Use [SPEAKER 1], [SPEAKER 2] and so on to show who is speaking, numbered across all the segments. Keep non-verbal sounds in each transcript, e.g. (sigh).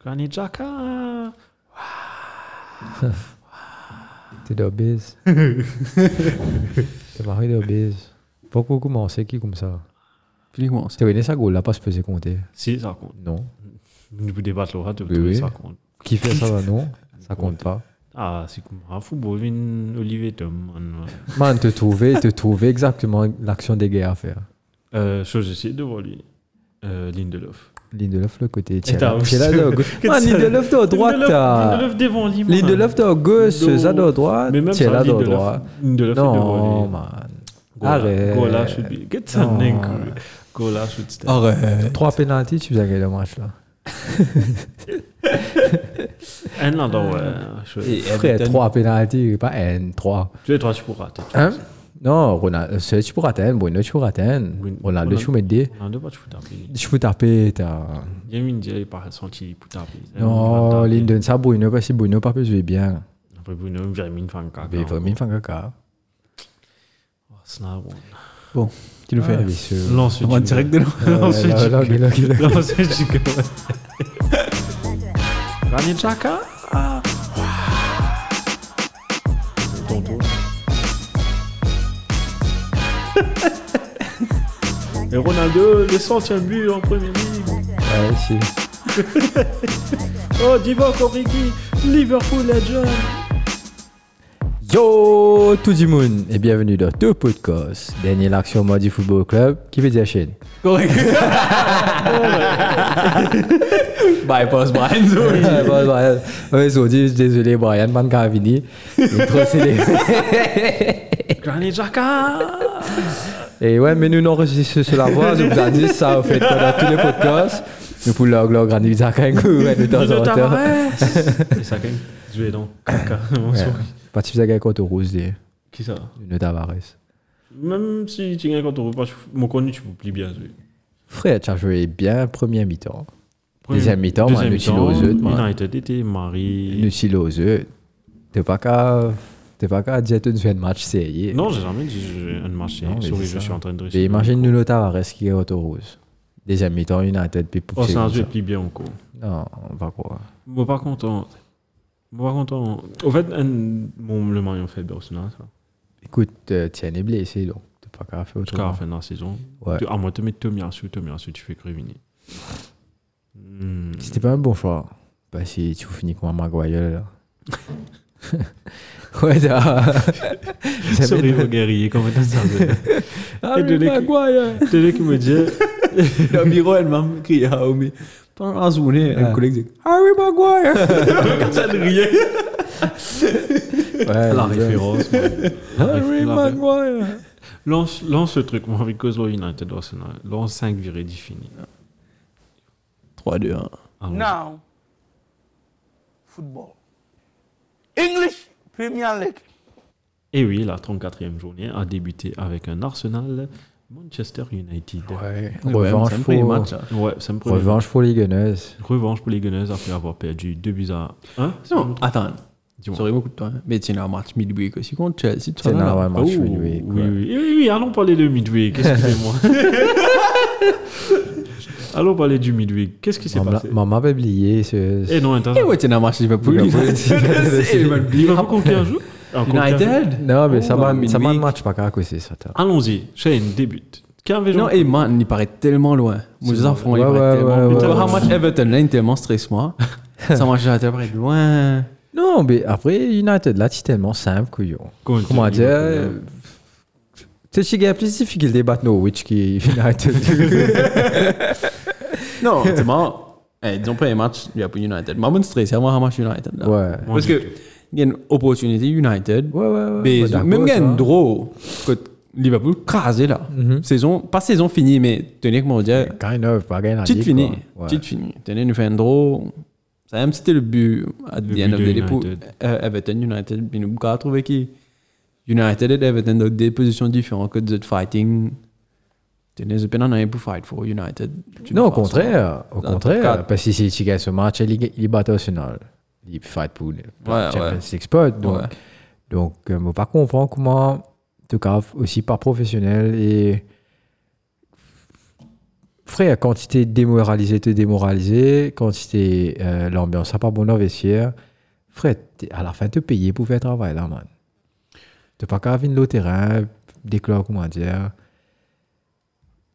[SPEAKER 1] Granny Jaka.
[SPEAKER 2] T'es de obèse.
[SPEAKER 1] (laughs)
[SPEAKER 2] T'es marié de obèse. Pourquoi commencer qui comme ça
[SPEAKER 3] Puis moi,
[SPEAKER 2] T'es venu ça goal là, pas se peser compter.
[SPEAKER 1] Si, ça compte.
[SPEAKER 2] Non.
[SPEAKER 1] Nous pouvons débattre là, tu
[SPEAKER 2] Oui, oui.
[SPEAKER 1] ça compte.
[SPEAKER 2] Qui fait ça là, non Ça compte pas.
[SPEAKER 1] Ah, c'est comme un football, une Olivier Tom. un- euh,
[SPEAKER 2] Man, te trouver, te trouver exactement l'action des gars à faire.
[SPEAKER 1] Euh, chose aussi devant lui. Euh, Lindelof.
[SPEAKER 2] Lindelof, le côté.
[SPEAKER 1] Et t'as- (laughs)
[SPEAKER 2] Tiens, là, là, au gauche. Man, Lindelof, t'es au droite.
[SPEAKER 1] Lindelof-
[SPEAKER 2] t'as-
[SPEAKER 1] Lindelof devant lui. man.
[SPEAKER 2] Lindelof, t'es au gauche.
[SPEAKER 1] Non.
[SPEAKER 2] Ça, t'es au droite.
[SPEAKER 1] Mais même
[SPEAKER 2] Tiens,
[SPEAKER 1] ça,
[SPEAKER 2] là, t'es au
[SPEAKER 1] Lindelof.
[SPEAKER 2] droit.
[SPEAKER 1] Lindelof est devant
[SPEAKER 2] Non,
[SPEAKER 1] lui.
[SPEAKER 2] man.
[SPEAKER 1] Gola,
[SPEAKER 2] Arrête.
[SPEAKER 1] Gola should be. Get some
[SPEAKER 2] Non.
[SPEAKER 1] nigga. Gola should stay.
[SPEAKER 3] Arrête.
[SPEAKER 2] Trois pénalties, tu faisais gagner le match là.
[SPEAKER 1] Un là, dans,
[SPEAKER 2] Euh,
[SPEAKER 1] ouais. je-
[SPEAKER 2] Frère, trois pénalties, pas N, trois.
[SPEAKER 1] Tu es toi, tu pourras. t'es-
[SPEAKER 2] Hein Non, Ronaldo, c'est tu pour atteindre, Bruno, tu pour atteindre.
[SPEAKER 1] Bruno-
[SPEAKER 2] Ronaldo,
[SPEAKER 1] Ronaldo.
[SPEAKER 2] tu mets des.
[SPEAKER 1] On a deux matchs pour taper.
[SPEAKER 2] Je peux taper, t'as.
[SPEAKER 1] Yamin Dia, il paraît senti pour taper.
[SPEAKER 2] Non, Linden, ça, Bruno, parce que Bruno, pas peut jouer bien.
[SPEAKER 1] Après, Bruno, Vermin, Fanka.
[SPEAKER 2] Mais vraiment, il fait un caca.
[SPEAKER 1] Snap.
[SPEAKER 3] Bon, tu nous fais.
[SPEAKER 2] Ah, bien sûr.
[SPEAKER 1] Lance
[SPEAKER 3] On va en direct de l'eau.
[SPEAKER 1] Lance
[SPEAKER 2] Euh, là, là, là, là, là.
[SPEAKER 1] Lance Granit Xhaka ah. Ton tour. Et Ronaldo, le centième but en première ligue.
[SPEAKER 2] Ouais, si.
[SPEAKER 1] Oh, Divock Origi, Liverpool Legend.
[SPEAKER 2] Yo, tout le monde, et bienvenue dans deux podcasts. Dernier l'action moi du Football Club, qui veut dire chaîne.
[SPEAKER 3] Correct.
[SPEAKER 2] Bye, boss Bah, (laughs) Brian. Bye, boss Brian. Ouais, Zodi, désolé, Brian, man, quand fini. Il est trop célèbre.
[SPEAKER 1] Granit Xhaka.
[SPEAKER 2] Et ouais, mais nous n'enregistrons cela voix, je vous ai dit ça, en fait, pendant tous les podcasts. Nous pour leur gloire grandi Zaka de temps en
[SPEAKER 1] Nuno
[SPEAKER 2] temps.
[SPEAKER 1] Tavares.
[SPEAKER 3] (laughs)
[SPEAKER 1] Et ça gagne. Je vais donc. Caca, mon
[SPEAKER 2] Ouais.
[SPEAKER 1] sourire.
[SPEAKER 2] Pas si vous avez contre Rose, des
[SPEAKER 1] Qui ça
[SPEAKER 2] Nuno Tavares.
[SPEAKER 1] Même si tu gagnes quand on repasse, mon connu, tu plies bien. oui.
[SPEAKER 2] Frère, tu as joué bien première mi-temps.
[SPEAKER 1] Premier-
[SPEAKER 2] Deuxième mi-temps, moi,
[SPEAKER 1] deuxième
[SPEAKER 2] nous chillons aux autres, moi.
[SPEAKER 1] United était
[SPEAKER 2] Nous
[SPEAKER 1] marié.
[SPEAKER 2] si aux œufs. T'es pas qu'à. T'es pas qu'à dire tout de suite un match sérieux.
[SPEAKER 1] Non, j'ai jamais dit j'ai un marché.
[SPEAKER 2] Non, mais
[SPEAKER 1] Sorry,
[SPEAKER 2] c'est
[SPEAKER 1] je
[SPEAKER 2] ça.
[SPEAKER 1] suis en train de dresser.
[SPEAKER 2] Et imagine Nuno Tavares qui est contre Rose. Deuxième mi-temps, United, puis pour
[SPEAKER 1] Oh, c'est un jeu plie bien encore.
[SPEAKER 2] Non, on va croire.
[SPEAKER 1] Moi, par contre, on- moi, par contre, on- au fait, un- mon- le Marion fait Barcelona, ça.
[SPEAKER 2] Écoute, euh, Tiens est blessé, donc t'es pas qu'à faire
[SPEAKER 1] En tout cas, à
[SPEAKER 2] autrement.
[SPEAKER 1] la fin de la saison.
[SPEAKER 2] Ouais.
[SPEAKER 1] Tu- À moins de mettre Tomiyasu, Tomiyasu, tu fais Grévini. Hmm.
[SPEAKER 2] C'était pas un bon choix. Bah si tu finis comme un Maguire là. (laughs) ouais, ça.
[SPEAKER 3] (laughs)
[SPEAKER 2] Ça
[SPEAKER 1] Sorry,
[SPEAKER 2] m'étonne.
[SPEAKER 1] mon guerrier, comment t'as ça
[SPEAKER 2] (laughs)
[SPEAKER 1] fait
[SPEAKER 2] Ah,
[SPEAKER 1] Et de
[SPEAKER 2] mais
[SPEAKER 1] l'équipe.
[SPEAKER 2] Maguire
[SPEAKER 1] C'est lui qui me dit.
[SPEAKER 3] Le bureau, elle m'a crié à Omi. Pendant un journée, un
[SPEAKER 2] Ah.
[SPEAKER 3] collègue dit
[SPEAKER 2] Harry Maguire
[SPEAKER 3] (laughs) Comme ça, elle riait.
[SPEAKER 2] ouais,
[SPEAKER 1] La
[SPEAKER 2] les gars.
[SPEAKER 1] référence. moi.
[SPEAKER 2] Harry
[SPEAKER 1] La-
[SPEAKER 2] Maguire
[SPEAKER 1] Lance, lance le truc, moi, avec Kozlo United Arsenal. Lance 5 virés définis.
[SPEAKER 3] 3, 2, 1.
[SPEAKER 1] Allons-y.
[SPEAKER 4] Now, football. English Premier League.
[SPEAKER 1] Et Eh oui, la 34e journée a débuté avec un Arsenal Manchester United.
[SPEAKER 2] Ouais.
[SPEAKER 3] Revanche,
[SPEAKER 2] Revanche pour...
[SPEAKER 3] match. là.
[SPEAKER 1] Ouais, ça me prévient.
[SPEAKER 2] Revanche pour les Gunners.
[SPEAKER 1] Revanche pour les Gunners après avoir perdu 2 buts à 1.
[SPEAKER 3] Non, attends.
[SPEAKER 1] Dis-moi.
[SPEAKER 3] Sorry beaucoup de toi. hein. Mais tiens, un match midweek aussi contre Chelsea. tu
[SPEAKER 2] C'est
[SPEAKER 3] vois, là.
[SPEAKER 2] un
[SPEAKER 1] Oh,
[SPEAKER 2] match
[SPEAKER 1] oui, oui,
[SPEAKER 2] midweek, ouais.
[SPEAKER 1] oui, oui, oui, allons parler de midweek, excusez-moi. allons parler du midweek. Qu'est-ce qui s'est
[SPEAKER 2] Maman-
[SPEAKER 1] passé
[SPEAKER 2] Maman avait oublié ce.
[SPEAKER 1] Eh non, attends.
[SPEAKER 3] Eh ouais, tiens, un match Liverpool. (laughs)
[SPEAKER 2] Liverpool.
[SPEAKER 3] C'est- il m'a oublié.
[SPEAKER 1] Liverpool contre qui un jour Ah, contre qui un jour
[SPEAKER 3] United
[SPEAKER 2] Non, mais ça
[SPEAKER 3] Oh,
[SPEAKER 2] m'a
[SPEAKER 3] midweek.
[SPEAKER 2] ça m'a un match pas qu'à causer ça. t'as.
[SPEAKER 1] Allons-y, Shane débute. Qu'un vélo-
[SPEAKER 3] Non, eh, et man, il paraît tellement loin. Mes enfants, il
[SPEAKER 2] Ouais,
[SPEAKER 3] paraît
[SPEAKER 2] ouais, ouais,
[SPEAKER 3] tellement
[SPEAKER 2] ouais,
[SPEAKER 3] Tu vois,
[SPEAKER 1] ouais.
[SPEAKER 3] un match Everton, là, il est tellement
[SPEAKER 2] (laughs)
[SPEAKER 3] stresse, moi. Ça m'a jamais paraît loin.
[SPEAKER 2] Non, mais après, United là, c'est tellement simple, couillon.
[SPEAKER 1] Contre
[SPEAKER 2] Comment dire
[SPEAKER 1] Liverpool,
[SPEAKER 2] euh, Tu sais, il y a plus de difficultés à battre Norwich qui (laughs)
[SPEAKER 3] (laughs)
[SPEAKER 2] United.
[SPEAKER 3] Non, c'est marrant. Eh, disons pas un match, il y a pas United. Moi, je stress, c'est moi, un match United. là.
[SPEAKER 2] Ouais.
[SPEAKER 3] Parce que, il y a une opportunité United.
[SPEAKER 2] Ouais, ouais, ouais.
[SPEAKER 3] mais
[SPEAKER 2] Ouais, d'accord, Mhm.
[SPEAKER 3] même il y a
[SPEAKER 2] ça.
[SPEAKER 3] une draw contre Liverpool, crasé là. Saison, pas saison finie, mais tenez comment dire.
[SPEAKER 2] Kind of, pas gagner la
[SPEAKER 3] Petite
[SPEAKER 2] ligue,
[SPEAKER 3] finie.
[SPEAKER 2] quoi. Ouais.
[SPEAKER 3] Petite finie. Tenez, nous fait un draw. Ça même c'était le but à
[SPEAKER 1] Le
[SPEAKER 3] the end
[SPEAKER 1] but
[SPEAKER 3] of
[SPEAKER 1] de
[SPEAKER 3] the day pour
[SPEAKER 1] United.
[SPEAKER 3] euh, Everton United. Puis nous avons trouvé qui United et Everton dans des positions différentes que de fighting. Tenez, c'est pas un pour fight for United.
[SPEAKER 2] Non, au contraire. Au
[SPEAKER 3] Dans le
[SPEAKER 2] contraire.
[SPEAKER 3] cadre.
[SPEAKER 2] Parce que si tu gagnes ce match, il il bat Arsenal. Il fight pour le pour
[SPEAKER 3] Ouais,
[SPEAKER 2] le Champions
[SPEAKER 3] ouais.
[SPEAKER 2] League spot. Donc,
[SPEAKER 3] Ouais.
[SPEAKER 2] donc euh, moi, pas comprendre comment, en tout cas, aussi pas professionnel et Frère, quand tu t'es démoralisé, t'es démoralisé. Quand tu t'es, euh, l'ambiance n'a pas bon dans le vestiaire, frère, t'es- à la fin, tu payé pour faire travail là, man. Tu pas qu'à venir au terrain, déclarer comment dire.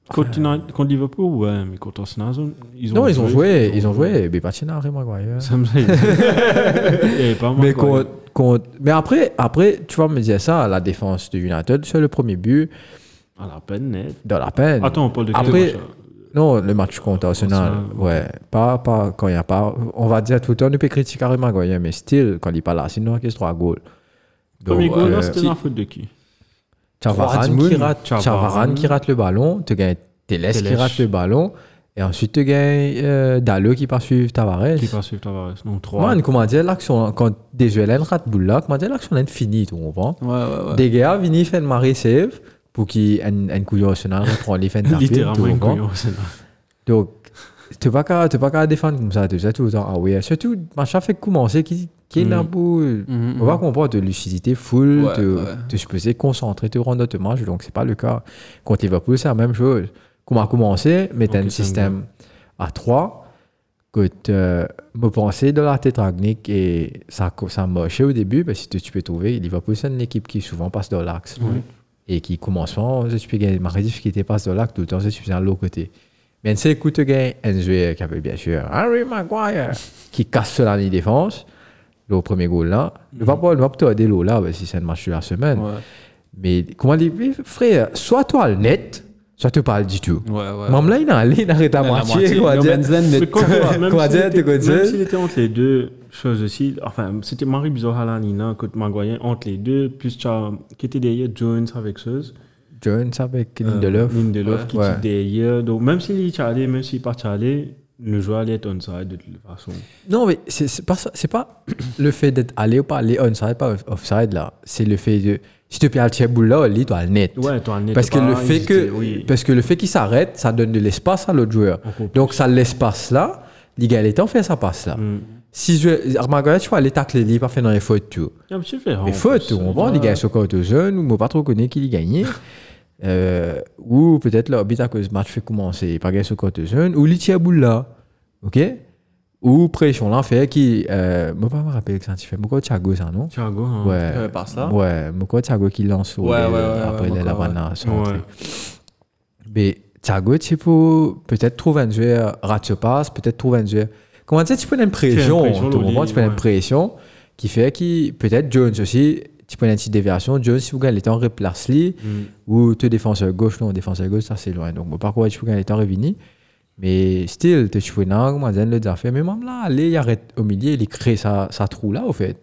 [SPEAKER 1] Contre United- contre Liverpool, ouais, mais contre Arsenal, ils ont
[SPEAKER 2] euh, non, ils ont joué, ils ont joué. Mais pas Chinard et Maguire.
[SPEAKER 1] (laughs) Ça
[SPEAKER 2] (laughs)
[SPEAKER 1] me Il y avait pas
[SPEAKER 2] Mais,
[SPEAKER 1] mal, quoi.
[SPEAKER 2] contre- contre- mais après, après, tu vas me dire ça, la défense de United, c'est le premier but
[SPEAKER 1] À la peine net.
[SPEAKER 2] dans la peine.
[SPEAKER 1] Attends, on parle de quel
[SPEAKER 2] Après-
[SPEAKER 1] match, là
[SPEAKER 2] Non, le match contre Arsenal,
[SPEAKER 1] Arsenal,
[SPEAKER 2] ouais. Pas, pas quand il n'y a pas. On va dire tout le temps, nous peut critiquer Maguire, mais still, quand il n'est pas là, sinon, qu'est-ce trois goals
[SPEAKER 1] Premier
[SPEAKER 2] Donc,
[SPEAKER 1] goal,
[SPEAKER 2] euh,
[SPEAKER 1] là, c'était la faute de qui
[SPEAKER 2] Chavaran
[SPEAKER 3] Trois
[SPEAKER 2] qui
[SPEAKER 3] Zmoun.
[SPEAKER 2] rate,
[SPEAKER 1] Chavaran.
[SPEAKER 2] Chavaran qui rate le ballon, tu gagnes Teles qui
[SPEAKER 1] Telles.
[SPEAKER 2] rate le ballon, et ensuite tu gagnes euh, Dalo qui part suivre Tavares.
[SPEAKER 1] Qui passe sur Tavares Non, 3.
[SPEAKER 2] Man, comment dire l'action, quand des ULN ratent boule là, comment dire l'action est finie, tu comprends
[SPEAKER 3] Ouais, ouais, ouais.
[SPEAKER 2] Des gars viennent faire marée save pour qu'il un, un coup de Arsenal reprend les
[SPEAKER 1] (laughs)
[SPEAKER 2] fins de tapis, tu
[SPEAKER 1] Littéralement, une
[SPEAKER 2] comprends
[SPEAKER 1] couille au Sénat.
[SPEAKER 2] Donc, tu pas qu'à t'es pas qu'à défendre comme ça, tu sais, tout le temps. Ah oui, surtout, machin fait commencer qui, qui est là
[SPEAKER 1] Mm.
[SPEAKER 2] pour. euh,
[SPEAKER 3] Mhm,
[SPEAKER 2] On va
[SPEAKER 3] mhm.
[SPEAKER 2] comprendre de lucidité full,
[SPEAKER 3] Ouais,
[SPEAKER 2] de
[SPEAKER 3] ouais.
[SPEAKER 2] de se poser, concentrer, te rendre dans ton match. Donc, c'est pas le cas. Contre Liverpool, c'est la même chose. Comment commencer, mettre
[SPEAKER 1] Ok,
[SPEAKER 2] un
[SPEAKER 1] ça me
[SPEAKER 2] système à 3, que tu euh, me penser de la tétragonique et ça, co- ça marchait au début, parce que tu peux trouver Liverpool, c'est une équipe qui souvent passe dans l'axe.
[SPEAKER 1] Ouais.
[SPEAKER 2] Et qui commence en, je suis gagné, ma difficulté passe dans l'axe, tout le temps, je suis à l'autre côté. Mais c'est écoute, gain, un joueur qui appelle bien sûr Harry Maguire, qui casse la ligne défense, le premier goal là. Le va pas, le va pas te l'eau là, si c'est un match de la semaine.
[SPEAKER 3] Mhm. Ouais,
[SPEAKER 2] Mais comment dire, mais frère, soit toi le net, soit tu parles du tout.
[SPEAKER 3] ouais, ouais.
[SPEAKER 2] Maman là, il a allé, il arrête à
[SPEAKER 3] La
[SPEAKER 2] moitié,
[SPEAKER 3] moitié,
[SPEAKER 2] quoi,
[SPEAKER 3] no
[SPEAKER 2] dire.
[SPEAKER 3] man's land,
[SPEAKER 1] Mais (laughs)
[SPEAKER 3] de-
[SPEAKER 1] quoi,
[SPEAKER 2] (laughs)
[SPEAKER 1] quoi, même
[SPEAKER 2] Quoi
[SPEAKER 1] s'il
[SPEAKER 2] dire,
[SPEAKER 1] était-
[SPEAKER 2] t'es quoi dire
[SPEAKER 1] Même s'il était entre les deux choses aussi, enfin, c'était Marie Bizorra-Lanina, côte Maguayen, entre les deux, plus Char- qui était derrière Jones avec Seuse.
[SPEAKER 2] Jones avec Lindelof.
[SPEAKER 1] Lindelof
[SPEAKER 3] Ouais.
[SPEAKER 1] Euh, qui
[SPEAKER 2] Ouais.
[SPEAKER 1] était derrière. Donc, même s'il est allé, même s'il n'est pas allé, le joueur allait être onside de toute façon.
[SPEAKER 2] Non, mais c'est c'est pas ça, c'est pas (clears throat) le fait d'être allé ou pas allé onside, pas off- offside là. C'est le fait de, si tu perds le chien boule là, lui, toi le net.
[SPEAKER 1] Ouais, toi, on Ah, était
[SPEAKER 2] Parce que,
[SPEAKER 1] pas
[SPEAKER 2] le fait
[SPEAKER 1] hésité,
[SPEAKER 2] que,
[SPEAKER 1] oui.
[SPEAKER 2] parce que le fait qu'il s'arrête, ça donne de l'espace à l'autre joueur.
[SPEAKER 1] Encore plus.
[SPEAKER 2] Donc, ça l'espace là, l'égalité, on fait sa passe là.
[SPEAKER 1] Mm.
[SPEAKER 2] Si je, Armagoya, tu vas aller tacler, lui, il va faire dans les fautes, tu vois.
[SPEAKER 1] Il y a un petit fait. hein,
[SPEAKER 2] Les
[SPEAKER 1] en
[SPEAKER 2] fautes,
[SPEAKER 1] plus.
[SPEAKER 2] on comprend, les gars, sont quand aux jeunes, ou moi pas trop connaît qui les
[SPEAKER 3] (laughs)
[SPEAKER 2] gagnait. Euh, ou peut-être l'orbite à cause du match fait commencer, pas gagner ce côté jeune, ou l'Itia là, ok Ou pression l'enfer qui. Euh, moi, pas me rappeler que ça, tu fais. Moi, quoi, Thiago, ça, non
[SPEAKER 1] Thiago, hein.
[SPEAKER 2] Ouais.
[SPEAKER 3] Ouais, euh, par ça.
[SPEAKER 2] Ouais, moi, quoi, Thiago qui lance sur les-
[SPEAKER 3] Ouais, ouais, ouais,
[SPEAKER 2] après
[SPEAKER 3] ouais,
[SPEAKER 2] les
[SPEAKER 3] moi, quoi,
[SPEAKER 2] Lavana, sur
[SPEAKER 1] Ouais.
[SPEAKER 2] l'entrée. Mais Thiago, tu peux peut-être trouver un joueur, rate ce passe, peut-être trouver un joueur. Comment dire, tu peux une pression,
[SPEAKER 1] Tu as une pression,
[SPEAKER 2] tu comprends,
[SPEAKER 1] Loli,
[SPEAKER 2] tu peux une
[SPEAKER 1] ouais.
[SPEAKER 2] pression qui fait qui peut-être Jones aussi, tu peux une petite déviation. Jones, si vous gagnez les temps, replace-le,
[SPEAKER 1] Mm.
[SPEAKER 2] ou tu défenseur gauche, non, défenseur gauche, ça c'est loin. Donc, bon, par contre, tu peux gagner les temps, revenu. Mais still, tu peux non, comment dire, le dire, fait, mais même là, allez, il arrête au milieu, il crée sa, sa trou là, au fait.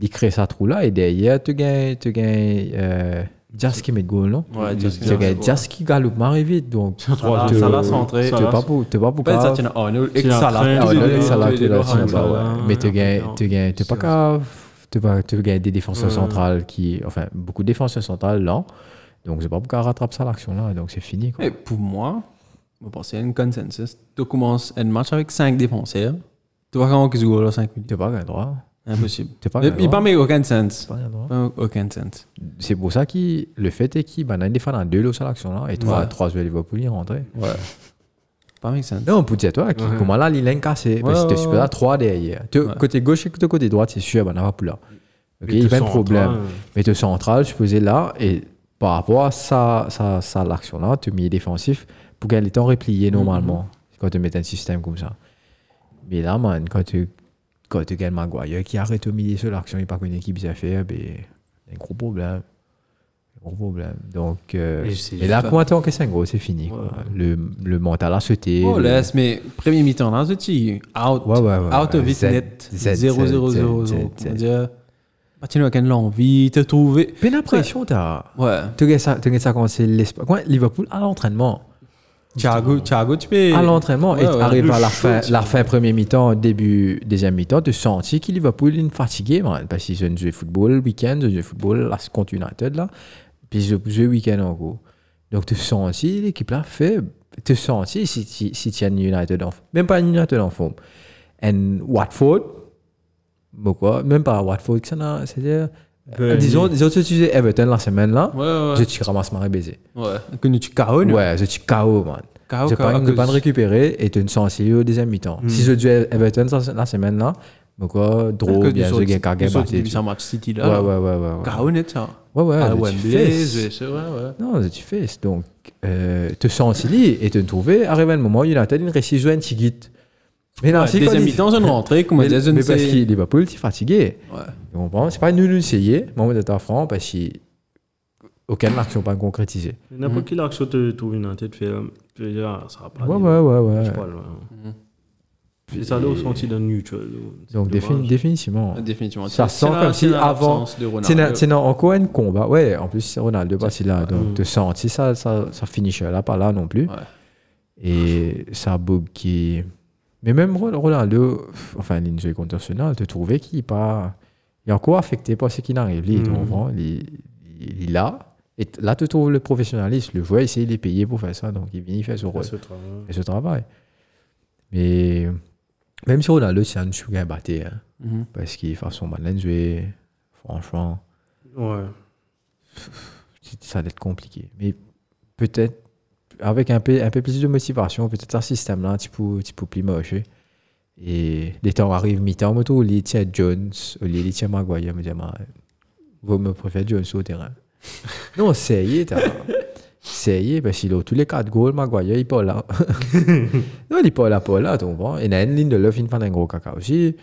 [SPEAKER 2] Il crée sa trou là, et derrière, tu gagnes, tu gagnes, euh, Jas qui met le goal, non?
[SPEAKER 3] Ouais,
[SPEAKER 1] Just-
[SPEAKER 2] Tu gagnes Jas qui galope, marre vite, donc.
[SPEAKER 1] Trois
[SPEAKER 3] Salah,
[SPEAKER 1] deux.
[SPEAKER 3] Salah centré.
[SPEAKER 2] T'es
[SPEAKER 1] Salah,
[SPEAKER 2] pas pour, t'es pas pour
[SPEAKER 3] Pas
[SPEAKER 2] grave.
[SPEAKER 3] ça, tiens, oh, nous,
[SPEAKER 1] C'est
[SPEAKER 3] et
[SPEAKER 1] la
[SPEAKER 3] ça
[SPEAKER 1] fin,
[SPEAKER 3] là.
[SPEAKER 2] Ah ouais,
[SPEAKER 1] Tout
[SPEAKER 2] là,
[SPEAKER 1] est
[SPEAKER 2] là,
[SPEAKER 1] là,
[SPEAKER 2] ça là,
[SPEAKER 1] tout
[SPEAKER 2] tout
[SPEAKER 1] est
[SPEAKER 2] est là,
[SPEAKER 1] là,
[SPEAKER 2] ça là,
[SPEAKER 1] tout
[SPEAKER 2] ça
[SPEAKER 1] est
[SPEAKER 2] là,
[SPEAKER 1] là.
[SPEAKER 2] ouais. Mais tu gagnes,
[SPEAKER 1] Après,
[SPEAKER 2] tu gagnes, t'es pas
[SPEAKER 1] c'est
[SPEAKER 2] capable, t'es pas, tu gagnes des défenseurs
[SPEAKER 1] Ouais.
[SPEAKER 2] centrales qui, enfin, beaucoup de défenseurs centrales là. Donc c'est pas pourquoi rattrape ça l'action là, donc c'est fini quoi.
[SPEAKER 3] Et pour moi, je pense qu'il y a un consensus. Tu commences un match avec 5 défenseurs. Tu vas quand que tu goal en 5 minutes.
[SPEAKER 2] T'es pas gagné droit,
[SPEAKER 3] Impossible.
[SPEAKER 2] t'es pas
[SPEAKER 3] Eh, Il
[SPEAKER 2] gagné
[SPEAKER 3] n'y a
[SPEAKER 2] droit.
[SPEAKER 3] pas aucun sens.
[SPEAKER 2] Pas gagné droit.
[SPEAKER 3] Pas Aucun sens.
[SPEAKER 2] C'est pour ça que le fait est qu'il, ben, des fois dans deux lots ça l'action là et trois,
[SPEAKER 3] Ouais.
[SPEAKER 2] trois joueurs Liverpool ils rentraient.
[SPEAKER 3] Ouais. Pas make sense.
[SPEAKER 2] Non, pour dire toi, qui-
[SPEAKER 1] Ouais.
[SPEAKER 2] comment là, il est cassé. Parce que
[SPEAKER 3] Ouais,
[SPEAKER 2] t'es
[SPEAKER 3] ouais,
[SPEAKER 2] super là, trois derrière. Te-
[SPEAKER 3] Ouais.
[SPEAKER 2] Côté gauche et côté droite, c'est sûr, ben, on va pas là. Ok,
[SPEAKER 1] Et hein.
[SPEAKER 2] il y a
[SPEAKER 1] te
[SPEAKER 2] pas de
[SPEAKER 1] sens
[SPEAKER 2] problème.
[SPEAKER 1] train,
[SPEAKER 2] Mais tu central, je posais là, et par rapport à ça, ça, ça l'action-là, tu mets défensif pour gagner les temps
[SPEAKER 3] Mhm.
[SPEAKER 2] repliés normalement, quand tu mets un système comme ça. Mais là, man, quand tu, quand tu gagnes Maguire qui arrête au milieu sur l'action, il n'y a pas qu'une équipe à faire, ben, un gros problème. Un gros problème. Donc, euh,
[SPEAKER 1] Et c'est
[SPEAKER 2] et là,
[SPEAKER 3] juste-
[SPEAKER 2] quand tu encaisses un gros, c'est fini. quoi. Le, le mental a sauté.
[SPEAKER 3] Oh,
[SPEAKER 2] le-
[SPEAKER 3] laisse, mais premier mi-temps, là, tu out.
[SPEAKER 2] Ouais, ouais, ouais,
[SPEAKER 3] Out
[SPEAKER 2] ouais.
[SPEAKER 3] of it
[SPEAKER 2] Z,
[SPEAKER 3] net.
[SPEAKER 2] Z,
[SPEAKER 3] 0 0
[SPEAKER 2] Z, Z,
[SPEAKER 3] 0 0
[SPEAKER 2] Z.
[SPEAKER 3] C'est-à-dire, tu n'as aucune envie, tu as trouvé.
[SPEAKER 2] Peine à pression, t'as.
[SPEAKER 3] Ouais.
[SPEAKER 2] Tu gagnes ça, tu gagnes ça quand c'est l'espace. Quoi, Liverpool à l'entraînement.
[SPEAKER 3] Thiago, Thiago, tu peux.
[SPEAKER 2] à l'entraînement
[SPEAKER 3] Ouais,
[SPEAKER 2] et
[SPEAKER 3] ouais,
[SPEAKER 2] arrive
[SPEAKER 3] le
[SPEAKER 2] à la
[SPEAKER 3] shoot,
[SPEAKER 2] fin,
[SPEAKER 3] tu
[SPEAKER 2] la fin premier mi-temps, début deuxième mi-temps, tu sentis qu'il va pour une fatigué, man, parce qu'ils ont joué football le week-end, ils ont joué football là, contre United là, puis ils ont joué le week-end en gros. Donc tu sentis l'équipe là faible, tu sentis si tu si tu as une United en même pas une United en forme. Et Watford, bon quoi, même pas Watford, que ça n'a- c'est-à-dire Disons, disons, si tu utilises Everton la semaine là,
[SPEAKER 3] Ouais, ouais. Ah
[SPEAKER 2] je tu ramasses Marie baiser.
[SPEAKER 3] Ouais. Que nous tu KO, nous.
[SPEAKER 2] Ouais, je suis KO, man.
[SPEAKER 3] KO,
[SPEAKER 2] Je pas
[SPEAKER 3] à
[SPEAKER 2] capable de
[SPEAKER 3] cause-
[SPEAKER 2] récupérer et tu ne sens si au deuxième mi-temps.
[SPEAKER 3] Hmm.
[SPEAKER 2] Si je joue Everton la- la semaine là, donc quoi,
[SPEAKER 3] Que
[SPEAKER 2] drôle,
[SPEAKER 3] nous
[SPEAKER 2] bien
[SPEAKER 3] sortis-
[SPEAKER 2] joué, gain
[SPEAKER 3] nous
[SPEAKER 2] cargué,
[SPEAKER 3] sortis
[SPEAKER 2] battu.
[SPEAKER 3] du
[SPEAKER 2] Ouais,
[SPEAKER 3] Saint-Marc City
[SPEAKER 2] ouais,
[SPEAKER 3] là.
[SPEAKER 2] ouais, ouais.
[SPEAKER 3] KO, net, ça.
[SPEAKER 2] Ouais, ouais,
[SPEAKER 3] Ah,
[SPEAKER 2] je
[SPEAKER 3] ouais,
[SPEAKER 2] suis
[SPEAKER 3] Blaise,
[SPEAKER 2] fesse.
[SPEAKER 3] c'est vrai, ouais.
[SPEAKER 2] Non, je suis fesse. Donc, euh, te sens aussi et te trouver, arrive un moment, il a peut-être une récision, un petit guide. Mais là,
[SPEAKER 3] Ouais,
[SPEAKER 2] si
[SPEAKER 3] Deuxième
[SPEAKER 2] quand il-
[SPEAKER 3] mi-temps, zone rentrée, comme on
[SPEAKER 2] mais,
[SPEAKER 3] disait, zone
[SPEAKER 2] mais parce que
[SPEAKER 3] c'est-
[SPEAKER 2] Liverpool, tu es fatigué.
[SPEAKER 3] Ouais.
[SPEAKER 2] Tu comprends C'est pas nul d'essayer, mais on est en franc parce que aucune action pas concrétisée.
[SPEAKER 1] N'importe quelle action te trouve une tête, fait, euh, tu veux dire, ah, ça va pas.
[SPEAKER 2] Ouais,
[SPEAKER 1] aller,
[SPEAKER 2] ouais, ouais,
[SPEAKER 1] je
[SPEAKER 2] ouais.
[SPEAKER 1] sais pas, là. hein. Et ça doit ressentir d'un neutral. c'est
[SPEAKER 2] Donc, défi-
[SPEAKER 1] dommage.
[SPEAKER 2] définitivement.
[SPEAKER 3] Définitivement.
[SPEAKER 2] Ça
[SPEAKER 3] C'est
[SPEAKER 2] sent
[SPEAKER 3] la-
[SPEAKER 2] comme
[SPEAKER 3] c'est
[SPEAKER 2] si
[SPEAKER 3] la-
[SPEAKER 2] avant-
[SPEAKER 3] l'absence de Ronaldo.
[SPEAKER 2] C'est na- c'est na- encore un combat. Ouais, en plus, Ronaldo pas si
[SPEAKER 3] Ah,
[SPEAKER 2] là. Donc,
[SPEAKER 1] Mm.
[SPEAKER 2] te sens, si ça, ça, ça finish là, pas là non plus.
[SPEAKER 3] Ouais.
[SPEAKER 2] Et ça bug qui. Mais même Ron- Ronaldo, pff, enfin, l'injeu contre Arsenal, te trouvais qu'il est pas. Il est encore affecté par ce qui n'arrive. Lui,
[SPEAKER 3] Mhm.
[SPEAKER 2] tu
[SPEAKER 1] Mm.
[SPEAKER 2] comprends? il, il- il est là. Et t- là, tu trouves le professionnaliste. Le joueur, il sait, il est payé pour faire ça. Donc, il vient, il fait son rôle
[SPEAKER 1] Ça se hein. travaille.
[SPEAKER 2] et ce travail. Mais même si Ronaldo, c'est un sugar batté, hein,
[SPEAKER 3] Mhm.
[SPEAKER 2] parce qu'il fait son malin de jouer, franchement,
[SPEAKER 1] Ouais.
[SPEAKER 2] ça va être compliqué. Mais peut-être, avec un peu, un peu plus de motivation, peut-être un système-là, un petit peu, petit peu plus moche. Et les temps arrivent mi-temps, moto, au lieu de tirer Jones, au lieu de tirer Maguire, me dire, Ma- vous me préférez Jones
[SPEAKER 1] (laughs)
[SPEAKER 2] au terrain. non, c'est y est, t'as- c'est y est, parce qu'il a tous les quatre goals, Maguire, il est
[SPEAKER 1] (laughs)
[SPEAKER 2] pas là. non, il est pas là, pas là, tu comprends. Il y a une ligne de l'œuf, il fait un gros caca aussi,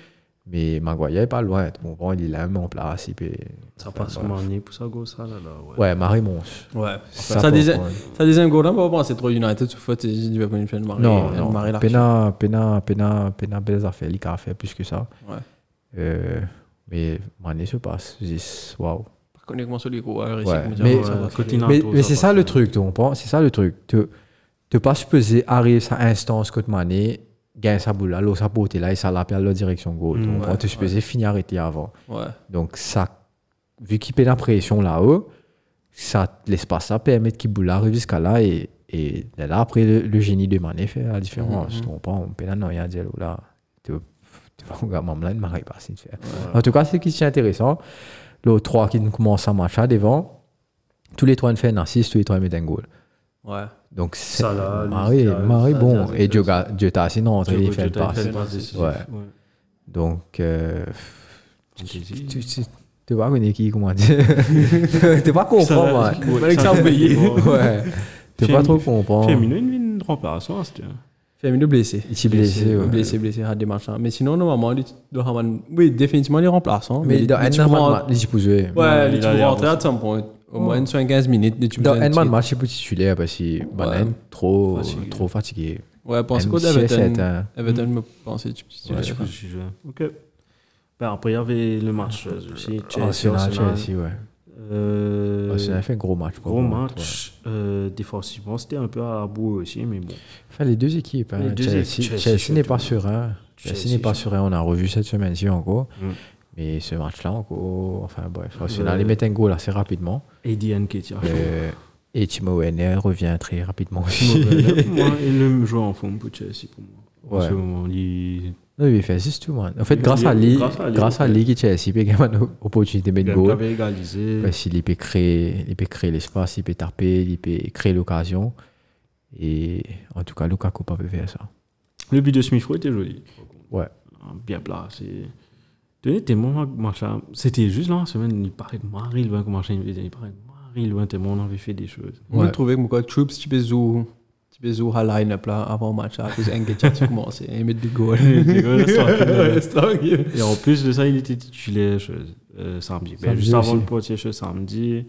[SPEAKER 2] mais Maguire est pas loin, tu comprends, il est là, même en place, et puis...
[SPEAKER 1] Ça passe
[SPEAKER 2] Ouais.
[SPEAKER 1] mon nez pour ça, go, ça, là, là. Ouais.
[SPEAKER 2] Ouais, Marie Mons.
[SPEAKER 3] Ouais.
[SPEAKER 2] Ça,
[SPEAKER 3] Ça,
[SPEAKER 2] pour-
[SPEAKER 3] disait-
[SPEAKER 2] ouais.
[SPEAKER 3] ça disait un goal, on va pas penser trop United, sauf que tu vas pas une fin de marée.
[SPEAKER 2] Non,
[SPEAKER 3] de
[SPEAKER 2] non.
[SPEAKER 3] marée là.
[SPEAKER 2] Pena, Pena, Pena, Pena, belles affaires. Lica a fait plus que ça.
[SPEAKER 3] Ouais.
[SPEAKER 2] Euh, mais Mané se passe. Zis, Waouh.
[SPEAKER 3] Par contre, comment ça, les gros, alors, ici,
[SPEAKER 2] Ouais.
[SPEAKER 3] comme euh, ça,
[SPEAKER 2] Mais-
[SPEAKER 3] on va-
[SPEAKER 1] Ouais, côté
[SPEAKER 2] Mais,
[SPEAKER 1] Nato,
[SPEAKER 2] mais c'est
[SPEAKER 1] passe,
[SPEAKER 2] ça le
[SPEAKER 1] ouais.
[SPEAKER 2] truc, tu comprends? C'est ça le truc. Te, te pas supposer arriver à instance que Mané gagne sa boule là, l'eau sa beauté là et ça l'appelle la direction gauche.
[SPEAKER 1] Mm,
[SPEAKER 2] tu comprends?
[SPEAKER 3] ouais,
[SPEAKER 2] te supposer finir arrêté avant.
[SPEAKER 3] Ouais.
[SPEAKER 2] Donc ça, vu qu'il paie la pression là-haut, ça l'espace ça permet qu'il boule arrive jusqu'à là et, et de là après le, le génie de Mané fait la différence.
[SPEAKER 1] Mm-hmm.
[SPEAKER 3] Mhm.
[SPEAKER 2] Tu comprends? On peut là non rien dire là. Tu tu vas regarder Mamelin, il m'arrive pas, c'est- En tout cas, c'est qui est intéressant. Le 3 qui nous commence à marcher devant. Tous les trois ne fait un assist, tous les trois ils mettent un goal.
[SPEAKER 3] Ouais.
[SPEAKER 2] Donc c'est
[SPEAKER 1] Salah,
[SPEAKER 2] Marie,
[SPEAKER 1] Lucas,
[SPEAKER 2] Marie
[SPEAKER 1] ça,
[SPEAKER 2] bon
[SPEAKER 1] ça, ça,
[SPEAKER 2] et
[SPEAKER 1] ça,
[SPEAKER 2] Dieu
[SPEAKER 1] ça.
[SPEAKER 2] t'a assis non, entre les fait une
[SPEAKER 1] Jota, il
[SPEAKER 2] passe.
[SPEAKER 1] fait une passe décisive,
[SPEAKER 2] Ouais.
[SPEAKER 1] ouais.
[SPEAKER 2] Donc euh,
[SPEAKER 1] Décisive.
[SPEAKER 2] tu, tu, tu vas connaître qui, comment (laughs) dire. tu vas comprendre,
[SPEAKER 1] Ça,
[SPEAKER 2] man.
[SPEAKER 1] ouais,
[SPEAKER 3] Alex
[SPEAKER 1] ça,
[SPEAKER 3] Arbeillé.
[SPEAKER 1] ouais.
[SPEAKER 2] (laughs) Ouais. Tu vas
[SPEAKER 1] Féminin-
[SPEAKER 2] trop comprendre.
[SPEAKER 1] Firmino, il met une remplaçant, hein, c'était.
[SPEAKER 3] Firmino blessé.
[SPEAKER 2] Il s'est blessé, ouais.
[SPEAKER 3] Blessé, blessé, à des matchs. hein. Mais sinon, normalement, les- Dohaman- oui, définitivement, les remplaçants.
[SPEAKER 2] Mais dans
[SPEAKER 3] les- les
[SPEAKER 2] un
[SPEAKER 3] types
[SPEAKER 2] man
[SPEAKER 3] rent-
[SPEAKER 2] match, il s'est posé.
[SPEAKER 3] Ouais,
[SPEAKER 1] il
[SPEAKER 3] les
[SPEAKER 1] a
[SPEAKER 3] types
[SPEAKER 1] l'air
[SPEAKER 3] rentrés à 100 points. Au moins 75 minutes. les types
[SPEAKER 2] Dans
[SPEAKER 3] ont
[SPEAKER 2] un
[SPEAKER 3] tiré.
[SPEAKER 2] man match, il peut titulaire parce qu'il banane, trop
[SPEAKER 1] Fatigué.
[SPEAKER 2] trop fatigué.
[SPEAKER 3] Ouais, pensez quoi
[SPEAKER 2] MCS,
[SPEAKER 3] d'Everton
[SPEAKER 2] hein.
[SPEAKER 3] Everton me pensait tu
[SPEAKER 1] Ouais, je pense que je joue. Ok. Ben, après, il y avait le match euh, aussi. Chelsea,
[SPEAKER 2] Arsenal,
[SPEAKER 1] Arsenal.
[SPEAKER 2] Chelsea, ouais.
[SPEAKER 1] Euh,
[SPEAKER 2] Arsenal fait un gros match.
[SPEAKER 1] Gros match. euh, défensivement, c'était un peu à la boue aussi, mais bon.
[SPEAKER 2] Enfin, les deux équipes. hein.
[SPEAKER 1] Les deux
[SPEAKER 2] Chelsea,
[SPEAKER 1] équipes, Chelsea,
[SPEAKER 2] Chelsea n'est pas
[SPEAKER 1] surtout.
[SPEAKER 2] serein. Chelsea
[SPEAKER 1] Chelsea,
[SPEAKER 2] n'est pas serein. On a revu cette semaine-ci encore.
[SPEAKER 1] Mm.
[SPEAKER 2] Mais ce match-là encore. Enfin bref, Arsenal,
[SPEAKER 1] Ouais.
[SPEAKER 2] ils mettent un goal assez rapidement.
[SPEAKER 1] Eddie Nketiah.
[SPEAKER 2] Euh, et (laughs) Timo Werner revient très rapidement aussi.
[SPEAKER 1] Mauvais, pour (laughs) moi, et le joueur en forme pour Chelsea pour moi. En
[SPEAKER 2] Ouais.
[SPEAKER 1] ce moment, il-
[SPEAKER 2] (laughs) Non, il fait 6 tout, man. En fait,
[SPEAKER 1] Il-
[SPEAKER 2] grâce
[SPEAKER 1] il-
[SPEAKER 2] à lui,
[SPEAKER 1] grâce à lui,
[SPEAKER 2] grâce à
[SPEAKER 1] ouais.
[SPEAKER 2] lui, qui Chelsea peut gagner une opportunité de
[SPEAKER 1] il
[SPEAKER 2] mettre
[SPEAKER 1] avait
[SPEAKER 2] goal.
[SPEAKER 1] égalisé.
[SPEAKER 2] Parce qu'il peut créer, il peut créer l'espace, il peut taper, il peut créer l'occasion. Et en tout cas, Lukaku pas peut faire ça.
[SPEAKER 1] Le but de Smith Rowe était joli. Ah,
[SPEAKER 2] Ouais.
[SPEAKER 1] Bien placé. Tenez, tellement machin. hein. C'était juste là, la semaine, il paraît que Marie Loin comme machin, il paraît que Marie Loin tellement on avait fait des choses.
[SPEAKER 3] On
[SPEAKER 2] Ouais.
[SPEAKER 3] a trouvé que quoi, Troops, tu peux jouer, tu peux jouer à line-up là avant le match, à cause d'un gars qui commence et mettre des goals.
[SPEAKER 1] Et
[SPEAKER 3] (laughs) Reste tranquille.
[SPEAKER 1] en plus de ça, il était titulaire chose, euh, samedi. Ben,
[SPEAKER 2] Samedi
[SPEAKER 1] juste avant
[SPEAKER 2] aussi.
[SPEAKER 1] le portier chose, samedi.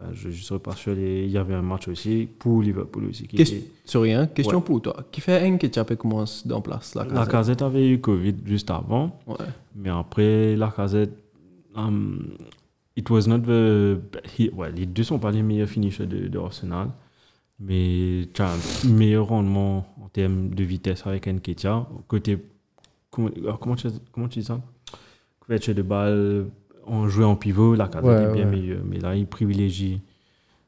[SPEAKER 1] Enfin, je ne serais pas sûr. les- Il y avait un match aussi pour Liverpool aussi. Qui
[SPEAKER 3] Qu'est-ce-
[SPEAKER 1] était-
[SPEAKER 3] Sur rien, question
[SPEAKER 1] Ouais.
[SPEAKER 3] pour toi. Qui fait un qui commence dans place là
[SPEAKER 1] La casette avait eu Covid juste avant.
[SPEAKER 3] Ouais.
[SPEAKER 2] (laughs)
[SPEAKER 3] (laughs)
[SPEAKER 1] Mais après, la casette, it was not the. he- ouais, les deux sont pas les meilleurs finishers de, de Arsenal. Mais tu as un meilleur rendement en termes de vitesse avec Nketia. Côté. Comment, alors, comment, tu, comment tu dis ça Couverture de balle, en jouant en pivot, la casette
[SPEAKER 2] Ouais,
[SPEAKER 1] est bien
[SPEAKER 2] ouais.
[SPEAKER 1] meilleure. Mais là, il privilégie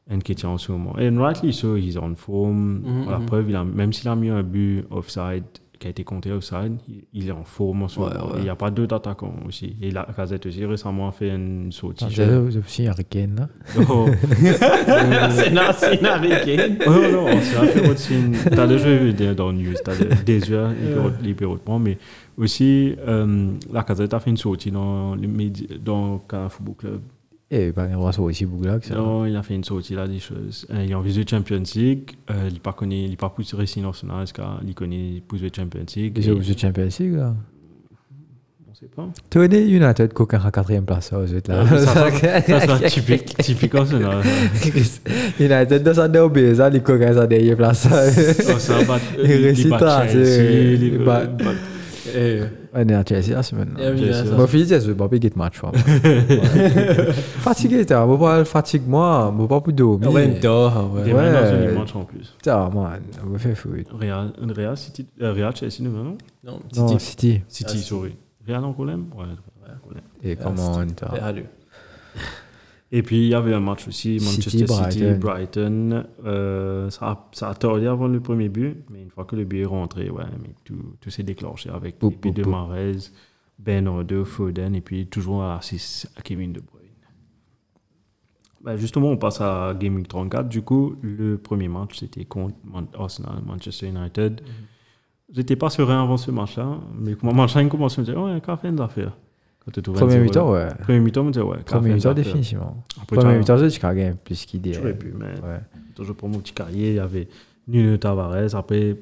[SPEAKER 1] Nketia en ce moment. And rightly so, he's on form.
[SPEAKER 3] Mhm,
[SPEAKER 1] La
[SPEAKER 3] mhm.
[SPEAKER 1] preuve, il a, même s'il a mis un but offside qui a été compté outside, il- il est en forme en ce moment.
[SPEAKER 3] Ouais, ouais.
[SPEAKER 1] Et Il n'y a pas d'autres attaquants aussi. Et la Casette aussi récemment a fait une sortie.
[SPEAKER 2] C'est aussi un requin, là.
[SPEAKER 1] Oh.
[SPEAKER 3] C'est na- c'est na- Ricky.
[SPEAKER 1] Oh non, on s'est fait autre signe. T'as déjà vu des- dans le news, t'as des- des yeux, les bureaux- les bureaux de moi, mais aussi, euh, la casette a fait une sortie dans les médias, dans un football club.
[SPEAKER 2] Et par exemple, ça aussi, Bouglac, ça.
[SPEAKER 1] Non, il a fait une sortie là, des choses. Euh, Il a envisagé Champions League, euh, il n'a pas connu, il n'a pas poussé Racing National, car il connaît poussé Champions League.
[SPEAKER 2] Déjà,
[SPEAKER 1] Et-
[SPEAKER 2] vous êtes Champions League, là.
[SPEAKER 1] On sait pas.
[SPEAKER 2] Tenez, United, coquin à quatrième place, là, vous êtes là.
[SPEAKER 1] (laughs) Ça, Ah,
[SPEAKER 2] (laughs)
[SPEAKER 1] ça, ça, ça sera typique, typique Arsenal.
[SPEAKER 2] United, dans sa derby, ça, les coquins, ça, dernière place.
[SPEAKER 1] (laughs) Ça, ça bat-
[SPEAKER 2] Les
[SPEAKER 1] il
[SPEAKER 2] récitats,
[SPEAKER 1] bat Chelsea,
[SPEAKER 2] c'est-
[SPEAKER 1] il
[SPEAKER 2] il bat-
[SPEAKER 1] bat-
[SPEAKER 2] On est à Chelsea, là, c'est maintenant.
[SPEAKER 3] Yeah,
[SPEAKER 1] Chelsea,
[SPEAKER 3] yeah,
[SPEAKER 1] là.
[SPEAKER 3] ça-
[SPEAKER 2] Moi, je dis, je vais pas match, quoi. Fatigué, t'as, moi, pas fatigue, moi, moi, pas pour dormir.
[SPEAKER 3] Ouais, une tort, ouais.
[SPEAKER 1] Des
[SPEAKER 2] Ouais.
[SPEAKER 1] menaces dans les matchs en plus.
[SPEAKER 2] Putain, man, on va faire foot.
[SPEAKER 1] Real, Real, City, euh, Real Chelsea, non, non
[SPEAKER 3] Non,
[SPEAKER 2] Non,
[SPEAKER 3] Titi.
[SPEAKER 2] City.
[SPEAKER 1] City, sorry. Real en Colombe Ouais, Real en Colombe.
[SPEAKER 2] Et comment on t'a-
[SPEAKER 3] Ouais, allez.
[SPEAKER 1] Et puis il y avait un match aussi,
[SPEAKER 2] City,
[SPEAKER 1] Manchester City, Brighton.
[SPEAKER 2] Brighton.
[SPEAKER 1] Euh, ça, a, ça a tardé avant le premier but, mais une fois que le but est rentré, ouais, mais tout, tout s'est déclenché avec
[SPEAKER 2] Pou,
[SPEAKER 1] les buts
[SPEAKER 2] pou,
[SPEAKER 1] de
[SPEAKER 2] pou.
[SPEAKER 1] Mahrez, Ben Rodo, Foden, et puis toujours à 6 à Kevin De Bruyne. Bah, justement, on passe à Game Week 34. Du coup, le premier match, c'était contre Man- Arsenal, Manchester United.
[SPEAKER 2] Mhm.
[SPEAKER 1] J'étais pas serein avant ce match-là, mais quand machin commence à me dire Ouais, qu'a fait une affaire Quand tu trouves
[SPEAKER 2] Premier
[SPEAKER 1] 1-0,
[SPEAKER 2] mi-temps, ouais.
[SPEAKER 1] Premier mi-temps, on me dit Ouais, qu'a fait
[SPEAKER 2] Premier
[SPEAKER 1] une
[SPEAKER 2] mi-temps,
[SPEAKER 1] affaire.
[SPEAKER 2] définitivement.
[SPEAKER 1] Après, tu
[SPEAKER 2] Premier
[SPEAKER 1] as-
[SPEAKER 2] mi-temps, c'est Chicago, game, plus qu'il dit.
[SPEAKER 1] J'aurais pu, hein. mais
[SPEAKER 2] Ouais.
[SPEAKER 1] toujours pour mon petit carrière, il y avait Nuno Tavares. Après,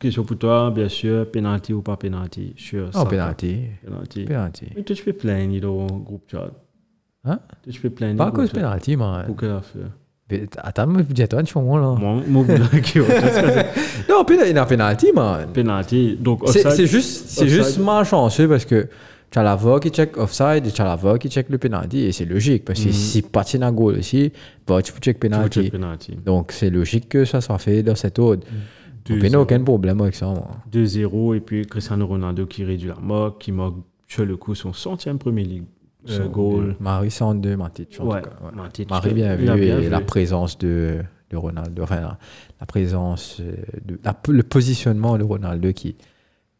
[SPEAKER 1] question pour toi, bien sûr, penalty ou pas penalty Sure.
[SPEAKER 2] Oh, penalty.
[SPEAKER 1] Penalty.
[SPEAKER 2] Penalty.
[SPEAKER 1] Mais tu te fais plaindre dans le groupe chat.
[SPEAKER 2] Hein
[SPEAKER 1] Tu te fais plaindre.
[SPEAKER 2] Pas à
[SPEAKER 1] dans
[SPEAKER 2] cause
[SPEAKER 1] le groupe chat.
[SPEAKER 2] penalty, man.
[SPEAKER 1] Pour quelle affaire
[SPEAKER 2] Mais Attends, mais dis toi, tu fais moi, là.
[SPEAKER 1] Moi, mon boulot qui est
[SPEAKER 2] Non, penalty, il y a un penalty, man.
[SPEAKER 1] penalty. Donc,
[SPEAKER 2] C'est
[SPEAKER 1] offside-
[SPEAKER 2] c'est juste, c'est
[SPEAKER 1] offside.
[SPEAKER 2] juste malchanceux parce que t'as la voix qui check offside et t'as la voix qui check le penalty et c'est logique parce que si patine un goal aussi, bah, tu peux check
[SPEAKER 1] Mhm. Tu veux
[SPEAKER 2] penalty.
[SPEAKER 1] check penalty.
[SPEAKER 2] Donc c'est logique que ça soit fait dans cet ordre.
[SPEAKER 1] Deux
[SPEAKER 2] On n'a
[SPEAKER 1] zéro.
[SPEAKER 2] aucun problème avec ça. Moi.
[SPEAKER 1] 2-0, et puis Cristiano Ronaldo qui réduit la moque, qui moque sur le coup son centième Premier League euh, goal.
[SPEAKER 2] Marie 102, Matic. en
[SPEAKER 1] Ouais,
[SPEAKER 2] tout cas, ouais.
[SPEAKER 1] Matic,
[SPEAKER 2] Marie bien
[SPEAKER 1] il a
[SPEAKER 2] vu
[SPEAKER 1] bien
[SPEAKER 2] et
[SPEAKER 1] joué.
[SPEAKER 2] la présence de, de Ronaldo, enfin la, la présence, euh, de, la- le positionnement de Ronaldo qui,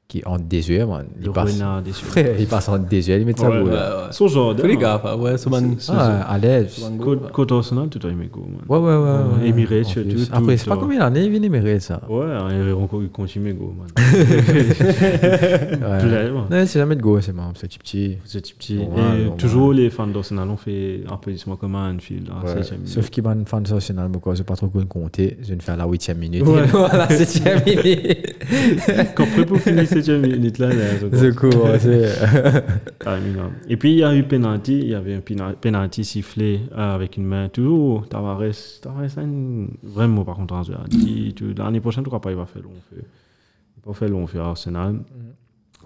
[SPEAKER 2] qui est en désuet, man. Il
[SPEAKER 1] Le
[SPEAKER 2] passe,
[SPEAKER 1] Renard déçu.
[SPEAKER 2] (laughs) il passe en désuet, il met sa
[SPEAKER 1] Ouais,
[SPEAKER 2] boule.
[SPEAKER 3] Ouais,
[SPEAKER 2] Ah,
[SPEAKER 3] Bah, ouais.
[SPEAKER 1] Son genre.
[SPEAKER 3] Tous les
[SPEAKER 1] hein.
[SPEAKER 3] gars, pas, ouais, Soman.
[SPEAKER 1] C'est-
[SPEAKER 2] ouais, à l'aise.
[SPEAKER 3] Soman Gold,
[SPEAKER 1] Côte, côte Arsenal, tout est mégo. man.
[SPEAKER 2] Ouais, ouais, ouais. ouais, ouais.
[SPEAKER 1] Emirates,
[SPEAKER 2] En
[SPEAKER 1] tout,
[SPEAKER 2] plus.
[SPEAKER 1] tout,
[SPEAKER 2] Après, c'est pas
[SPEAKER 1] tout.
[SPEAKER 2] combien d'années il vient Emirates, ça.
[SPEAKER 1] Ouais, hein, il rencontre Conti mégo, man.
[SPEAKER 2] Ouais.
[SPEAKER 1] Vraiment.
[SPEAKER 2] Non, c'est jamais de go, c'est marrant, c'est petit petit.
[SPEAKER 1] Ce type petit.
[SPEAKER 2] Ouais,
[SPEAKER 1] Et
[SPEAKER 2] normal.
[SPEAKER 1] toujours, les fans d'Arsenal ont fait un applaudissement comme à Anfield. hein,
[SPEAKER 2] Ouais. (laughs)
[SPEAKER 1] septième minute.
[SPEAKER 2] Sauf qu'il m'a une fan nationale, mais quoi, j'ai pas trop compté compter. Je vais me faire la 8 minute.
[SPEAKER 1] Ouais.
[SPEAKER 2] (laughs) voilà, 7 minute.
[SPEAKER 1] Quand prêt pour finir cette minute là, là, je
[SPEAKER 2] C'est
[SPEAKER 1] pense.
[SPEAKER 2] cool, ouais, c'est. (laughs)
[SPEAKER 1] Terminé, hein. Et puis il y a eu penalty, il y avait un pena- penalty sifflé euh, avec une main. Toujours Tavares, Tavares a une... vraiment par contre, hein. je dis, tu- l'année prochaine, tu crois pas il va faire long feu. Il va faire long feu à Arsenal.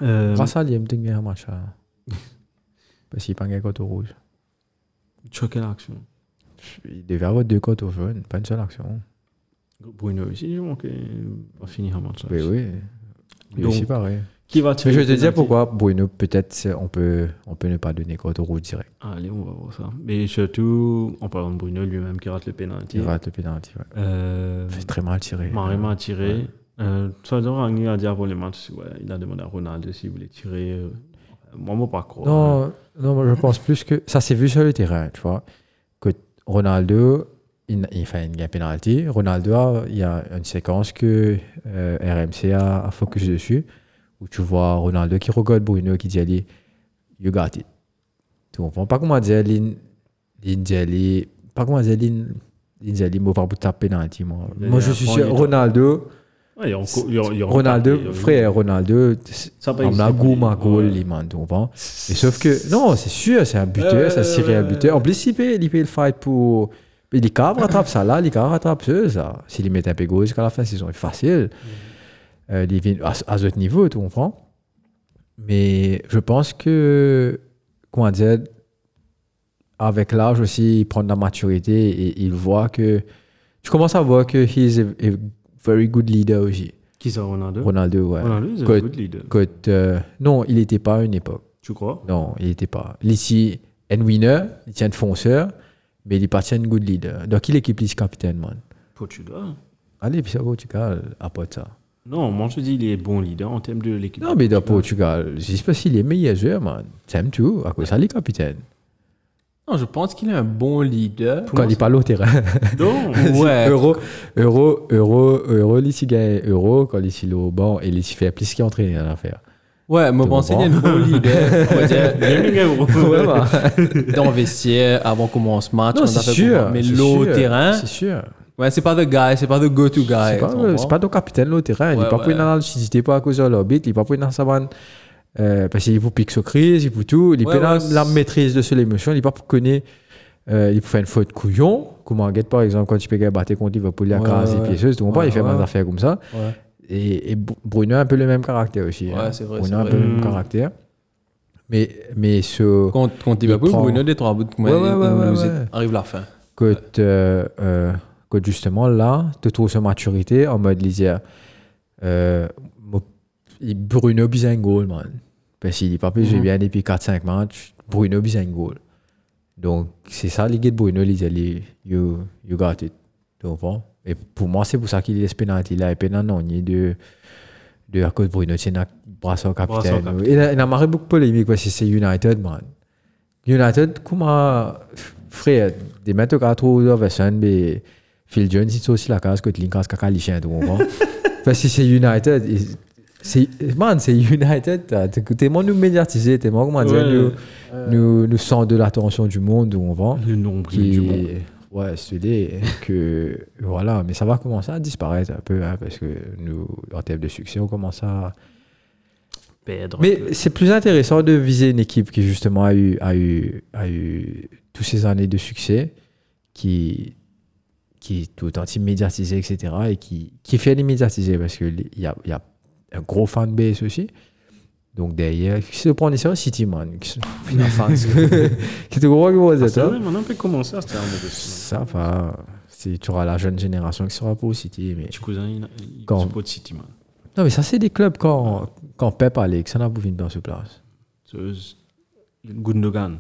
[SPEAKER 1] Euh,
[SPEAKER 2] Mhm. Grâce à lui, il me dit un match. hein. Parce qu'il n'y a pas gagné coteau rouge.
[SPEAKER 1] choquer l'action.
[SPEAKER 2] Il devait avoir deux coteaux jaunes, pas une seule action.
[SPEAKER 1] Bruno aussi, je manque, euh, va finir un match. là.
[SPEAKER 2] Oui, oui. Lui
[SPEAKER 1] Donc,
[SPEAKER 2] aussi, pareil.
[SPEAKER 1] Qui va
[SPEAKER 2] Mais
[SPEAKER 1] tirer
[SPEAKER 2] je vais te
[SPEAKER 1] le
[SPEAKER 2] dire
[SPEAKER 1] penalty
[SPEAKER 2] pourquoi, Bruno, peut-être c'est- on peut, on peut ne pas donner coteau rouge direct.
[SPEAKER 1] Allez, on va voir ça. Et surtout, en parlant de Bruno lui-même qui rate le pénalty.
[SPEAKER 2] Il rate le pénalty, ouais.
[SPEAKER 1] Euh,
[SPEAKER 2] C'est Mm. très mal tiré.
[SPEAKER 1] Marima a tiré. Euh, Salvador Rangnick a dit avant le match, ouais, il a demandé à Ronaldo s'il voulait tirer. Euh, Moi, moi, pas croire.
[SPEAKER 2] Non, non, moi, je pense plus que ça s'est vu sur le terrain, tu vois. Que Ronaldo, il, n'a- il fait une gain penalty. Ronaldo, a- il y a une séquence que euh, RMC a, a focus dessus, où tu vois Ronaldo qui regarde Bruno qui dit à lui, You got it. Tu comprends pas comment dire Lin, Lin dit à lui- pas comment dire Lin, Lin dit à lui, moi, pas pour ta penalty, moi.
[SPEAKER 1] Il a
[SPEAKER 2] Moi,
[SPEAKER 1] dit,
[SPEAKER 2] je suis
[SPEAKER 1] prends
[SPEAKER 2] sûr,
[SPEAKER 1] les deux.
[SPEAKER 2] Ronaldo,
[SPEAKER 1] Ouais, il y a encore- il y a- il y a encore- il y
[SPEAKER 2] Ronaldo,
[SPEAKER 1] a-
[SPEAKER 2] frère, Ronaldo,
[SPEAKER 1] Ça a pas
[SPEAKER 2] on a
[SPEAKER 1] existé.
[SPEAKER 2] goût, ma goal,
[SPEAKER 1] Ouais.
[SPEAKER 2] les man, tu comprends? Et sauf que, non, c'est sûr, c'est un buteur,
[SPEAKER 3] Ouais,
[SPEAKER 2] ça serait un
[SPEAKER 3] ouais,
[SPEAKER 2] buteur. En plus, il paye, il paye le fight pour. Mais les caves rattrapent ça là, les caves rattrapent ça. ça. S'il met un pégo jusqu'à la fin de saison, c'est facile. Euh, ils viennent à, à ce niveau, tu comprends? Mais je pense que, comment dire, avec l'âge aussi, il prend de la maturité et il voit que. Tu commences à voir que he's a, a very good leader aussi.
[SPEAKER 1] Qui ça, Ronaldo
[SPEAKER 2] Ronaldo, ouais.
[SPEAKER 1] Ronaldo, il
[SPEAKER 2] Côte-
[SPEAKER 1] un good leader.
[SPEAKER 2] Côte, euh, non, il n'était pas à une époque.
[SPEAKER 1] Tu crois
[SPEAKER 2] Non, il n'était pas. L'ici, un winner, il tient un fonceur, mais il partit un good leader. Donc, il équipe l'ici capitaine, man.
[SPEAKER 1] Portugal.
[SPEAKER 2] Allez, puis ça va, tu calmes, à part ça.
[SPEAKER 1] Non, moi je dis il est bon leader en termes de l'équipe.
[SPEAKER 2] Non, mais dans Portugal, je sais pas s'il est meilleur joueur, man. T'aimes tout, à cause ça, il est capitaine.
[SPEAKER 3] Non, je pense qu'il est un bon leader.
[SPEAKER 2] Quand il parle au terrain.
[SPEAKER 1] Non,
[SPEAKER 3] (laughs)
[SPEAKER 2] (laughs)
[SPEAKER 3] Ouais.
[SPEAKER 2] euro, euro, euro, euro, les s'y gagne euro, quand les s'y au banc, et les s'y fait plus qu'il entraîne à l'affaire.
[SPEAKER 3] Ouais, mais
[SPEAKER 2] Tu
[SPEAKER 3] bon, c'est un bon
[SPEAKER 2] (laughs)
[SPEAKER 3] leader. on va dire,
[SPEAKER 1] Ouais, bah.
[SPEAKER 3] dans le vestiaire, avant qu'on commence match.
[SPEAKER 2] Non,
[SPEAKER 3] quand on a
[SPEAKER 2] c'est
[SPEAKER 3] fait
[SPEAKER 2] sûr.
[SPEAKER 3] comment- Mais
[SPEAKER 2] c'est
[SPEAKER 3] l'eau
[SPEAKER 2] sûr,
[SPEAKER 3] terrain,
[SPEAKER 2] C'est sûr.
[SPEAKER 3] ouais, c'est pas the guy, c'est pas the go-to guy.
[SPEAKER 2] c'est
[SPEAKER 3] tu
[SPEAKER 2] pas,
[SPEAKER 3] comprends?
[SPEAKER 2] c'est pas ton capitaine là, au terrain. il n'est
[SPEAKER 3] Ouais,
[SPEAKER 2] pas
[SPEAKER 3] ouais.
[SPEAKER 2] pris dans la lucidité, pas à cause de l'orbite, il n'est pas pris dans sa vanne. Euh, parce qu'il vous pique sur crise, il vous tout, il n'est
[SPEAKER 3] Ouais,
[SPEAKER 2] pas dans
[SPEAKER 3] ouais,
[SPEAKER 2] la
[SPEAKER 3] c'est-
[SPEAKER 2] maîtrise de seule émotion, il n'est pas pour connaître, euh, il peut faire une faute couillon, comme en guette par exemple, quand tu peux battre contre Liverpool, il y a
[SPEAKER 3] Ouais,
[SPEAKER 2] crasé
[SPEAKER 3] ouais,
[SPEAKER 2] les
[SPEAKER 3] ouais.
[SPEAKER 2] piéceuses, tout le monde,
[SPEAKER 3] Ouais,
[SPEAKER 2] il fait
[SPEAKER 3] ouais.
[SPEAKER 2] des affaires comme ça.
[SPEAKER 3] Ouais.
[SPEAKER 2] Et, et Br- Bruno a un peu le même caractère aussi. hein.
[SPEAKER 3] Ouais, c'est vrai,
[SPEAKER 2] Bruno a
[SPEAKER 3] c'est
[SPEAKER 2] un peu
[SPEAKER 1] vrai.
[SPEAKER 2] le même
[SPEAKER 1] Mm.
[SPEAKER 2] caractère. Mais, mais ce.
[SPEAKER 3] Contre, contre Liverpool,
[SPEAKER 2] Il prend-
[SPEAKER 3] Bruno des trois bouts, mais
[SPEAKER 2] Ouais, ouais, ouais,
[SPEAKER 3] il nous
[SPEAKER 2] ouais,
[SPEAKER 3] est-
[SPEAKER 2] ouais.
[SPEAKER 3] arrive la
[SPEAKER 2] (laughs)
[SPEAKER 3] fin.
[SPEAKER 2] que, t- euh, euh, que justement là, tu trouves sa maturité en mode lisière. Euh, mo- il- Bruno bise un goal, man. Parce qu'il n'est pas plus
[SPEAKER 3] Mhm.
[SPEAKER 2] bien depuis 4-5 matchs. Bruno bise un goal. Donc, c'est ça, les gars de Bruno, les alliés, you, you got it. Tu comprends? Et pour moi, c'est pour ça qu'il est ce penalty là. Et penalty, non, il est de, de à cause de Bruno, c'est un
[SPEAKER 1] Brasseur
[SPEAKER 2] brasseur capitaine.
[SPEAKER 1] capitaine.
[SPEAKER 2] Il a, il a marqué beaucoup de polémiques parce que c'est United, man. United, comment frère, des mecs qui ont trouvé leur version, mais Phil Jones, c'est aussi la case que tu l'incasses caca les chiens,
[SPEAKER 1] (laughs)
[SPEAKER 2] tu comprends? Parce que c'est United. et- C'est, man, c'est United. t'as- t'es- T'es moins nous médiatisés, t'es moins, comment dire,
[SPEAKER 1] Ouais.
[SPEAKER 2] nous, nous, nous centre de l'attention du monde, tu comprends?
[SPEAKER 1] Le nombril
[SPEAKER 2] Qui,
[SPEAKER 1] du monde.
[SPEAKER 2] ouais, c'est l'idée que, voilà, mais ça va commencer à disparaître un peu, hein, parce que nous, en termes de succès, on commence à.
[SPEAKER 1] Perdre.
[SPEAKER 2] Mais c'est plus intéressant de viser une équipe qui justement a eu, a eu, a eu tous ces années de succès, qui, qui est tout anti-médiatisée, etc. et qui, qui fait les médiatiser parce qu'il y a, il y a un gros fanbase aussi. Donc derrière, qui se prend ça City, man. Qui se prend Qui te gros gros,
[SPEAKER 1] Ah,
[SPEAKER 2] c'est
[SPEAKER 1] c'est
[SPEAKER 2] ça
[SPEAKER 1] vrai, mais on a un peu commencé à se faire un mauvais signe.
[SPEAKER 2] Ça va. Si tu auras la jeune génération qui sera pour City. Mais...
[SPEAKER 1] Petit cousin, il, il
[SPEAKER 2] Quand-
[SPEAKER 1] supporte City, man.
[SPEAKER 2] Non, mais ça, c'est des clubs quand, quand Pep allait, que ça n'a pas vu dans ce place.
[SPEAKER 1] So, c'est- Gundogan.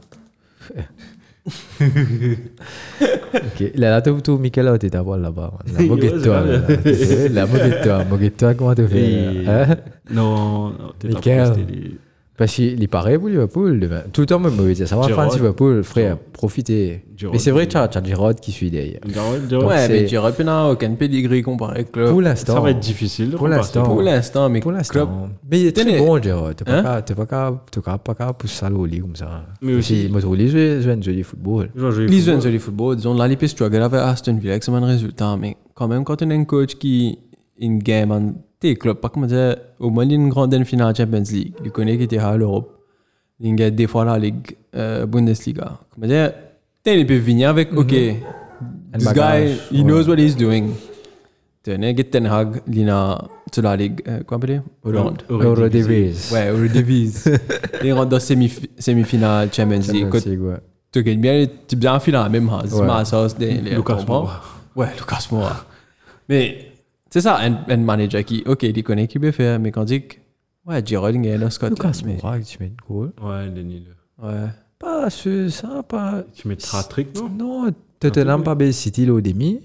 [SPEAKER 2] Ok, là, là, tout, tout, Michael a été d'abord là-bas. man. La
[SPEAKER 1] Ouais,
[SPEAKER 2] moquette
[SPEAKER 1] c'est
[SPEAKER 2] toi.
[SPEAKER 1] vrai.
[SPEAKER 2] là, là. La moquette toi, moquette toi, comment tu fais
[SPEAKER 1] Et-
[SPEAKER 2] là, hein?
[SPEAKER 1] Non, non, t'es pas
[SPEAKER 2] Michael.
[SPEAKER 1] prêt, c'était les-
[SPEAKER 2] Parce qu'il est pareil pour Liverpool. demain. Tout le temps, même, il dit, ça va,
[SPEAKER 1] Giroud.
[SPEAKER 2] France, Liverpool, frère, profitez.
[SPEAKER 1] Giroud.
[SPEAKER 2] Mais c'est vrai, t'as t'as Giroud qui suit derrière.
[SPEAKER 1] Gareth, Gareth,
[SPEAKER 3] ouais,
[SPEAKER 2] c'est-
[SPEAKER 3] mais tu aurais pu n'avoir aucun pedigree comparé avec Klopp.
[SPEAKER 2] Pour
[SPEAKER 1] Ça
[SPEAKER 2] l'instant,
[SPEAKER 1] va être difficile. de
[SPEAKER 2] Pour
[SPEAKER 1] remplacer.
[SPEAKER 2] l'instant.
[SPEAKER 3] Pour l'instant, mais
[SPEAKER 2] pour
[SPEAKER 3] Klopp,
[SPEAKER 2] l'instant. Mais il est
[SPEAKER 3] Tenez.
[SPEAKER 2] très bon, Giroud. T'es pas
[SPEAKER 3] Hein?
[SPEAKER 2] qu'à- t'es pas qu'à- t'es pas qu'à- pas qu'à pousser ça au lit comme ça.
[SPEAKER 1] Mais aussi-
[SPEAKER 2] Puis, Moi, au lit, je je viens de jouer du football.
[SPEAKER 1] Je vais jouer
[SPEAKER 3] les jeunes
[SPEAKER 1] football.
[SPEAKER 3] sur le football, disons, là, les peut struggle avec Aston Villa, c'est un résultat, mais quand même, quand on a un coach qui, une game, en tes clubs, pas comment dire, au moins, il y a une grande finale Champions League, il connaît qu'il était à l'Europe, il y a des fois la Ligue, euh, Bundesliga. Comment dire, t'es un peu vigné avec, ok, this
[SPEAKER 2] Mhm. bagage,
[SPEAKER 3] guy, he
[SPEAKER 2] ouais.
[SPEAKER 3] knows what he's doing. T'es un gars, Ten Hag, il a, sur la Ligue, euh, quoi appeler Hollande.
[SPEAKER 2] Euro
[SPEAKER 1] Eurodivisie.
[SPEAKER 2] Davis.
[SPEAKER 3] Ouais, ou le
[SPEAKER 2] (laughs)
[SPEAKER 3] Davies. Il rentre dans semi- semi-finale Champions League. Quand
[SPEAKER 2] Champions League, ouais.
[SPEAKER 3] tu gagnes bien, tu es bien en finale, même hein,
[SPEAKER 2] Ouais.
[SPEAKER 3] Zuma, Sauce, des- les
[SPEAKER 1] Lucas
[SPEAKER 3] comprends?
[SPEAKER 1] Moura.
[SPEAKER 3] Ouais, Lucas Moura. mais c'est ça, un, un manager qui, ok, il connaît qu'il peut faire, mais quand dit que, ouais, Giroud, il est là, Scott.
[SPEAKER 2] Lucas
[SPEAKER 3] mais,
[SPEAKER 2] Moura, tu mets une goal.
[SPEAKER 1] Ouais, Denis. le-
[SPEAKER 3] Ouais.
[SPEAKER 2] Pas ce, ça, pas.
[SPEAKER 1] Tu mets Tratrick, non
[SPEAKER 2] Non, Tottenham, pas Bay City, là, au demi.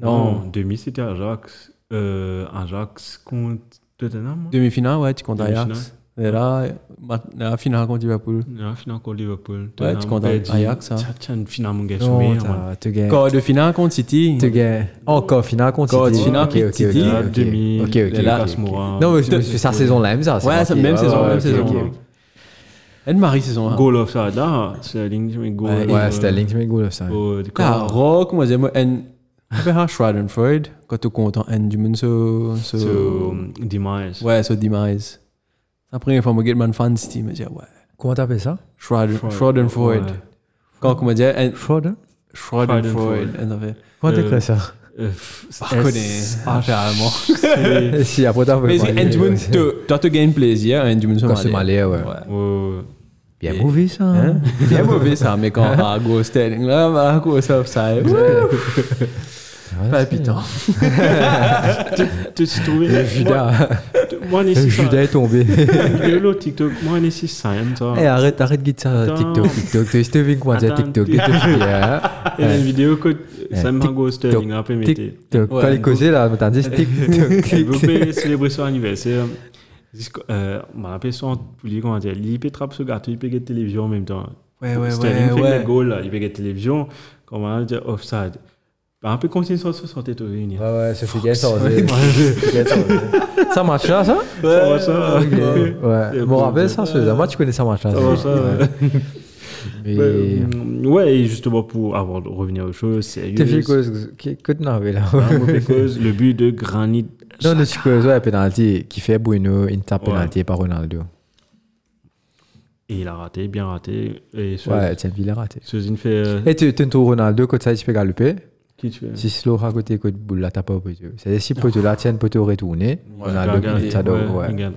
[SPEAKER 1] Non, demi, c'était Ajax. Euh, Ajax contre Tottenham. hein
[SPEAKER 3] Demi-finale, ouais, tu comptes Ajax.
[SPEAKER 1] Demi-finale.
[SPEAKER 3] Et là, ma- la finale contre Liverpool.
[SPEAKER 1] La finale contre Liverpool.
[SPEAKER 3] Ouais, tu comptes
[SPEAKER 1] Tottenham,
[SPEAKER 3] Ajax,
[SPEAKER 1] Belgique.
[SPEAKER 3] ça.
[SPEAKER 1] Tiens, Tiens, une finale, mon gars, je suis
[SPEAKER 2] hein. Non,
[SPEAKER 1] meilleur, hein, man.
[SPEAKER 2] t'as- te gagne.
[SPEAKER 3] Quart de finale contre City.
[SPEAKER 2] Te gagne. Encore final contre
[SPEAKER 3] Encore
[SPEAKER 2] City.
[SPEAKER 3] finale
[SPEAKER 2] Ok, ok,
[SPEAKER 3] contre City.
[SPEAKER 2] ok, ok.
[SPEAKER 1] La demi,
[SPEAKER 2] Ok, ok,
[SPEAKER 1] les
[SPEAKER 2] ok,
[SPEAKER 1] Lucas
[SPEAKER 2] ok.
[SPEAKER 1] Moura.
[SPEAKER 2] Non, mais c'est c'est sa saison là, même ça. c'est
[SPEAKER 3] Ouais,
[SPEAKER 2] marqué.
[SPEAKER 3] c'est même saison,
[SPEAKER 1] Ah
[SPEAKER 2] ouais,
[SPEAKER 3] même
[SPEAKER 2] ok,
[SPEAKER 3] saison.
[SPEAKER 2] ok, ok.
[SPEAKER 3] Elle marie saison 1.
[SPEAKER 1] Goal of ça, là, Sterling, tu mets goal.
[SPEAKER 3] Ouais,
[SPEAKER 1] euh,
[SPEAKER 2] Ouais, c'était Link, mais goal, ça.
[SPEAKER 1] au- du
[SPEAKER 3] Car,
[SPEAKER 1] corner.
[SPEAKER 3] rock, moi, j'aime, un, je vais Schradenfreud, quand tu comptes en N du monde, so, so-
[SPEAKER 1] So, Demise.
[SPEAKER 3] Ouais, so demise. La première fois, moi, get man fan City, mais j'ai, ouais.
[SPEAKER 2] Comment t'appelles ça
[SPEAKER 3] Schraden,
[SPEAKER 1] Freud.
[SPEAKER 3] Schradenfreud.
[SPEAKER 1] Ouais.
[SPEAKER 3] Quand, comment dire, un-
[SPEAKER 2] Fraud hein?
[SPEAKER 3] Schradenfreud, un affaire.
[SPEAKER 2] Comment
[SPEAKER 1] Euh,
[SPEAKER 2] t'écris ça
[SPEAKER 1] Euh, f-
[SPEAKER 3] Je connais, ah,
[SPEAKER 1] (laughs)
[SPEAKER 3] c'est allemand.
[SPEAKER 1] c'est-
[SPEAKER 2] (laughs) Si, après t'as
[SPEAKER 3] Mais c'est Endman, toi, tu gagnes plaisir, hein, Endman,
[SPEAKER 2] Quand c'est malais, ouais.
[SPEAKER 1] Ouais.
[SPEAKER 2] Bien mauvais, ça. hein. (laughs)
[SPEAKER 3] Bien mauvais, ça, mais quand, ah, go Sterling, là, bah, go ça, ça, ouais.
[SPEAKER 2] vrai.
[SPEAKER 3] Palpitant.
[SPEAKER 1] Tu te trouves
[SPEAKER 2] Le Judas.
[SPEAKER 1] Moi,
[SPEAKER 2] Le
[SPEAKER 1] (laughs)
[SPEAKER 2] (laughs) Judas est tombé.
[SPEAKER 3] (laughs)
[SPEAKER 1] Hello TikTok. Moi, on est si simple, ça.
[SPEAKER 2] Eh, arrête, arrête de dire ça.
[SPEAKER 1] Attends.
[SPEAKER 2] TikTok, TikTok. Tu es Steven Kwanza,
[SPEAKER 1] Attends.
[SPEAKER 2] TikTok. tu es (laughs) Steven, hein.
[SPEAKER 1] Et une vidéo que ça m'a
[SPEAKER 2] TikTok,
[SPEAKER 1] go Sterling a permis.
[SPEAKER 2] TikTok. Quand
[SPEAKER 3] Ouais,
[SPEAKER 2] il causait là, on t'a dit
[SPEAKER 1] Elle
[SPEAKER 2] TikTok.
[SPEAKER 1] veut célébrer son anniversaire. Jusqu'au- euh, On m'a appelé son pour lui comment dire. Il peut trapper ce gâteau, il peut get télévision en même temps.
[SPEAKER 3] Ouais, ouais,
[SPEAKER 1] Sterling
[SPEAKER 3] ouais,
[SPEAKER 1] fait
[SPEAKER 3] ouais.
[SPEAKER 1] le goal, là, il peut get télévision. Comment on va dire offside. Un peu Bah, continuer sur se sentir tout réuni.
[SPEAKER 2] Ouais, ouais, ça fait gâteau. Ça marche là, ça
[SPEAKER 1] Ça va, ça va.
[SPEAKER 2] Ouais. Je me rappelle ça, ce Moi, tu connais ça marche là.
[SPEAKER 1] Ça va, ça va.
[SPEAKER 2] Mais-
[SPEAKER 1] Ouais, euh, Ouais, et justement pour avoir revenir aux choses
[SPEAKER 2] T'es fait
[SPEAKER 1] sérieuses.
[SPEAKER 2] quoi Que de narguer là
[SPEAKER 1] hein, mauvais cause, le but de Granit.
[SPEAKER 2] (laughs) Non, le Chicozo a penalty qui fait Bruno, une tape
[SPEAKER 1] Ouais.
[SPEAKER 2] penalty par Ronaldo.
[SPEAKER 1] Et il a raté, bien raté. Et ce,
[SPEAKER 2] Ouais, tiens, il a raté.
[SPEAKER 1] Sozin fait. euh,
[SPEAKER 2] Et Eh, tu tu Ronaldo, quand ça, il se fait galoper.
[SPEAKER 1] qui tu es
[SPEAKER 2] Si slow à côté, quand boule la tape au poteau. C'est-à-dire, si poteau là, tiens, poteau retourné, Ronaldo,
[SPEAKER 1] Regarde,
[SPEAKER 2] il t'adore.
[SPEAKER 1] ouais,
[SPEAKER 2] Ouais.
[SPEAKER 1] regarde.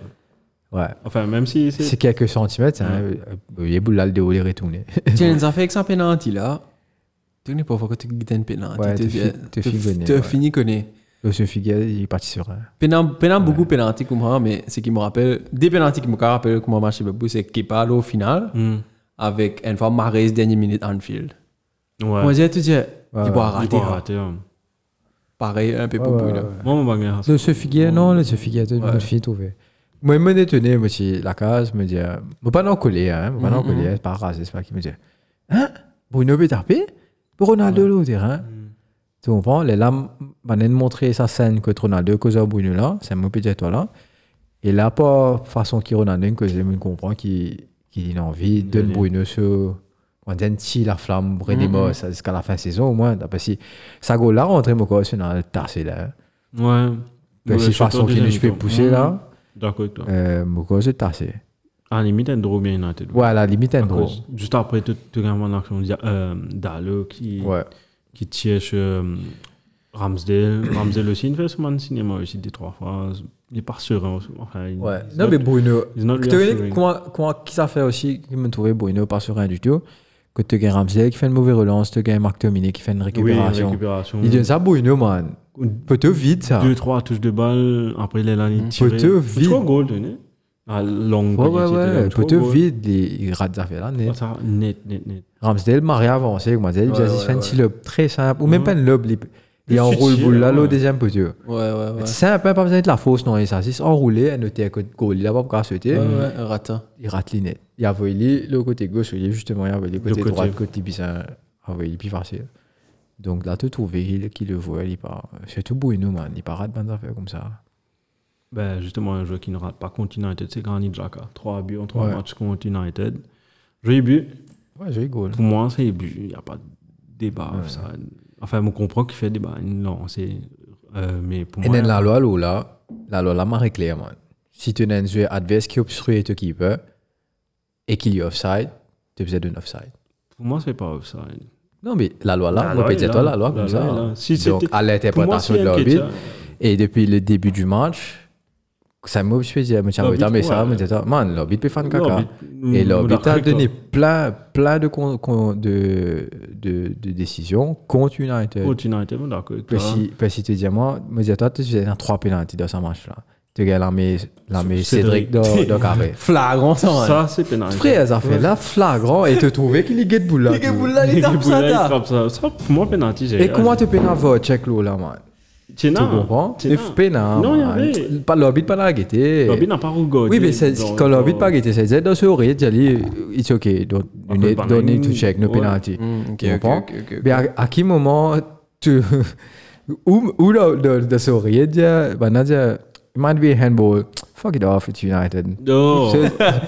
[SPEAKER 2] Ouais.
[SPEAKER 1] Enfin, même si
[SPEAKER 2] C'est
[SPEAKER 1] c'est.
[SPEAKER 2] quelques centimètres, hein, euh, il y a boule là, le déroulé retourné.
[SPEAKER 3] Tiens, ça fait avec sa penalty là. Tu n'es pas fort que tu guides un penalty.
[SPEAKER 2] Ouais,
[SPEAKER 3] tu
[SPEAKER 2] t'es
[SPEAKER 3] viens-
[SPEAKER 2] fi- t'es
[SPEAKER 3] tu-
[SPEAKER 2] figonné,
[SPEAKER 3] Tu
[SPEAKER 2] ouais.
[SPEAKER 3] as fini connaît.
[SPEAKER 2] Ce Figuel, il est parti sur un.
[SPEAKER 3] Pénal, pénal beaucoup pénalty, comprends, mais ce qui me rappelle, des pénalty qui me rappellent comment marcher Bebou, c'est Kepa là, au final,
[SPEAKER 1] Hmm.
[SPEAKER 3] avec une fois Marais dernière minute Anfield.
[SPEAKER 1] Ouais.
[SPEAKER 3] Moi, je te dis,
[SPEAKER 2] ouais.
[SPEAKER 3] il va
[SPEAKER 1] Il
[SPEAKER 3] rater.
[SPEAKER 1] doit
[SPEAKER 3] hein.
[SPEAKER 1] rater. hein.
[SPEAKER 3] Pareil, un peu pour
[SPEAKER 2] Ouais,
[SPEAKER 3] Bruno.
[SPEAKER 2] ouais, ouais.
[SPEAKER 1] Moi, mon bagarre.
[SPEAKER 2] Le Sofiguier, non, le Sofiguier, tout le monde
[SPEAKER 3] Ouais.
[SPEAKER 2] fit trouvé. Moi, il me détenait, moi, si la case, me dit, euh, moi, pas non collé, hein, moi, pas non
[SPEAKER 3] Mhm,
[SPEAKER 2] collé, c'est pas rasé, c'est pas qui me dit, hein, Bruno Bétarpé, pour Ronaldo, là, au terrain. hein. Tu comprends? Les lames, on a montré sa scène que Ronaldo cause à Bruno là, c'est mon petit toi là. Et là, pas façon qui Ronaldo, que je me comprends, qui, qui a envie de
[SPEAKER 1] Oui.
[SPEAKER 2] Bruno sur. On dit si la flamme redémarre ça, jusqu'à la fin de saison, au moins. D'après si, ça go là, rentrer mon corps, c'est dans le tassé là. hein.
[SPEAKER 1] Ouais.
[SPEAKER 2] Ben, si façon qui je peux pousser là,
[SPEAKER 1] D'accord avec toi.
[SPEAKER 2] euh, mon corps, c'est tassé.
[SPEAKER 1] À la limite, un draw bien United.
[SPEAKER 2] Ouais, à la limite, un
[SPEAKER 1] À
[SPEAKER 2] drôle.
[SPEAKER 1] cause- Juste après, tout tout le monde en action. il y a, euh, Dalo qui.
[SPEAKER 2] Ouais.
[SPEAKER 1] qui tient euh, Ramsdale. Ramsdale aussi, il fait ce man cinéma aussi des trois fois. Il est pas serein. aussi. Enfin, il-
[SPEAKER 2] Ouais.
[SPEAKER 1] he's
[SPEAKER 2] Non,
[SPEAKER 1] not-
[SPEAKER 2] mais Bruno,
[SPEAKER 1] he's not
[SPEAKER 2] Que
[SPEAKER 1] reassuring.
[SPEAKER 2] tu connais comment, comment, qui ça fait aussi, qui me trouvait Bruno pas serein du tout. Que tu gagnes Ramsey qui fait une mauvaise relance, tu gagnes Marc Dominé qui fait une
[SPEAKER 1] Oui,
[SPEAKER 2] récupération.
[SPEAKER 1] récupération.
[SPEAKER 2] Il donne ça à Bruno, man. Peut-être vite, ça.
[SPEAKER 1] Deux, trois touches de balle. Après, il est là, il tire.
[SPEAKER 2] Mm. Poteau vide.
[SPEAKER 1] Trois goals, tu sais. À longue
[SPEAKER 2] Ouais, ouais,
[SPEAKER 1] période, c'était
[SPEAKER 2] ouais.
[SPEAKER 1] là, trois
[SPEAKER 2] Peut-être
[SPEAKER 1] goals.
[SPEAKER 2] vite, il il rate ça fait là. mais
[SPEAKER 1] Ah, ça, Net, net, net.
[SPEAKER 2] Ramsdale m'a réavancé, comme on dit, il a fait un petit lob très simple, ou même
[SPEAKER 1] Mhm.
[SPEAKER 2] pas un lob, il- il
[SPEAKER 1] Le
[SPEAKER 2] enroule
[SPEAKER 1] switch,
[SPEAKER 2] boule là,
[SPEAKER 1] ouais.
[SPEAKER 2] le deuxième poteau.
[SPEAKER 3] Ouais, ouais, ouais.
[SPEAKER 2] C'est simple, hein, pas besoin de la fausse, non, il s'assiste, enroulé, à noter à côté de goal, il a pas pour sauter.
[SPEAKER 3] Ouais, ouais, un ratin.
[SPEAKER 2] il rate l'inet. Il a volé le côté gauche, il est justement, il a volé le côté
[SPEAKER 1] côté.
[SPEAKER 2] droit, le côté Ah, bizarre, il a volé plus facile. Donc là, tu trouves qu'il qu'il le voit, il part. Surtout Bruno, man, il part de bonnes affaires comme ça.
[SPEAKER 1] Ben, justement, un joueur qui ne rate pas contre United, c'est Granit Xhaka. Trois buts en trois
[SPEAKER 2] Ouais.
[SPEAKER 1] matchs contre United. Joli but.
[SPEAKER 2] Ouais, j'ai goal.
[SPEAKER 1] Pour moi, c'est but. Il n'y a pas de débat. ça. Enfin, on comprend qu'il fait débat. Non, c'est. euh, mais pour
[SPEAKER 2] Et
[SPEAKER 1] moi.
[SPEAKER 2] dans la loi, là, là, la loi, là, marre claire, man. Si tu as un joueur adverse qui obstrue ton keeper et qu'il est offside, tu faisais un offside.
[SPEAKER 1] Pour moi, c'est pas offside.
[SPEAKER 2] Non, mais la loi là,
[SPEAKER 1] La
[SPEAKER 2] moi,
[SPEAKER 1] loi est
[SPEAKER 2] peut-être
[SPEAKER 1] là.
[SPEAKER 2] toi, la loi
[SPEAKER 1] La
[SPEAKER 2] comme
[SPEAKER 1] loi
[SPEAKER 2] ça.
[SPEAKER 1] est là. Si
[SPEAKER 2] Donc,
[SPEAKER 1] c'était- Pour
[SPEAKER 2] à
[SPEAKER 1] moi,
[SPEAKER 2] l'interprétation
[SPEAKER 1] c'est
[SPEAKER 2] de
[SPEAKER 1] un
[SPEAKER 2] l'arbitre,
[SPEAKER 1] Nketiah.
[SPEAKER 2] Et depuis le début du match, ça m'a obsédé. Je me suis dit, ah,
[SPEAKER 1] L'arbitre,
[SPEAKER 2] mais ça,
[SPEAKER 1] ouais.
[SPEAKER 2] me dit, man, l'arbitre peut faire un caca.
[SPEAKER 1] L'arbitre,
[SPEAKER 2] Et
[SPEAKER 1] mm,
[SPEAKER 2] l'arbitre a
[SPEAKER 1] d'accord,
[SPEAKER 2] donné plein, plein de, con- con- de, de, de décisions contre United.
[SPEAKER 1] Contre United, on est d'accord. avec toi.
[SPEAKER 2] Parce que- parce que tu dis, moi, je me dis, toi, tu faisais un trois pénalités dans ce match-là. Tu gagnes l'armée l'armée Cédric
[SPEAKER 1] Cédric.
[SPEAKER 2] dans
[SPEAKER 1] (laughs)
[SPEAKER 2] dans carré.
[SPEAKER 3] Flagrant, ça, man.
[SPEAKER 1] Ça, c'est pénal. (laughs)
[SPEAKER 2] Frère, ça fait là flagrant et te trouver qu'il est guet de boule là.
[SPEAKER 3] Les gars,
[SPEAKER 2] tout.
[SPEAKER 3] vous (laughs) l'allez
[SPEAKER 1] Et
[SPEAKER 3] taper ça,
[SPEAKER 1] Boula, il
[SPEAKER 3] t'as.
[SPEAKER 1] frappe ça. Ça, pour moi, pénalty, j'ai.
[SPEAKER 2] Et comment tu peux avoir check l'eau là, man?
[SPEAKER 1] Tiens,
[SPEAKER 2] Tu
[SPEAKER 1] non.
[SPEAKER 2] comprends?
[SPEAKER 1] Tiens,
[SPEAKER 2] Tu
[SPEAKER 1] non.
[SPEAKER 2] fais là.
[SPEAKER 1] Non, il y
[SPEAKER 2] man.
[SPEAKER 1] avait.
[SPEAKER 2] Pas l'arbitre, pas la guetter.
[SPEAKER 1] L'arbitre n'a pas regardé.
[SPEAKER 2] Oui, mais c'est
[SPEAKER 1] Dans-
[SPEAKER 2] quand l'arbitre
[SPEAKER 1] dans-
[SPEAKER 2] pas guetté, c'est dans ce oreille, tu dis, it's okay, don't, you
[SPEAKER 1] On peut
[SPEAKER 2] need,
[SPEAKER 1] pas
[SPEAKER 2] don't need to
[SPEAKER 1] même-
[SPEAKER 2] check, no
[SPEAKER 1] ouais.
[SPEAKER 2] penalty.
[SPEAKER 3] Mm, ok,
[SPEAKER 2] Tu
[SPEAKER 3] ok,
[SPEAKER 2] comprends?
[SPEAKER 3] ok, ok, ok.
[SPEAKER 2] Mais à, à quel moment tu. (laughs) où où dans, dans, dans ce oreille, tu dis, bah, non, tu dis, it might be a handball, fuck it off, it's United. Ah,
[SPEAKER 1] Non.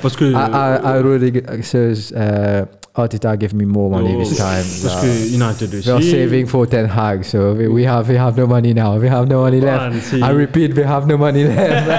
[SPEAKER 1] Parce que.
[SPEAKER 2] I, I, I really, says, uh, Arteta give me more money
[SPEAKER 1] Oh, (laughs)
[SPEAKER 2] this time.
[SPEAKER 1] Parce
[SPEAKER 2] Nah.
[SPEAKER 1] que United aussi.
[SPEAKER 2] We are saving for Ten Hag, so we, we have we have no money now. We have no money
[SPEAKER 1] Man,
[SPEAKER 2] left.
[SPEAKER 1] see.
[SPEAKER 2] I repeat, we have no money left.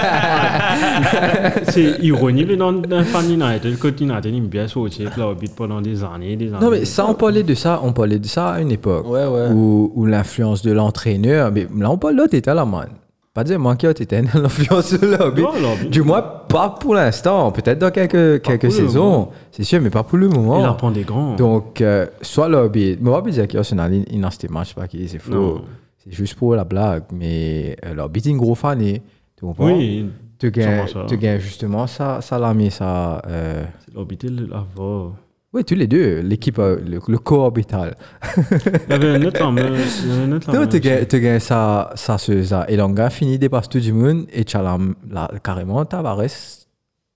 [SPEAKER 1] (laughs) C'est ironique, mais dans dans le fan United, côté United, il me bien sauté avec l'arbitre pendant des années et des années.
[SPEAKER 2] Non, mais ça, on parlait de ça, on parlait de ça à une époque.
[SPEAKER 3] Ouais, ouais.
[SPEAKER 2] Où, où l'influence de l'entraîneur, mais là, on parle d'autres états, là, man. Pas dire manquer d'autres (laughs) états, l'influence de l'hobby.
[SPEAKER 1] Non, l'hobby.
[SPEAKER 2] Du moins, pas pour l'instant. Peut-être dans quelques, quelques
[SPEAKER 1] pour le
[SPEAKER 2] saisons.
[SPEAKER 1] moment.
[SPEAKER 2] C'est sûr, mais pas pour le moment.
[SPEAKER 1] Il apprend des grands.
[SPEAKER 2] Donc, euh, soit l'hobby. Mais on va pas dire qu'Arsenal, il il n'a pas match, pas qu'il c'est fou.
[SPEAKER 1] Non.
[SPEAKER 2] C'est juste pour la blague, mais euh, leur beating gros fan est. Tu comprends?
[SPEAKER 1] Oui,
[SPEAKER 2] Tu gagnes,
[SPEAKER 1] sûrement ça.
[SPEAKER 2] tu gagnes justement ça, ça l'a mis ça. euh,
[SPEAKER 1] c'est l'orbital avant.
[SPEAKER 2] Oui, tous les deux, l'équipe, euh, le, le co-orbital.
[SPEAKER 1] Il y avait un autre homme, euh, il y avait un autre
[SPEAKER 2] Tu
[SPEAKER 1] homme,
[SPEAKER 2] tu
[SPEAKER 1] euh,
[SPEAKER 2] gagnes, tu gagnes ça, ça, ce, ça. Et l'anga finit dépasse tout du monde et tu as la, la- carrément Tavares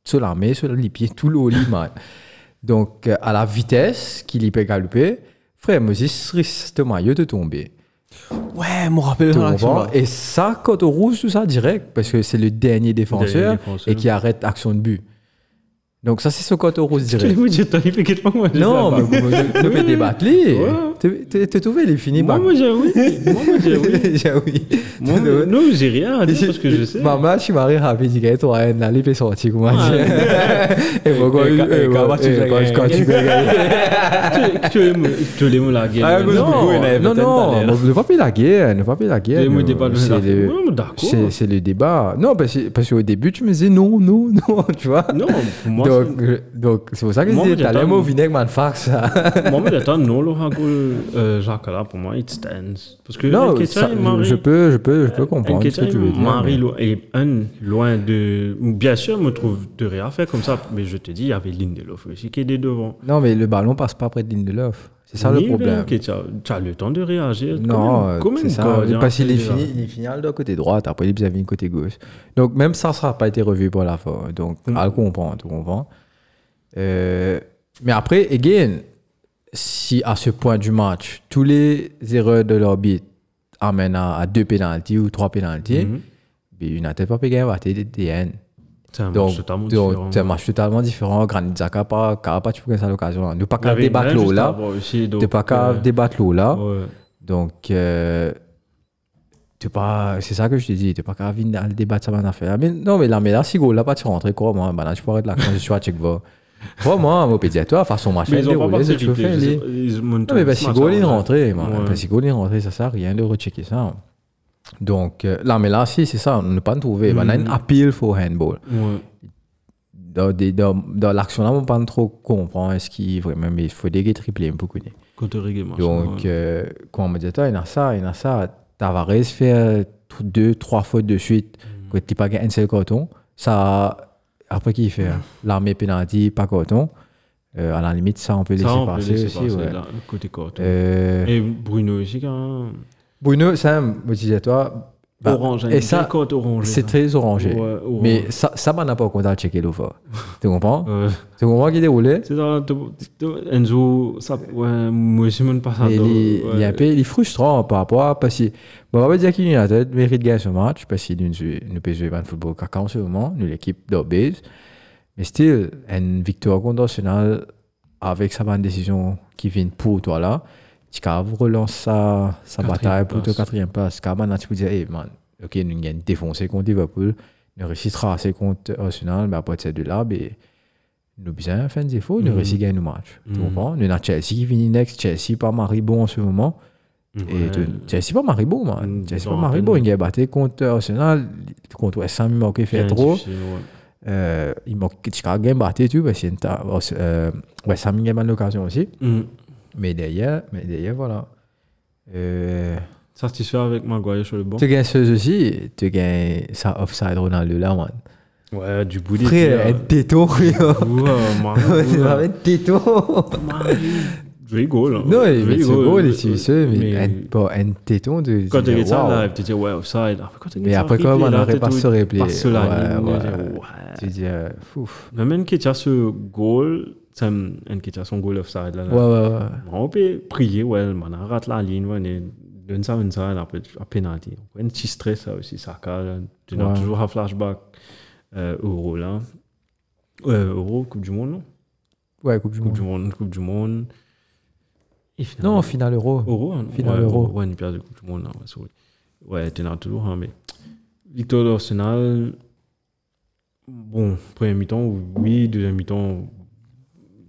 [SPEAKER 2] sur la main, sur les pieds, tout le haut, lui, man. Donc, euh, à la vitesse qu'il y peut galoper, frère Moses risque de maillot de tomber.
[SPEAKER 1] Ah,
[SPEAKER 3] Ouais, mon rappel
[SPEAKER 2] Tu
[SPEAKER 3] dans
[SPEAKER 2] comprends?
[SPEAKER 3] l'action.
[SPEAKER 2] Et ça, quand on rouge, tout ça direct, parce que c'est le dernier défenseur,
[SPEAKER 1] défenseur.
[SPEAKER 2] et qui arrête action de but. Donc, ça, c'est ce quand on rouge
[SPEAKER 1] Je l'ai (laughs)
[SPEAKER 2] direct.
[SPEAKER 1] vu, j'ai tenu, mais qu'est-ce que moi, je
[SPEAKER 2] Non,
[SPEAKER 1] sais
[SPEAKER 2] mais
[SPEAKER 1] pas. (laughs)
[SPEAKER 2] vous ne pouvez débattre. lui.
[SPEAKER 1] Ouais.
[SPEAKER 2] Tu- tu- Tu trouves, il est fini.
[SPEAKER 1] Moi,
[SPEAKER 2] bah-
[SPEAKER 1] moi, j'ai
[SPEAKER 2] (laughs)
[SPEAKER 1] oui. Moi, moi, j'ai oui.
[SPEAKER 2] J'ai oui.
[SPEAKER 1] Moi,
[SPEAKER 2] Tu devrais-
[SPEAKER 1] non, j'ai rien à dire parce que je sais. Ah,
[SPEAKER 2] Ma mère, je suis marié rapide, il gagne 3 N, là, il est sorti, comment dire. (laughs) Et pourquoi
[SPEAKER 3] Et quand- et quand
[SPEAKER 2] quand
[SPEAKER 3] tu
[SPEAKER 2] tu
[SPEAKER 3] vas gagner.
[SPEAKER 2] quand tu vas gagner.
[SPEAKER 1] Tu- Tu veux me- tu veux me la gueule.
[SPEAKER 3] Ah, à cause
[SPEAKER 1] Non,
[SPEAKER 3] du bruit, là.
[SPEAKER 2] Non, non, non, ne va pas la guerre, ne va pas la guerre.
[SPEAKER 1] Tu veux me
[SPEAKER 2] non.
[SPEAKER 1] débattre de
[SPEAKER 2] C'est
[SPEAKER 1] la-
[SPEAKER 2] le-
[SPEAKER 1] Ouais, mais d'accord.
[SPEAKER 2] C'est c'est le débat. Non, parce que- parce qu'au début, tu me disais non, non, (laughs) non, tu vois.
[SPEAKER 1] Non, pour moi,
[SPEAKER 2] Donc, euh, donc, c'est pour ça que je
[SPEAKER 1] Moi,
[SPEAKER 2] disais,
[SPEAKER 1] j'ai
[SPEAKER 2] t'as les
[SPEAKER 1] pas-
[SPEAKER 2] mots vinaigre, man, fax.
[SPEAKER 1] (laughs) c'est- moi, mais attends, non, le ragoût, euh, Jacques, là, pour moi, it stands. Parce que
[SPEAKER 2] (laughs) Non,
[SPEAKER 1] Nketiah,
[SPEAKER 2] ça-
[SPEAKER 1] il marie-
[SPEAKER 2] je peux, je peux, je peux comprendre ce
[SPEAKER 1] Nketiah,
[SPEAKER 2] que tu veux
[SPEAKER 1] il
[SPEAKER 2] dire.
[SPEAKER 1] marie
[SPEAKER 2] mais-
[SPEAKER 1] lo- et un loin de. Bien sûr, me trouve de rien faire comme ça, mais je te dis, il y avait Lindelof aussi qui était devant.
[SPEAKER 2] Non, mais le ballon passe pas près de Lindelof. C'est ça le
[SPEAKER 1] Ni
[SPEAKER 2] problème.
[SPEAKER 1] Nketiah, tu as le temps de réagir.
[SPEAKER 2] Non, euh,
[SPEAKER 1] Comment- comment
[SPEAKER 2] c'est ça.
[SPEAKER 1] gardien
[SPEAKER 2] Parce qu'il est
[SPEAKER 1] fait
[SPEAKER 2] fini, il est fini de côté droite, après il est bien côté gauche. Donc même ça, ça n'a pas été revu pour la fois. Donc,
[SPEAKER 1] Mm.
[SPEAKER 2] à le comprendre, tu comprends. Euh, mais après, again, si à ce point du match, tous les erreurs de l'orbite amènent à, à deux pénalties ou trois pénalties, ben,
[SPEAKER 1] Mhm.
[SPEAKER 2] mais il n'a peut-être pas pu gagner la télé des DN.
[SPEAKER 1] C'est un
[SPEAKER 2] Donc,
[SPEAKER 1] match totalement
[SPEAKER 2] donc,
[SPEAKER 1] différent.
[SPEAKER 2] c'est un match totalement différent. Granit Xhaka, pas, pas tu peux gagner ça l'occasion. là. Nous pas
[SPEAKER 1] Il y
[SPEAKER 2] qu'à
[SPEAKER 1] avait
[SPEAKER 2] débattre
[SPEAKER 1] Glenn
[SPEAKER 2] l'eau
[SPEAKER 1] juste
[SPEAKER 2] là.
[SPEAKER 1] avant aussi, donc,
[SPEAKER 2] T'es pas qu'à
[SPEAKER 1] euh,
[SPEAKER 2] débattre l'eau là.
[SPEAKER 1] ouais.
[SPEAKER 2] Donc, euh, t'es pas, c'est ça que je te dis, t'es pas grave à le débattre, ça va en affaire. Mais non, mais là, mais là, si gros, là, pas tu rentres, quoi, moi, bah là, tu peux arrêter là quand je suis à Tchekva. Moi, moi, mon pédiatre, toi, façon machin,
[SPEAKER 1] Mais ils ont pas
[SPEAKER 2] déroulé, c'est ce que je fais,
[SPEAKER 1] participé.
[SPEAKER 2] les- Non, mais parce que Gaulle
[SPEAKER 1] hein.
[SPEAKER 2] est rentré, man. Parce que Gaulle est rentré, ça sert à rien de rechecker ça. Donc, euh, là, mais là, si, c'est ça, on ne peut pas le trouver. On a
[SPEAKER 1] Mm.
[SPEAKER 2] une appeal for handball. Dans, des- dans, dans l'action là, on ne peut pas trop comprendre ce qui est vraiment, mais il faut des gays triplés, beaucoup. né. Donc, euh, comment me dit toi, il y en a ça, il y en a ça. Tavares fait euh, t- deux, trois fautes de suite, que t'es pas gagné un seul carton. Ça, après qui fait hein? L'armée pénalty, pas carton. Euh, à la limite, ça, on peut laisser passer aussi. ouais.
[SPEAKER 1] côté court.
[SPEAKER 2] Euh,
[SPEAKER 1] Et Bruno aussi, quand même.
[SPEAKER 2] Bruno, Sam, me dis toi. bah,
[SPEAKER 1] orange,
[SPEAKER 2] et ça,
[SPEAKER 1] côte orange. hein.
[SPEAKER 2] c'est très orangé.
[SPEAKER 1] Ouais, orange.
[SPEAKER 2] Mais ça, ça m'a pas au contact de checker (laughs) l'offre. tu comprends
[SPEAKER 1] Euh,
[SPEAKER 2] Tu comprends qui déroulait
[SPEAKER 1] c'est ça, te- te- Enzo, ça, ouais, moi aussi, mon pas ça,
[SPEAKER 2] Mais
[SPEAKER 1] donc,
[SPEAKER 2] il, est-
[SPEAKER 1] ouais.
[SPEAKER 2] il est un peu il est frustrant par rapport à. Parce que. Bon, on va dire qu'il y a un mérite de gagner ce match, parce qu'il nous nous peut jouer le football caca en ce moment, nous l'équipe d'Obéz. Mais still, une victoire contre Arsenal, avec sa bonne décision qui vient pour toi là, tu vas relancer sa, sa
[SPEAKER 1] Quatrième
[SPEAKER 2] bataille pour ta
[SPEAKER 1] place.
[SPEAKER 2] quatrième place. Car maintenant, tu peux dire, hey man, ok, nous gagnons défoncé contre Liverpool, nous réussissons assez contre Arsenal, mais après ces deux-là, ben, nous besoin faire des défaut, nous
[SPEAKER 1] Mhm.
[SPEAKER 2] réussissons à gagner nos matchs. Tu
[SPEAKER 1] Mhm.
[SPEAKER 2] comprends? Nous avons Chelsea qui finit next, Chelsea pas Maribor en ce moment. Et
[SPEAKER 1] Ouais.
[SPEAKER 2] tu- Chelsea pas Maribor,
[SPEAKER 1] Mm,
[SPEAKER 2] man. Chelsea
[SPEAKER 1] ils
[SPEAKER 2] pas
[SPEAKER 1] ont à peine-
[SPEAKER 2] Maribor, il a battu contre Arsenal, contre West Ham, il manquait
[SPEAKER 1] Bien
[SPEAKER 2] fait trop.
[SPEAKER 1] difficile, ouais.
[SPEAKER 2] Euh, il manquait, tu as gagné battu, tu vois, c'est une ta- euh, West Ham, il a eu l'occasion aussi.
[SPEAKER 1] Mm.
[SPEAKER 2] Mais derrière, mais derrière, voilà. Euh,
[SPEAKER 1] Satisfait avec Maguire sur le banc.
[SPEAKER 2] tu gagnes ce aussi, tu gagnes ça offside Ronaldo là, man.
[SPEAKER 1] Ouais, du bout des
[SPEAKER 2] Frère,
[SPEAKER 1] pieds,
[SPEAKER 2] un détour, (laughs) yo.
[SPEAKER 1] là. Ouais,
[SPEAKER 2] (laughs)
[SPEAKER 1] Mario,
[SPEAKER 2] C'est
[SPEAKER 1] ouais.
[SPEAKER 2] vraiment un
[SPEAKER 1] (laughs)
[SPEAKER 2] détour.
[SPEAKER 1] Je rigole. hein.
[SPEAKER 2] Non,
[SPEAKER 1] Je
[SPEAKER 2] mais c'est
[SPEAKER 1] rigole.
[SPEAKER 2] beau, les suisseux, mais un-
[SPEAKER 1] Mais
[SPEAKER 2] bon, un téton de.
[SPEAKER 1] quand tu
[SPEAKER 2] de-
[SPEAKER 1] regardes ça,
[SPEAKER 2] waouh.
[SPEAKER 1] là, tu te dis, ouais, offside. Après, Quand tu
[SPEAKER 2] Mais
[SPEAKER 1] regardes
[SPEAKER 2] après,
[SPEAKER 1] ça,
[SPEAKER 2] quand même,
[SPEAKER 1] replay,
[SPEAKER 2] on
[SPEAKER 1] là,
[SPEAKER 2] aurait
[SPEAKER 1] t'es
[SPEAKER 2] pas
[SPEAKER 1] tout-
[SPEAKER 2] ce replay.
[SPEAKER 1] Par cela,
[SPEAKER 2] Ouais,
[SPEAKER 1] ligne,
[SPEAKER 2] ouais.
[SPEAKER 1] tu dis, ouais.
[SPEAKER 2] Tu dis, euh, fouf.
[SPEAKER 1] Mais même Ketia, ce goal, c'est un un Ketia, son goal offside. Là, là.
[SPEAKER 2] Ouais, ouais, ouais.
[SPEAKER 1] On peut prier, ouais, man, on rate la ligne, ouais, mais donne ça, donne ça, là, après, à pénalité. On a un petit stress, ça aussi, ça calme. Tu
[SPEAKER 2] Ouais.
[SPEAKER 1] as toujours un flashback euh, Euro, là. Ouais, Euro, Coupe du Monde, non
[SPEAKER 2] Ouais, Coupe du
[SPEAKER 1] Coupe
[SPEAKER 2] Monde.
[SPEAKER 1] du Monde, Coupe du Monde. Et finalement-
[SPEAKER 2] Non, finale euro.
[SPEAKER 1] Euro, hein,
[SPEAKER 2] Finale
[SPEAKER 1] ouais,
[SPEAKER 2] Euro.
[SPEAKER 1] Ouais, une période de Coupe du Monde, là, ouais, sorry. Ouais, t'es là toujours, hein, mais. Victoire d'Arsenal. Bon, premier mi-temps, oui, deuxième mi-temps,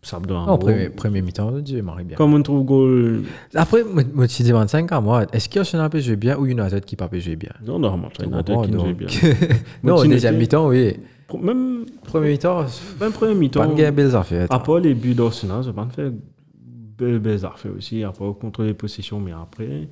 [SPEAKER 1] ça me donne un
[SPEAKER 2] Non,
[SPEAKER 1] gros-
[SPEAKER 2] premier, premier mi-temps, Dieu, marie bien.
[SPEAKER 1] Comme on trouve goal,
[SPEAKER 2] Après, moi, moi, tu dis 25 ans, moi, est-ce qu'Arsenal peut jouer bien ou United qui pas peut jouer bien
[SPEAKER 1] non, non, match,
[SPEAKER 2] Tu
[SPEAKER 1] il y en a deux
[SPEAKER 2] comprends,
[SPEAKER 1] qui nous jouent
[SPEAKER 2] donc.
[SPEAKER 1] bien.
[SPEAKER 2] (laughs) Non,
[SPEAKER 1] Moi, tu
[SPEAKER 2] deuxième
[SPEAKER 1] notais-
[SPEAKER 2] mi-temps, oui.
[SPEAKER 1] Pro- Même,
[SPEAKER 2] Premier mi-temps,
[SPEAKER 1] même premier
[SPEAKER 2] pas de
[SPEAKER 1] mi-temps,
[SPEAKER 2] gain, belles affaires.
[SPEAKER 1] après les buts d'Arsenal, ça m'a fait belles, belles affaires aussi, après contrôler les possessions, mais après,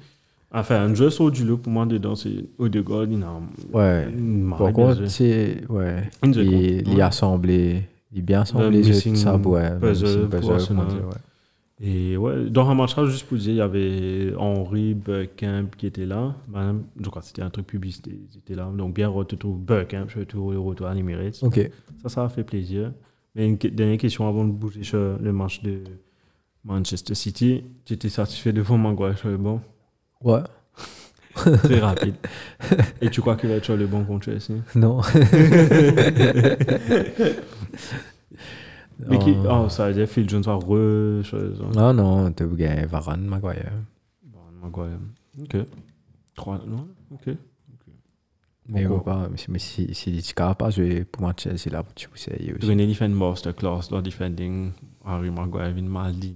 [SPEAKER 1] Enfin, un jeu sur du lot pour moi dedans, c'est Odegaard, il a
[SPEAKER 2] Ouais.
[SPEAKER 1] il m'a
[SPEAKER 2] Par
[SPEAKER 1] Euh, bien
[SPEAKER 2] contre,
[SPEAKER 1] joué.
[SPEAKER 2] c'est. Ouais.
[SPEAKER 1] Une seconde.
[SPEAKER 2] Il il
[SPEAKER 1] Ouais.
[SPEAKER 2] a assemblé. Il a bien assemblé
[SPEAKER 1] missing
[SPEAKER 2] ce sab, ouais.
[SPEAKER 1] puzzle
[SPEAKER 2] missing
[SPEAKER 1] pour
[SPEAKER 2] puzzle,
[SPEAKER 1] Arsenal.
[SPEAKER 2] comment dire, ouais.
[SPEAKER 1] Et ouais, dans un match, juste pour dire, il y avait Henri Burkamp qui était là. Madame, je crois que c'était un truc publicité, ils étaient là. Donc bien retour Burkamp, je retourne le retour à l'Emirates.
[SPEAKER 2] Ok.
[SPEAKER 1] Ça, ça a fait plaisir. Mais une que- dernière question avant de bouger sur le match de Manchester City. Tu étais satisfait de voir Maguire sur le banc
[SPEAKER 2] Ouais.
[SPEAKER 1] Très rapide. Et tu crois qu'il va être sur le banc contre Chelsea
[SPEAKER 2] Non.
[SPEAKER 1] Mais qui-
[SPEAKER 2] Non.
[SPEAKER 1] oh, ça veut dire Phil Jones va re... sur le banc.
[SPEAKER 2] Non, non, t'as gagné Varane, Maguire.
[SPEAKER 1] Bon, Maguire. Ok. Trois... Non Ok.
[SPEAKER 2] Mais
[SPEAKER 1] Pourquoi
[SPEAKER 2] ouais, pas, mais si- mais si, si Lichka n'a pas joué pour Manchester, là, tu sais, il y a aussi.
[SPEAKER 1] René fait une masterclass dans defending. Harry Maguire hein, vient mal digne.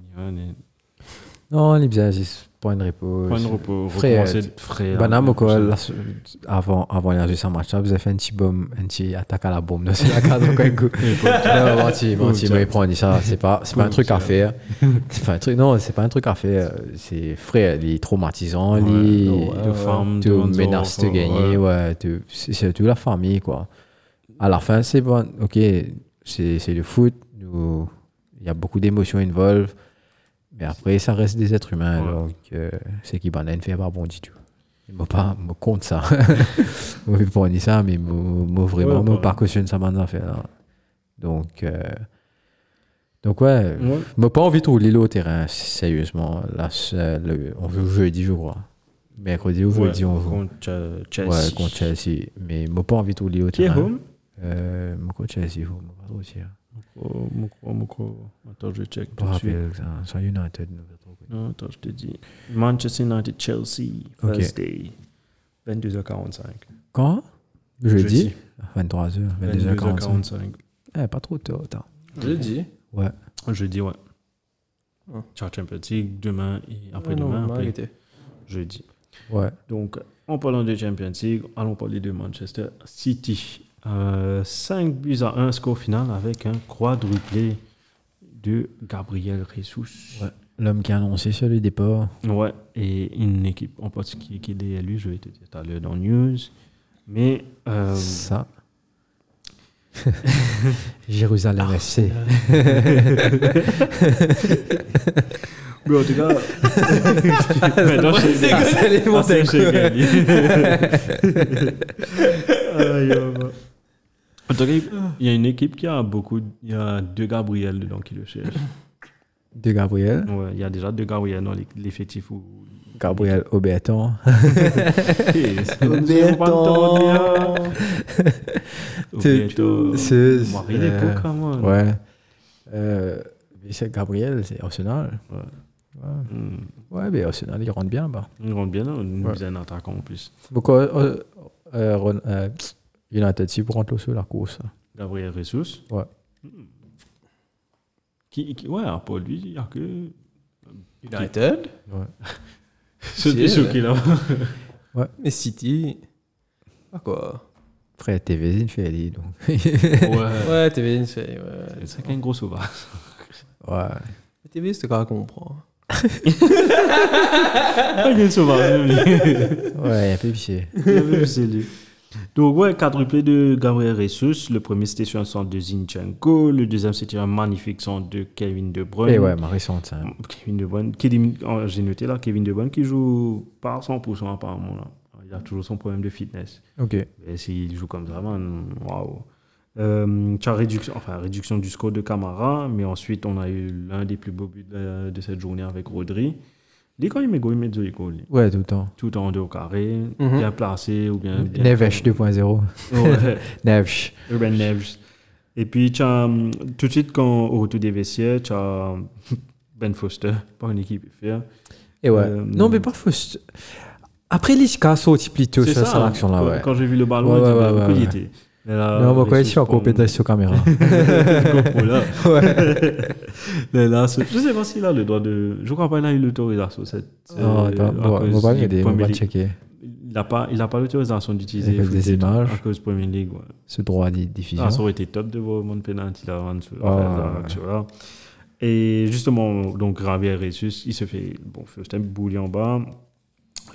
[SPEAKER 2] Non, il bien, c'est point de repos.
[SPEAKER 1] Point de repos.
[SPEAKER 2] Frère,
[SPEAKER 1] Recommencer de hein, frère.
[SPEAKER 2] Banam, au Bah, quoi, là, ce- avant, avant de lancer son match-up, vous avez fait un petit bombe, un petit attaque à la (laughs) bombe dans la cadre,
[SPEAKER 1] (laughs)
[SPEAKER 2] quoi, coup. Non, menti, menti,
[SPEAKER 1] ça.
[SPEAKER 2] mais prendre ça, c'est pas, c'est pas un truc
[SPEAKER 1] (laughs)
[SPEAKER 2] à faire. C'est pas un truc, non, c'est pas un truc à faire. C'est frère, il est traumatisant, il
[SPEAKER 1] Ouais, de femme,
[SPEAKER 2] tu
[SPEAKER 1] de Lonzo,
[SPEAKER 2] menaces de
[SPEAKER 1] ouais.
[SPEAKER 2] gagner, ouais, tu- c'est c'est toute la famille, quoi. À la fin, c'est bon, ok, c'est c'est le foot, nous- il y a beaucoup d'émotions involved, mais après, ça reste des êtres humains,
[SPEAKER 1] Ouais.
[SPEAKER 2] donc euh, c'est qui banane fait pas bah, bon, dis-tu. Je ne pas me compte ça. (laughs) Je ne pas dire ça, mais moi vraiment,
[SPEAKER 1] Ouais,
[SPEAKER 2] moi
[SPEAKER 1] ouais.
[SPEAKER 2] pas cautionne ça maintenant fait là. Donc, euh, donc ouais,
[SPEAKER 1] Ouais.
[SPEAKER 2] moi pas envie de rouler le terrain, sérieusement. Là, c'est le- on joue jeudi, je crois. Mercredi ou jeudi, on joue.
[SPEAKER 1] Contre euh, Chelsea.
[SPEAKER 2] Ouais, contre Chelsea. Mais moi pas envie de rouler au
[SPEAKER 1] Qui est
[SPEAKER 2] terrain.
[SPEAKER 1] home
[SPEAKER 2] Euh, moi contre Chelsea, home, on va trop dire.
[SPEAKER 1] Oh, Moko, Moko. Attends, je check tout
[SPEAKER 2] Pas
[SPEAKER 1] de suite.
[SPEAKER 2] rappeler que ça. Soit United, nous va trop-
[SPEAKER 1] Non, attends, je te dis. Manchester United, Chelsea,
[SPEAKER 2] Ok.
[SPEAKER 1] Thursday, 22h45.
[SPEAKER 2] Quand Jeudi 23h, 22h45.
[SPEAKER 1] 22h45.
[SPEAKER 2] Eh, pas trop tôt, attends.
[SPEAKER 3] Jeudi.
[SPEAKER 2] Ouais.
[SPEAKER 1] Jeudi, ouais.
[SPEAKER 3] Ah.
[SPEAKER 1] Ciao Champions League, demain et
[SPEAKER 3] non,
[SPEAKER 1] après-demain,
[SPEAKER 3] on va
[SPEAKER 1] après
[SPEAKER 3] arrêter.
[SPEAKER 1] jeudi.
[SPEAKER 2] Ouais.
[SPEAKER 1] Donc, en parlant de Champions League, allons parler de Manchester City. 5 buts à 1 score final avec un quadruplé de Gabriel Jesus.
[SPEAKER 2] Ouais. L'homme qui a annoncé sur le départ.
[SPEAKER 1] Ouais, et une équipe en particulier qui est derrière lui, je vais te dire tout à l'heure dans News. Mais euh,
[SPEAKER 2] Ça. Jérusalem FC.
[SPEAKER 1] Mais en tout (laughs) cas. Maintenant, je sais gagner. Ah, c'est chez
[SPEAKER 2] (laughs)
[SPEAKER 1] Gali. Aïe, oh, bah. En tout cas, il y a une équipe qui a beaucoup. de- Il y a deux Gabriel dedans qui le cherchent.
[SPEAKER 2] De Gabriel.
[SPEAKER 1] Ouais, il y a déjà deux Gabriel dans l'é- l'effectif.
[SPEAKER 2] (laughs)
[SPEAKER 1] Où...
[SPEAKER 2] Gabriel Auberton. Tu- tu- (laughs) c'est-
[SPEAKER 1] Marie, il est
[SPEAKER 2] euh,
[SPEAKER 1] beau, comment
[SPEAKER 2] Ouais. Euh, mais c'est Gabriel, c'est Arsenal.
[SPEAKER 1] Ouais.
[SPEAKER 2] Ouais. Ouais, mais Arsenal, il rentre bien là-bas.
[SPEAKER 1] Ils rentrent bien, Hmm. hein. nous
[SPEAKER 2] Ouais.
[SPEAKER 1] ouais. un attaquant en plus.
[SPEAKER 2] Pourquoi euh, euh, Ron- euh, United, si vous rentrez sur la course.
[SPEAKER 1] Gabriel Ressus. Hmm.
[SPEAKER 2] Ouais.
[SPEAKER 1] Qui, qui- ouais, pour lui, il n'y a que.
[SPEAKER 3] United.
[SPEAKER 2] Ouais.
[SPEAKER 1] C'est
[SPEAKER 3] Si,
[SPEAKER 1] choqué là.
[SPEAKER 3] Mais City. Ah quoi
[SPEAKER 2] Frère, TV, il fait aller, donc.
[SPEAKER 1] (laughs) Ouais.
[SPEAKER 3] Ouais, TV, c'est. Ouais.
[SPEAKER 1] C'est un gros sauvage.
[SPEAKER 2] ouais.
[SPEAKER 3] TV, c'est quoi qu'on comprend.
[SPEAKER 1] (laughs) un sauvage.
[SPEAKER 2] Ouais, il a pas piché.
[SPEAKER 1] C'est lui. Donc, ouais, quadruplé de Gabriel Ressus. Le premier, c'était sur un centre de Zinchenko. Le deuxième, c'était un magnifique centre de Kevin De Bruyne.
[SPEAKER 2] Et ouais, Marie Sante. hein.
[SPEAKER 1] Kevin De Bruyne, qui élimine- oh, j'ai noté là, Kevin De Bruyne qui joue par 100% apparemment. Là. Il a toujours son problème de fitness.
[SPEAKER 2] Ok.
[SPEAKER 1] Et s'il joue comme ça, man, waouh. Euh, tu as réduction, enfin, réduction du score de Camara, mais ensuite on a eu l'un des plus beaux buts de, la- de cette journée avec Rodri. Les quand il met go, il met deux goals.
[SPEAKER 2] Ouais, tout le temps.
[SPEAKER 1] Tout en deux au carré,
[SPEAKER 3] Mhm.
[SPEAKER 1] bien placé ou bien. bien-
[SPEAKER 2] Nevesh 2.0.
[SPEAKER 1] Ouais.
[SPEAKER 2] Nevesh.
[SPEAKER 1] (laughs) Urban Neves. Et puis, tu as, hum, tout de suite, quand, au retour des vestiaires, tu as hum, (laughs) Ben Foster, pas une équipe faire.
[SPEAKER 2] Et ouais.
[SPEAKER 1] Euh,
[SPEAKER 2] non, mais parfois. je- Après, Liska a sorti plutôt sur
[SPEAKER 1] hein.
[SPEAKER 2] cette action-là,
[SPEAKER 1] quand,
[SPEAKER 2] ouais.
[SPEAKER 1] quand j'ai vu le ballon,
[SPEAKER 2] Ouais,
[SPEAKER 1] je dis,
[SPEAKER 2] ouais,
[SPEAKER 1] bah,
[SPEAKER 2] ouais,
[SPEAKER 1] pourquoi il
[SPEAKER 2] ouais.
[SPEAKER 1] était Mais là,
[SPEAKER 2] Non, mais quoi,
[SPEAKER 1] euh, les
[SPEAKER 2] ici, en
[SPEAKER 1] suspens- (laughs)
[SPEAKER 2] compétence sur caméra.
[SPEAKER 1] Voilà.
[SPEAKER 2] (laughs) ouais.
[SPEAKER 1] (laughs) Mais là, ce- je sais pas s'il a le droit de. Je crois pas qu'il a eu l'autorisation. cette-
[SPEAKER 2] Non,
[SPEAKER 1] euh,
[SPEAKER 2] attends,
[SPEAKER 1] à
[SPEAKER 2] on va- on
[SPEAKER 1] cause
[SPEAKER 2] va
[SPEAKER 1] du
[SPEAKER 2] regarder, on
[SPEAKER 1] Premier
[SPEAKER 2] va
[SPEAKER 1] League.
[SPEAKER 2] checker.
[SPEAKER 1] Il n'a pas, il a pas l'autorisation d'utiliser
[SPEAKER 2] Il a fait des
[SPEAKER 1] footage
[SPEAKER 2] images.
[SPEAKER 1] à cause Premier League. ouais.
[SPEAKER 2] Ce droit à di- diffusion.
[SPEAKER 1] Ah, ça aurait été top de voir mon penalty là. avant de-
[SPEAKER 2] Ah,
[SPEAKER 1] enfin,
[SPEAKER 2] ouais.
[SPEAKER 1] là, tu vois. Et justement, donc Gravier Ressus, il se fait bon, first time bouli en bas.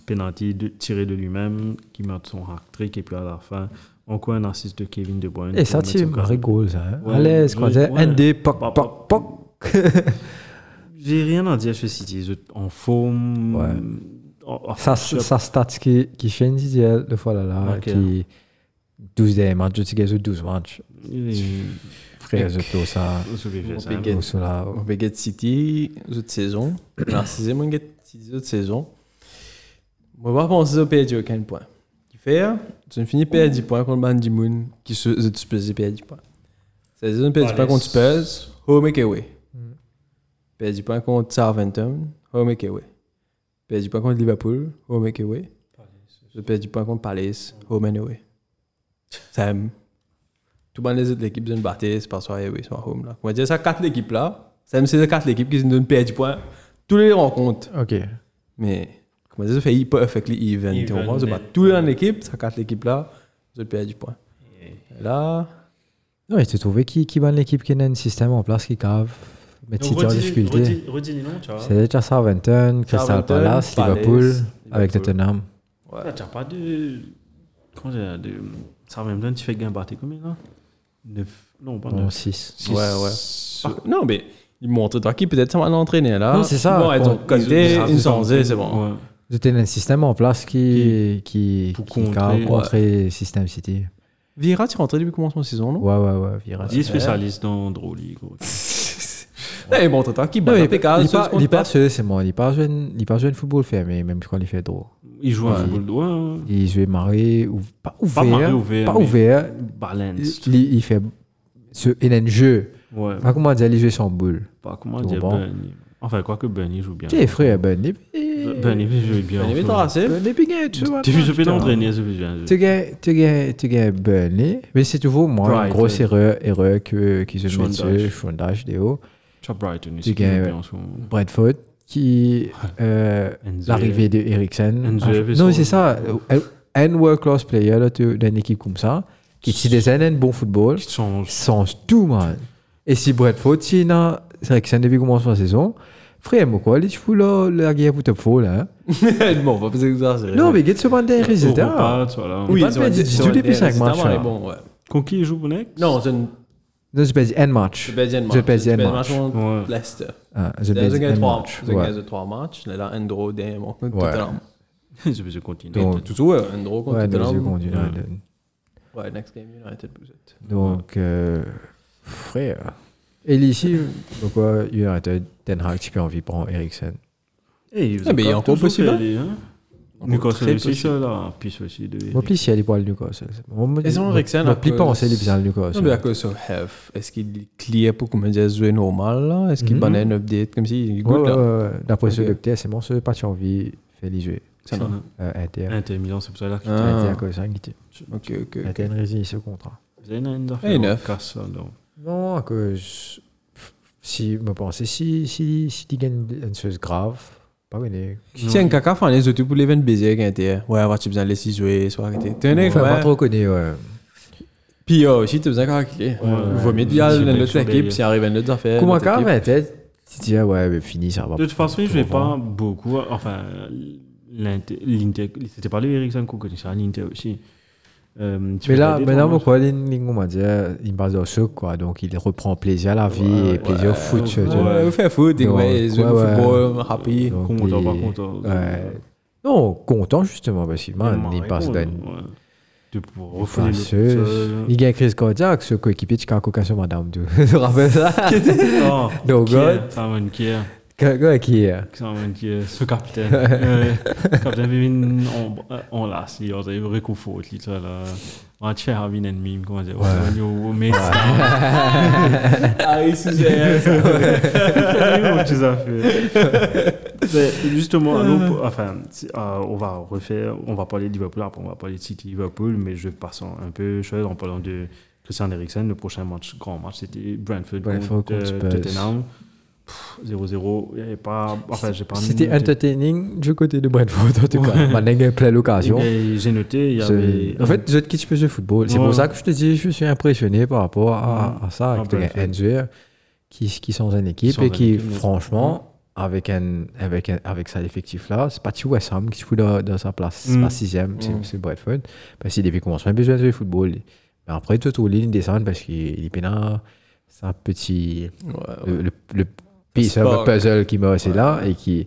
[SPEAKER 1] penalty de- tiré de lui-même, qui met son hat-trick, et puis à la fin, encore un assist de Kevin De Bruyne.
[SPEAKER 2] Et
[SPEAKER 1] pour
[SPEAKER 2] ça,
[SPEAKER 1] mettre
[SPEAKER 2] tu
[SPEAKER 1] son carré.
[SPEAKER 2] rigoles, ça. hein.
[SPEAKER 1] Ouais,
[SPEAKER 2] à l'aise,
[SPEAKER 1] je-
[SPEAKER 2] quand c'est
[SPEAKER 1] ouais.
[SPEAKER 2] 1-2, poc,
[SPEAKER 1] Pop,
[SPEAKER 2] poc, poc.
[SPEAKER 1] J'ai rien à dire chez City. Ils sont en forme. en- en
[SPEAKER 2] Ça,
[SPEAKER 1] forme.
[SPEAKER 2] ça stat qui, qui change d'idéal, de fois là, là,
[SPEAKER 1] Ok.
[SPEAKER 2] qui 12 des matchs, je sais qu'ils ont 12 matchs.
[SPEAKER 1] Et-
[SPEAKER 2] Frère, je trouve ça.
[SPEAKER 1] Vous pouvez faire ça, hein.
[SPEAKER 3] Bien.
[SPEAKER 2] ou sur la-
[SPEAKER 3] On va get City, autres saisons. (coughs) La sixième, on get City, autres saisons. On va penser au PSG aucun point. Qui fait, je hein? finis PSG points contre Bandy Moon, qui se je te pèse PSG points. Cette saison, PSG points contre Spurs, home et away. PSG points contre Southampton, home et away. PSG points contre Liverpool, home et away. Je PSG points contre Palace, home and away. Ça aime. Tout le monde les autres équipes de battre, c'est pas soir, oui, c'est home là. On va dire ça, quatre équipes là. Ça me c'est quatre équipes qui nous perdent du point. Tous les rencontres.
[SPEAKER 2] Ok.
[SPEAKER 3] Mais, comment dire, ça fait hyper effectively even. Tu
[SPEAKER 1] Even,
[SPEAKER 3] comprends? Ça
[SPEAKER 1] mais-
[SPEAKER 3] bat tous les en équipe, ça quatre équipes là, nous perdent du point. Et Là,
[SPEAKER 2] Non, et tu trouvais qui, qui ban l'équipe qui a un système en place qui cave, mais
[SPEAKER 1] Donc,
[SPEAKER 2] City en
[SPEAKER 1] redis-
[SPEAKER 2] difficulté.
[SPEAKER 1] redis- redis les noms, tu vois.
[SPEAKER 2] C'est déjà Southampton, Crystal
[SPEAKER 3] Southampton,
[SPEAKER 2] Palace,
[SPEAKER 3] Palace,
[SPEAKER 2] Liverpool, avec
[SPEAKER 3] Liverpool.
[SPEAKER 2] Tottenham.
[SPEAKER 1] Ah, T'as pas de. Comment dire de... Ça même donne, tu fais gain batté combien là 9. Non, pas
[SPEAKER 2] Non,
[SPEAKER 1] 9.
[SPEAKER 2] 6.
[SPEAKER 3] Ouais, ouais. Par- ah, non, mais ils montrent toi qui peut-être ça va l'entraîner là.
[SPEAKER 2] Non, c'est ça.
[SPEAKER 3] Bon, ils ont
[SPEAKER 2] Ils
[SPEAKER 3] compté,
[SPEAKER 1] ont-
[SPEAKER 3] ils sont c'est bon.
[SPEAKER 1] Ouais.
[SPEAKER 2] C'était un système en place qui, qui,
[SPEAKER 1] Pour
[SPEAKER 2] qui
[SPEAKER 1] contrer,
[SPEAKER 2] cave contre le système City.
[SPEAKER 3] Vira, tu es rentré depuis le commencement de saison, non?
[SPEAKER 2] Ouais, ouais, ouais, Vira.
[SPEAKER 1] Dis spécialiste dans Drôle. gros.
[SPEAKER 3] Ouais, Eh, ils montrent toi qui bat
[SPEAKER 2] Non,
[SPEAKER 3] la
[SPEAKER 2] il
[SPEAKER 3] PK,
[SPEAKER 2] il
[SPEAKER 3] ceux
[SPEAKER 2] pas-
[SPEAKER 3] qu'on
[SPEAKER 2] il
[SPEAKER 3] perd.
[SPEAKER 2] pas seul, c'est moi. Il pas jeune, il pas jeune football fait, mais même quand il fait droit.
[SPEAKER 1] Il joue à
[SPEAKER 2] Ouais.
[SPEAKER 1] football. hein. Ouais, ouais.
[SPEAKER 2] Il jouait maré ou pas ouvert,
[SPEAKER 1] Pas marré ouvert,
[SPEAKER 2] pas
[SPEAKER 1] mais-
[SPEAKER 2] ouvert.
[SPEAKER 1] Balance.
[SPEAKER 2] Il, il fait ce il a un jeu.
[SPEAKER 1] Ouais.
[SPEAKER 2] Pas comment dire, il joue sans boule.
[SPEAKER 1] Pas comment
[SPEAKER 2] Tout
[SPEAKER 1] dire
[SPEAKER 2] bon.
[SPEAKER 1] Bernie. Enfin, quoique Bernie joue bien.
[SPEAKER 2] Tu es frère Ben. il- il-
[SPEAKER 1] Bernie joue bien.
[SPEAKER 3] Il est
[SPEAKER 1] en
[SPEAKER 3] tracé.
[SPEAKER 2] Ben, il gagne, tu vois.
[SPEAKER 1] Tu veux jouer
[SPEAKER 2] putain.
[SPEAKER 1] d'entraîner, c'est bien.
[SPEAKER 2] Tu gagnes, tu gagnes, tu gagnes Burnley, mais c'est toujours moi une
[SPEAKER 1] Brighton.
[SPEAKER 2] grosse erreur, erreur que qui se met
[SPEAKER 1] Schwandage.
[SPEAKER 2] dessus, Schwandage, Léo,
[SPEAKER 1] Tu as Brighton
[SPEAKER 2] Tu
[SPEAKER 1] aussi. qui joue
[SPEAKER 2] gagnes,
[SPEAKER 1] bien en ce moment.
[SPEAKER 2] Bradford, qui euh,
[SPEAKER 1] Enzo.
[SPEAKER 2] l'arrivée de Eriksen. Ah,
[SPEAKER 1] Enzo Evison.
[SPEAKER 2] non, c'est ça, un- un world class player là, tu- d'une équipe comme ça, qui si design un bon football,
[SPEAKER 1] Qui te change.
[SPEAKER 2] change tout man. Et si Bradford, si na Eriksen depuis le commencement de la saison, frère, moi quoi, il faut là la guerre pour top four là. hein.
[SPEAKER 3] (laughs) Bon, on va pas s'exagérer.
[SPEAKER 2] Non, mais qu'est-ce que tu résultat?
[SPEAKER 1] Europa, tu vois, là.
[SPEAKER 2] Oui.
[SPEAKER 3] ils
[SPEAKER 2] pas
[SPEAKER 3] ont
[SPEAKER 2] perdu
[SPEAKER 3] été-
[SPEAKER 2] du
[SPEAKER 3] ils
[SPEAKER 2] tout
[SPEAKER 3] ont été
[SPEAKER 2] depuis cinq
[SPEAKER 3] résultats,
[SPEAKER 2] matchs,
[SPEAKER 3] mais
[SPEAKER 2] là.
[SPEAKER 3] bon, ouais.
[SPEAKER 1] Con qui il joue pour Next
[SPEAKER 3] Non, je ne
[SPEAKER 2] Non, je dis un match.
[SPEAKER 3] je vais dire le match.
[SPEAKER 2] Je perds un
[SPEAKER 3] Je perds le
[SPEAKER 2] match.
[SPEAKER 3] match contre
[SPEAKER 1] Ouais.
[SPEAKER 3] Leicester.
[SPEAKER 2] Ah, je
[SPEAKER 3] Ils
[SPEAKER 2] dis
[SPEAKER 3] ont gagné
[SPEAKER 2] un
[SPEAKER 3] trois-
[SPEAKER 2] match.
[SPEAKER 3] ils ont
[SPEAKER 2] Ouais.
[SPEAKER 3] gagné trois matchs. Là, là, un draw, des manques contre
[SPEAKER 2] Ouais.
[SPEAKER 3] Tottenham.
[SPEAKER 1] (laughs) Je vais continuer.
[SPEAKER 2] Donc,
[SPEAKER 3] Tout ça, ouais, un draw contre
[SPEAKER 2] Ouais, deux
[SPEAKER 3] Tottenham.
[SPEAKER 2] secondes, United.
[SPEAKER 3] Ouais, next game United, vous êtes.
[SPEAKER 2] Donc, euh, frère. Et euh, ici, pourquoi United, Ten Hag, tu peux envie de prendre Eriksen
[SPEAKER 1] Eh,
[SPEAKER 3] Ah, mais il y a encore possible,
[SPEAKER 1] hein. Newcastle
[SPEAKER 3] hein. très
[SPEAKER 1] aussi,
[SPEAKER 3] possible.
[SPEAKER 1] ça, là. Puis aussi de.
[SPEAKER 2] Moi, plus, si elle est pour le Newcastle.
[SPEAKER 3] Ils ont Eriksen à
[SPEAKER 2] Moi, plus,
[SPEAKER 3] cause-
[SPEAKER 2] penser, les bizarres, le
[SPEAKER 3] Non, mais à
[SPEAKER 2] Newcastle.
[SPEAKER 3] cause de Hef, est-ce qu'il est clear pour qu'on me dise jouer normal là Est-ce qu'il
[SPEAKER 2] Mhm.
[SPEAKER 3] banne un update comme si il est
[SPEAKER 2] Ouais,
[SPEAKER 3] good
[SPEAKER 2] ouais,
[SPEAKER 3] là
[SPEAKER 2] ouais, ouais. D'après ce
[SPEAKER 3] Ok.
[SPEAKER 2] docteur, c'est bon, ceux pas de envie, fait les jouer.
[SPEAKER 3] Ça va.
[SPEAKER 2] Euh, Inter.
[SPEAKER 1] Inter Milan, c'est pour ça là. qu'il-
[SPEAKER 3] Ah,
[SPEAKER 2] Inter, à cause hein, de ça, Guité.
[SPEAKER 3] Ok, ok. Ah. ok.
[SPEAKER 2] Inter, résigne ce contrat.
[SPEAKER 1] Vous avez une
[SPEAKER 3] Eh,
[SPEAKER 1] affaire.
[SPEAKER 3] neuf.
[SPEAKER 1] Casse ça, donc.
[SPEAKER 2] Non, à cause. Si, me pensez, si, si, si tu gagnes une chose grave, pas gagné.
[SPEAKER 3] Qui tient un caca fan, les autres pour les 20 baisers avec Inter. Ouais, ouais, tu as besoin de laisser jouer, soit arrêter. T'es un
[SPEAKER 2] Enfin,
[SPEAKER 3] mec,
[SPEAKER 2] pas
[SPEAKER 3] ouais.
[SPEAKER 2] trop connu, ouais.
[SPEAKER 3] Puis oh, si tu as besoin de calculer.
[SPEAKER 1] ouais.
[SPEAKER 3] Vaut mieux dire à
[SPEAKER 1] Sur
[SPEAKER 3] une
[SPEAKER 1] des-
[SPEAKER 3] autre
[SPEAKER 1] sur des-
[SPEAKER 3] équipe, s'il arrive une autre affaire.
[SPEAKER 2] Comment
[SPEAKER 3] une autre
[SPEAKER 2] quand
[SPEAKER 3] équipe.
[SPEAKER 2] même, tête, tu te dis, ah ouais, mais fini, ça va.
[SPEAKER 1] De toute façon, il
[SPEAKER 2] Tout
[SPEAKER 1] jouait
[SPEAKER 2] va
[SPEAKER 1] pas beaucoup. hein. Enfin, l'Inter, l'Inter- c'était pas le Ericsson qu'on connaissait à l'Inter aussi. Euh, tu
[SPEAKER 2] Mais
[SPEAKER 1] peux
[SPEAKER 2] là,
[SPEAKER 1] regarder,
[SPEAKER 2] mais là,
[SPEAKER 1] toi,
[SPEAKER 2] moi, quoi, Lin- Lin, on va dire, euh, il passe dans le choc, quoi. Donc, il reprend plaisir à la vie et plaisir au foot. tu vois.
[SPEAKER 3] Ouais, vous faites foot,
[SPEAKER 2] Ouais,
[SPEAKER 3] ouais, jouer au
[SPEAKER 2] ouais,
[SPEAKER 3] football, happy.
[SPEAKER 2] Donc,
[SPEAKER 1] Content,
[SPEAKER 2] il-
[SPEAKER 1] pas content.
[SPEAKER 2] ouais. Non, content, justement, parce qu'il man,
[SPEAKER 1] Vraiment,
[SPEAKER 2] il passe
[SPEAKER 1] ouais.
[SPEAKER 2] d'un.
[SPEAKER 1] De pour
[SPEAKER 2] il
[SPEAKER 1] refouler le
[SPEAKER 2] passe-
[SPEAKER 1] (laughs)
[SPEAKER 2] Il gagne crise cardiaque, ce coéquipier, tu as cocation, madame. (laughs) Tu te rappelles ça? (laughs)
[SPEAKER 1] Oh,
[SPEAKER 2] No
[SPEAKER 1] Kier,
[SPEAKER 2] God.
[SPEAKER 1] Simon Kier.
[SPEAKER 2] Quelqu'un qui est. euh, (laughs)
[SPEAKER 1] Simon Kier, ce capitaine. Euh, Capitaine Vivin, on- euh, on l'a, si, on avait réconfort, tu vois, là. On a tué Harvin and Meme, comment dire. on est au- au Maidstone.
[SPEAKER 3] Ah, il
[SPEAKER 1] (laughs)
[SPEAKER 3] se gère.
[SPEAKER 1] Vraiment, tu as fait. Mais justement, nous, enfin, si- euh, on va refaire, on va parler de Liverpool, après on va parler de City Liverpool, mais je passe en- un peu chose en parlant de Christian Eriksen. Le prochain match, grand match, c'était Brentford,
[SPEAKER 2] Brentford
[SPEAKER 1] contre,
[SPEAKER 2] contre
[SPEAKER 1] euh,
[SPEAKER 2] Spurs.
[SPEAKER 1] Tottenham. Pff, 0-0, il y avait pas. Enfin, j'ai pas.
[SPEAKER 2] C'était
[SPEAKER 1] noté.
[SPEAKER 2] entertaining du côté de Brentford, en tout cas.
[SPEAKER 1] Ouais.
[SPEAKER 2] Man, il y a plein d'occasions.
[SPEAKER 1] Et Ah, J'ai noté, il y avait.
[SPEAKER 2] C'est- En fait, je qui de football. C'est
[SPEAKER 1] Ouais.
[SPEAKER 2] pour ça que je te dis, je suis impressionné par rapport à, à ça.
[SPEAKER 1] Ah,
[SPEAKER 2] avec
[SPEAKER 1] ben,
[SPEAKER 2] les
[SPEAKER 1] fait.
[SPEAKER 2] Enzo qui, qui sont en équipe
[SPEAKER 1] Sont
[SPEAKER 2] et
[SPEAKER 1] en
[SPEAKER 2] qui,
[SPEAKER 1] équipe, mais-
[SPEAKER 2] franchement, avec, un, avec, un- avec cet effectif-là, c'est pas tout West Ham qui se fout dans, dans sa place. C'est
[SPEAKER 1] Mm.
[SPEAKER 2] pas sixième, c'est
[SPEAKER 3] Mm.
[SPEAKER 2] c'est Brentford. Parce qu'il avait commencé à besoin de jouer au football. Mais après, tout au ligne descend parce qu'il est peinard. C'est un petit.
[SPEAKER 1] Ah
[SPEAKER 3] Ouais,
[SPEAKER 2] Le, le, le piece of
[SPEAKER 3] Spark.
[SPEAKER 2] a puzzle qui m'a c'est là et qui.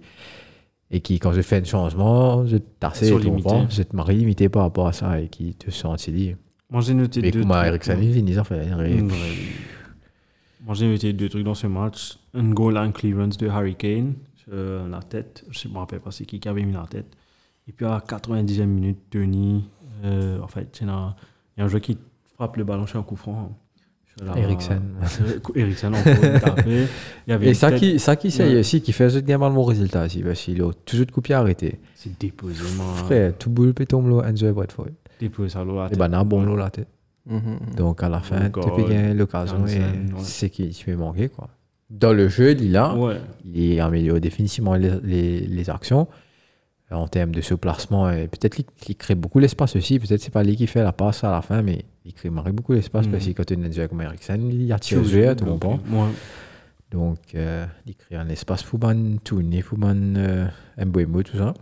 [SPEAKER 2] Et qui, quand je fais un changement, je tassais et
[SPEAKER 1] Surlimité.
[SPEAKER 2] tout, je te marie limité par rapport à ça et qui te sent, tu dis.
[SPEAKER 1] Moi, j'ai noté
[SPEAKER 2] Mais
[SPEAKER 1] deux
[SPEAKER 2] comment
[SPEAKER 1] trucs,
[SPEAKER 2] Eric
[SPEAKER 1] moi.
[SPEAKER 2] Salvin, ils ont fait.
[SPEAKER 1] Ouais. Moi, j'ai noté deux trucs dans ce match. Un goal line clearance de Harry Kane, euh, la tête. Je ne me rappelle pas c'est qui qui avait mis la tête. Et puis à la 90e minute, Tony, euh, en fait, il y en a il y a un joueur qui frappe le ballon chez un coup franc. hein. Je la-
[SPEAKER 2] Eriksen.
[SPEAKER 1] Eriksen, encore, il tapait. Il y avait
[SPEAKER 2] Et
[SPEAKER 1] une
[SPEAKER 2] ça
[SPEAKER 1] tête-
[SPEAKER 2] qui, ça qui c'est
[SPEAKER 1] Ouais.
[SPEAKER 2] aussi qui fait ce gamin le bon résultat aussi, parce qu'il a toujours de coupé arrêté.
[SPEAKER 1] C'est déposé, moi.
[SPEAKER 2] Frère, tout boule peut tomber là, Enzo et Bradford.
[SPEAKER 1] Déposé à l'eau à la
[SPEAKER 2] Et
[SPEAKER 1] tête.
[SPEAKER 2] ben, un bon lot là, t'es.
[SPEAKER 3] mhm.
[SPEAKER 2] Donc à la fin, tu
[SPEAKER 1] God.
[SPEAKER 2] peux gagner l'occasion et
[SPEAKER 1] Janssen, ouais.
[SPEAKER 2] c'est qui tu peux manquer, quoi. Dans le jeu, il a,
[SPEAKER 1] Ouais.
[SPEAKER 2] il améliore définitivement les, les, les actions. Euh, En termes de ce placement, et peut-être qu'il qu'il crée beaucoup l'espace aussi. Peut-être c'est pas lui qui fait la passe à la fin, mais il crée marie beaucoup l'espace
[SPEAKER 1] Mhm.
[SPEAKER 2] parce que quand tu as un joueur comme Eriksen, il attire le jeu, tout le monde.
[SPEAKER 1] Ouais.
[SPEAKER 2] Donc, euh, il crée un espace pour ban tourner, pour ban euh, Mbeumo, tout ça.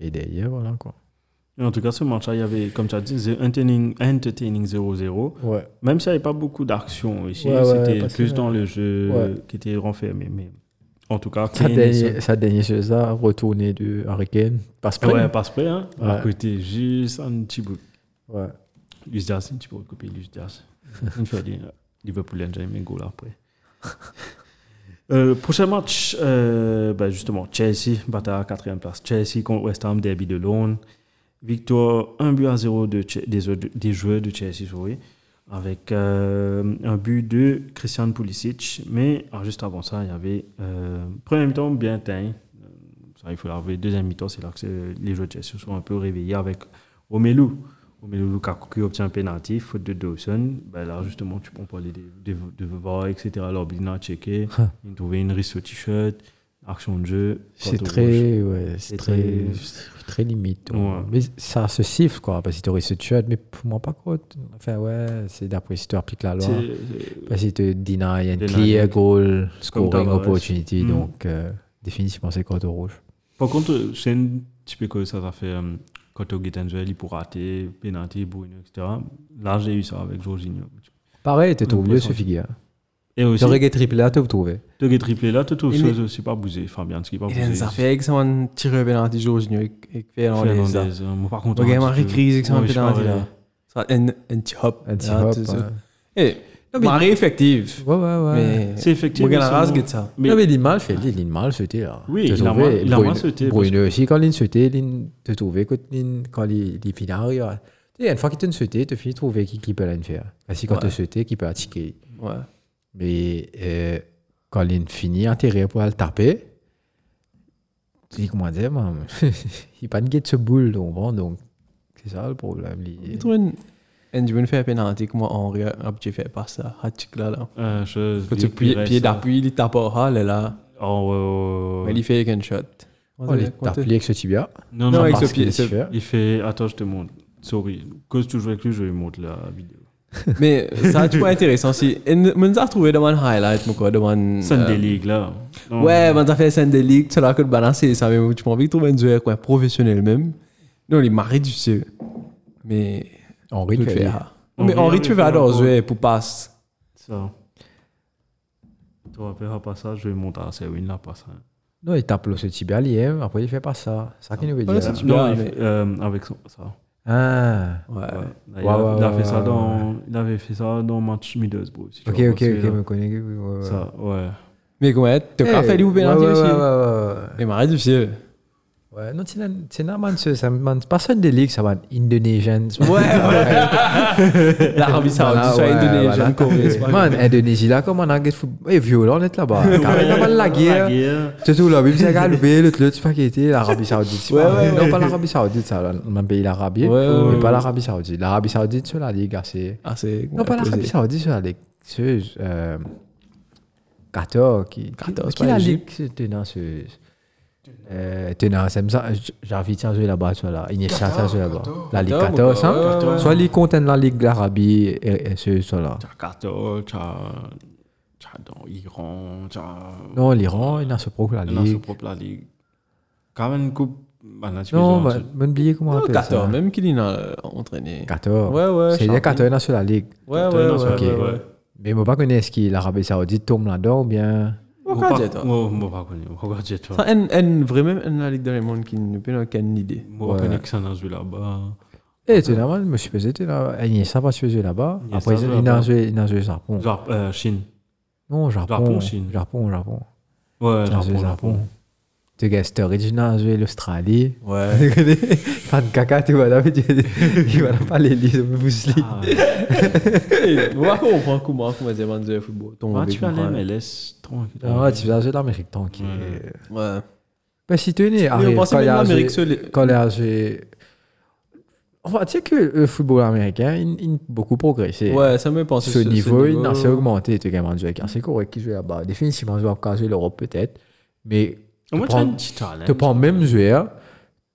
[SPEAKER 2] Et derrière, voilà quoi.
[SPEAKER 1] Et En tout cas, ce match-là, il y avait, comme tu as dit, the entertaining entertaining 0-0.
[SPEAKER 2] Ouais.
[SPEAKER 1] Même s'il n'y avait pas beaucoup d'action ici,
[SPEAKER 2] Ouais, ouais,
[SPEAKER 1] c'était
[SPEAKER 2] parce que-
[SPEAKER 1] plus dans le jeu
[SPEAKER 2] Ouais.
[SPEAKER 1] qui était renfermé. Mais en tout
[SPEAKER 2] (laughs)
[SPEAKER 1] cas,
[SPEAKER 2] Sa
[SPEAKER 1] Kane et Son-
[SPEAKER 2] dernière, sa dernière chose là, retourner de Hurricane, passe près.
[SPEAKER 1] Ouais, passe près, hein. À
[SPEAKER 2] Ouais.
[SPEAKER 1] côté, juste un petit bout.
[SPEAKER 2] Ouais.
[SPEAKER 1] Lucidas, tu peux recopier
[SPEAKER 2] (laughs)
[SPEAKER 1] Lucidas. Une fois dit, Liverpool a jamais goal après. (laughs) Euh, prochain match, euh, bah, justement, Chelsea, bataille à la quatrième place. Chelsea contre West Ham, derby de Londres. Victoire 1 but à 0 de Che- des, des joueurs de Chelsea, sorry, avec euh, un but de Christian Pulisic. Mais ah, juste avant ça, il y avait euh, premier mi-temps bien teint. Euh, Ça, il faut l'avouer. Deuxième mi-temps, c'est là que c'est- les joueurs de Chelsea sont un peu réveillés avec Romelu. Romelu Lukaku qui obtient un pénalty, faute de Dawson. Ben là, justement, tu prends parler de, de, de VAR, etc. Alors, Bina a
[SPEAKER 2] (laughs)
[SPEAKER 1] checké. Il a trouvé une risque au t-shirt, action de jeu.
[SPEAKER 2] C'est
[SPEAKER 1] carte rouge.
[SPEAKER 2] très, ouais, c'est
[SPEAKER 1] C'est
[SPEAKER 2] très,
[SPEAKER 1] très-
[SPEAKER 2] c'est très limite. ouais.
[SPEAKER 1] Ouais.
[SPEAKER 2] Mais ça se siffle quoi, parce que tu aurais ce shot, mais pour moi pas quoi. Enfin ouais, c'est d'après si tu appliques la loi.
[SPEAKER 1] C'est- c'est-
[SPEAKER 2] Parce que tu deny un
[SPEAKER 1] Deny.
[SPEAKER 2] clear goal, scoring
[SPEAKER 1] Tavares.
[SPEAKER 2] opportunity,
[SPEAKER 1] Mm.
[SPEAKER 2] donc euh, définitivement c'est quoi au rouge.
[SPEAKER 1] Par contre, c'est un petit peu que ça, ça fait euh, quand au Guetanzuel, il peut rater, penalty, Bruno, etc. Là, j'ai eu ça avec Jorginho.
[SPEAKER 2] Pareil, tu trouves
[SPEAKER 1] Mm, Ouais,
[SPEAKER 2] mieux ce
[SPEAKER 1] ouais.
[SPEAKER 2] figure.
[SPEAKER 1] Et
[SPEAKER 2] Tu
[SPEAKER 1] aussi,
[SPEAKER 2] aurais gagné triple A, tu le trouvais.
[SPEAKER 1] le gay triplé là, tout
[SPEAKER 3] Il est-
[SPEAKER 1] chose, c'est pas bousé. Fabien, ce qui est pas
[SPEAKER 3] Il y a
[SPEAKER 1] bousé.
[SPEAKER 3] une affaire avec son tireur penalty Jorginho avec- avec Fernandez. là.
[SPEAKER 1] Fernandez, euh, moi, par contre,
[SPEAKER 3] Ok,
[SPEAKER 1] un
[SPEAKER 3] mais
[SPEAKER 1] petit peu-
[SPEAKER 3] Rick Rees avec son
[SPEAKER 1] Ouais, je
[SPEAKER 3] penalty,
[SPEAKER 1] parlais-
[SPEAKER 3] là. Ça, Un un petit hop.
[SPEAKER 2] Un petit
[SPEAKER 3] là,
[SPEAKER 1] Ah,
[SPEAKER 2] hop.
[SPEAKER 3] tout ça.
[SPEAKER 2] hein.
[SPEAKER 3] Eh,
[SPEAKER 2] Non, mais-
[SPEAKER 3] Marie effective.
[SPEAKER 2] Ouais, ouais, ouais.
[SPEAKER 3] Mais
[SPEAKER 1] C'est effectif.
[SPEAKER 3] Morgan
[SPEAKER 1] mais
[SPEAKER 3] Arras
[SPEAKER 1] c'est-
[SPEAKER 3] get ça.
[SPEAKER 1] mais-
[SPEAKER 2] non, mais il est mal fait, il est mal sauté là.
[SPEAKER 1] Oui,
[SPEAKER 2] T'as
[SPEAKER 1] il a
[SPEAKER 2] trouvé,
[SPEAKER 1] mal- il a
[SPEAKER 2] Bruno-
[SPEAKER 1] mal sauté, parce
[SPEAKER 2] Bruno aussi, quand il sauté, il te trouvait quand il quand il il finit arrière. Tu sais, une fois qu'il te sauté, tu finis de trouver qui, qui peut la faire. Parce que quand
[SPEAKER 3] Ouais.
[SPEAKER 2] tu sauté, qui peut la tiquer.
[SPEAKER 3] Ouais.
[SPEAKER 2] Mais euh, quand il finit intérieur pour le taper, tu dis comment dire, man, (laughs) il pas de guette ce boule, donc bon, donc c'est ça le problème. il-
[SPEAKER 3] Il trouve une. Un joueur fait un penalty comme Henri a petit fait par ça. Hatchik là là.
[SPEAKER 1] Euh, je-
[SPEAKER 3] Quand tu
[SPEAKER 1] Rick
[SPEAKER 3] pied
[SPEAKER 1] Rees,
[SPEAKER 3] pied
[SPEAKER 1] euh,
[SPEAKER 3] d'appui, il tape au hall là.
[SPEAKER 1] Oh, ouais, ouais, ouais.
[SPEAKER 3] Mais il fait avec un shot.
[SPEAKER 2] Oh, il t'a appelé avec ce tibia.
[SPEAKER 1] Non,
[SPEAKER 3] Non,
[SPEAKER 1] non,
[SPEAKER 3] avec
[SPEAKER 1] parce
[SPEAKER 3] ce pied,
[SPEAKER 1] qu'il-
[SPEAKER 3] ce-
[SPEAKER 2] c'est
[SPEAKER 1] Il fait. Attends, je te montre. Sorry. Cause tu joues avec lui, je lui montre la vidéo.
[SPEAKER 3] Mais ça, je trouve intéressant si. Et nous avons trouvé dans un highlight, mon quoi, dans un.
[SPEAKER 1] Sunday
[SPEAKER 3] euh,
[SPEAKER 1] League, là. Non,
[SPEAKER 3] Ouais, mais t'as fait Sunday League, tu l'as que de balancer ça, mais tu m'as envie de trouver un joueur quoi, un professionnel même. Non, il m'a du ciel. Mais.
[SPEAKER 2] Henri
[SPEAKER 3] tu
[SPEAKER 2] le
[SPEAKER 3] le
[SPEAKER 2] fait.
[SPEAKER 3] fais.
[SPEAKER 2] lui.
[SPEAKER 3] ah. Mais
[SPEAKER 1] Henri
[SPEAKER 3] Henri,
[SPEAKER 1] avait
[SPEAKER 3] tu
[SPEAKER 1] fait
[SPEAKER 3] vas
[SPEAKER 1] un
[SPEAKER 3] dans
[SPEAKER 1] bon-
[SPEAKER 3] jouer pour passe.
[SPEAKER 1] Ça. Tu rappelleras pas ça, je vais monter à Serwin là, pas ça.
[SPEAKER 2] Non, il tape le ce tibia, il aime, après il fait pas ça. Ça qu'il nous veut
[SPEAKER 3] Ouais,
[SPEAKER 2] dire.
[SPEAKER 3] c'est
[SPEAKER 2] hein.
[SPEAKER 3] tu
[SPEAKER 1] non,
[SPEAKER 3] peux,
[SPEAKER 1] il
[SPEAKER 3] mais-
[SPEAKER 1] fait, euh, avec son- ça.
[SPEAKER 2] Ah,
[SPEAKER 3] Ouais.
[SPEAKER 1] Ouais. Il,
[SPEAKER 2] Ouais,
[SPEAKER 1] a,
[SPEAKER 2] ouais,
[SPEAKER 1] il a
[SPEAKER 2] ouais,
[SPEAKER 1] fait ça
[SPEAKER 2] ouais,
[SPEAKER 1] dans, il avait fait ça dans match Middlesbrough. si tu
[SPEAKER 2] ok,
[SPEAKER 1] vois,
[SPEAKER 2] ok, ok,
[SPEAKER 1] celui-là.
[SPEAKER 2] me connais. oui, ouais, ouais.
[SPEAKER 1] Ça, ouais.
[SPEAKER 3] Mais comment tu
[SPEAKER 2] Eh,
[SPEAKER 3] as fait du penalty
[SPEAKER 2] ouais, ouais,
[SPEAKER 3] aussi
[SPEAKER 2] ouais, ouais, ouais.
[SPEAKER 3] Il m'a du ciel.
[SPEAKER 2] Ouais, non, c'est un- c'est un man, c'est- c'est un man- c'est pas ça des ligues, ça man, Indonesian. Ouais,
[SPEAKER 3] (laughs) L'Arabie Saoudite, soit Indonésienne,
[SPEAKER 2] (laughs)
[SPEAKER 3] Corée, soit-
[SPEAKER 2] Man, Indonésie, là, comment on a un Eh, violent, on est là-bas. Carrément, on a la guerre. C'est tout là, mais vous avez loupé, l'autre, l'autre, c'est pas qui était, l'Arabie Saoudite. c'est pas-
[SPEAKER 3] ouais,
[SPEAKER 2] Non, pas l'Arabie Saoudite, ça, là, on a payé l'Arabie,
[SPEAKER 3] Ouais, ouais,
[SPEAKER 2] mais
[SPEAKER 3] ouais.
[SPEAKER 2] pas l'Arabie Saoudite. L'Arabie Saoudite, c'est la ligue, là, c'est.
[SPEAKER 3] Ah, c'est.
[SPEAKER 2] Non, pas
[SPEAKER 3] ouais,
[SPEAKER 2] l'Arabie
[SPEAKER 3] posé.
[SPEAKER 2] Saoudite, c'est la ligue. C'est. euh, Qatar, qui.
[SPEAKER 3] Qatar, c'est
[SPEAKER 2] Qui
[SPEAKER 3] pas
[SPEAKER 2] la ligue,
[SPEAKER 3] l'Égypte.
[SPEAKER 2] c'était dans ce. Euh, tenant, c'est ça, j'ai envie de jouer là-bas, soit là. Il y a ça, ça, soit là-bas. La Ligue
[SPEAKER 3] Qatar,
[SPEAKER 2] 14, hein?
[SPEAKER 3] ouais, ouais, ouais.
[SPEAKER 2] Soit les content la Ligue de l'Arabie et, et ce, soit là.
[SPEAKER 1] T'as 14, t'as. tu vois, dans l'Iran, tu vois,
[SPEAKER 2] Non, l'Iran, il a ce propre la
[SPEAKER 1] dans sa
[SPEAKER 2] ligue.
[SPEAKER 1] propre la ligue. Quand même une coupe, bah, là, tu peux
[SPEAKER 2] Non,
[SPEAKER 1] dire,
[SPEAKER 2] mais mais oubliez comment on
[SPEAKER 3] Non,
[SPEAKER 2] appelle ça.
[SPEAKER 3] Qatar, même qu'il a entraîné.
[SPEAKER 2] 14.
[SPEAKER 3] Ouais, ouais,
[SPEAKER 2] C'est
[SPEAKER 3] champion.
[SPEAKER 2] les 14 dans sur la ligue.
[SPEAKER 3] Ouais, ouais,
[SPEAKER 1] tu- tu-
[SPEAKER 3] ouais.
[SPEAKER 1] dans sa-
[SPEAKER 2] ok.
[SPEAKER 1] ouais, ouais.
[SPEAKER 2] Mais moi, pas connais ce qu'il l'Arabie Saoudite tombe là-dedans ou bien.
[SPEAKER 1] Moi,
[SPEAKER 3] Pourquoi
[SPEAKER 1] pas-
[SPEAKER 3] dire, toi
[SPEAKER 1] moi, moi, pas connu. Moi, pas dire, toi.
[SPEAKER 3] Ça, en- en vraiment, en la Ligue des Mondes, qui n'a pas aucune idée.
[SPEAKER 1] Moi, pas connu que ça dans ce là-bas.
[SPEAKER 2] Eh, tu là, je me suis pesé, tu là. Eh, Il n'y a pas pesé là-bas.
[SPEAKER 1] Il y a
[SPEAKER 2] Après,
[SPEAKER 1] ça
[SPEAKER 2] il
[SPEAKER 1] là-bas.
[SPEAKER 2] a joué il a joué au Japon.
[SPEAKER 1] Genre, euh, Chine.
[SPEAKER 2] Non, Japon.
[SPEAKER 1] Japon, Chine.
[SPEAKER 2] Japon, Japon.
[SPEAKER 1] Ouais,
[SPEAKER 2] Il
[SPEAKER 1] Japon,
[SPEAKER 2] a joué au
[SPEAKER 1] Japon.
[SPEAKER 2] Japon. Tu gars, Sturridge, il a joué l'Australie.
[SPEAKER 3] Ouais.
[SPEAKER 2] (laughs) Fan caca, tu vois, là, mais tu- il va pas les lire, vous lisez.
[SPEAKER 1] Ah,
[SPEAKER 2] (laughs)
[SPEAKER 3] Moi, on prend comment, comment dire, man, du football. Ton
[SPEAKER 1] ouais,
[SPEAKER 3] mec,
[SPEAKER 1] tu vas aller à
[SPEAKER 3] comprend.
[SPEAKER 1] MLS, tranquille.
[SPEAKER 2] Ah, tu vas jouer l'Amérique tranquille.
[SPEAKER 1] Ouais.
[SPEAKER 3] Ouais.
[SPEAKER 2] Ben, euh. si tu es né,
[SPEAKER 3] Mais on
[SPEAKER 2] arrive,
[SPEAKER 3] pensait
[SPEAKER 2] quand il
[SPEAKER 3] même
[SPEAKER 2] a
[SPEAKER 3] l'Amérique
[SPEAKER 2] joué-
[SPEAKER 3] seule.
[SPEAKER 2] quand il a joué- Enfin, tu sais que le football américain, il, il a beaucoup progressé.
[SPEAKER 3] Ouais, ça me pense.
[SPEAKER 2] ce niveau, il a assez augmenté. Tu as un joueur qui est assez correct, qui joue là-bas. Définitivement, je vais pas jouer l'Europe peut-être, mais
[SPEAKER 1] Au moins,
[SPEAKER 2] Tu
[SPEAKER 1] tu as
[SPEAKER 2] prends-
[SPEAKER 1] un petit talent.
[SPEAKER 2] tu prends même joueur,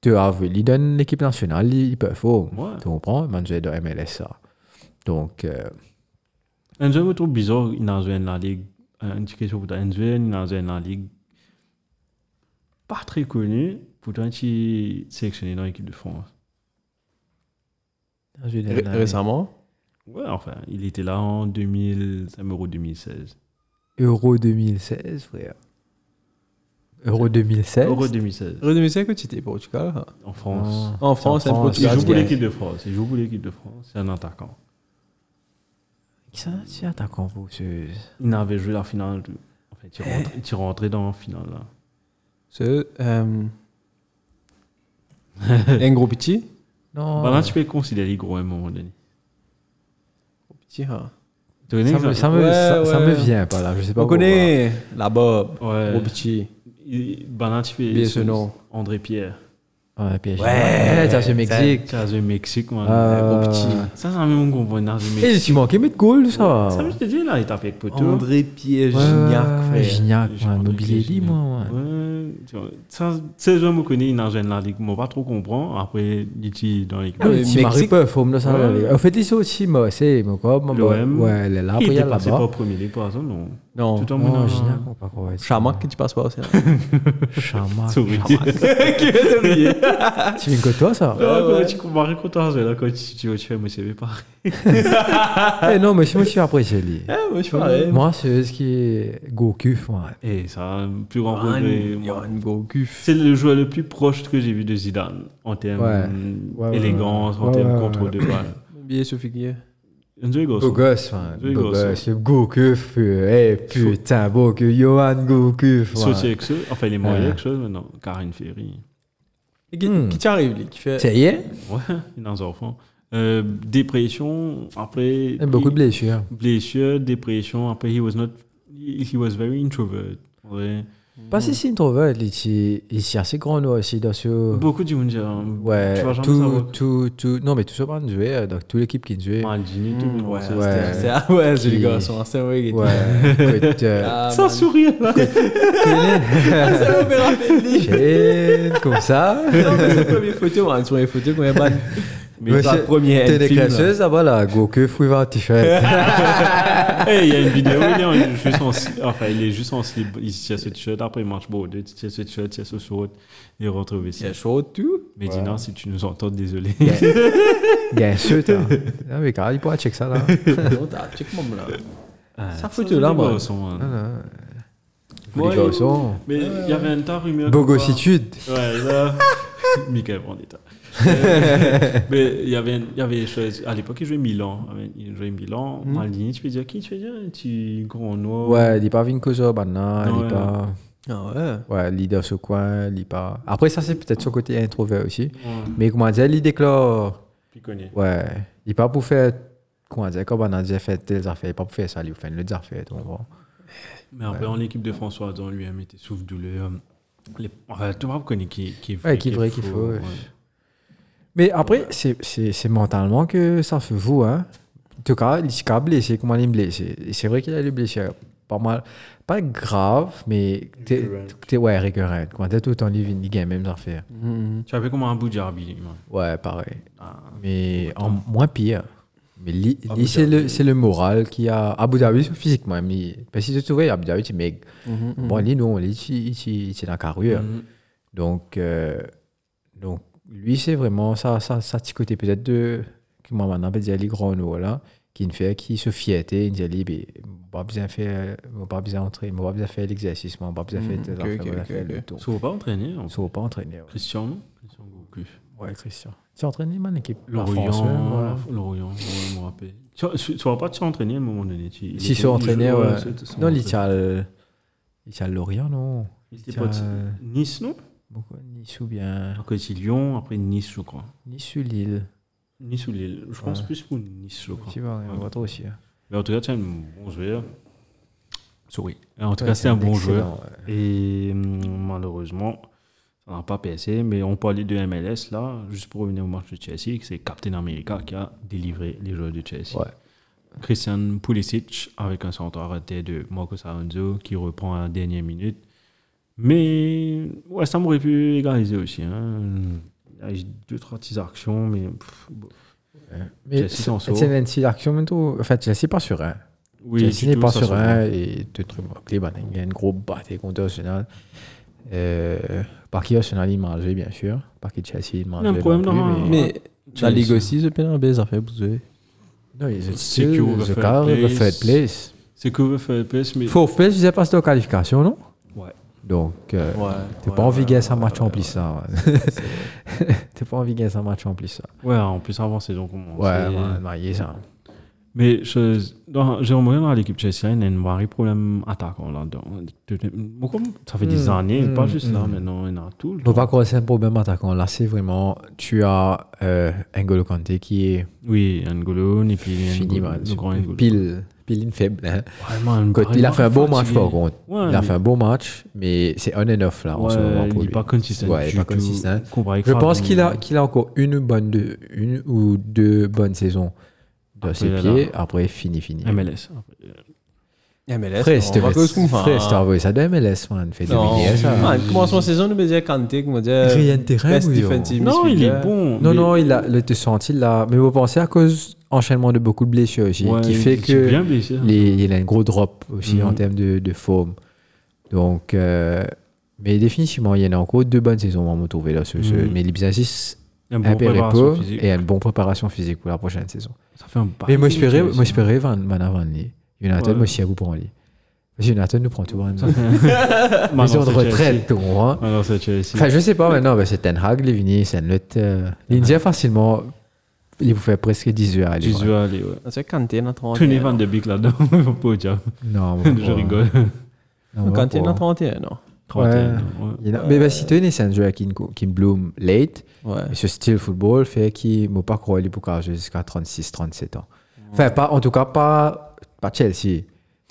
[SPEAKER 2] tu as vu, il donne l'équipe nationale, il il peut faux.
[SPEAKER 1] Ouais.
[SPEAKER 2] Tu comprends, un joueur de MLS, ça. Donc, euh,
[SPEAKER 1] Un jeu, je trouve bizarre, il a joué dans la ligue. Un petit question pour toi. Un jeu, il a joué dans la ligue. Pas très connu, pourtant, il est sélectionné dans l'équipe de France.
[SPEAKER 2] un joueur de
[SPEAKER 3] Ré-
[SPEAKER 2] MLS.
[SPEAKER 3] Récemment,
[SPEAKER 1] Ouais, enfin, il était là en 2000, ça me 2016.
[SPEAKER 2] Euro 2016, frère. Euro 2016
[SPEAKER 1] Euro 2016,
[SPEAKER 3] Redemisez que tu étais Portugal. hein.
[SPEAKER 1] en
[SPEAKER 2] Ah,
[SPEAKER 1] France.
[SPEAKER 3] En France,
[SPEAKER 2] en
[SPEAKER 1] Il
[SPEAKER 2] France,
[SPEAKER 3] un Portugal.
[SPEAKER 1] joue pour
[SPEAKER 2] Portugal.
[SPEAKER 1] l'équipe de France. Il joue pour l'équipe de France. C'est un attaquant.
[SPEAKER 2] Qui ça C'est attaquant, vous ce-
[SPEAKER 1] Il n'avait joué la finale. du- En fait, il rentrait, il rentrait dans la finale.
[SPEAKER 2] Ah
[SPEAKER 1] Là.
[SPEAKER 3] C'est. euh, Un gros petit.
[SPEAKER 2] Non.
[SPEAKER 1] Bah, là, tu peux considérer gros à un moment donné.
[SPEAKER 3] Gros petit, hein.
[SPEAKER 1] Tu connais
[SPEAKER 2] ça, me,
[SPEAKER 1] exemple
[SPEAKER 2] ça, me,
[SPEAKER 3] Ouais,
[SPEAKER 2] ça, ça
[SPEAKER 3] ouais.
[SPEAKER 2] me vient pas là, je sais pas.
[SPEAKER 3] On
[SPEAKER 2] pourquoi.
[SPEAKER 3] connaît la Bob.
[SPEAKER 1] Ouais.
[SPEAKER 3] Gros petit.
[SPEAKER 1] Il- bah, là, tu peux-
[SPEAKER 3] Bien ce nom.
[SPEAKER 1] André Pierre.
[SPEAKER 2] Ouais, PSG. Ouais, ça c'est Mexique.
[SPEAKER 1] Tu as joué au Mexique, moi.
[SPEAKER 2] Euh,
[SPEAKER 3] Gros petit.
[SPEAKER 1] Ça, ça même qu'on voit dans le
[SPEAKER 2] Et Eh, je
[SPEAKER 1] Mexique.
[SPEAKER 2] suis manqué, mais de goal ça.
[SPEAKER 1] Ça, je te dis, là, il tape avec poteau.
[SPEAKER 3] Pierre
[SPEAKER 2] Ouais, ouais, Gignac, ouais, mobilier dit, moi. ouais.
[SPEAKER 1] Ouais, tu vois, ça, ces gens me connaissent, ils n'en gênent la ligue. Moi, pas trop comprendre. Après, dit dans l'équipe.
[SPEAKER 2] Ah, mais Ah.
[SPEAKER 3] Ouais,
[SPEAKER 2] si Marie
[SPEAKER 3] Mexique.
[SPEAKER 2] peut, faut me le savoir.
[SPEAKER 1] Ouais.
[SPEAKER 2] En fait, ils sont aussi, moi, c'est, moi, quoi, moi,
[SPEAKER 1] L'OM.
[SPEAKER 2] ouais, elle est là,
[SPEAKER 1] il
[SPEAKER 2] après, il y
[SPEAKER 1] était
[SPEAKER 2] a
[SPEAKER 1] passé pas
[SPEAKER 2] là-bas.
[SPEAKER 1] au premier ligue, par exemple, non.
[SPEAKER 3] Non.
[SPEAKER 1] Tout en menant.
[SPEAKER 2] Non, Gignac, on pas quoi.
[SPEAKER 3] Chamac que tu passes pas aussi. (laughs) hein.
[SPEAKER 2] Chamac.
[SPEAKER 1] ah, Souris. (laughs)
[SPEAKER 2] Chamac.
[SPEAKER 1] Qui va te rire
[SPEAKER 2] Tu viens que toi, ça?
[SPEAKER 1] Ah, comment tu compares contre toi, là, quand tu tu vois, tu fais, moi, c'est pas.
[SPEAKER 2] Eh, non, mais si moi, je suis apprécié, lui.
[SPEAKER 3] Ah, moi, je suis pareil.
[SPEAKER 2] Moi, c'est ce qui est Goku, moi.
[SPEAKER 1] Et ça, le plus grand regret.
[SPEAKER 3] Yohan-
[SPEAKER 1] moi.
[SPEAKER 3] Yohan Gourcuff.
[SPEAKER 1] C'est le joueur le plus proche que j'ai vu de Zidane en termes
[SPEAKER 2] Ouais. Ouais, ouais,
[SPEAKER 1] d'élégance,
[SPEAKER 2] ouais.
[SPEAKER 1] en termes
[SPEAKER 2] Ouais,
[SPEAKER 1] de
[SPEAKER 2] ouais,
[SPEAKER 1] contrôle de
[SPEAKER 2] (coughs)
[SPEAKER 1] balle.
[SPEAKER 3] Bien Sophie Guillaume.
[SPEAKER 1] Un jeu gosse.
[SPEAKER 2] Beau gosse, man.
[SPEAKER 1] Oui,
[SPEAKER 2] Beau
[SPEAKER 1] gosse.
[SPEAKER 2] gosse. Le Goku, feu. Eh, putain, beau que Johan Goku,
[SPEAKER 1] Il
[SPEAKER 2] man.
[SPEAKER 1] sortit avec ça. Enfin, il est marié
[SPEAKER 2] Ouais.
[SPEAKER 1] avec ça maintenant. Karine Ferry.
[SPEAKER 3] Et Qui
[SPEAKER 2] Hmm.
[SPEAKER 3] qui t'arrive, lui, qui fait.
[SPEAKER 2] Ça y est?
[SPEAKER 1] Ouais, il a un enfant. Euh, dépression, après.
[SPEAKER 2] Eh, Beaucoup de blessures.
[SPEAKER 1] blessure, dépression. Après, he was not. He he was very introvert. Ouais.
[SPEAKER 2] Pas si introvert, il est il est assez grand, nous, aussi, dans ce.
[SPEAKER 1] Beaucoup de monde dit. hein,
[SPEAKER 2] Ouais,
[SPEAKER 1] tu vas jamais
[SPEAKER 2] tout,
[SPEAKER 1] savoir.
[SPEAKER 2] tout, tout, non, mais tout ce monde jouait, euh, donc toute l'équipe qui jouait. Ouais,
[SPEAKER 1] Maldini, tout le monde.
[SPEAKER 3] Ouais,
[SPEAKER 1] ça,
[SPEAKER 2] Mm, Ouais.
[SPEAKER 3] c'est- c'est- ah ouais, c'est
[SPEAKER 2] Qui-
[SPEAKER 3] les garçons, c'est vrai. il était-
[SPEAKER 1] (laughs)
[SPEAKER 2] écoute, euh,
[SPEAKER 3] Ah,
[SPEAKER 1] c'était- Sans
[SPEAKER 3] man.
[SPEAKER 1] sourire, là.
[SPEAKER 3] Ça me fait rappeler lui.
[SPEAKER 2] chaîne, comme ça.
[SPEAKER 3] Non, mais c'est la première photo, man, sur les photos qu'on a pas.
[SPEAKER 2] Ouais,
[SPEAKER 3] Mais c'est la
[SPEAKER 2] c'est-
[SPEAKER 3] première
[SPEAKER 2] T'es des
[SPEAKER 3] Enfield, là.
[SPEAKER 2] classeuses là-bas, là, go que fouille un
[SPEAKER 1] (laughs)
[SPEAKER 2] t-shirt.
[SPEAKER 1] Hey, Eh, il y a une vidéo, il est en- juste en slip- enfin, il est juste en slip, il tient ce t-shirt, après il marche beau, il tient ce t-shirt, il tient ce short, il rentre au
[SPEAKER 3] C'est
[SPEAKER 1] vestiaire.
[SPEAKER 3] chaud, tout.
[SPEAKER 1] Medina, si tu nous entends, désolé. (laughs)
[SPEAKER 2] Bien sûr, t'as. Non, mais carrément, il pourra check ça, là.
[SPEAKER 3] Non, t'as- check moi, là. Ça fout tout, là, moi.
[SPEAKER 2] Les gars, ils sont-
[SPEAKER 1] hein. Mais il y avait un tas rumeur. comme quoi-
[SPEAKER 2] Bogositude.
[SPEAKER 1] Ouais, là. (laughs) Michael
[SPEAKER 3] (laughs)
[SPEAKER 1] Brandetta. mais il y avait, il y avait des choses. À l'époque, il jouait Milan. Il jouait Milan.
[SPEAKER 3] Hmm.
[SPEAKER 1] Maldini, tu peux dire qui Tu peux dire un petit grand noir.
[SPEAKER 2] Ouais, il est pas Vincozo, Banna,
[SPEAKER 1] Non,
[SPEAKER 2] il est
[SPEAKER 1] ouais.
[SPEAKER 2] pas.
[SPEAKER 3] Ah ouais.
[SPEAKER 2] Ouais, leader ce coin, il est pas. Après, ça, c'est peut-être son côté introvert aussi.
[SPEAKER 1] Ouais,
[SPEAKER 2] Mais comment dire, il déclare.
[SPEAKER 1] Piconnier.
[SPEAKER 2] Ouais, il pas pour faire. Comment dire, comme on a déjà fait telles affaires, il pas pour faire ça, il fait une autre affaire, tu comprends?
[SPEAKER 1] Mais après, en équipe de François, dans lui, il était souffre-douleur. Les... Enfin, tout le monde connaît qui, qui est
[SPEAKER 2] Ouais, qui est vrai, qui est faux, ouais.
[SPEAKER 1] Ah,
[SPEAKER 2] Mais après, c'est- c'est c'est mentalement que ça se joue. Hein. En tout cas, il s'est qu'à blessé, comment il est blessé. Et c'est vrai qu'il a eu blessé euh, pas mal. Pas grave, mais. t'es- t'es- Ouais, récurrent. Quand t'es tout le temps living, il gagne même affaire.
[SPEAKER 3] Mm-hmm.
[SPEAKER 1] Tu appelles comment un bout de Jarbi, moi.
[SPEAKER 2] Ouais, pareil.
[SPEAKER 1] Mm. Ah.
[SPEAKER 2] Mais en moins pire. Mais lui,
[SPEAKER 1] Abu
[SPEAKER 2] lui, c'est
[SPEAKER 1] Dhabi.
[SPEAKER 2] le, c'est le moral qui a. Abu Dhabi, c'est physiquement. Mais, parce que tu te vois, Abu Dhabi, tu mec.
[SPEAKER 1] Mm.
[SPEAKER 2] Bon, lui, non, lui, tu- tu- tu es dans la carrière. Donc, euh, donc, lui, c'est vraiment ça, ça, ça petit côté peut-être de. Que moi, maintenant, peut dire les grands nous, là, qui ne fait, qui se fierté, il dit, lui, ben, pas besoin de faire, moi, pas besoin d'entrer, moi, pas besoin de faire l'exercice, moi, pas besoin de faire
[SPEAKER 3] Mhm,
[SPEAKER 2] tes
[SPEAKER 3] ok,
[SPEAKER 2] affaires,
[SPEAKER 3] ok,
[SPEAKER 2] moi, pas
[SPEAKER 3] ok,
[SPEAKER 2] faire
[SPEAKER 3] ok.
[SPEAKER 2] le tour.
[SPEAKER 1] Ils ne pas entraîner. en
[SPEAKER 2] Ils
[SPEAKER 1] fait.
[SPEAKER 2] sont pas entraînés. Ouais,
[SPEAKER 1] Christian, non Christian Goku.
[SPEAKER 2] Ouais, Christian. Tu es entraîné, man, l'équipe
[SPEAKER 1] Lorient, Lorient, ouais, je me rappelle. Tu ne vas pas te entraîner à un moment donné. tu- il
[SPEAKER 2] Si
[SPEAKER 1] était-
[SPEAKER 2] se entraîné,
[SPEAKER 1] il-
[SPEAKER 2] ouais.
[SPEAKER 1] c'est- c'est-
[SPEAKER 2] Non,
[SPEAKER 1] c'est-
[SPEAKER 2] il y a Lorient, non
[SPEAKER 1] Il était pas
[SPEAKER 2] Euh,
[SPEAKER 1] Nice, non
[SPEAKER 2] Beaucoup, Nice ou bien.
[SPEAKER 1] Après, c'est Lyon, après Nice, je crois.
[SPEAKER 2] Nice ou Lille.
[SPEAKER 1] Nice ou Lille Je pense
[SPEAKER 2] Ouais.
[SPEAKER 1] plus pour Nice, je crois.
[SPEAKER 2] Tu vois, on
[SPEAKER 1] Ouais.
[SPEAKER 2] va toi aussi. hein.
[SPEAKER 1] Mais en tout cas, c'est un bon joueur. Sorry. En tout
[SPEAKER 2] Ouais,
[SPEAKER 1] cas, c'est un bon joueur.
[SPEAKER 2] excellent, ouais.
[SPEAKER 1] Et hum, malheureusement, ça n'a pas passé. Mais on parlait de MLS là, juste pour revenir au match de Chelsea, que c'est Captain America qui a délivré les joueurs de Chelsea.
[SPEAKER 2] Ouais.
[SPEAKER 1] Christian Pulisic avec un centre arrêté de Marcos Alonso qui reprend à la dernière minute. Mais ouais, ça m'aurait pu égaliser aussi. hein. Il y a eu deux, trois petites actions, mais pff, bon.
[SPEAKER 2] Mais
[SPEAKER 1] Chelsea s'en
[SPEAKER 2] c'est
[SPEAKER 1] sort.
[SPEAKER 2] c'est une petite action, mais tout. En fait, Chelsea n'est pas serein.
[SPEAKER 1] oui,
[SPEAKER 2] Chelsea n'est
[SPEAKER 1] surtout,
[SPEAKER 2] pas
[SPEAKER 1] ça sort
[SPEAKER 2] serein. Et tout truc, bah, il y a une grosse bataille contre Arsenal. Euh, par qui Arsenal, il mangeait, bien sûr. Par qui Chelsea, il mangeait.
[SPEAKER 1] un problème
[SPEAKER 2] non plus,
[SPEAKER 1] dans-
[SPEAKER 2] mais-
[SPEAKER 3] Mais la Ligue aussi, ce pénal, ça fait bouger.
[SPEAKER 2] Non, ils étaient
[SPEAKER 1] C'est que vous
[SPEAKER 2] the
[SPEAKER 1] faire
[SPEAKER 2] car,
[SPEAKER 1] place.
[SPEAKER 2] the third place.
[SPEAKER 1] C'est que vous faites PS, mais
[SPEAKER 2] Fourth place, ils n'avaient pas de qualification, non
[SPEAKER 1] Ouais.
[SPEAKER 2] Donc, euh,
[SPEAKER 3] Ouais.
[SPEAKER 2] t'es pas envie de gagner un match en plus, ça.
[SPEAKER 1] (laughs)
[SPEAKER 2] (laughs) T'es pas envie de gagner un match en plus, ça.
[SPEAKER 1] ouais, en plus avant saison commence.
[SPEAKER 2] Ouais,
[SPEAKER 1] Et-
[SPEAKER 2] ouais, marié, ça.
[SPEAKER 1] Mais je, dans, j'ai remarqué dans l'équipe tchessienne, il y a un vrai problème attaquant là-dedans. De- de- moi, comme Ça fait des
[SPEAKER 2] Hmm,
[SPEAKER 1] années,
[SPEAKER 2] hmm,
[SPEAKER 1] pas juste là,
[SPEAKER 2] hmm.
[SPEAKER 1] maintenant, il y en a tout. le
[SPEAKER 2] Faut
[SPEAKER 1] temps.
[SPEAKER 2] pas croire que c'est un problème attaquant. Là, c'est vraiment, tu as euh, N'Golo Kanté qui est
[SPEAKER 1] Oui, N'Golo, et puis
[SPEAKER 2] fini,
[SPEAKER 1] N'Golo,
[SPEAKER 2] man.
[SPEAKER 1] le grand N'Golo.
[SPEAKER 2] Pile, pile une faible. hein.
[SPEAKER 1] Vraiment, un
[SPEAKER 2] Quand- Il a
[SPEAKER 1] vraiment
[SPEAKER 2] fait un beau match,
[SPEAKER 1] fatigué.
[SPEAKER 2] par contre.
[SPEAKER 1] Ouais,
[SPEAKER 2] Il a
[SPEAKER 1] mais-
[SPEAKER 2] fait un beau match, mais c'est on and off, là, en ce moment,
[SPEAKER 1] Ouais,
[SPEAKER 2] pour
[SPEAKER 1] il est
[SPEAKER 2] lui.
[SPEAKER 1] pas consistant.
[SPEAKER 2] Ouais, il est
[SPEAKER 1] du
[SPEAKER 2] pas
[SPEAKER 1] tout,
[SPEAKER 2] consistant.
[SPEAKER 1] comparé avec euh,
[SPEAKER 2] Je pense
[SPEAKER 1] Fabinho.
[SPEAKER 2] qu'il a, qu'il a encore une, bonne deux- une ou deux bonnes saisons dans
[SPEAKER 1] Après,
[SPEAKER 2] ses
[SPEAKER 1] là, Ah,
[SPEAKER 2] pieds. Après, fini, fini.
[SPEAKER 1] MLS.
[SPEAKER 3] MLS,
[SPEAKER 2] Frère,
[SPEAKER 3] Eh, on va cause qu'on
[SPEAKER 1] hein.
[SPEAKER 3] fait.
[SPEAKER 2] Frère, c'est envoyé ça de MLS, man. Fait
[SPEAKER 3] Non, Ah,
[SPEAKER 2] deviner ça.
[SPEAKER 3] man, commencement de saison, nous me dire Kanté, qu'on va dire.
[SPEAKER 2] Rien de terrain,
[SPEAKER 3] Best
[SPEAKER 2] oui, oh.
[SPEAKER 3] defensive
[SPEAKER 1] Non, il
[SPEAKER 3] midfielder.
[SPEAKER 1] est bon.
[SPEAKER 2] Non,
[SPEAKER 1] mais-
[SPEAKER 2] non, il a le te senti là. Mais vous pensez à cause enchaînement de beaucoup de blessures aussi,
[SPEAKER 1] Ouais,
[SPEAKER 2] qui
[SPEAKER 1] il
[SPEAKER 2] fait
[SPEAKER 1] s'est
[SPEAKER 2] que
[SPEAKER 1] bien blessé.
[SPEAKER 2] les- il a un gros drop aussi en
[SPEAKER 1] Mhm.
[SPEAKER 2] termes de, de forme. Donc, euh, mais définitivement, il y en a encore deux bonnes saisons, on va trouver là. Ce, ce-
[SPEAKER 1] Mhm.
[SPEAKER 2] Mais les Bizancis
[SPEAKER 1] Un bon
[SPEAKER 2] un peu
[SPEAKER 1] préparation
[SPEAKER 2] repos
[SPEAKER 1] physique. Bah,
[SPEAKER 2] et une bonne préparation physique pour la prochaine saison.
[SPEAKER 1] Ça fait un
[SPEAKER 2] mais moi,
[SPEAKER 1] paquet de
[SPEAKER 2] j'espérais,
[SPEAKER 1] Chelsea.
[SPEAKER 2] moi, j'espérais Van, Van avant lui. Jonathan,
[SPEAKER 1] Ouais.
[SPEAKER 2] moi, si à vous pour lui. Parce que Jonathan nous prend tout. Van.
[SPEAKER 1] Maintenant,
[SPEAKER 2] Maison de
[SPEAKER 1] c'est
[SPEAKER 2] retraite,
[SPEAKER 1] Chelsea.
[SPEAKER 2] tout, hein.
[SPEAKER 1] Maintenant, c'est Chelsea.
[SPEAKER 2] Enfin, je sais pas maintenant, mais c'est Ten Hag, les Vini, c'est l'autre. Euh, L'Indien, facilement, il vous fait presque 10 heures. allez,
[SPEAKER 1] Tu
[SPEAKER 2] ouais.
[SPEAKER 1] dois aller, ouais.
[SPEAKER 3] Ah, C'est Kanté, dans 31.
[SPEAKER 1] Tony Van de Beek là-dedans, (laughs) faut pas dire.
[SPEAKER 2] Non, (laughs)
[SPEAKER 3] (laughs)
[SPEAKER 2] on va
[SPEAKER 1] Je
[SPEAKER 2] pas.
[SPEAKER 1] rigole.
[SPEAKER 2] Non, on va
[SPEAKER 3] Kanté,
[SPEAKER 2] pas.
[SPEAKER 3] dans 31, non.
[SPEAKER 1] 31, ouais.
[SPEAKER 2] Il y en a- Mais bah, si tu es un joueur qui, qui bloom late,
[SPEAKER 3] Ouais.
[SPEAKER 2] mais ce style football fait qu'il ne pas croire pour carrer jusqu'à 36, 37 ans. Enfin, pas, en tout cas, pas, pas Chelsea.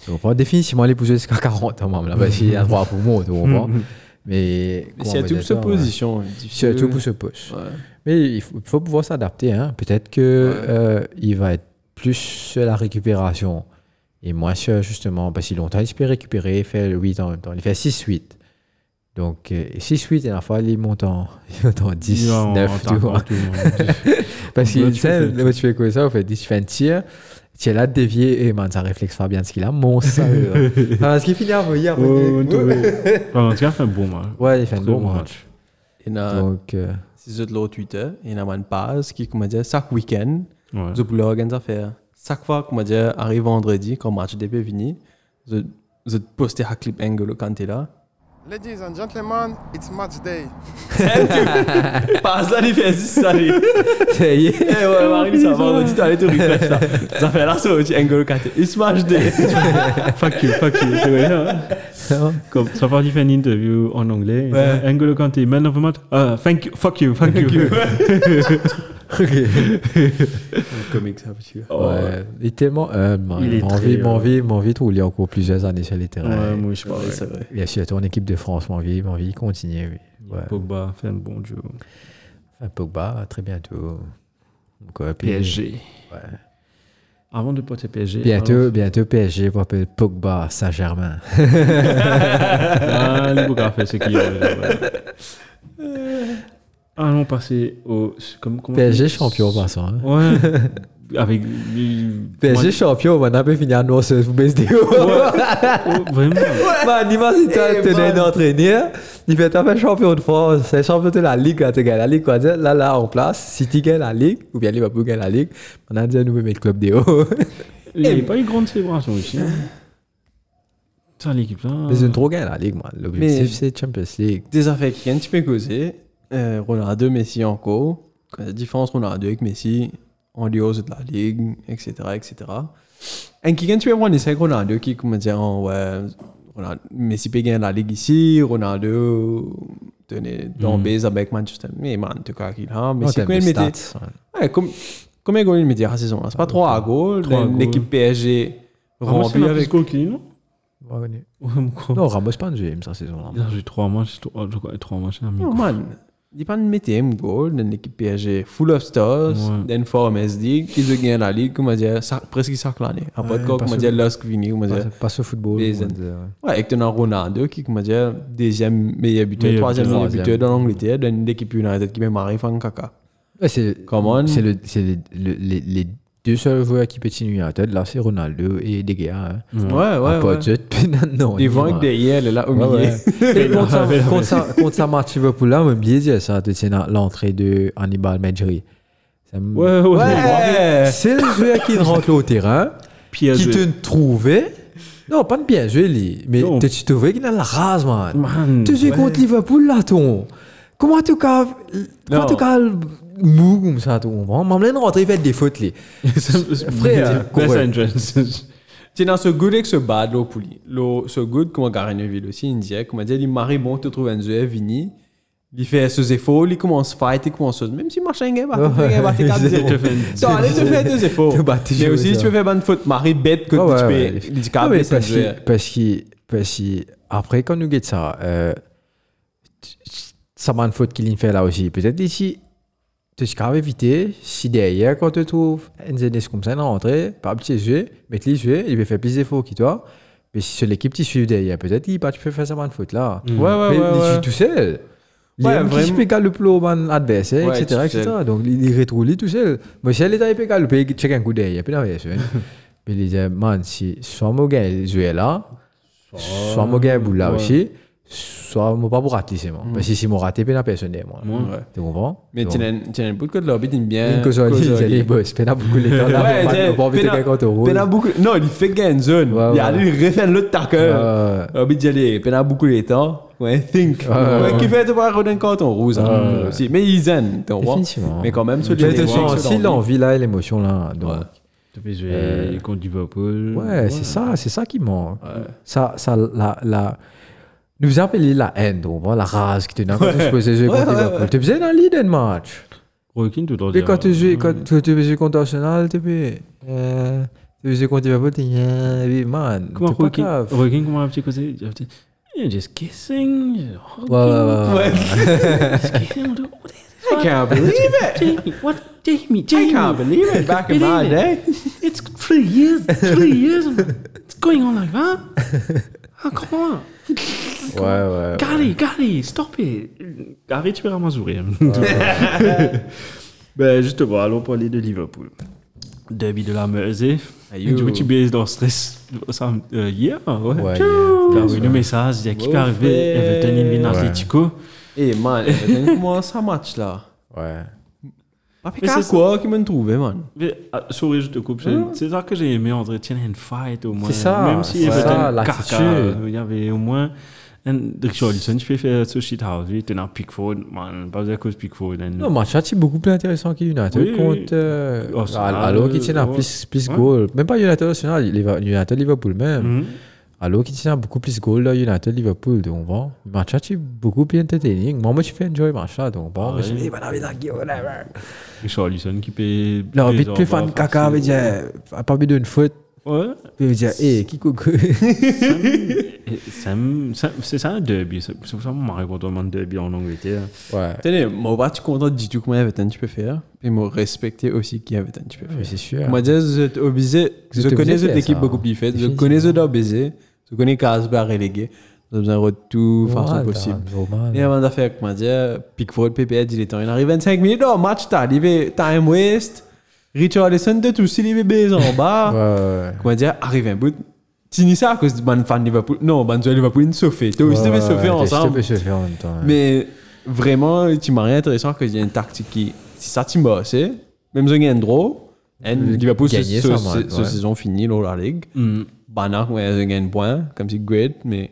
[SPEAKER 2] Tu comprends Définitivement, les pousser jusqu'à 40 ans, même, là, parce qu'il y a droit pour moi, tu
[SPEAKER 3] (laughs)
[SPEAKER 2] comprends Mais.
[SPEAKER 3] Mais
[SPEAKER 2] comment
[SPEAKER 3] c'est à
[SPEAKER 2] on va
[SPEAKER 3] tout pour
[SPEAKER 2] dire
[SPEAKER 3] se
[SPEAKER 2] ça, ouais.
[SPEAKER 3] position.
[SPEAKER 2] C'est tout pour ce poste.
[SPEAKER 3] Ouais.
[SPEAKER 2] Mais il faut, il faut pouvoir s'adapter. Hein. Peut-être que euh, il va être plus sur la récupération et moins sur justement, parce qu'il longtemps il se peut récupérer, faire 8 en même temps. Il fait 6-8. Donc euh, 6-8 et à la fois il monte en, (laughs) il monte en 10,
[SPEAKER 1] Il est en- hein.
[SPEAKER 2] 9,
[SPEAKER 1] en-
[SPEAKER 2] tout.
[SPEAKER 1] en- tout le monde.
[SPEAKER 2] Parce que
[SPEAKER 1] Toi,
[SPEAKER 2] tu
[SPEAKER 1] Bah, tu
[SPEAKER 2] sais,
[SPEAKER 1] fais-
[SPEAKER 2] moi, tu fais quoi ça, on fait 10, tu fais un tir, tu es là dévié et man, ça réflexe Fabien, ce qu'il
[SPEAKER 1] (laughs)
[SPEAKER 2] a, mon sérieux. Enfin, Parce qu'il finit à voyer.
[SPEAKER 1] Ouais, ouais, tout le monde. En tout cas, il fait un bon match.
[SPEAKER 2] Ouais, il fait un
[SPEAKER 1] Très
[SPEAKER 2] bon match.
[SPEAKER 3] Il y en a,
[SPEAKER 2] Donc, euh, (laughs)
[SPEAKER 3] c'est sur l'autre Twitter, il y en a une passe qui, comment dire, chaque week-end,
[SPEAKER 1] Ouais.
[SPEAKER 3] Je voulais organiser affaire. Chaque fois qu'on dire arrive vendredi, quand le match DP fini, je je poste un clip angle quand t'es là.
[SPEAKER 5] Ladies and gentlemen, it's match day.
[SPEAKER 3] (laughs) Pas ça, il fait six (laughs) salés.
[SPEAKER 2] ça y est.
[SPEAKER 3] Eh ouais, Marie, (laughs) ça vendredi, t'allais te refaire ça. Ça fait là, ça, tu angle quand t'es. Il se match day.
[SPEAKER 1] Fuck you, fuck you. tu vois, hein. Comme ça, Fardy fait une interview en anglais. il
[SPEAKER 3] Ouais.
[SPEAKER 1] dit, N'Golo Kanté, man of the match. Ah, thank you, fuck you, fuck (laughs) you.
[SPEAKER 3] (laughs) Comique, ça, parce que.
[SPEAKER 1] Oh,
[SPEAKER 2] Ouais, il est tellement humble, man.
[SPEAKER 1] Il est
[SPEAKER 2] Mon
[SPEAKER 1] très
[SPEAKER 2] vie, mon
[SPEAKER 1] humble.
[SPEAKER 2] vie, mon vie, tout, il y a encore plusieurs années sur les terrains.
[SPEAKER 1] Ouais, moi, je parle.
[SPEAKER 3] C'est vrai.
[SPEAKER 2] Bien sûr, ton équipe de France, mon vie, mon vie, continue, oui. Ouais.
[SPEAKER 1] Pogba fait un bon duo.
[SPEAKER 2] Enfin, Pogba, à très bientôt. Donc, euh, puis-
[SPEAKER 1] PSG.
[SPEAKER 2] Ouais.
[SPEAKER 1] Avant de porter PSG.
[SPEAKER 2] Bientôt,
[SPEAKER 1] alors-
[SPEAKER 2] bientôt PSG, pour appeler Pogba, Saint-Germain.
[SPEAKER 1] Ah, les beaux graphes, c'est qui Allons passer au. Comme, comment
[SPEAKER 2] PSG
[SPEAKER 1] tu dis
[SPEAKER 2] champion, en passant. hein.
[SPEAKER 1] Ouais. (laughs) avec.
[SPEAKER 2] PSG champion, on a pas fini à nous, vous baissez des hauts.
[SPEAKER 1] Oh, vraiment.
[SPEAKER 2] Man, imagine
[SPEAKER 3] Eh,
[SPEAKER 2] t'as t'es
[SPEAKER 3] man.
[SPEAKER 2] un entraîneur, il fait t'as fait champion de France, c'est champion de la Ligue, là, tu gagnes la Ligue, quoi, dire, là, là, en place, City gagne la Ligue, ou bien Liverpool gagne la Ligue, on a dit à nous mettre le club des hauts.
[SPEAKER 1] Il n'y avait pas une grande célébration ici. hein. Ça, euh, l'équipe là.
[SPEAKER 2] Mais ils ont trop gagné la Ligue, man.
[SPEAKER 3] Mais-
[SPEAKER 2] L'objectif, c'est Champions League.
[SPEAKER 3] Des affaires qui sont un petit peu causées. Euh, Ronaldo, Messi encore. La différence Ronaldo avec Messi, en dehors de la ligue, etc. etc. Et qui est un petit peu moins c'est Ronaldo qui, comme dire, oh, ouais, Ronaldo- Messi peut gagner la ligue ici, Ronaldo tenait dans
[SPEAKER 1] Mm.
[SPEAKER 3] base avec Manchester. Mais man, tu crois qu'il a.
[SPEAKER 2] Oh,
[SPEAKER 3] Messi,
[SPEAKER 2] t'aimes
[SPEAKER 3] quand il
[SPEAKER 2] les
[SPEAKER 3] mettait.
[SPEAKER 2] stats, ouais.
[SPEAKER 3] Ouais, comme- combien de goals il mettait la saison là C'est pas 3 à goals.
[SPEAKER 1] Euh, Trois goals. Ah,
[SPEAKER 3] L'équipe PSG
[SPEAKER 1] Ramos, il
[SPEAKER 3] remplie
[SPEAKER 1] a plus
[SPEAKER 3] avec.
[SPEAKER 1] coquille, non
[SPEAKER 2] Ouais, ouais.
[SPEAKER 1] Ouais, mon con.
[SPEAKER 2] Non, Ramos pas un GM, sa saison-là.
[SPEAKER 1] Il a joué trois matchs, trois, je crois, trois matchs, un
[SPEAKER 3] Non, Oh, man. Il pas de métier, goal, dans l'équipe PSG full of stars,
[SPEAKER 1] Ouais.
[SPEAKER 3] dans une forme SD, qui ont gagné la ligue, comment dire, ça- presque chaque année. Après,
[SPEAKER 2] Ouais,
[SPEAKER 3] quoi,
[SPEAKER 2] parce
[SPEAKER 3] comment
[SPEAKER 2] que-
[SPEAKER 3] dire, Lusk Vini, comment
[SPEAKER 2] Pas-
[SPEAKER 3] dire.
[SPEAKER 2] Pas ce football.
[SPEAKER 3] Les-
[SPEAKER 2] on va dire, ouais.
[SPEAKER 3] Ouais, et que tu as Ronaldo, qui, comment dire, deuxième meilleur buteur,
[SPEAKER 1] Meilleur
[SPEAKER 3] troisième
[SPEAKER 2] buteur.
[SPEAKER 3] meilleur buteur
[SPEAKER 2] Troisième.
[SPEAKER 3] dans l'Angleterre, dans l'équipe United, qui même arrive en caca.
[SPEAKER 2] Ouais, c'est
[SPEAKER 3] Come on.
[SPEAKER 2] c'est le, c'est le- le- les, les deux seuls joueurs qui pétinent United, là, c'est Ronaldo et De Gea. Hein.
[SPEAKER 3] Ouais,
[SPEAKER 2] pas
[SPEAKER 3] ouais, ouais.
[SPEAKER 2] de suite, (laughs) non.
[SPEAKER 3] Devant
[SPEAKER 2] non,
[SPEAKER 3] et derrière, elle est là, au
[SPEAKER 2] Ouais,
[SPEAKER 3] milieu.
[SPEAKER 2] ouais.
[SPEAKER 3] (laughs)
[SPEAKER 2] Et
[SPEAKER 1] Ouais, ouais,
[SPEAKER 2] contre sa-
[SPEAKER 1] ouais.
[SPEAKER 2] contre sa- Contre sa match Liverpool, là, on m'a bien dit ça, tu sais, dans l'entrée de Hannibal Medjri. Ça me-
[SPEAKER 1] Ouais, ouais,
[SPEAKER 2] Ouais, C'est le joueur qui rentre au terrain,
[SPEAKER 1] Pierre
[SPEAKER 2] qui te trouvait. Non, pas de bien joué, lui, mais
[SPEAKER 1] Non.
[SPEAKER 2] tu te trouvais qu'il a la rase, man.
[SPEAKER 1] Man,
[SPEAKER 2] Tu joues contre Liverpool, là, ton. Comment tu cas. Comment
[SPEAKER 3] Non.
[SPEAKER 2] tu cas mou comme ça, ton. M'emmène rentrer, il fait des fautes, lui.
[SPEAKER 1] (laughs)
[SPEAKER 2] Frère,
[SPEAKER 1] Best
[SPEAKER 2] hein. ouais.
[SPEAKER 1] entrance.
[SPEAKER 3] C'est dans ce good avec ce bad, là, pour lui. Là, ce good, comme Gary Neville aussi, il disait, comment dire, il marie bon, tu trouves un jeu, Vini. Il fait ses efforts, il commence à fight, il commence à... Même si machin, il bat, il
[SPEAKER 2] (laughs)
[SPEAKER 3] bat, il bat, il bat,
[SPEAKER 1] Defense.
[SPEAKER 3] Tu allez te faire deux efforts.
[SPEAKER 2] Te battre,
[SPEAKER 3] Mais
[SPEAKER 2] je veux
[SPEAKER 3] aussi,
[SPEAKER 2] dire.
[SPEAKER 3] tu peux faire bonne foot, Marie bête que
[SPEAKER 2] Ah Ouais, ouais, ouais.
[SPEAKER 3] tu peux
[SPEAKER 2] Non,
[SPEAKER 3] handicapé,
[SPEAKER 2] mais
[SPEAKER 3] ça
[SPEAKER 2] parce
[SPEAKER 3] se fait.
[SPEAKER 2] que, parce que, parce que, après, quand nous guette ça, euh, tu- ça m'a une faute qu'il fait là aussi. Peut-être ici, tu es capable d'éviter, si derrière, quand tu trouves un ZNS comme ça, il est rentré, par petit jeu, mettre les jeux, il peut faire plus d'efforts que toi. Mais si sur l'équipe, tu suis derrière, peut-être, il pas, tu peux faire ça, man, faute là.
[SPEAKER 1] Mm.
[SPEAKER 3] Ouais, ouais,
[SPEAKER 2] mais
[SPEAKER 3] ouais.
[SPEAKER 2] il
[SPEAKER 3] ouais.
[SPEAKER 2] est tout seul. Il
[SPEAKER 3] Ouais,
[SPEAKER 2] aime qui
[SPEAKER 3] vraiment.
[SPEAKER 2] se pécale le plus haut, man, adverse, hein,
[SPEAKER 3] Ouais,
[SPEAKER 2] etc.,
[SPEAKER 3] tout
[SPEAKER 2] etc. Donc, il il retrouve lui tout seul. Moi, si elle est à pécale, le pays qui check un coup d'œil, il n'y a plus d'arrière, sûr, hein.
[SPEAKER 3] (laughs)
[SPEAKER 2] Puis il disait, man, si soit mon gars, il jouait là, soit mon gars, boule là
[SPEAKER 1] ouais.
[SPEAKER 2] aussi, soit mon pas pour rater, c'est moi. Parce que si mon raté, puis la personne est moi.
[SPEAKER 1] Moi.
[SPEAKER 3] Mm. Ouais.
[SPEAKER 2] Tu comprends?
[SPEAKER 3] Mais
[SPEAKER 2] Donc,
[SPEAKER 3] tu as un bout de code lobby, tu bien.
[SPEAKER 2] une cause à l'île, c'est les boss. Pena beaucoup les temps, là,
[SPEAKER 3] Ouais,
[SPEAKER 2] on
[SPEAKER 3] t'sais,
[SPEAKER 2] va pas envie de
[SPEAKER 3] Pena-
[SPEAKER 2] gagner contre eux.
[SPEAKER 3] Pena beaucoup. Non, il fait gagner une zone.
[SPEAKER 2] Ouais,
[SPEAKER 3] Il
[SPEAKER 2] ouais.
[SPEAKER 3] allait il refait l'autre tacker.
[SPEAKER 2] Euh,
[SPEAKER 3] Lobby d'y aller. Pena beaucoup les temps. Ouais, think.
[SPEAKER 2] Ouais, ouais,
[SPEAKER 3] Ouais, Qui fait te voir un carton rouge. hein,
[SPEAKER 2] Ouais, ouais.
[SPEAKER 3] aussi. Mais ils aiment, tu vois.
[SPEAKER 2] Définitivement.
[SPEAKER 3] Mais quand même,
[SPEAKER 2] Tu
[SPEAKER 3] celui-là.
[SPEAKER 2] as aussi l'envie là et l'émotion là. Donc,
[SPEAKER 3] Ouais.
[SPEAKER 1] Tu peux jouer contre Liverpool.
[SPEAKER 2] Euh. Ouais, c'est ça, c'est ça qui manque. Ça, ça, la, la... Nous appelons la haine, donc, voilà, la rage qui te donne quand tu joues ces jeux contre Liverpool. Tu faisais dans l'idée de match.
[SPEAKER 1] Rocking tout en
[SPEAKER 2] Et quand tu
[SPEAKER 1] euh,
[SPEAKER 2] joues, quand quand tu faisais contre Arsenal, tu peux... euh, Tu faisais contre Liverpool, tu euh, oui, man.
[SPEAKER 1] Comment
[SPEAKER 2] t'es pas
[SPEAKER 1] Rocking
[SPEAKER 2] cave.
[SPEAKER 1] Rocking, comment un petit côté il a dit, You're just kissing. you're
[SPEAKER 2] Ouais, ouais, ouais, ouais.
[SPEAKER 3] Ouais.
[SPEAKER 1] just kissing.
[SPEAKER 3] I can't believe it.
[SPEAKER 1] Jamie, what? Jamie,
[SPEAKER 3] I
[SPEAKER 1] Jamie.
[SPEAKER 3] can't believe it. Back in my
[SPEAKER 1] Believe
[SPEAKER 3] day.
[SPEAKER 1] It's three years,
[SPEAKER 3] (laughs)
[SPEAKER 1] three years. It's going on like that. Ah, come on.
[SPEAKER 2] Ouais, ouais.
[SPEAKER 1] Gary, Gary, stop it. Gary, tu verras ma sourire. (laughs) ben, justement, allons parler de Liverpool. Derby de la Mersey.
[SPEAKER 3] Aïe, oh.
[SPEAKER 1] Du coup, tu baises dans le stress sam- euh, hier. Ouais.
[SPEAKER 2] Ouais,
[SPEAKER 1] Tchou.
[SPEAKER 2] hier,
[SPEAKER 1] T'as eu le message, il y a qui
[SPEAKER 3] Bon
[SPEAKER 1] peut arriver,
[SPEAKER 3] fait.
[SPEAKER 1] Everton, il vient Atletico.
[SPEAKER 3] Eh man, Everton, comment ça match là
[SPEAKER 2] Ouais.
[SPEAKER 3] Papi
[SPEAKER 1] Mais c'est
[SPEAKER 3] quoi qui me trouvé, man
[SPEAKER 1] Mais, ah, Sorry, je te coupe. c'est- C'est ça que j'ai aimé, André. Tiens, une fight au moins.
[SPEAKER 2] C'est ça,
[SPEAKER 1] Même si
[SPEAKER 2] c'est
[SPEAKER 1] Everton
[SPEAKER 2] ça,
[SPEAKER 1] caca,
[SPEAKER 2] l'attitude.
[SPEAKER 1] euh, il y avait au moins. un Richarlison, tu peux faire ce shit house. Il était dans Pickford. Man, pas à cause Pickford. and-
[SPEAKER 2] Non, match là, c'est beaucoup plus intéressant que United
[SPEAKER 1] Oui, oui, oui.
[SPEAKER 2] contre. euh,
[SPEAKER 1] Arsenal,
[SPEAKER 2] alors qu'il tient un
[SPEAKER 1] ouais.
[SPEAKER 2] plus, plus
[SPEAKER 1] Ouais.
[SPEAKER 2] goal. Même pas United Arsenal, Liver- United Liverpool même.
[SPEAKER 1] Mhm.
[SPEAKER 2] Alors qu'il tient beaucoup plus goal là, United Liverpool, donc bon. Le match là, c'est beaucoup plus entertaining. Moi, moi, je fais enjoy le match là, donc bon. Mais
[SPEAKER 1] Ouais.
[SPEAKER 2] je dis, voilà, mais la gueule, whatever.
[SPEAKER 1] Richarlison qui paye.
[SPEAKER 2] Non,
[SPEAKER 1] des
[SPEAKER 2] vite plus
[SPEAKER 1] envois
[SPEAKER 2] fan caca,
[SPEAKER 1] faciles.
[SPEAKER 2] veut dire, à part d'une faute,
[SPEAKER 1] Ouais.
[SPEAKER 2] veut dire, hé, qui coucou.
[SPEAKER 1] Et ça me- ça- C'est ça un derby. C'est c'est pour ça que moi, je me demande derby en Angleterre.
[SPEAKER 2] Ouais.
[SPEAKER 3] Tenez, moi, bah, tu comprends du tout comment Everton tu peux faire, et moi, respecter aussi qui Everton tu peux faire.
[SPEAKER 2] Mais c'est sûr.
[SPEAKER 3] Moi, je vous êtes obligé,
[SPEAKER 2] Vous
[SPEAKER 3] je
[SPEAKER 2] êtes
[SPEAKER 3] connais
[SPEAKER 2] obligé
[SPEAKER 3] cette
[SPEAKER 2] de
[SPEAKER 3] équipe
[SPEAKER 2] ça. hein.
[SPEAKER 3] beaucoup plus faible, je
[SPEAKER 2] Définitivement.
[SPEAKER 3] connais ce d'obésé, je connais Casper relégué, vous avez besoin de tout
[SPEAKER 2] Ouais,
[SPEAKER 3] façon
[SPEAKER 2] t'as
[SPEAKER 3] possible.
[SPEAKER 2] un gros man.
[SPEAKER 3] Et avant d'affaire, euh, comment dire, Pickford, PPA, il est temps, il arrive 25 minutes, oh, match, t'as arrivé, time waste. Richarlison de tous les bébés en bas.
[SPEAKER 2] Ouais, ouais,
[SPEAKER 3] Comment dire, arrive un bout. Tu dis ça à cause du bon fan Liverpool. Non, bon joueur Liverpool, une sauvé. T'as
[SPEAKER 2] ouais.
[SPEAKER 3] aussi devait sauver
[SPEAKER 2] Je
[SPEAKER 3] ensemble.
[SPEAKER 2] devais sauver en même temps. hein. ouais.
[SPEAKER 3] Mais vraiment, tu m'as rien intéressant qu'il y a une tactique qui. Si ça t'y c'est même si on gagne draw, and Liverpool, ce,
[SPEAKER 2] Gagner,
[SPEAKER 3] ce-
[SPEAKER 2] ça,
[SPEAKER 3] ce-
[SPEAKER 2] ouais.
[SPEAKER 3] ce saison finie, la Ligue.
[SPEAKER 1] Mm.
[SPEAKER 3] Banach, ouais, on gagne point, comme si great, mais.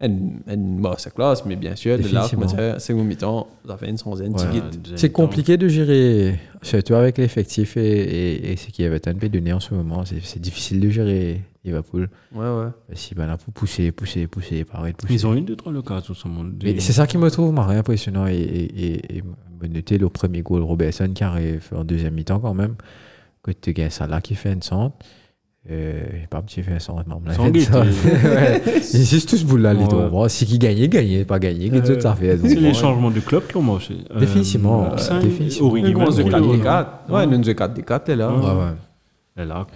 [SPEAKER 3] And, and, bah, ça classe, mais bien sûr, de là,
[SPEAKER 2] Définitivement.
[SPEAKER 3] c'est au mi-temps, ça fait une centaine,
[SPEAKER 2] Ouais.
[SPEAKER 3] ticket.
[SPEAKER 2] C'est compliqué de gérer, surtout avec l'effectif et, et, et ce qui avait TNP donné en ce moment. C'est c'est difficile de gérer Liverpool.
[SPEAKER 3] Ouais, ouais.
[SPEAKER 2] Si ben là, pour pousser, pousser, pousser, pareil, pousser.
[SPEAKER 1] Ils ont eu deux, trois occasions sur le monde.
[SPEAKER 2] Mais c'est ça qui me trouve marrant, impressionnant. Et, et, et, et me noter le premier goal Robertson qui arrive en deuxième mi-temps quand même. Que tu gagnes ça là qui fait une centre. Euh, j'ai pas petit fait un centre, mais on me l'a
[SPEAKER 1] Sans
[SPEAKER 2] fait une
[SPEAKER 1] but,
[SPEAKER 2] centre.
[SPEAKER 1] (laughs) euh.
[SPEAKER 2] (laughs) Ouais. Ils disent tous boule là, les
[SPEAKER 1] Ouais.
[SPEAKER 2] deux. Bon, Si qui gagnait, gagnait, pas gagné, qu'est-ce que ça fait donc,
[SPEAKER 1] C'est les
[SPEAKER 2] bon,
[SPEAKER 1] changements de club qui ont marché. Euh,
[SPEAKER 2] Définitivement,
[SPEAKER 1] cinq,
[SPEAKER 2] définitivement.
[SPEAKER 1] Origi,
[SPEAKER 3] Une grosse de
[SPEAKER 1] Origi,
[SPEAKER 3] 4
[SPEAKER 1] Origi.
[SPEAKER 3] des 4. Ouais, une de 4 des 4, là.
[SPEAKER 2] hein. Ouais, ouais.
[SPEAKER 1] Et là,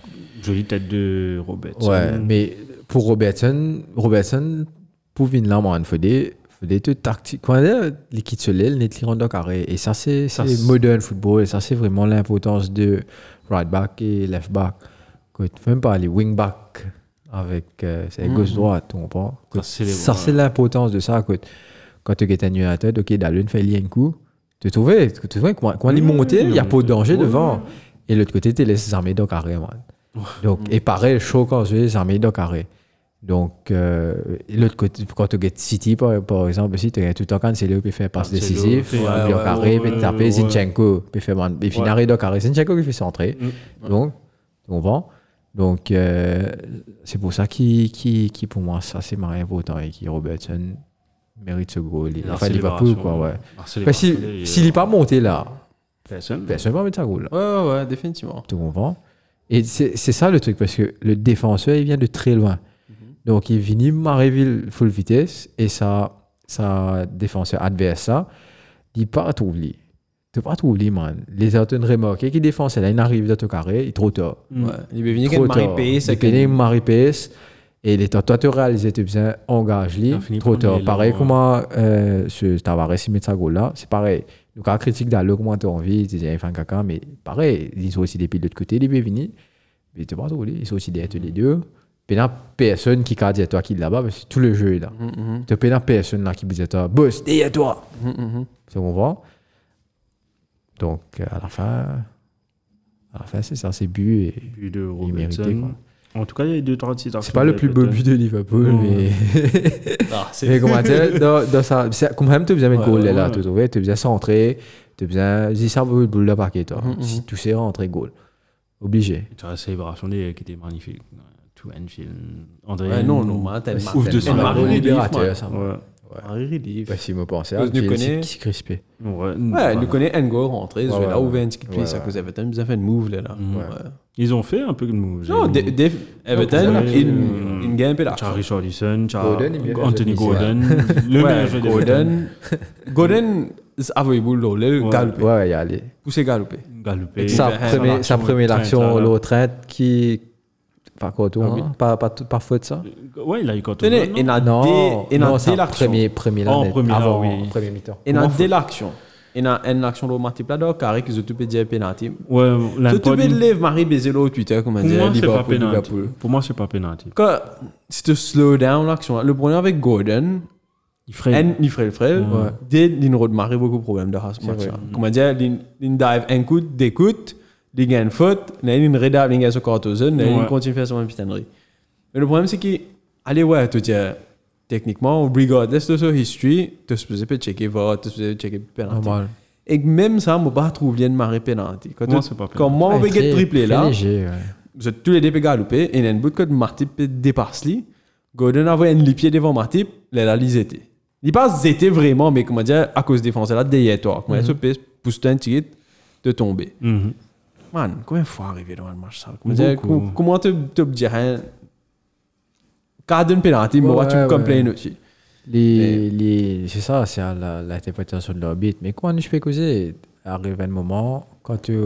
[SPEAKER 1] jolie tête de Robert.
[SPEAKER 2] Ouais, mais pour Robertson, Robertson, pour Vinland, moi, il faut des, faut des trucs tactiques. Quand on dit l'équipe se l'aile, les tirants de carré. Et ça, c'est
[SPEAKER 1] Ça,
[SPEAKER 2] c'est
[SPEAKER 1] c'est-
[SPEAKER 2] modern football. Et ça, c'est vraiment l'importance de right back et left back. Que tu peux même pas les wing back avec euh, c'est gauche-droite, tu comprends? Que
[SPEAKER 1] Mm-hmm. Ça, c'est les-
[SPEAKER 2] Ça, c'est l'importance de ça. Que quand tu es un United, ok, Dallon fait lier un coup. Tu trouves, tu trouves, comment, comment il
[SPEAKER 1] Oui,
[SPEAKER 2] montait,
[SPEAKER 1] oui,
[SPEAKER 2] il y a
[SPEAKER 1] oui.
[SPEAKER 2] pas de danger
[SPEAKER 1] Oui,
[SPEAKER 2] devant. Et de l'autre côté, tu les armées de carré, man. Donc,
[SPEAKER 1] Mm.
[SPEAKER 2] et pareil, chaud quand je les armées de carré. Donc, euh, et l'autre côté, quand tu gagnes City, par, par exemple, si tu gagnes tout en camp, c'est là où tu fais passe
[SPEAKER 1] Marcelo,
[SPEAKER 2] décisif,
[SPEAKER 1] ouais,
[SPEAKER 2] puis
[SPEAKER 1] ouais,
[SPEAKER 2] au carré,
[SPEAKER 1] ouais,
[SPEAKER 2] puis taper
[SPEAKER 1] ouais.
[SPEAKER 2] Zinchenko, puis faire man- et
[SPEAKER 1] Ouais. Mm.
[SPEAKER 2] finir de carré. Zinchenko qui fait centrer. Donc, tu comprends? Donc, euh, c'est pour ça qui, qui, qui, pour moi, ça, c'est marrant important et qui Robertson mérite ce goal.
[SPEAKER 1] La
[SPEAKER 2] Enfin, Liverpool,
[SPEAKER 1] célébration.
[SPEAKER 2] quoi, ouais.
[SPEAKER 1] La
[SPEAKER 2] Enfin,
[SPEAKER 1] célébration, il y
[SPEAKER 2] si-
[SPEAKER 1] a-
[SPEAKER 2] S'il n'est pas monté là,
[SPEAKER 1] Personne.
[SPEAKER 2] personne ne va mettre sa goal. là.
[SPEAKER 3] Ouais, ouais, ouais, définitivement.
[SPEAKER 2] Tu comprends Et c'est c'est ça le truc, parce que le défenseur, il vient de très loin. Donc, il finit Maréville full vitesse et sa, sa défenseur adverse, ça, il part tout oublier. Tu pas tout oublier, man. Les autres remorqués qui défendent, là, il arrive dans ton carré, il est trop tard.
[SPEAKER 1] Mm.
[SPEAKER 3] Ouais. Il est venu
[SPEAKER 2] Trop
[SPEAKER 3] avec
[SPEAKER 2] tard.
[SPEAKER 3] Marie-Pays,
[SPEAKER 2] Il
[SPEAKER 3] c'est
[SPEAKER 2] est venu Marie PS. Et les temps, toi, tu réalises, tu besoin, engage-les.
[SPEAKER 1] Il a Ah, fini
[SPEAKER 2] Trop tard.
[SPEAKER 1] premier, là,
[SPEAKER 2] Pareil,
[SPEAKER 1] ouais.
[SPEAKER 2] comment euh, ce Tavares, il met sa goal là, c'est pareil. Donc, quand critique d'Allo, comment tu as envie, tu dis, il fait un caca, mais pareil, ils ont aussi des piles de l'autre côté, les Bévini. Mais tu pas trop, ils sont aussi derrière tous les deux. Puis là, personne qui cadre toi qui est là-bas, parce que tout le jeu est là.
[SPEAKER 1] Mm,
[SPEAKER 2] Tu peux personne là qui dit à toi, boss, derrière toi.
[SPEAKER 1] Mm,
[SPEAKER 2] Tu comprends? Donc, euh, à la fin, à la fin, c'est ça, c'est but. Et...
[SPEAKER 1] But de
[SPEAKER 2] Il méritait,
[SPEAKER 1] Robertson. En tout cas, il y a eu deux, trois petites
[SPEAKER 2] C'est pas le plus beau but de Liverpool,
[SPEAKER 1] Non. (laughs)
[SPEAKER 2] mais. (laughs)
[SPEAKER 3] Ah,
[SPEAKER 2] mais comment dire, dans, dans sa. c'est- Quand même, tu as besoin de
[SPEAKER 1] Ouais,
[SPEAKER 2] goal
[SPEAKER 1] ouais,
[SPEAKER 2] là,
[SPEAKER 1] ouais.
[SPEAKER 2] tu trouves, tu as besoin de centrer, tu as besoin. Si ça veut le boule de parquet,
[SPEAKER 1] Mm,
[SPEAKER 2] toi. Si tout c'est rentré, goal. Obligé.
[SPEAKER 1] Tu vois, euh, la célébration des- qui était magnifique. Ouais, Tout Enfield. André.
[SPEAKER 3] Ouais, non, non, mais t'as
[SPEAKER 1] Ouf de son
[SPEAKER 2] Marie
[SPEAKER 1] Marie
[SPEAKER 2] libérateur, ça.
[SPEAKER 1] Ouais.
[SPEAKER 3] Marie-Relief.
[SPEAKER 2] Bah, si me pensez à
[SPEAKER 3] Parce que nous
[SPEAKER 2] Anfield,
[SPEAKER 3] connaît-
[SPEAKER 2] c'est c'est crispé.
[SPEAKER 1] Ouais,
[SPEAKER 3] Ouais,
[SPEAKER 1] ouais.
[SPEAKER 3] il nous connaît Ngo rentré,
[SPEAKER 2] Ouais,
[SPEAKER 3] je vais là
[SPEAKER 2] ouais,
[SPEAKER 3] ouvert un petit
[SPEAKER 2] ouais,
[SPEAKER 3] peu, ça
[SPEAKER 2] ouais.
[SPEAKER 3] cause Everton, ils ont fait une move là. là.
[SPEAKER 1] Mhm.
[SPEAKER 3] Ouais.
[SPEAKER 1] Ils ont fait un peu de move.
[SPEAKER 3] Non,
[SPEAKER 1] j'ai-
[SPEAKER 3] Dave- Dave- Everton,
[SPEAKER 1] Ouais.
[SPEAKER 3] il il gagne un peu là.
[SPEAKER 1] T'as Richard Lisson, t'as
[SPEAKER 2] Gordon, il vient de
[SPEAKER 1] Anthony
[SPEAKER 2] Venise,
[SPEAKER 1] Gordon, le meilleur
[SPEAKER 3] Ouais,
[SPEAKER 1] joueur
[SPEAKER 3] Gordon. Gordon, c'est avec boule là, le
[SPEAKER 1] Ouais.
[SPEAKER 3] galopé.
[SPEAKER 2] Ouais, y aller.
[SPEAKER 3] Poussé galopé.
[SPEAKER 1] Galopé.
[SPEAKER 2] Sa
[SPEAKER 3] fait un
[SPEAKER 2] première- sa première action, l'autre aide qui. Par contre,
[SPEAKER 3] Ah, oui.
[SPEAKER 2] hein. pas, pas, pas faute ça
[SPEAKER 1] Ouais, il a eu quand
[SPEAKER 3] Tenez, il a
[SPEAKER 2] Non,
[SPEAKER 3] dé- il
[SPEAKER 2] non,
[SPEAKER 3] a
[SPEAKER 2] c'est
[SPEAKER 3] dé
[SPEAKER 2] la
[SPEAKER 3] l'action.
[SPEAKER 2] premier, premier,
[SPEAKER 1] Ah, en
[SPEAKER 2] là,
[SPEAKER 1] premier, là,
[SPEAKER 2] avant,
[SPEAKER 1] oui.
[SPEAKER 2] premier mi-temps.
[SPEAKER 3] Il a
[SPEAKER 1] Comment
[SPEAKER 3] dé l'action. Il a une action de Marty Plador, carré qu'ils ont tout pété pénalty.
[SPEAKER 1] Ouais,
[SPEAKER 3] Tout
[SPEAKER 1] Lampard,
[SPEAKER 3] pété
[SPEAKER 1] il-
[SPEAKER 3] de lève Marie Bézélo au Twitter, comme on
[SPEAKER 1] Pour
[SPEAKER 3] dit,
[SPEAKER 1] moi, c'est pas
[SPEAKER 3] Liverpool,
[SPEAKER 1] pénalty.
[SPEAKER 3] Liverpool.
[SPEAKER 1] Pour moi, c'est pas pénalty.
[SPEAKER 3] Quand si tu slow down l'action, le problème avec Gordon,
[SPEAKER 1] Il ferait.
[SPEAKER 3] et il ferait le frère,
[SPEAKER 1] Ouais.
[SPEAKER 3] dès l'inroad Marie, beaucoup de problèmes dans ce match.
[SPEAKER 2] vrai.
[SPEAKER 3] Comment dire, il il dive un coup, des coups, il gagne une faute, il gagne une redab, il gagne son cortozone, il
[SPEAKER 1] Ouais.
[SPEAKER 3] continue à faire son pitanerie. Mais le problème, c'est qu'il, allez, ouais, tu dis, techniquement, regardless de son history, tu es supposé pas checker vote, tu es supposé checker penalty.
[SPEAKER 2] Normal.
[SPEAKER 3] Et même ça, je ne pas trouver une marée pénalty. Quand
[SPEAKER 1] Moi,
[SPEAKER 3] tu-
[SPEAKER 1] c'est pas pénalty.
[SPEAKER 3] quand moi, on
[SPEAKER 2] Ouais,
[SPEAKER 3] veut
[SPEAKER 2] très-
[SPEAKER 3] get triplé
[SPEAKER 2] très
[SPEAKER 3] là,
[SPEAKER 2] léger, ouais.
[SPEAKER 3] vous êtes tous les deux pégés à louper, et il y a une bout de code Martip dépasse lui. Gordon envoie un lipier devant Martip, là, là, ils étaient. Ils passent, ils étaient vraiment, mais comment dire, à cause des Français là, derrière toi.
[SPEAKER 2] Mhm.
[SPEAKER 3] Comment dire, ce piste, pousse-toi un ticket de tomber.
[SPEAKER 1] Mhm.
[SPEAKER 3] Man, combien de fois arrivé dans le match ça Comment dire,
[SPEAKER 1] Beaucoup.
[SPEAKER 3] com- comment te, te dire, hein, quand une pénalité,
[SPEAKER 2] Ouais,
[SPEAKER 3] moi, tu
[SPEAKER 2] ouais,
[SPEAKER 3] me
[SPEAKER 2] ouais.
[SPEAKER 3] complains aussi.
[SPEAKER 2] Les, les, c'est ça, c'est à la- l'interprétation de l'orbite. Mais comment je peux causer Arrive un moment, quand tu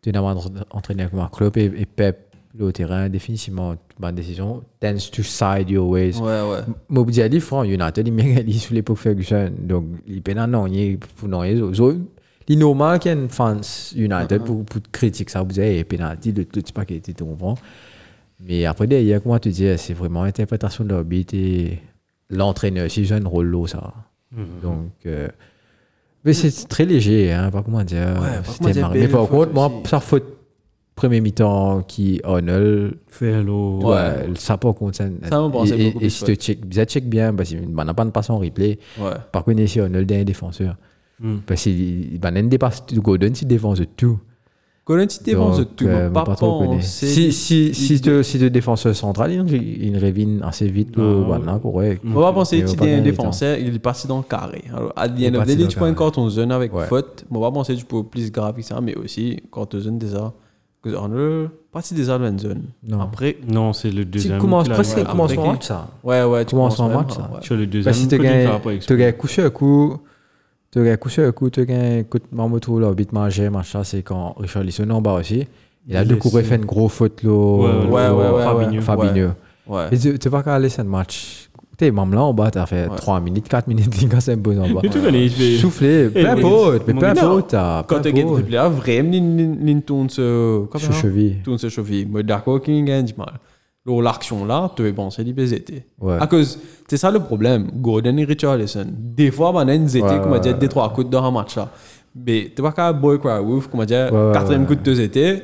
[SPEAKER 2] tu es entraîné avec Marc Klopp et, et Pep, le haut terrain, définitivement, ma décision tends to side your ways.
[SPEAKER 3] ouais.
[SPEAKER 2] Mobu Dialli, franc, United, il m'a gagné sous l'époque Ferguson. Donc, il peut non, il pour non, les autres. C'est normal qu'il y ait une fans
[SPEAKER 3] Uh-huh.
[SPEAKER 2] United pour, pour critiquer ça, vous dire, et penalty, le tout ce paquet était tout bon. Mais après, derrière, comment te dire, c'est vraiment l'interprétation de l'arbitre et l'entraîneur aussi joue un rôle là, ça.
[SPEAKER 3] Mm-hmm.
[SPEAKER 2] Donc, euh, mais c'est très léger, hein, pas comment dire.
[SPEAKER 3] pas
[SPEAKER 2] c'était
[SPEAKER 3] comment dire,
[SPEAKER 2] marrant.
[SPEAKER 3] belle
[SPEAKER 2] mais par
[SPEAKER 3] faute
[SPEAKER 2] contre, moi,
[SPEAKER 3] aussi.
[SPEAKER 2] ça faute premier mi-temps qui honore
[SPEAKER 1] Fait l'eau.
[SPEAKER 3] Ouais.
[SPEAKER 2] Ouais, ça pas contre
[SPEAKER 3] Ça me pensait
[SPEAKER 2] Et, et,
[SPEAKER 3] beaucoup
[SPEAKER 2] et
[SPEAKER 3] plus
[SPEAKER 2] si tu
[SPEAKER 3] fun.
[SPEAKER 2] check, ça check bien, parce qu'il n'a pas de passe en replay.
[SPEAKER 3] Ouais.
[SPEAKER 2] Par contre, ici, on a le dernier défenseur.
[SPEAKER 1] Hmm.
[SPEAKER 2] Parce qu'il ben, il dépasse tout. Gordon, il défense de tout.
[SPEAKER 3] Quand tu défenses,
[SPEAKER 2] Donc,
[SPEAKER 3] tu
[SPEAKER 2] euh,
[SPEAKER 3] ne
[SPEAKER 2] mon
[SPEAKER 3] pas
[SPEAKER 2] patron connaît.
[SPEAKER 3] penser.
[SPEAKER 2] Si, si, si,
[SPEAKER 3] il-
[SPEAKER 2] le, si le défenseur central, il, il revient assez vite.
[SPEAKER 1] Ah,
[SPEAKER 2] au-
[SPEAKER 1] ouais.
[SPEAKER 2] ben, là, correct.
[SPEAKER 3] On va penser
[SPEAKER 2] Et
[SPEAKER 3] que
[SPEAKER 2] on
[SPEAKER 3] tu
[SPEAKER 2] va
[SPEAKER 3] es un
[SPEAKER 2] dans les temps.
[SPEAKER 3] défenseur, il est parti dans le carré. Alors, à the
[SPEAKER 2] est
[SPEAKER 3] end of the
[SPEAKER 2] parti
[SPEAKER 3] day,
[SPEAKER 2] dans
[SPEAKER 3] tu
[SPEAKER 2] le
[SPEAKER 3] prends
[SPEAKER 2] carré.
[SPEAKER 3] encore ton zone avec
[SPEAKER 2] Ouais.
[SPEAKER 3] faute. On va penser que tu peux plus grave que ça, mais aussi quand ton zone déjà. que On est parti déjà dans une zone.
[SPEAKER 2] Non.
[SPEAKER 3] Après,
[SPEAKER 1] Non, c'est le
[SPEAKER 2] Tu
[SPEAKER 1] deuxième.
[SPEAKER 2] commences
[SPEAKER 1] qu'il a
[SPEAKER 2] presque
[SPEAKER 1] joué
[SPEAKER 3] ouais,
[SPEAKER 2] comment
[SPEAKER 1] après.
[SPEAKER 2] son
[SPEAKER 3] après.
[SPEAKER 2] match, ça.
[SPEAKER 3] ouais, ouais, tu
[SPEAKER 2] Comment
[SPEAKER 3] commences
[SPEAKER 2] on se
[SPEAKER 3] même,
[SPEAKER 2] remarque, ça
[SPEAKER 3] ouais.
[SPEAKER 1] Sur le
[SPEAKER 2] Bah,
[SPEAKER 1] deuxième.
[SPEAKER 2] si tu
[SPEAKER 1] que tu fais
[SPEAKER 2] gagnes
[SPEAKER 1] après exprès.
[SPEAKER 2] tu
[SPEAKER 1] (laughs)
[SPEAKER 2] gagnes coup sur coup, tu gagnes coup sur coup, tu gagnes coup de marmoto, l'arbitre mangeait, machin, c'est quand Richard Lisson est en bas aussi. Il a
[SPEAKER 1] Il
[SPEAKER 2] deux coups, il
[SPEAKER 1] laisse-
[SPEAKER 2] fait une grosse faute, là.
[SPEAKER 1] Ouais,
[SPEAKER 3] ouais, ouais, ouais,
[SPEAKER 1] Fabinho.
[SPEAKER 2] Fabinho.
[SPEAKER 3] Ouais.
[SPEAKER 2] Et Tu tu vas qu'à aller ce match. Tu es même là en bas, tu as fait
[SPEAKER 3] Ouais.
[SPEAKER 2] 3 minutes, 4 minutes, (laughs) les gars, c'est un bon en bas.
[SPEAKER 1] Mais tu connais, il fait-
[SPEAKER 2] Soufflé, peu
[SPEAKER 1] Eh, mais-
[SPEAKER 2] importe, mais peu
[SPEAKER 1] mais
[SPEAKER 3] non.
[SPEAKER 2] importe. t'as- peu
[SPEAKER 3] Quand tu as gagné
[SPEAKER 2] importe.
[SPEAKER 3] triple A, vraiment, il tourne ce.
[SPEAKER 2] Sur cheville.
[SPEAKER 3] Tourne ce cheville. Mais d'accord qu'il gagne du mal. Là, L'action là, tu es pensé qu'il était.
[SPEAKER 2] Ouais.
[SPEAKER 3] À cause, c'est ça le problème. Gordon et Richarlison. Des fois, on a une ZT,
[SPEAKER 2] Ouais,
[SPEAKER 3] comme on
[SPEAKER 2] ouais,
[SPEAKER 3] dit,
[SPEAKER 2] ouais.
[SPEAKER 3] des trois coups dans un match là. Mais tu vois qu'à Boy Cry Wolf, comme on dit,
[SPEAKER 2] ouais,
[SPEAKER 3] quatrième
[SPEAKER 2] ouais. Mm.
[SPEAKER 3] coup de deux ZT,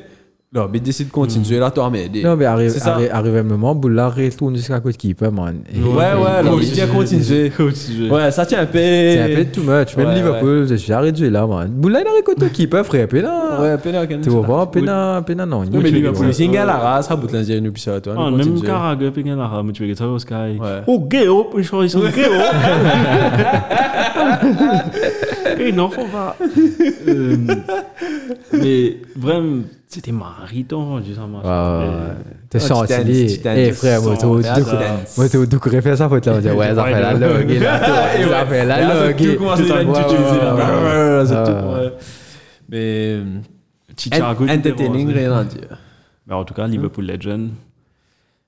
[SPEAKER 3] là, il décide de continuer là, tu as m'aider.
[SPEAKER 2] Non, mais arrive,
[SPEAKER 3] C'est ça.
[SPEAKER 2] arrive, arrive un moment, Boula retourne jusqu'à côté qui peut, man. Et-
[SPEAKER 3] Ouais, ouais,
[SPEAKER 2] et-
[SPEAKER 3] là, il
[SPEAKER 1] Continuer.
[SPEAKER 2] (laughs)
[SPEAKER 3] vient continuer.
[SPEAKER 1] Continuer.
[SPEAKER 3] Ouais, ça tient un peu.
[SPEAKER 2] C'est un peu too much. Même
[SPEAKER 3] Ouais,
[SPEAKER 2] Liverpool, je suis arrêté là, man. Boula, il arrive côté qui peut, frère, pena.
[SPEAKER 3] Ouais, un peu là, quand même.
[SPEAKER 2] Tu vois, pena, pena, non.
[SPEAKER 3] Oui, mais
[SPEAKER 1] tu-
[SPEAKER 3] Liverpool,
[SPEAKER 1] ouais.
[SPEAKER 3] c'est une galère, ça bout l'indienne, nous, puis ça, tu vois,
[SPEAKER 1] Ah,
[SPEAKER 3] nous
[SPEAKER 1] même
[SPEAKER 3] continuer.
[SPEAKER 1] Carague, puis il a mais tu veux que ça au Sky.
[SPEAKER 3] Ouais.
[SPEAKER 1] Oh, gay, oh, je crois qu'ils sont
[SPEAKER 2] (laughs)
[SPEAKER 1] gay, oh. Et Eh, non, faut pas. Euh, mais vraiment, c'était mariton, hein, je dis ça, moi.
[SPEAKER 2] Ah, T'es
[SPEAKER 3] tu
[SPEAKER 2] senti
[SPEAKER 3] danses,
[SPEAKER 2] lié.
[SPEAKER 3] tu danses,
[SPEAKER 2] Eh
[SPEAKER 3] tu
[SPEAKER 2] frère,
[SPEAKER 3] sens,
[SPEAKER 2] moto,
[SPEAKER 3] tu danses.
[SPEAKER 2] moto, du coup, refais ça, faut te la dire. Ouais, ça fait la log, il a tout,
[SPEAKER 3] (laughs) Et
[SPEAKER 2] ça
[SPEAKER 3] ouais,
[SPEAKER 2] fait
[SPEAKER 3] là,
[SPEAKER 2] la
[SPEAKER 3] ça
[SPEAKER 2] log.
[SPEAKER 3] tout commence à
[SPEAKER 2] Ouais,
[SPEAKER 3] être
[SPEAKER 2] ouais,
[SPEAKER 3] utilisé, là.
[SPEAKER 2] ouais, ouais, ouais.
[SPEAKER 3] Blablabla, ça tout,
[SPEAKER 2] Ouais.
[SPEAKER 3] ouais. Mais. euh,
[SPEAKER 1] Chicharago,
[SPEAKER 3] en-
[SPEAKER 1] tu t'es
[SPEAKER 3] Entertaining,
[SPEAKER 1] rangé.
[SPEAKER 3] rien à dire.
[SPEAKER 1] hein. Mais en tout cas, Liverpool Legend,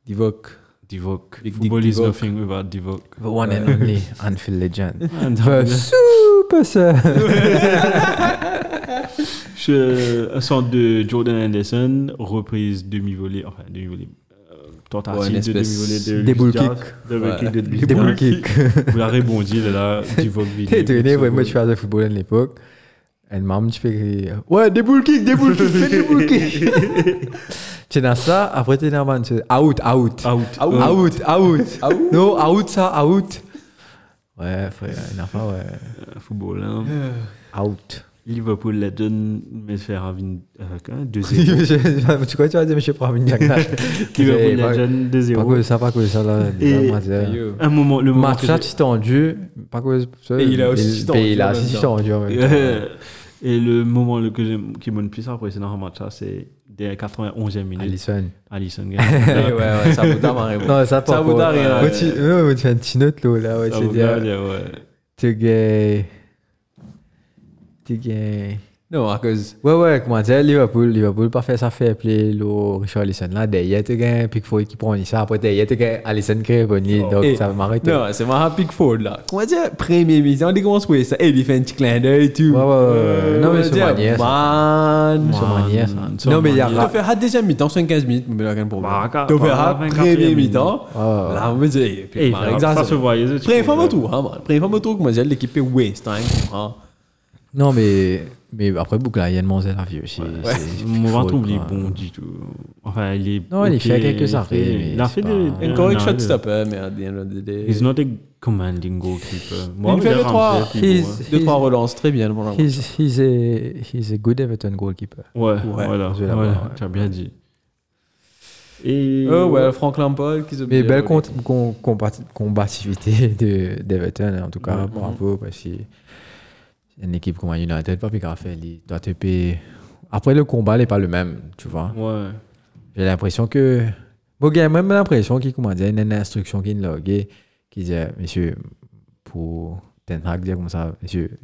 [SPEAKER 3] Divock.
[SPEAKER 1] Divock.
[SPEAKER 3] Big Dick
[SPEAKER 1] Football is
[SPEAKER 3] Divock.
[SPEAKER 1] nothing without Divock.
[SPEAKER 2] The one and only Anfield Legend.
[SPEAKER 1] And
[SPEAKER 2] Euh, Super ça.
[SPEAKER 1] (laughs) Je, un centre de Jordan Anderson, reprise demi-volée, enfin demi-volée, euh,
[SPEAKER 3] Ouais,
[SPEAKER 1] tentative
[SPEAKER 3] une
[SPEAKER 1] de demi-volée
[SPEAKER 3] espèce
[SPEAKER 1] de Luis
[SPEAKER 2] des bull
[SPEAKER 1] Diaz,
[SPEAKER 2] kick.
[SPEAKER 1] double
[SPEAKER 3] Ouais.
[SPEAKER 1] kick de Luis
[SPEAKER 2] Des bull
[SPEAKER 1] Diaz.
[SPEAKER 2] (laughs) kick.
[SPEAKER 1] (laughs) Vous la rebondi de là,
[SPEAKER 2] (laughs)
[SPEAKER 1] du Vogville.
[SPEAKER 2] T'es étonné, ouais, moi, je faisais football à l'époque. Elle m'a un petit peu crié, Ouais, des bull kicks, des bull kicks, fais des bull
[SPEAKER 3] (laughs)
[SPEAKER 2] kicks. T'es dans ça, après t'es dans man, tu- out, out.
[SPEAKER 1] Out.
[SPEAKER 3] Out.
[SPEAKER 1] Euh,
[SPEAKER 2] Out, out. Non, out, ça, out. Ouais, frère, une affaire, ouais.
[SPEAKER 1] Football, hein.
[SPEAKER 2] (laughs) Out.
[SPEAKER 1] Liverpool la donne, mais faire à Vin- euh,
[SPEAKER 2] (laughs)
[SPEAKER 1] quoi, 2-0.
[SPEAKER 2] Je- tu crois que tu vas dire, monsieur Pravin
[SPEAKER 1] Liverpool
[SPEAKER 2] pas-
[SPEAKER 1] la donne,
[SPEAKER 2] (laughs) Pas que
[SPEAKER 1] 2-0.
[SPEAKER 2] ça, pas que ça, là.
[SPEAKER 1] Et-
[SPEAKER 2] là, moi, c'est- (laughs)
[SPEAKER 1] Un moment, le moment.
[SPEAKER 2] Match
[SPEAKER 1] que
[SPEAKER 2] là,
[SPEAKER 1] j'ai-
[SPEAKER 2] tu t'es tendu. Pas que ça.
[SPEAKER 3] Et il a aussi
[SPEAKER 2] et-
[SPEAKER 3] tendu
[SPEAKER 2] et il a
[SPEAKER 3] en
[SPEAKER 2] aussi
[SPEAKER 3] même temps.
[SPEAKER 2] tendu en même temps. (laughs)
[SPEAKER 1] Euh, Et le moment le- que j'aime- qui me le plus après, c'est dans un match là, c'est des 91e e minute.
[SPEAKER 3] (laughs)
[SPEAKER 2] Allison. (laughs)
[SPEAKER 1] Allison
[SPEAKER 3] Ouais,
[SPEAKER 1] gagne.
[SPEAKER 3] ouais, ça vous marrer.
[SPEAKER 2] Non, ça,
[SPEAKER 3] Ça
[SPEAKER 2] pas
[SPEAKER 3] vous
[SPEAKER 2] pas-
[SPEAKER 3] donne rien,
[SPEAKER 2] Ouais,
[SPEAKER 3] ouais.
[SPEAKER 2] tu- ouais, ouais, tu fais un petit note, là, là. ouais,
[SPEAKER 1] Ça
[SPEAKER 2] tu
[SPEAKER 1] vous
[SPEAKER 2] dis,
[SPEAKER 1] gagne,
[SPEAKER 2] euh,
[SPEAKER 1] ouais.
[SPEAKER 2] Tu gagnes. Tu gagnes.
[SPEAKER 3] (laughs) Non, à cause.
[SPEAKER 2] Ouais, ouais, comment dire, Liverpool, Liverpool, pas fait ça fait appeler le Richard Allison là, derrière, tu gagnes Pickford qui prend ça, après derrière, tu gagnes Allison qui est bonnie,
[SPEAKER 1] Oh.
[SPEAKER 2] donc
[SPEAKER 3] Et-
[SPEAKER 2] ça va m'arrêter. Ouais,
[SPEAKER 3] Non, c'est marrant Pickford là. Comment dire, premier mi-temps, on dit comment se voit ça. Et il fait un petit clin d'œil et tout.
[SPEAKER 2] ouais, ouais, ouais. Non,
[SPEAKER 3] Comment
[SPEAKER 2] mais c'est
[SPEAKER 3] dire,
[SPEAKER 2] manière. ça.
[SPEAKER 3] Man.
[SPEAKER 2] C'est manière, ça.
[SPEAKER 1] c'est
[SPEAKER 2] euh, Non, mais il y a
[SPEAKER 1] manière.
[SPEAKER 3] Tu
[SPEAKER 2] ra-
[SPEAKER 3] fais à deuxième mi-temps, 15 minutes, mais là, aucun problème.
[SPEAKER 1] Bah,
[SPEAKER 3] Tu fais à
[SPEAKER 1] bah, 24e
[SPEAKER 3] premier mi-temps,
[SPEAKER 2] Ouais, ouais.
[SPEAKER 3] là, on me dit, eh, puis,
[SPEAKER 1] Et
[SPEAKER 3] man,
[SPEAKER 1] ça,
[SPEAKER 3] exact.
[SPEAKER 1] ça se voyait. ça, tu
[SPEAKER 3] Première fois,
[SPEAKER 1] pouvais-
[SPEAKER 3] mon tour, hein, man. Première fois, mon tour, comment dire, l'équipe est West, hein, tu comprends.
[SPEAKER 2] Non, mais, mais après, beaucoup là, il y a une monzelle à vie aussi. c'est-
[SPEAKER 1] Mon
[SPEAKER 2] Pickford,
[SPEAKER 1] ventre il est
[SPEAKER 2] quoi.
[SPEAKER 1] bon du tout. Enfin, il est.
[SPEAKER 2] Non, il
[SPEAKER 1] ok,
[SPEAKER 2] fait quelques
[SPEAKER 1] il
[SPEAKER 2] arrêts, mais
[SPEAKER 1] Il a
[SPEAKER 2] c'est
[SPEAKER 1] fait
[SPEAKER 2] pas-
[SPEAKER 1] des.
[SPEAKER 2] Un
[SPEAKER 3] Un
[SPEAKER 1] un
[SPEAKER 3] correct
[SPEAKER 1] arrêt
[SPEAKER 3] shot
[SPEAKER 1] de-
[SPEAKER 3] stopper, hein, mais à the end of the day.
[SPEAKER 1] He's not a commanding goalkeeper. Moi,
[SPEAKER 3] Il fait
[SPEAKER 1] Ramsey,
[SPEAKER 3] le trois.
[SPEAKER 1] puis
[SPEAKER 2] He's-
[SPEAKER 1] moi.
[SPEAKER 2] (laughs)
[SPEAKER 3] Deux, trois relances, très bien, mon amour.
[SPEAKER 2] He's, he's, a, he's a good Everton goalkeeper.
[SPEAKER 1] Ouais,
[SPEAKER 3] Ouais,
[SPEAKER 1] voilà.
[SPEAKER 2] je vais l'avoir,
[SPEAKER 1] voilà,
[SPEAKER 2] ouais.
[SPEAKER 1] Tu as bien dit. Et.
[SPEAKER 3] Oh, ouais, Frank Lampard qui se
[SPEAKER 2] Mais
[SPEAKER 3] blesse.
[SPEAKER 2] belle com- com- combat- combativité (laughs) de- d'Everton, en tout cas,
[SPEAKER 1] Ouais.
[SPEAKER 2] bravo, parce que c'est une équipe comme United, pas plus grave, elle doit te payer. Après, le combat n'est pas le même, tu vois.
[SPEAKER 1] Ouais.
[SPEAKER 2] J'ai l'impression que. Bon, j'ai même l'impression qu'il comment dire, il y a une instruction qui est loguée, qui dit, monsieur, pour Ten Hag, dire comme ça, monsieur,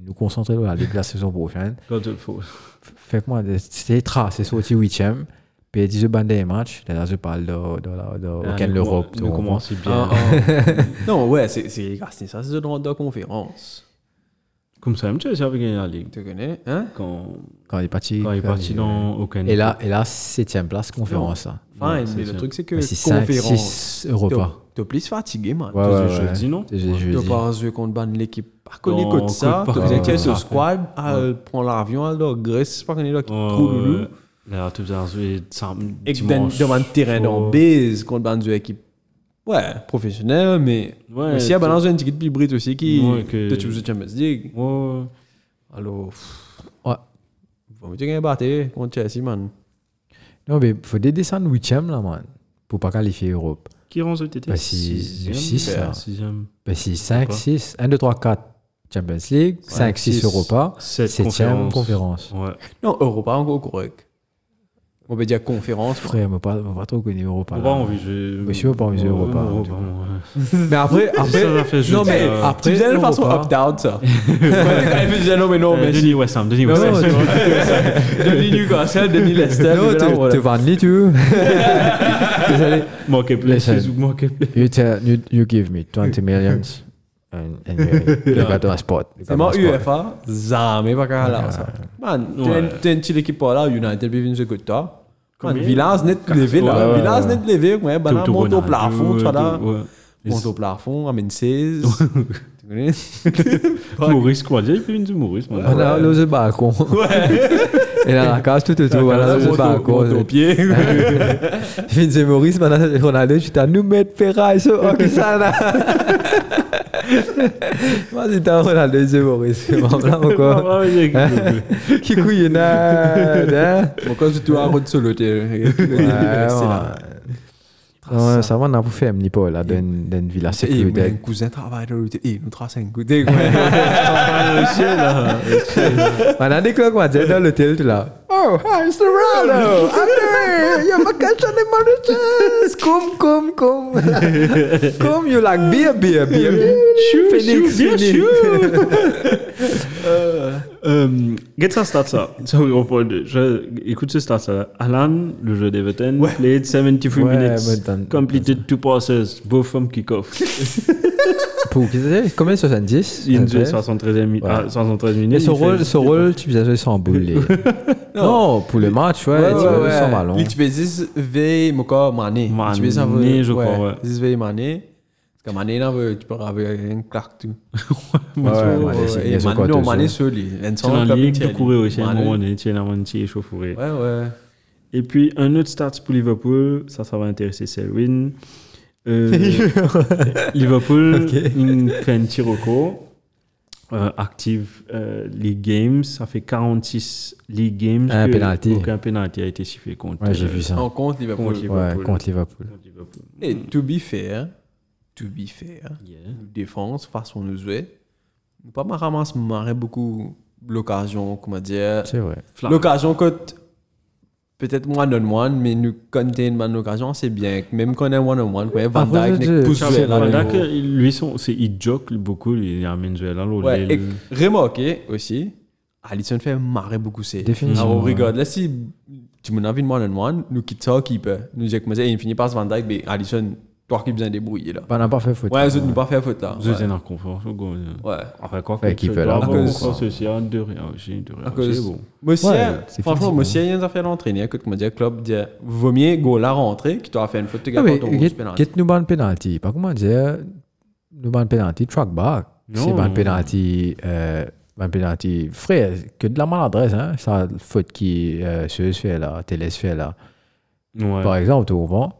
[SPEAKER 2] nous concentrer sur la Ligue la saison prochaine.
[SPEAKER 1] Quand il faut.
[SPEAKER 2] Fait que moi, c'est trace, c'est sorti 8ème. Puis ils disent, ben, des matchs, là, je parle de, de, la- de, aucun
[SPEAKER 1] Ah, nous
[SPEAKER 2] l'Europe.
[SPEAKER 1] commen-
[SPEAKER 2] tu
[SPEAKER 1] Nous
[SPEAKER 2] comprends? (laughs)
[SPEAKER 1] commençons bien.
[SPEAKER 3] Ah, ah. non, ouais, c'est c'est- ah, c'est ça, c'est le droit de la conférence.
[SPEAKER 1] Comme ça, Chelsea avait gagné la Ligue.
[SPEAKER 3] Tu connais, hein?
[SPEAKER 1] Quand,
[SPEAKER 2] Quand il est parti.
[SPEAKER 1] quand il est
[SPEAKER 2] faire
[SPEAKER 1] parti
[SPEAKER 2] les-
[SPEAKER 1] dans aucun
[SPEAKER 2] Et là, et là, septième place, conférence. là.
[SPEAKER 1] Ouais,
[SPEAKER 3] Fine,
[SPEAKER 1] c'est
[SPEAKER 3] mais le
[SPEAKER 1] ça.
[SPEAKER 3] truc, c'est que
[SPEAKER 2] Mais C'est 5,
[SPEAKER 3] conférence.
[SPEAKER 2] 6
[SPEAKER 3] t'es-
[SPEAKER 2] Europa.
[SPEAKER 3] T'es plus fatigué, man.
[SPEAKER 2] Ouais,
[SPEAKER 1] T'as
[SPEAKER 2] ouais,
[SPEAKER 1] joué
[SPEAKER 2] ouais.
[SPEAKER 1] jeudi, non
[SPEAKER 2] T'as joué
[SPEAKER 3] Tu
[SPEAKER 2] jeudi.
[SPEAKER 3] pas joué contre ban l'équipe. Par contre,
[SPEAKER 1] Non,
[SPEAKER 3] écoute ça,
[SPEAKER 1] écoute,
[SPEAKER 3] tu
[SPEAKER 1] par
[SPEAKER 3] faisais
[SPEAKER 1] contre,
[SPEAKER 3] quel
[SPEAKER 1] ça,
[SPEAKER 3] ce squad, elle prend l'avion, elle leur Grèce, c'est pas qu'on est là
[SPEAKER 1] Oh,
[SPEAKER 3] qui
[SPEAKER 1] euh,
[SPEAKER 3] trouve loulou.
[SPEAKER 1] Là, tout ça, c'est samedi,
[SPEAKER 3] Et que dans
[SPEAKER 1] dimanche,
[SPEAKER 3] dans un terrain
[SPEAKER 1] soir.
[SPEAKER 3] dans base contre ban une équipe. Ouais, professionnelle, mais.
[SPEAKER 1] Ouais,
[SPEAKER 3] mais si elle
[SPEAKER 1] tu-
[SPEAKER 3] balance une ticket plus brite aussi qui.
[SPEAKER 1] Ouais, que-
[SPEAKER 3] Peut-être que vous êtes Champions League.
[SPEAKER 1] Ouais, ouais, ouais.
[SPEAKER 3] Alors. pff,
[SPEAKER 2] Ouais.
[SPEAKER 3] Faut me dire qu'il y a un batté contre Chelsea, man.
[SPEAKER 2] Non, mais faut dé- descendre 8ème là, man. Pour pas qualifier Europe.
[SPEAKER 1] Qui rend ce TT
[SPEAKER 2] Bah, si-
[SPEAKER 1] Sixième,
[SPEAKER 2] six,
[SPEAKER 1] ouais,
[SPEAKER 2] ça.
[SPEAKER 1] Sixième.
[SPEAKER 2] Ben, c'est 5,
[SPEAKER 1] Pourquoi
[SPEAKER 2] 6, 1, 2, 3, 4 Champions League, 5, 6
[SPEAKER 1] six,
[SPEAKER 2] Europa,
[SPEAKER 1] sept
[SPEAKER 2] 7 conférence.
[SPEAKER 1] conférences. Ouais.
[SPEAKER 3] Non, Europa, encore correct. On peut dire conférence, frère.
[SPEAKER 2] Frère, on pas, m'a pas trop connu Europa.
[SPEAKER 1] Pas
[SPEAKER 2] là.
[SPEAKER 1] envie, je.
[SPEAKER 2] Mais si, on pas envie, je
[SPEAKER 1] Ouais,
[SPEAKER 2] repars,
[SPEAKER 1] ouais,
[SPEAKER 2] en tout
[SPEAKER 1] ouais,
[SPEAKER 2] cas.
[SPEAKER 3] (laughs)
[SPEAKER 1] ouais.
[SPEAKER 2] Mais (laughs) après,
[SPEAKER 1] Ça,
[SPEAKER 2] après
[SPEAKER 1] ça fait juste,
[SPEAKER 3] Non, mais
[SPEAKER 1] euh,
[SPEAKER 3] après.
[SPEAKER 2] après,
[SPEAKER 3] Tu faisais de façon
[SPEAKER 2] Europa.
[SPEAKER 3] opt-out, ça.
[SPEAKER 1] (laughs)
[SPEAKER 3] Quand il faisait, non, mais non,
[SPEAKER 1] Euh,
[SPEAKER 3] mais.
[SPEAKER 1] Denis Westham, Denis Westham.
[SPEAKER 2] non, tu vois.
[SPEAKER 3] Denis Newcastle, Denis Leicester.
[SPEAKER 2] Non,
[SPEAKER 3] voilà,
[SPEAKER 2] tu-
[SPEAKER 3] voilà.
[SPEAKER 2] tu vas en lit, tu. Désolé.
[SPEAKER 1] (laughs) Manquez plus,
[SPEAKER 2] Listen.
[SPEAKER 1] excuse- manquez plus.
[SPEAKER 2] You, tell, you, you give me 20 millions and, and uh, (laughs) you, you got my spot. You got
[SPEAKER 3] C'est moi,
[SPEAKER 2] my spot.
[SPEAKER 3] UEFA, jamais pas qu'à là, ça. Man, t'es
[SPEAKER 1] Ouais.
[SPEAKER 3] un- t'es une petite équipe là, United, puis ce que toi. Man,
[SPEAKER 1] Combien
[SPEAKER 3] Villas n'est pas levé, là.
[SPEAKER 2] Ouais, ouais,
[SPEAKER 3] Villas
[SPEAKER 2] ouais.
[SPEAKER 3] n'est pas levé, ouais, bah là,
[SPEAKER 1] Tout- tout
[SPEAKER 3] monte
[SPEAKER 1] Ronaldo,
[SPEAKER 3] au
[SPEAKER 1] euh,
[SPEAKER 3] plafond, tu vois là.
[SPEAKER 1] tout- ouais.
[SPEAKER 3] Monte au plafond, amène (laughs) 16. Tu connais
[SPEAKER 1] Maurice, quoi. J'ai plus une de Maurice, moi.
[SPEAKER 2] On a le balcon. (laughs) Et là, la casse tout autour, voilà
[SPEAKER 3] Monte
[SPEAKER 2] le
[SPEAKER 3] au- monte au
[SPEAKER 2] balcon.
[SPEAKER 3] pied.
[SPEAKER 2] Vince Maurice, maintenant Ronaldo, tu t'as nous mettre Ferrari, ça, ok, ça là. Moi, c'est un Ronaldo, c'est Maurice. C'est (laughs) mon blanc encore.
[SPEAKER 1] (laughs) Ah, ouais, j'ai-
[SPEAKER 2] (laughs) Qui couille, (laughs) hein?
[SPEAKER 3] Bon, quand tu dois route solo, t'es.
[SPEAKER 2] Ouais, ouais. Ouais, ça va, on a bouffé un petit peu là, d'une d'une villa
[SPEAKER 3] Eh, mais un
[SPEAKER 2] sécurité.
[SPEAKER 3] cousin travaille dans l'hôtel. Eh, nous trois, c'est un goûter,
[SPEAKER 2] On a dit quoi, quoi, dans l'hôtel, tout là. Oh, hi, Mr. (laughs) Ronaldo! I'm there! Your vacation in Mauritius! Come, come,
[SPEAKER 3] (laughs)
[SPEAKER 2] come! Come, you like beer, beer, beer, beer!
[SPEAKER 1] Chou,
[SPEAKER 2] Phoenix,
[SPEAKER 1] chou, bien
[SPEAKER 2] Phoenix.
[SPEAKER 1] chou. (laughs)
[SPEAKER 2] Um,
[SPEAKER 1] Euh, Get ça stat ça. Sorry, on parle de- je- Écoute ce stat ça. Alan, le jeu d'Everton, played 73
[SPEAKER 2] Ouais, mais t'en-
[SPEAKER 1] minutes, completed two passes, both from
[SPEAKER 2] (laughs)
[SPEAKER 1] kickoff.
[SPEAKER 2] Pour qui c'était Combien 70
[SPEAKER 1] In the
[SPEAKER 2] ça fait
[SPEAKER 1] 73e mi-
[SPEAKER 2] Ouais.
[SPEAKER 1] ah, 73 minutes.
[SPEAKER 2] Et son
[SPEAKER 1] il fait-
[SPEAKER 2] rôle, son rôle, tu faisais (laughs) sans bouler. non, pour le match, ouais, tu faisais sans ballon.
[SPEAKER 3] Lui, tu peux dire veille, mon corps, mané.
[SPEAKER 1] Mané,
[SPEAKER 3] Tu peux dire,
[SPEAKER 1] je crois, ouais.
[SPEAKER 3] Dis veille, mané. Parce que mané, là, ouais, tu peux avoir un claque tout.
[SPEAKER 2] Ouais, ouais,
[SPEAKER 3] Ouais,
[SPEAKER 2] ouais, c'est-
[SPEAKER 3] et
[SPEAKER 2] il y a son
[SPEAKER 3] mané, non,
[SPEAKER 2] côté,
[SPEAKER 3] mané,
[SPEAKER 2] ça.
[SPEAKER 3] sur lui. Un
[SPEAKER 1] C'est
[SPEAKER 3] centre
[SPEAKER 1] dans la
[SPEAKER 3] comme
[SPEAKER 1] ligue de
[SPEAKER 3] Thierry.
[SPEAKER 1] courir aussi à un
[SPEAKER 3] Mané.
[SPEAKER 1] moment donné, tu es la moitié échauffourée.
[SPEAKER 3] Ouais, ouais.
[SPEAKER 1] Et puis un autre stat pour Liverpool, ça, ça va intéresser Selwyn.
[SPEAKER 2] (laughs)
[SPEAKER 1] Euh, Liverpool il fait un petit record. Euh, active euh, League Games, ça fait 46 League Games.
[SPEAKER 2] Un
[SPEAKER 1] que
[SPEAKER 2] penalty.
[SPEAKER 1] Aucun penalty a été sifflé contre.
[SPEAKER 2] Ouais, j'ai
[SPEAKER 1] euh,
[SPEAKER 2] vu ça.
[SPEAKER 3] On compte Liverpool.
[SPEAKER 1] Contre
[SPEAKER 2] Ouais,
[SPEAKER 1] Liverpool.
[SPEAKER 2] contre Liverpool.
[SPEAKER 1] contre Liverpool.
[SPEAKER 3] Et
[SPEAKER 2] Mm.
[SPEAKER 3] to be fair, to be fair,
[SPEAKER 1] Yeah.
[SPEAKER 3] nous défense, façon nous jouer. Nous pas marrant, se marrer beaucoup l'occasion, comment dire.
[SPEAKER 2] C'est vrai.
[SPEAKER 1] Flat.
[SPEAKER 3] L'occasion que t- peut-être one on one, mais nous contain man l'occasion, c'est bien. Même quand on est one on one, quand on est Van
[SPEAKER 2] Après,
[SPEAKER 3] Dijk,
[SPEAKER 2] je-
[SPEAKER 3] nous pousse
[SPEAKER 2] Charles
[SPEAKER 3] vers
[SPEAKER 1] Van
[SPEAKER 3] là.
[SPEAKER 1] Dijk, lui, son, c'est- il joke beaucoup, il ah, amène Joel à l'eau.
[SPEAKER 3] Ouais,
[SPEAKER 1] Il-
[SPEAKER 3] et remarquez aussi, Alisson fait marrer beaucoup c'est.
[SPEAKER 2] Définitivement,
[SPEAKER 3] Alors
[SPEAKER 2] ouais.
[SPEAKER 3] regarde, là si tu m'en as vu de one on one, nous quitte ça qui peut. Nous disons comme ça, il finit par se Van Dijk, mais Alisson, toi qui besoin débrouiller là.
[SPEAKER 2] Bah, on n'a pas fait faute.
[SPEAKER 3] Ouais, les autres n'ont pas fait faute là.
[SPEAKER 1] Vous êtes
[SPEAKER 3] Ouais.
[SPEAKER 1] dans le confort, je crois.
[SPEAKER 3] Ouais.
[SPEAKER 1] Après quoi,
[SPEAKER 2] Ouais,
[SPEAKER 1] que
[SPEAKER 2] qui
[SPEAKER 1] ce
[SPEAKER 2] peut
[SPEAKER 1] soit,
[SPEAKER 2] l'avoir,
[SPEAKER 1] on
[SPEAKER 3] quoi.
[SPEAKER 1] pense aussi à de rien aussi, de rien
[SPEAKER 3] À
[SPEAKER 1] aussi,
[SPEAKER 3] cause-
[SPEAKER 1] bon.
[SPEAKER 3] Monsieur, hein.
[SPEAKER 2] Ouais, c'est hein.
[SPEAKER 3] franchement,
[SPEAKER 2] physique,
[SPEAKER 3] monsieur, il y a affaire d'entraîner. Écoute, comment dire, club, dit, vaut mieux goal à rentrer, qui t'a fait une faute, tu
[SPEAKER 2] Non,
[SPEAKER 3] gagnes
[SPEAKER 2] Ah, mais
[SPEAKER 3] ton rouge
[SPEAKER 2] get-
[SPEAKER 3] penalty.
[SPEAKER 2] get nous ban penalty. Pas comment dire, euh, nous ban penalty, track back.
[SPEAKER 1] Non.
[SPEAKER 2] C'est ban penalty, euh, ban penalty. Frère, que de la maladresse, hein. Ça, faute qui, euh, se fait là, Télé se fait là.
[SPEAKER 1] Ouais.
[SPEAKER 2] par exemple, tu comprends.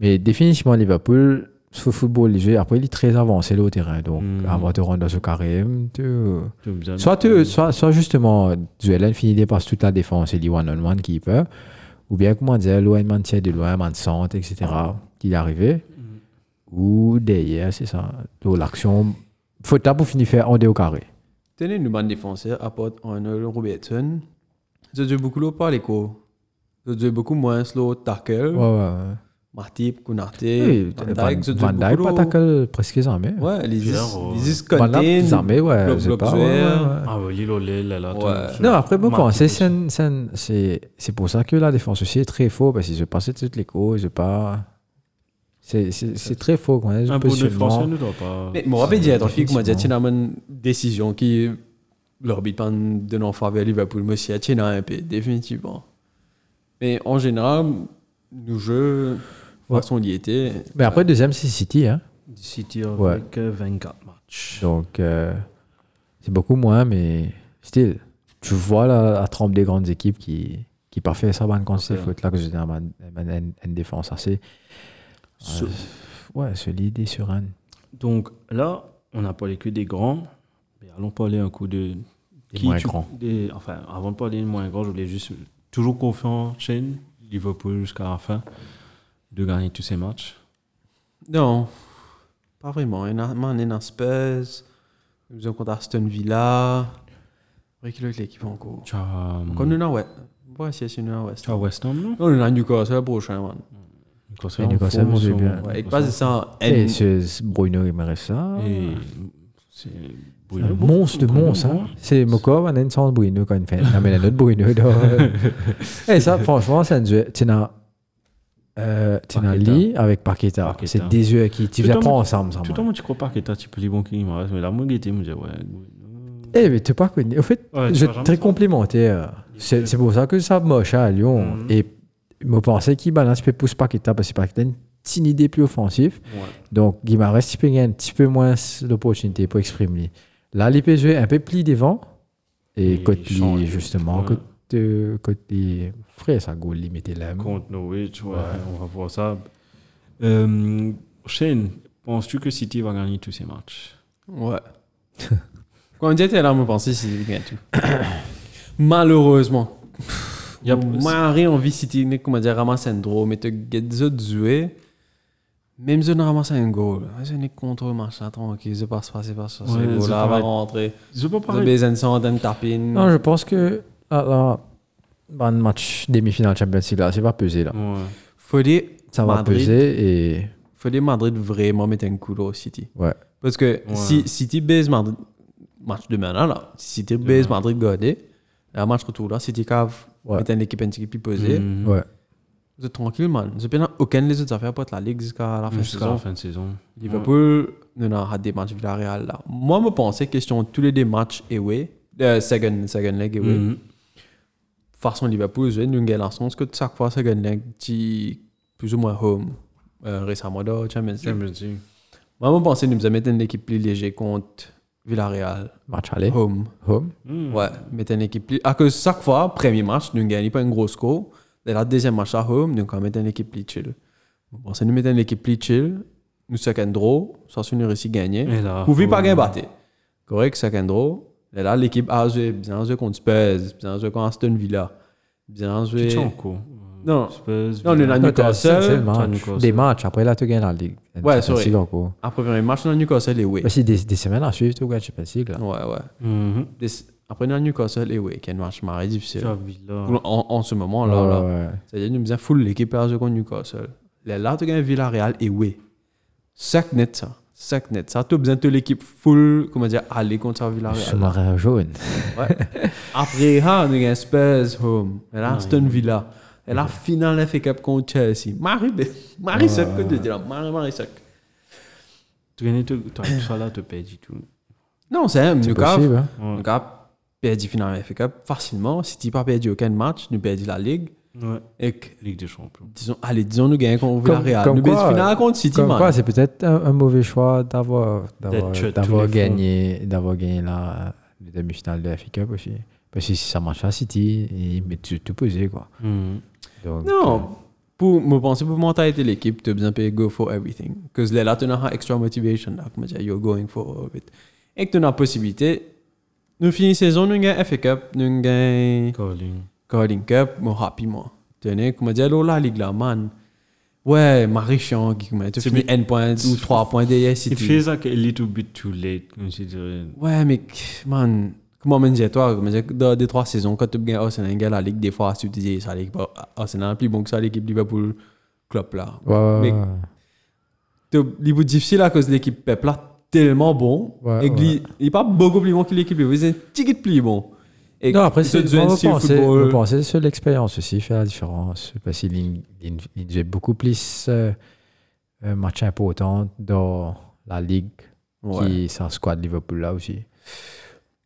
[SPEAKER 2] Mais définitivement, Liverpool, ce football, les jeux, après, il est très avancé là, au terrain. Donc,
[SPEAKER 3] Hmm.
[SPEAKER 1] Mm.
[SPEAKER 2] avant de rendre dans ce carré, tu...
[SPEAKER 1] Tu me dis-
[SPEAKER 2] soit, euh, tu, soit, soit justement, Zuelen finit dépasse toute la défense et les one-on-one qui peut, ou bien, comment dire, l'OM tient de loin, man centre, etc., qui est arrivé,
[SPEAKER 3] Hmm.
[SPEAKER 2] ou derrière, c'est ça. Donc, l'action, faut là pour finir faire en dé au carré.
[SPEAKER 3] Tenez une bande défenseur, apporte Arnold Robertson. Je joue beaucoup l'eau par les cours. Je joue beaucoup moins slow tackle.
[SPEAKER 2] Ouais, ouais, ouais.
[SPEAKER 3] Martip, Kunarte,
[SPEAKER 2] Et
[SPEAKER 3] Hmm. Van Dijk, je joue
[SPEAKER 2] Van Dijk,
[SPEAKER 3] beaucoup
[SPEAKER 2] pas
[SPEAKER 3] l'eau.
[SPEAKER 2] tackle presque jamais.
[SPEAKER 3] Ouais, les
[SPEAKER 1] Pierre,
[SPEAKER 3] is-
[SPEAKER 1] ouais.
[SPEAKER 3] les is
[SPEAKER 2] Van Dijk,
[SPEAKER 3] contain,
[SPEAKER 2] jamais, ouais,
[SPEAKER 3] bloc,
[SPEAKER 2] je sais
[SPEAKER 3] bloc,
[SPEAKER 2] pas, ouais,
[SPEAKER 3] joueur.
[SPEAKER 2] ouais, ouais.
[SPEAKER 1] Ah oui, Lilo, là, là.
[SPEAKER 3] Ouais.
[SPEAKER 1] tout-
[SPEAKER 2] Euh, Non, après, bon,
[SPEAKER 1] Marquis
[SPEAKER 2] quand c'est,
[SPEAKER 1] aussi.
[SPEAKER 2] c'est, c'est- c'est, c'est pour ça que la défense aussi est très faux, parce qu'ils se passent de toutes les causes, je pas. C'est, c'est, c'est très faux, quand même.
[SPEAKER 1] Un
[SPEAKER 2] le
[SPEAKER 1] bon défenseur
[SPEAKER 2] positionnement.
[SPEAKER 1] ne doit pas.
[SPEAKER 3] Mais moi, je rappelle, il y a un truc, moi, j'ai
[SPEAKER 2] Effectivement.
[SPEAKER 3] une décision qui l'orbite de non faveur Liverpool, monsieur Tchena un peu, définitivement. Mais en général, nos jeux,
[SPEAKER 2] Ouais.
[SPEAKER 3] façon d'y était,
[SPEAKER 2] Mais après, deuxième, c'est City. Hein.
[SPEAKER 1] City
[SPEAKER 2] Ouais.
[SPEAKER 1] avec euh, 24 matchs.
[SPEAKER 2] Donc, euh, c'est beaucoup moins, mais still, tu vois la, la trempe des grandes équipes qui, qui parfait ça va contre ces
[SPEAKER 1] Ouais.
[SPEAKER 2] fautes-là, que ah, généralement, une, eh, une, une défense assez
[SPEAKER 1] So-
[SPEAKER 2] ouais, solide et sereine.
[SPEAKER 1] Donc là, on n'a parlé que des grands. Mais allons parler un coup de.
[SPEAKER 2] Des moins grands.
[SPEAKER 1] des- enfin, avant de parler des moins grands, je voulais juste. Toujours confiant, Shane, Liverpool jusqu'à la fin, de gagner tous ces matchs.
[SPEAKER 3] Non, pas vraiment. Il y en a man, il y en a Spurs, nous avons contre Aston Villa. Après, qui l'autre l'équipe encore
[SPEAKER 1] Tu as, euh,
[SPEAKER 3] Quand nous avons West. Ouais, si, si, nous avons West.
[SPEAKER 1] tu as West Ham, non
[SPEAKER 3] Non, nous avons Newcastle prochain, man.
[SPEAKER 1] Newcastle,
[SPEAKER 2] Et
[SPEAKER 1] en
[SPEAKER 2] Newcastle,
[SPEAKER 1] forme,
[SPEAKER 2] on joue
[SPEAKER 1] sont-
[SPEAKER 2] bien.
[SPEAKER 3] Ouais, et pas de ça.
[SPEAKER 2] Et
[SPEAKER 3] N-
[SPEAKER 2] ce ce Bruno, il me reste ça.
[SPEAKER 1] Et c'est
[SPEAKER 2] Un Euh, monstre de monstre. Hein. C'est Mokov, on a une sens Bruno quand il fait. Non, mais il y a un autre Bruno.
[SPEAKER 1] (laughs)
[SPEAKER 2] Et ça, franchement, c'est un jeu. Tu as euh, tu as
[SPEAKER 1] Paqueta.
[SPEAKER 2] Lee avec Paqueta.
[SPEAKER 1] Paqueta.
[SPEAKER 2] C'est des yeux qui. Tu
[SPEAKER 1] Tout
[SPEAKER 2] les
[SPEAKER 1] en-
[SPEAKER 2] prends ensemble, ça.
[SPEAKER 1] Tout le
[SPEAKER 2] man.
[SPEAKER 1] monde, tu crois pas que t'as un petit peu les bons qui me restent, mais la moi, il était, il me disait, ouais. oui, non.
[SPEAKER 2] Eh, mais t'es pas connu. Au fait,
[SPEAKER 1] Ouais, tu
[SPEAKER 2] je
[SPEAKER 1] vas jamais
[SPEAKER 2] très
[SPEAKER 1] ça.
[SPEAKER 2] complémentaire. C'est c'est pour ça que ça moche hein, à Lyon.
[SPEAKER 1] Mhm.
[SPEAKER 2] Et je pensais qu'il balance peut pousse Paqueta parce que Paqueta a une petite idée plus offensive. Donc, Guimarães, il peut gagner un petit peu moins d'opportunités pour exprimer. Là, les peut jouer un peu plus devant. Et
[SPEAKER 1] Et
[SPEAKER 2] côté,
[SPEAKER 1] change.
[SPEAKER 2] justement,
[SPEAKER 1] Ouais.
[SPEAKER 2] côté, côté frère, ça goal, il mettait là.
[SPEAKER 1] Contre Norwich, ouais, on va voir ça. Euh, Shane, penses-tu que City va gagner tous ces matchs
[SPEAKER 3] Ouais. (laughs) Quand on était là, on pensait que c'était bien tout. (coughs) Malheureusement.
[SPEAKER 1] Y a-
[SPEAKER 3] Moi, rien envie City, né, comment dire, ramasser un draw, mais te get des autres joués. Même si on ramasse un goal, si on est contre machin, tranquille, ça passe pas, c'est pas ça, c'est
[SPEAKER 1] Ouais,
[SPEAKER 3] goal,
[SPEAKER 1] ça
[SPEAKER 3] là, on va
[SPEAKER 1] paraît-
[SPEAKER 3] rentrer.
[SPEAKER 1] Je peux
[SPEAKER 3] Ils ont
[SPEAKER 1] parler.
[SPEAKER 3] besoin de ça, d'un tapin.
[SPEAKER 2] Non, je pense que ah, là, là, dans le match demi-finale Champions League, là, ça va peser. Là.
[SPEAKER 1] Ouais.
[SPEAKER 3] Faut dire,
[SPEAKER 2] Ça va
[SPEAKER 3] Madrid,
[SPEAKER 2] peser et.
[SPEAKER 3] Faut dire Madrid vraiment mettre un coup là au City.
[SPEAKER 2] Ouais.
[SPEAKER 3] Parce que
[SPEAKER 1] Ouais.
[SPEAKER 3] si City base Madrid, match demain là, là si City base Madrid gardé, un match retour là, City cave,
[SPEAKER 2] Ouais.
[SPEAKER 3] mettre une équipe un petit peu posée.
[SPEAKER 1] Mhm.
[SPEAKER 2] Ouais.
[SPEAKER 3] Vous êtes tranquille, man. Vous n'avez aucune des autres affaires pour être la Ligue jusqu'à la fin de
[SPEAKER 1] Jusqu'à la
[SPEAKER 3] saison.
[SPEAKER 1] fin de saison.
[SPEAKER 3] Liverpool, nous avons raté des matchs Villarreal là. Moi, je pensais question tous les deux matchs away, euh, second, second leg away.
[SPEAKER 1] Mhm.
[SPEAKER 3] façon Liverpool, je nous gagne sens que chaque fois, ça gagne un petit plus ou moins home euh, récemment dans Champions League.
[SPEAKER 1] Champions League.
[SPEAKER 3] Moi, je pensais que nous mettre une équipe plus légère contre Villarreal,
[SPEAKER 2] Match aller.
[SPEAKER 3] home.
[SPEAKER 2] Home.
[SPEAKER 1] Mhm.
[SPEAKER 3] Ouais, mettre une équipe plus. À cause chaque fois, premier match, nous gagnons pas un gros score. Dès la deuxième match à home, nous quand mettre une équipe plus chill. Je pensais nous mettre une équipe plus chill, nous second draw, sans se nous réussit gagner.
[SPEAKER 1] Et là,
[SPEAKER 3] Pouvez pas
[SPEAKER 1] ouais.
[SPEAKER 3] gagner battre. Correct, second draw. Et là, l'équipe a joué, bien joué contre Spurs, bien joué contre Aston Villa, bien joué.
[SPEAKER 1] Tchanko.
[SPEAKER 3] Non.
[SPEAKER 1] Spurs, Villa.
[SPEAKER 3] Non, on est là- Newcastle,
[SPEAKER 2] c'est le
[SPEAKER 1] tu as
[SPEAKER 2] match.
[SPEAKER 1] Newcastle.
[SPEAKER 2] Des matchs. Après, là, tu gagnes la Ligue.
[SPEAKER 3] Ouais,
[SPEAKER 2] Champions
[SPEAKER 3] sorry.
[SPEAKER 2] League encore.
[SPEAKER 3] Après le premier match, on a Newcastle et Way.
[SPEAKER 2] Bah, c'est des, des semaines à suivre, tu gagnes Champions League. Là.
[SPEAKER 3] Ouais, ouais.
[SPEAKER 1] Mhm.
[SPEAKER 3] Des- Après, on a Newcastle et Way, qui est un match marré
[SPEAKER 1] Tu
[SPEAKER 3] difficile.
[SPEAKER 1] as Villa.
[SPEAKER 3] En, en ce moment, Oh là, là.
[SPEAKER 2] Ouais, ouais.
[SPEAKER 3] C'est-à-dire, nous faisons full l'équipe à jouer contre Newcastle. Là, là, tu gagnes Villarreal et Way. Sac net, ça. Sac net, ça. Tu as besoin de l'équipe full, comment dire, aller contre Villarreal.
[SPEAKER 2] Sous-marin jaune.
[SPEAKER 3] Après, hein, nous gagnons Spurs home. Et là,
[SPEAKER 1] Ouais.
[SPEAKER 3] hum, Aston Villa. Et là, finale FA Cup contre Chelsea. Marie, ben, Marie, c'est que tu dis là. Marie, Marie, c'est que-
[SPEAKER 1] Tu gagnes tout tu as tout ça là, tu perds du tout.
[SPEAKER 3] Non, c'est un
[SPEAKER 2] C'est
[SPEAKER 3] Newcastle.
[SPEAKER 2] possible. Hein.
[SPEAKER 1] Ouais.
[SPEAKER 3] Donc, a perdu finalement FA Cup facilement. Si tu pas perdu aucun match, nous perdu la Ligue.
[SPEAKER 1] Ouais.
[SPEAKER 3] Et que,
[SPEAKER 1] Ligue des Champions.
[SPEAKER 3] disons, allez, disons, nous gagnons contre Villarreal.
[SPEAKER 2] comme
[SPEAKER 3] Nous perdu
[SPEAKER 2] quoi,
[SPEAKER 3] finale contre City,
[SPEAKER 2] Comme
[SPEAKER 3] man.
[SPEAKER 2] quoi, c'est peut-être un, un mauvais choix d'avoir d'avoir-
[SPEAKER 1] D'être tous
[SPEAKER 2] d'avoir
[SPEAKER 1] les fois.
[SPEAKER 2] gagné, d'avoir gagné la, la demi-finale de la FA Cup aussi. Parce que si ça marche à City, ils mettent tout, tout posé. Quoi.
[SPEAKER 1] Mhm.
[SPEAKER 2] Donc,
[SPEAKER 3] non, pour me penser, pour mentalité de l'équipe, tu as besoin de go for everything. Parce que là, tu as extra motivation. Là, comme dire, you're going for it. Et que tu as la possibilité. Nous finissons la saison, nous gagnons FA Cup, nous gagnons.
[SPEAKER 1] Calling.
[SPEAKER 3] Calling Cup, moi, rapidement. Tenez, comment dire, alors la ligue là, man. Ouais, Marichand, qui comment tu
[SPEAKER 1] C'est
[SPEAKER 3] finis N points ou 3 points derrière
[SPEAKER 1] It
[SPEAKER 3] City.
[SPEAKER 1] feels like a little bit too late, comme je dirais.
[SPEAKER 3] Ouais, mais, qu- man, comment me dire, toi, comment dire, dans des trois saisons, quand tu gagnes Arsenal, gagnes la ligue, des fois, tu te dis, ça, l'équipe Arsenal est plus bon que ça, l'équipe Liverpool, Klopp là.
[SPEAKER 2] euh, ouais, ouais,
[SPEAKER 3] mais-
[SPEAKER 2] ouais.
[SPEAKER 3] Tu Liverpool difficile à cause de l'équipe Pep là, tellement bon.
[SPEAKER 2] Ouais,
[SPEAKER 3] et que
[SPEAKER 2] ouais.
[SPEAKER 3] li- il n'est pas beaucoup plus bon que l'équipe Liverpool, c'est un petit peu plus bon. Et
[SPEAKER 2] non, après,
[SPEAKER 3] tu
[SPEAKER 2] c'est
[SPEAKER 3] te joues un
[SPEAKER 2] de
[SPEAKER 3] style
[SPEAKER 2] penser,
[SPEAKER 3] football-
[SPEAKER 2] me penser sur l'expérience aussi, fait la différence. Parce qu'il il jouait beaucoup plus euh, un match important dans la Ligue
[SPEAKER 3] Ouais.
[SPEAKER 2] qui est un squad Liverpool là aussi.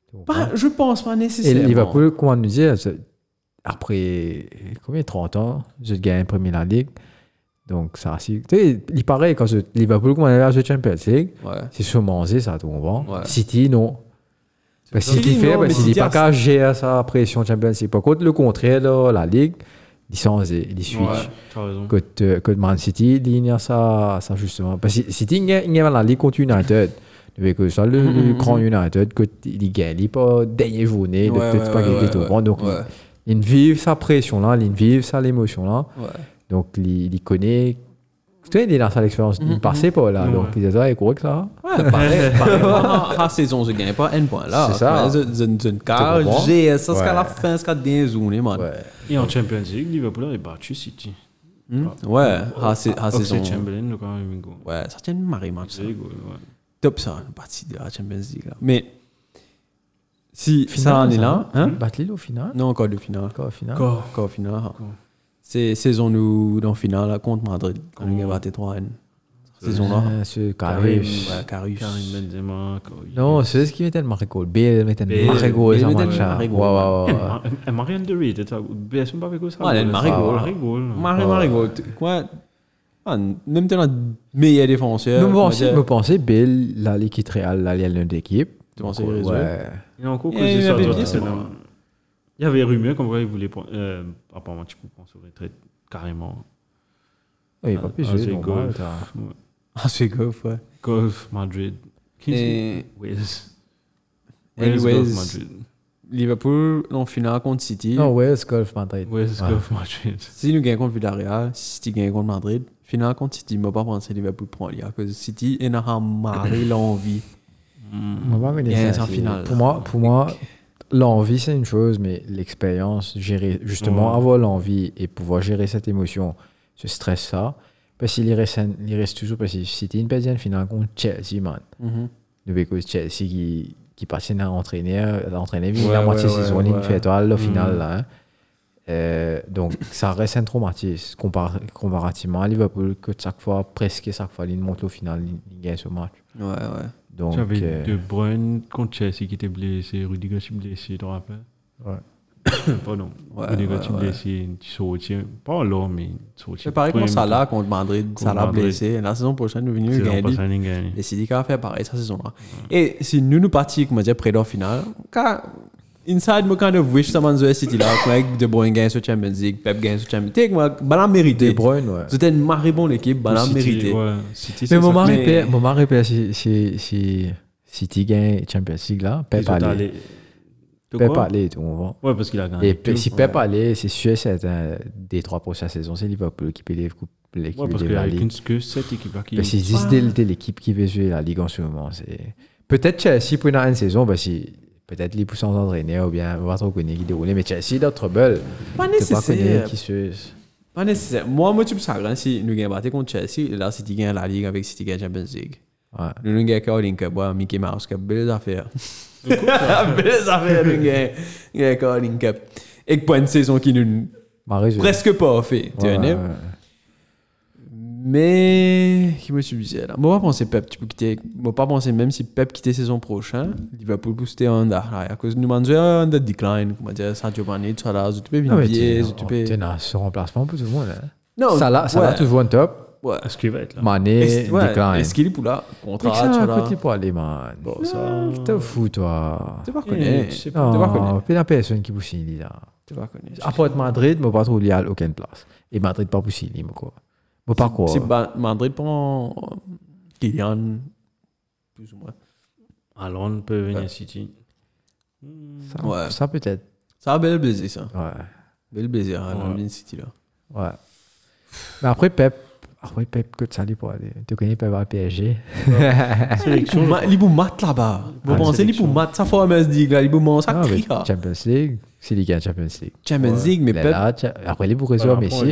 [SPEAKER 2] Tu comprends?
[SPEAKER 3] Pas, Bah, je pense pas
[SPEAKER 2] Et
[SPEAKER 3] nécessairement.
[SPEAKER 2] Liverpool, comment nous dire, c'est- après combien 30 ans, je gagne Premier la Ligue. Donc, ça, c'est. Tu sais, il paraît quand je- Liverpool, comment elle a joué Champions League,
[SPEAKER 3] Ouais.
[SPEAKER 2] c'est sûrement ça, tu comprends
[SPEAKER 3] Ouais.
[SPEAKER 2] City, non. Parce que
[SPEAKER 3] City,
[SPEAKER 2] City fait,
[SPEAKER 3] non, mais
[SPEAKER 2] parce qu'il n'est
[SPEAKER 3] City
[SPEAKER 2] pas
[SPEAKER 3] a-
[SPEAKER 2] qu'à gérer sa pression Champions League. Par contre, le contraire, là, la Ligue, ils sont ils switch.
[SPEAKER 1] Ouais, tu as raison.
[SPEAKER 2] Côte, euh, côte Man City, il y a ça, ça justement. Parce que City, il y a- il y a la Ligue contre United. Avec que ça, le,
[SPEAKER 3] (laughs)
[SPEAKER 2] le grand United, que t- il gagne, il est pas dernière journée,
[SPEAKER 3] Ouais,
[SPEAKER 2] de
[SPEAKER 3] ouais,
[SPEAKER 2] tout pas
[SPEAKER 3] ouais,
[SPEAKER 2] gagner
[SPEAKER 3] ouais,
[SPEAKER 2] tout le
[SPEAKER 3] ouais.
[SPEAKER 2] monde. Donc,
[SPEAKER 3] Ouais.
[SPEAKER 2] il il vive sa pression-là, il vive sa émotion-là.
[SPEAKER 3] Ouais.
[SPEAKER 2] Donc, il, il connaît. Tu sais, il est dans sa expérience,
[SPEAKER 3] Mm-hmm.
[SPEAKER 2] il ne passait pas là.
[SPEAKER 1] Mhm.
[SPEAKER 2] Donc, il dit, ah, il est correct là.
[SPEAKER 3] Ouais, pareil, pareil.
[SPEAKER 2] (laughs)
[SPEAKER 3] Ah, ah, saison, je gagne pas un point là.
[SPEAKER 2] C'est ça.
[SPEAKER 3] Je, je, je, je
[SPEAKER 2] Tu comprends?
[SPEAKER 3] carte, j'ai ça jusqu'à la
[SPEAKER 2] Ouais.
[SPEAKER 3] fin, jusqu'à bien zoné, man. Ouais.
[SPEAKER 1] Et en Champions League, Liverpool avait battu City.
[SPEAKER 3] Ouais, ah, c'est- ah, saison.
[SPEAKER 1] Oxlade-Chamberlain, le quand même, go.
[SPEAKER 3] Ouais, ça tient une marée, man. ça.
[SPEAKER 1] C'est go, ouais.
[SPEAKER 3] Top ça, une partie de la Champions League là. Mais si ça en est là, hein?
[SPEAKER 2] Battre l'île Mm-hmm. au final.
[SPEAKER 3] Non, encore de finale.
[SPEAKER 2] Encore au final.
[SPEAKER 3] Encore. Encore finale. hein. C'est saison nous dans finale là, contre Madrid. Quand on a battu 3 N. Saison là.
[SPEAKER 2] Ah, ce
[SPEAKER 3] Ouais,
[SPEAKER 2] carré.
[SPEAKER 3] Karius.
[SPEAKER 1] Karim Benzema. Corey.
[SPEAKER 2] Non, c'est ce qui mettait le Marigot. Bale mettait le
[SPEAKER 1] Bale.
[SPEAKER 2] Marigot.
[SPEAKER 3] Bale
[SPEAKER 2] ça
[SPEAKER 3] mettait le
[SPEAKER 2] marche, hein.
[SPEAKER 3] Marigot.
[SPEAKER 2] Ouais, ouais, ouais, ouais.
[SPEAKER 1] Elle m'a rien de rate. Elle m'a pas fait ça.
[SPEAKER 3] Ah, elle m'a rigolé.
[SPEAKER 1] rigole.
[SPEAKER 3] Marie Marigot, quoi? Ah, Même t'es la meilleure défenseur.
[SPEAKER 2] Mais moi aussi,
[SPEAKER 3] je
[SPEAKER 2] je me pensais, Bill, là, l'équipe Real, là, il y a l'un d'équipe.
[SPEAKER 3] Tu pensais
[SPEAKER 2] Ouais.
[SPEAKER 3] résoudre.
[SPEAKER 1] Il y a encore
[SPEAKER 3] Il y a eu
[SPEAKER 1] causé ça.
[SPEAKER 3] un
[SPEAKER 1] genre, c'est
[SPEAKER 3] bébé, c'est
[SPEAKER 1] dans-
[SPEAKER 3] bon.
[SPEAKER 1] Il y avait rumeur comme quoi il voulait prendre. euh, Apparemment, tu peux prendre sur retraite carrément.
[SPEAKER 2] Ouais, Il va plus
[SPEAKER 1] Ah,
[SPEAKER 2] jouer,
[SPEAKER 1] c'est
[SPEAKER 2] normal,
[SPEAKER 1] golf.
[SPEAKER 2] t'as-
[SPEAKER 1] Ouais.
[SPEAKER 3] Ah, c'est golf, ouais.
[SPEAKER 1] Golf, Madrid. Qui
[SPEAKER 3] Et
[SPEAKER 1] c'est Wales. Wales, Golf,
[SPEAKER 3] anyways,
[SPEAKER 1] Madrid.
[SPEAKER 3] Liverpool en finale contre City.
[SPEAKER 2] Non, ouais, c'est golf, Madrid.
[SPEAKER 1] Wales,
[SPEAKER 2] Ouais.
[SPEAKER 1] Golf, Madrid.
[SPEAKER 3] Si nous gagnons contre Villarreal, City gagne contre Madrid, finale contre City, je ne pas penser Liverpool prend l'IA, parce que City il a marré l'envie.
[SPEAKER 2] On va pas connaître ça,
[SPEAKER 3] Yeah, c'est en
[SPEAKER 2] c'est-
[SPEAKER 3] finale,
[SPEAKER 2] Pour
[SPEAKER 3] là.
[SPEAKER 2] moi, pour moi l'envie, c'est une chose, mais l'expérience, gérer, justement,
[SPEAKER 1] Ouais.
[SPEAKER 2] avoir l'envie et pouvoir gérer cette émotion, ce stress, ça. Parce qu'il reste, un- il reste toujours, parce que c'était une période finale contre Chelsea, man. de Because Chelsea qui, qui passait à entraîner, à l'entraîner, vu
[SPEAKER 3] Ouais,
[SPEAKER 2] la moitié
[SPEAKER 3] ouais,
[SPEAKER 2] saison,
[SPEAKER 3] ouais,
[SPEAKER 2] il
[SPEAKER 3] ouais.
[SPEAKER 2] fait étoile, au final,
[SPEAKER 1] Mhm.
[SPEAKER 2] là. hein. Euh, donc, ça reste un traumatisme compar- comparativement à Liverpool, que chaque fois, presque chaque fois, il monte au final, il- il gagne ce match.
[SPEAKER 3] Ouais, ouais.
[SPEAKER 2] Donc,
[SPEAKER 1] J'avais
[SPEAKER 2] euh,
[SPEAKER 1] De Bruyne contre Chelsea qui était blessé, Rudiger qui est blessé, tu te rappelles
[SPEAKER 2] Ouais.
[SPEAKER 1] (coughs) Pardon.
[SPEAKER 3] Ouais,
[SPEAKER 1] Rudiger
[SPEAKER 3] ouais,
[SPEAKER 1] qui est
[SPEAKER 3] ouais.
[SPEAKER 1] blessé, tu sortis. Pas là, mais tu sortis.
[SPEAKER 3] C'est pareil contre Salah contre Madrid,
[SPEAKER 1] Contre
[SPEAKER 3] Salah
[SPEAKER 1] Madrid.
[SPEAKER 3] blessé. La saison prochaine, nous venons
[SPEAKER 1] C'est
[SPEAKER 3] gagner.
[SPEAKER 1] pas ça, il gagne.
[SPEAKER 3] Et City a fait pareil cette saison-là. Et si nous nous partions, comme je disais, près de la finale, quand inside, moi, quand je vois justement ce City-là, quand De Bruyne gagne sur Champions League, Pep gagne sur Champions League, moi, ben, la
[SPEAKER 2] De
[SPEAKER 3] mérité.
[SPEAKER 2] Bruyne, ouais.
[SPEAKER 3] C'était une marée bonne équipe, ben, la
[SPEAKER 1] City,
[SPEAKER 3] mérité.
[SPEAKER 1] ouais, City,
[SPEAKER 2] Mais
[SPEAKER 1] c'est
[SPEAKER 2] mon
[SPEAKER 1] ça.
[SPEAKER 2] mari
[SPEAKER 3] Mais-
[SPEAKER 2] perd- mon mari perd si, si, si, City gagne Champions League, là,
[SPEAKER 1] Ils
[SPEAKER 2] Pep
[SPEAKER 1] sont
[SPEAKER 2] allait.
[SPEAKER 1] allés- De
[SPEAKER 2] Pep
[SPEAKER 1] quoi
[SPEAKER 2] allait, tout, on voit.
[SPEAKER 1] Ouais, parce qu'il a
[SPEAKER 2] Et
[SPEAKER 1] gagné.
[SPEAKER 2] Pe- si Pep allait, c'est sûr, c'est un des trois prochaines saisons, c'est Liverpool qui peut les coupes- l'équipe
[SPEAKER 1] Ouais, parce qu'il
[SPEAKER 2] de
[SPEAKER 1] n'y
[SPEAKER 2] la
[SPEAKER 1] a
[SPEAKER 2] Ligue.
[SPEAKER 1] qu'une- que cette équipe-là qui.
[SPEAKER 2] Parce qu'ils disent dès le- dès l'équipe qui veut jouer la Ligue en ce moment. c'est- Peut-être Chelsea pour une une saison, parce que peut-être les poussants d'entraîner ou bien on va trop connaître qui déroulait. Mais Chelsea, d'autres trouble.
[SPEAKER 3] Pas
[SPEAKER 2] Tu pas
[SPEAKER 3] nécessaire.
[SPEAKER 2] connaître qui se.
[SPEAKER 3] Pas nécessaire. Moi, moi, tu me sens grand si nous gagnons battu contre Chelsea, là, City gagne la Ligue avec City gagne Champions League.
[SPEAKER 2] Ouais.
[SPEAKER 3] Nous, nous gagnons Caroline Cup, ouais, Mickey Mouse Cup, belles affaires. (laughs) belles affaires, nous gagnons- nous gagnons Caroline Cup. Et que pas une saison qui nous
[SPEAKER 2] Marais, je-
[SPEAKER 3] presque pas fait, tu
[SPEAKER 2] Ouais,
[SPEAKER 3] vois,
[SPEAKER 2] ouais,
[SPEAKER 3] né?
[SPEAKER 2] ouais.
[SPEAKER 3] Mais, qui me disais là? Moi, pas penser Pep, tu peux quitter. Moi, pas penser même si Pep quittait saison prochaine, Liverpool booster en là. À cause nous mangeons un de decline, comment dire, Sadio Mané, tu as là, tu peux
[SPEAKER 2] Non, mais
[SPEAKER 3] Vinvier, tu
[SPEAKER 2] Ah tu
[SPEAKER 3] peux.
[SPEAKER 2] es dans ce remplacement pour tout le monde. hein.
[SPEAKER 3] Non,
[SPEAKER 2] Salah, Salah
[SPEAKER 3] ouais.
[SPEAKER 2] toujours en top.
[SPEAKER 3] Ouais.
[SPEAKER 1] Est-ce qu'il va être là
[SPEAKER 2] Mané,
[SPEAKER 3] Est-ce- ouais,
[SPEAKER 2] décline.
[SPEAKER 3] Est-ce qu'il est pour là?
[SPEAKER 2] Mais
[SPEAKER 3] Contrat,
[SPEAKER 2] que
[SPEAKER 3] tu
[SPEAKER 2] ça,
[SPEAKER 3] as
[SPEAKER 2] à
[SPEAKER 3] là.
[SPEAKER 2] côté pour aller, man.
[SPEAKER 1] Bon, ça-
[SPEAKER 2] Non, Qu'est-ce que t'en fous, toi
[SPEAKER 3] Tu vas
[SPEAKER 1] Ah, Eh, je
[SPEAKER 3] connaître.
[SPEAKER 1] sais
[SPEAKER 3] Tu
[SPEAKER 1] pas.
[SPEAKER 3] vas connaître.
[SPEAKER 2] Non, puis la personne qui pousse il est là.
[SPEAKER 3] Tu vas connaître.
[SPEAKER 2] À part Madrid, mais pas trop lié à aucune place. Et Madrid pas possible, mais quoi. Mais pas quoi.
[SPEAKER 3] Si Ba- Madrid prend euh, Kylian, plus ou moins.
[SPEAKER 1] Alon peut venir à City.
[SPEAKER 2] Ça,
[SPEAKER 3] Ouais.
[SPEAKER 2] ça peut-être.
[SPEAKER 3] Ça a bel baiser, ça.
[SPEAKER 2] Ouais.
[SPEAKER 3] Bel baiser, hein,
[SPEAKER 1] Ouais.
[SPEAKER 3] dans Man City, là.
[SPEAKER 2] Ouais. Mais après Pep, après Pep, que de ça lui pour aller. Tu connais Pep à PSG.
[SPEAKER 1] Sélection.
[SPEAKER 3] Ma- Il est pour mat là-bas. Vous
[SPEAKER 1] Ah,
[SPEAKER 3] pensez il est
[SPEAKER 1] sélection.
[SPEAKER 3] pour mat, ça fait MS League là, il est pour mat, ça
[SPEAKER 2] Ah, mais
[SPEAKER 3] crie là.
[SPEAKER 2] Champions League, c'est les gars Champions League.
[SPEAKER 3] Champions League, mais
[SPEAKER 2] Là,
[SPEAKER 3] Pep.
[SPEAKER 2] là, cha- après les bourgeois, Messi.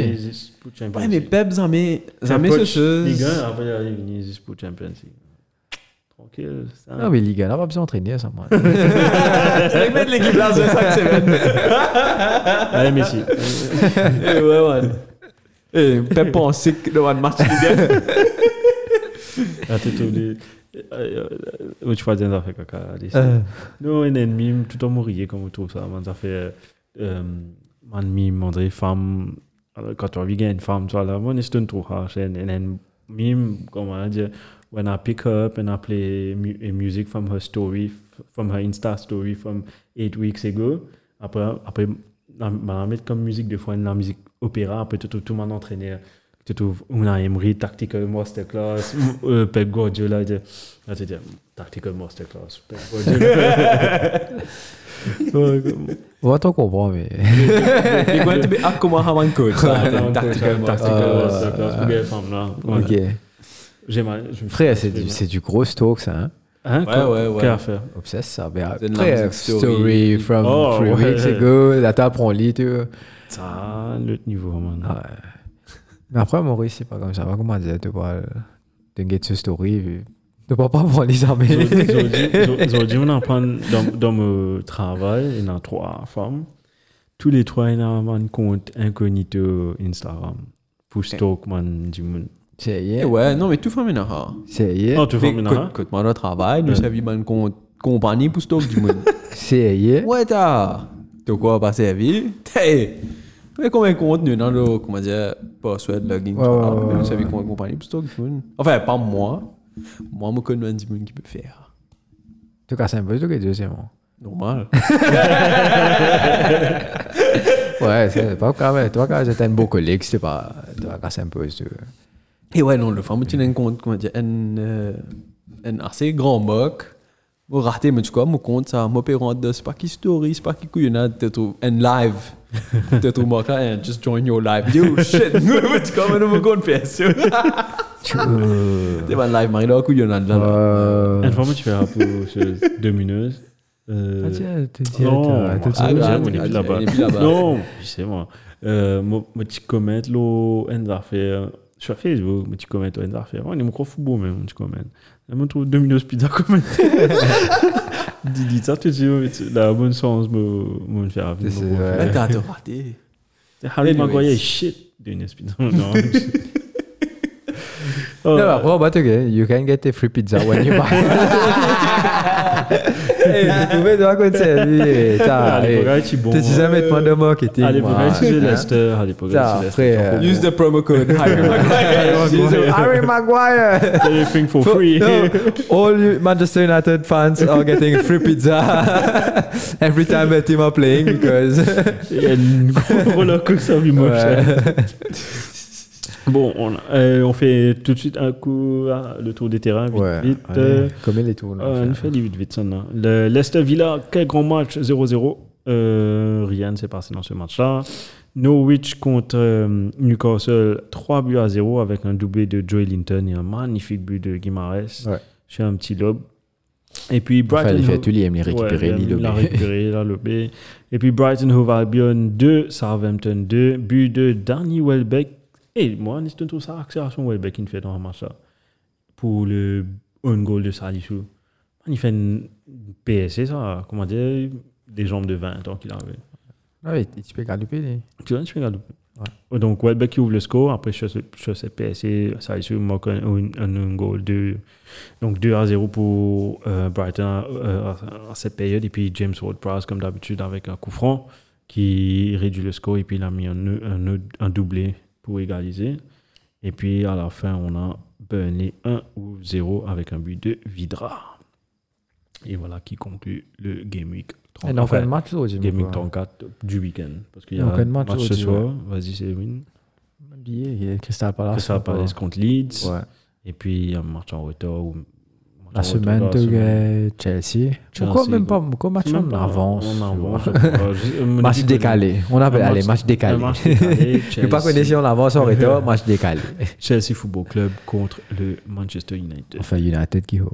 [SPEAKER 3] Ouais, mais Pep, ça met ça met ce
[SPEAKER 1] Ligue hein. 1,
[SPEAKER 3] (laughs) chose.
[SPEAKER 1] après il arrive, il est juste pour Champions League. Tranquille. ça.
[SPEAKER 2] Non, Ah, mais les gars, là, pas besoin d'entraîner ça, moi.
[SPEAKER 3] Les mecs de l'équipe là, c'est chaque semaine.
[SPEAKER 1] Allez, (laughs) Messi.
[SPEAKER 3] Eh, Ouais, man. Eh, Pep pensait que le one match, les gars.
[SPEAKER 1] (laughs) La tête au dé. euh, euh, tu vois, ça fait caca. les-
[SPEAKER 2] Euh,
[SPEAKER 1] Non, un ennemi, tout en mourir, comme tout ça. Man, ça fait. Euh, man, mime, André, femme. Alors, Quand tu as vu qu'il y a une femme, tu vois, là, man, c'est un trou. hein, C'est un un mime, comment on dit, when I pick up and I play mu- a music from her story, from her Insta story from eight weeks ago. Après, après la- ma la mettre comme musique, des fois, la musique opéra, après, tout, tout, tout m'en entraîner. Tu trouves Una Emery, Tactical Masterclass, euh, Pep Guardiola. tu- Ah, tu dis, Tactical Masterclass, Pep Guardiola. Ouais, comme-
[SPEAKER 2] On va t'en comprendre, mais.
[SPEAKER 3] You're going to be a comment have one coach.
[SPEAKER 1] Ouais,
[SPEAKER 3] Tactical,
[SPEAKER 1] ouais,
[SPEAKER 3] tactical.
[SPEAKER 1] Tactical
[SPEAKER 2] euh,
[SPEAKER 1] Masterclass, ou bien femme, là. Voilà.
[SPEAKER 2] Ok.
[SPEAKER 1] J'ai mal- je me-
[SPEAKER 2] Frère, c'est du, c'est du gros stock, ça. Hein?
[SPEAKER 1] Hein,
[SPEAKER 3] Ouais,
[SPEAKER 1] quoi-
[SPEAKER 3] ouais, ouais.
[SPEAKER 1] Quelle affaire
[SPEAKER 2] Obsesse, ça. Mais
[SPEAKER 3] C'est de la
[SPEAKER 2] frère,
[SPEAKER 3] musique story.
[SPEAKER 2] story from
[SPEAKER 1] Oh,
[SPEAKER 2] three
[SPEAKER 1] ouais.
[SPEAKER 2] weeks ago. Là, t'apprends lit, tu vois.
[SPEAKER 1] Ça, le niveau, man.
[SPEAKER 2] Ah, ouais. Mais après, Maurice, c'est pas comme ça. Pas comment dire, tu vois. Tu get ce story. puis Tu peux pas prendre les armées.
[SPEAKER 1] Aujourd'hui, on apprend dans, dans mon travail, il y en a trois femmes. Tous les trois, ils ont un compte incognito Instagram. Pour stalk, man, du monde.
[SPEAKER 2] C'est
[SPEAKER 3] Eh
[SPEAKER 2] hier.
[SPEAKER 3] Ouais, non, mais tout fait un erreur.
[SPEAKER 2] C'est hier.
[SPEAKER 1] Oh, tu vois, maintenant, hein?
[SPEAKER 3] Écoute, moi, le travail, nous avons une con- compagnie pour stock du monde.
[SPEAKER 2] C'est hier.
[SPEAKER 3] Ouais, t'as. T'as quoi à passer à vie? T'es. Mais combien de contenu dans le, comment dire, password, login, tout
[SPEAKER 2] Ouais,
[SPEAKER 3] ça.
[SPEAKER 2] ouais,
[SPEAKER 3] Mais
[SPEAKER 2] ouais,
[SPEAKER 3] nous savons combien de compagnie pour stock du monde. Enfin, pas moi. Moi, je connais un petit monde qui peut faire.
[SPEAKER 2] Tu casses un peu, tu es deuxième. hein.
[SPEAKER 3] Normal.
[SPEAKER 2] Ouais, c'est pas grave. Toi, quand j'étais un beau collègue, c'était pas. Tu vas casser un peu, tu vois.
[SPEAKER 3] Et ouais, non, le femme, tu n'as un compte, comment dire, un, euh, un assez grand mock. Moi, raté, mais tu vois, mon compte, ça, moi, pérant de, c'est pas qui story, c'est pas qui couillonnade, t'es trop, un live. T'es trop mock là, and just join your live. Yo, shit, (laughs) nous, mais tu vois, mais nous, mon compte, bien sûr. T'es pas live, Marie, là, couillonnade, là, là.
[SPEAKER 2] Euh,
[SPEAKER 1] Une fois, moi, tu fais un peu chez Domineuse. Euh,
[SPEAKER 2] Ah, tiens, t'es
[SPEAKER 1] non,
[SPEAKER 2] direct, t'es
[SPEAKER 1] ah,
[SPEAKER 2] direct.
[SPEAKER 1] tiens, on est
[SPEAKER 3] Ah,
[SPEAKER 1] plus
[SPEAKER 3] tiens,
[SPEAKER 1] là-bas.
[SPEAKER 3] on est plus là-bas.
[SPEAKER 1] Non, je sais, moi. Euh, Mon mon petit comment, l'eau, une affaire. euh, Sur Facebook, mon petit comment, une affaire. On est micro football, même, mon petit comment. Là, on trouve Domino's Pizza comment. Dis dis ça, tu dis, mais tu- la bonne sens, mon mon faire avec
[SPEAKER 2] C'est-
[SPEAKER 1] mon gros
[SPEAKER 2] ouais.
[SPEAKER 1] frère.
[SPEAKER 3] Là, t'as t'as raté.
[SPEAKER 1] Harry
[SPEAKER 3] Anyways.
[SPEAKER 1] Maguire, shit, Domino's Pizza.
[SPEAKER 2] (laughs)
[SPEAKER 1] Non. Oh,
[SPEAKER 2] Non, mais après, bah, tu sais, you can get a free pizza when you
[SPEAKER 1] (laughs)
[SPEAKER 2] buy. Hey, tu pouvais dans quoi de sa vie, t'as,
[SPEAKER 1] à
[SPEAKER 2] hey.
[SPEAKER 1] l'époque, tu bon.
[SPEAKER 2] Tu sais jamais te demander au marketing,
[SPEAKER 1] Allez,
[SPEAKER 2] moi,
[SPEAKER 1] progrès, c'est
[SPEAKER 2] hein.
[SPEAKER 1] Leicester. Allez, progrès,
[SPEAKER 2] T'as,
[SPEAKER 1] c'est Leicester.
[SPEAKER 2] frère.
[SPEAKER 3] Use the promo code,
[SPEAKER 2] Maguire. Harry Maguire.
[SPEAKER 1] Everything for free.
[SPEAKER 2] No, all you Manchester United fans are getting a free pizza (laughs) every time a team are playing because
[SPEAKER 1] Il y a une (laughs) grosse rollercoaster du moche. hein. Bon, on, euh, on fait tout de suite un coup ah, le tour des terrains. Vite, vite. euh,
[SPEAKER 2] comme il est tourne.
[SPEAKER 1] euh, on fait les vite, vite. ça, non. Le Leicester Villa, quel grand match 0-0. Euh, rien ne s'est passé dans ce match-là. Norwich contre euh, Newcastle, 3 buts à 0 avec un doublé de Joey Linton et un magnifique but de Guimarães.
[SPEAKER 2] Ouais.
[SPEAKER 1] Chez un petit lobe. Et puis
[SPEAKER 2] Enfin,
[SPEAKER 1] Brighton.
[SPEAKER 2] les fait, tu aime les récupérer,
[SPEAKER 1] Ouais,
[SPEAKER 2] les
[SPEAKER 1] il l'a
[SPEAKER 2] lober.
[SPEAKER 1] récupéré, il l'a lobé. Et puis Brighton Hove Albion 2, Southampton 2, but de Danny Welbeck. Et moi, je trouve ça accélération Welbeck qu'il fait dans un match là. Pour le un goal de Salisu. Il fait une PSC, ça, comment dire, des jambes de 20 ans qu'il avait.
[SPEAKER 2] Ah oui, tu peux galoper, lui.
[SPEAKER 1] Tu vois, je fais regarder. Donc Welbeck qui ouvre le score, après je sais PSC, Salisu marque un, un, un goal de donc 2 à 0 pour euh, Brighton euh, à- à cette période. Et puis James Ward-Prowse, comme d'habitude, avec un coup franc qui réduit le score. Et puis il a mis un, nœud- un, nœud- un doublé pour égaliser. Et puis à la fin, on a Burnley 1 ou 0 avec un but de Vidra. Et voilà qui conclut le Game Week 30.
[SPEAKER 2] Elle en fait
[SPEAKER 1] Enfin,
[SPEAKER 2] un match, l'autre, j'ai
[SPEAKER 1] Game
[SPEAKER 2] mis
[SPEAKER 1] Week
[SPEAKER 2] quoi.
[SPEAKER 1] 34 du week-end. Parce qu'il y
[SPEAKER 2] Il y a
[SPEAKER 1] a
[SPEAKER 2] aucun
[SPEAKER 1] un
[SPEAKER 2] match
[SPEAKER 1] match, ce
[SPEAKER 2] aujourd'hui,
[SPEAKER 1] soir. Vas-y, c'est win.
[SPEAKER 2] Billet, il y a Crystal Palace.
[SPEAKER 1] Que ça
[SPEAKER 2] encore.
[SPEAKER 1] Palace contre Leeds.
[SPEAKER 2] Ah, Ouais.
[SPEAKER 1] Et puis un match en retour. Ou... match en
[SPEAKER 2] La
[SPEAKER 1] retour
[SPEAKER 2] semaine,
[SPEAKER 1] dans
[SPEAKER 2] tu
[SPEAKER 1] la semaine.
[SPEAKER 2] as Chelsea. Pourquoi même pas Pourquoi match
[SPEAKER 1] Même
[SPEAKER 2] en
[SPEAKER 1] pas,
[SPEAKER 2] avance
[SPEAKER 1] on
[SPEAKER 2] tu vois.
[SPEAKER 1] avance, je crois.
[SPEAKER 2] (laughs)
[SPEAKER 1] Je- euh,
[SPEAKER 2] Match
[SPEAKER 1] Monaco-
[SPEAKER 2] décalé. On
[SPEAKER 1] Un
[SPEAKER 2] appelle, allez, match
[SPEAKER 1] un
[SPEAKER 2] décalé.
[SPEAKER 1] match décalé,
[SPEAKER 2] (laughs) Je ne pas
[SPEAKER 1] Chelsea-
[SPEAKER 2] connaître si on
[SPEAKER 1] (laughs)
[SPEAKER 2] avance en retour, match décalé.
[SPEAKER 1] Chelsea Football Club contre le Manchester United.
[SPEAKER 2] Enfin, United qui home.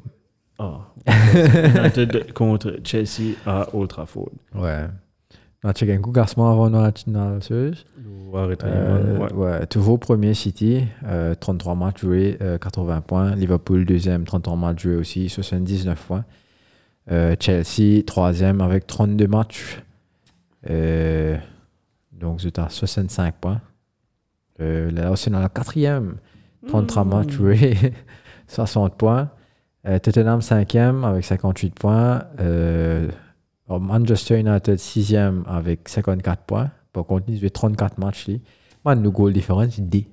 [SPEAKER 1] Ah.
[SPEAKER 2] (laughs)
[SPEAKER 1] United contre Chelsea à Old Trafford.
[SPEAKER 2] Ouais. On a checké un coup garçon avant dans la finale.
[SPEAKER 1] Ou à
[SPEAKER 2] Euh,
[SPEAKER 1] Retirement, ouais.
[SPEAKER 2] ouais. toujours premier City, euh, 33 matchs joués, euh, 80 points. Liverpool, deuxième, 33 matchs joués aussi, 79 points. Euh, Chelsea, troisième, avec 32 matchs. Euh, donc, c'est à 65 points. (laughs) Euh, là, c'est dans la quatrième, 33 matchs joués, 60 points. Euh, Tottenham 5e avec 58 points. Euh, alors, Manchester United 6e avec 54 points. Par contre, ils ont joué 34 matchs. Là. Man, le goal difference, D.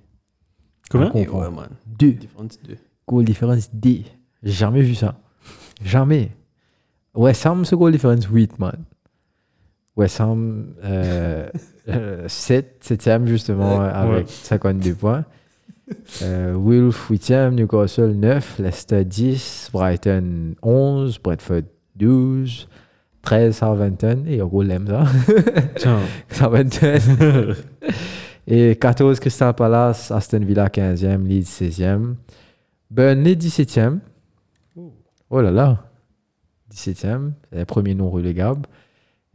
[SPEAKER 1] Combien
[SPEAKER 2] Qu'on
[SPEAKER 3] Eh
[SPEAKER 2] prend.
[SPEAKER 3] Ouais, man.
[SPEAKER 2] Deux.
[SPEAKER 3] Différence deux.
[SPEAKER 2] Goal difference, D. J'ai Jamais vu ça. Jamais. West Ham, ce goal difference, 8, man. West Ham, euh, 7, 7e justement, avec 52 points. Euh, Wilf, 8e, Newcastle, 9, Leicester, 10, Brighton, 11, Bradford, 12, 13, Southampton, et gros l'aime ça,
[SPEAKER 1] Tiens.
[SPEAKER 2] Southampton, (laughs) et 14, Crystal Palace, Aston Villa 15e, Leeds 16e. Burnley 17e. Oh là là. 17e, c'est le premier non relégable.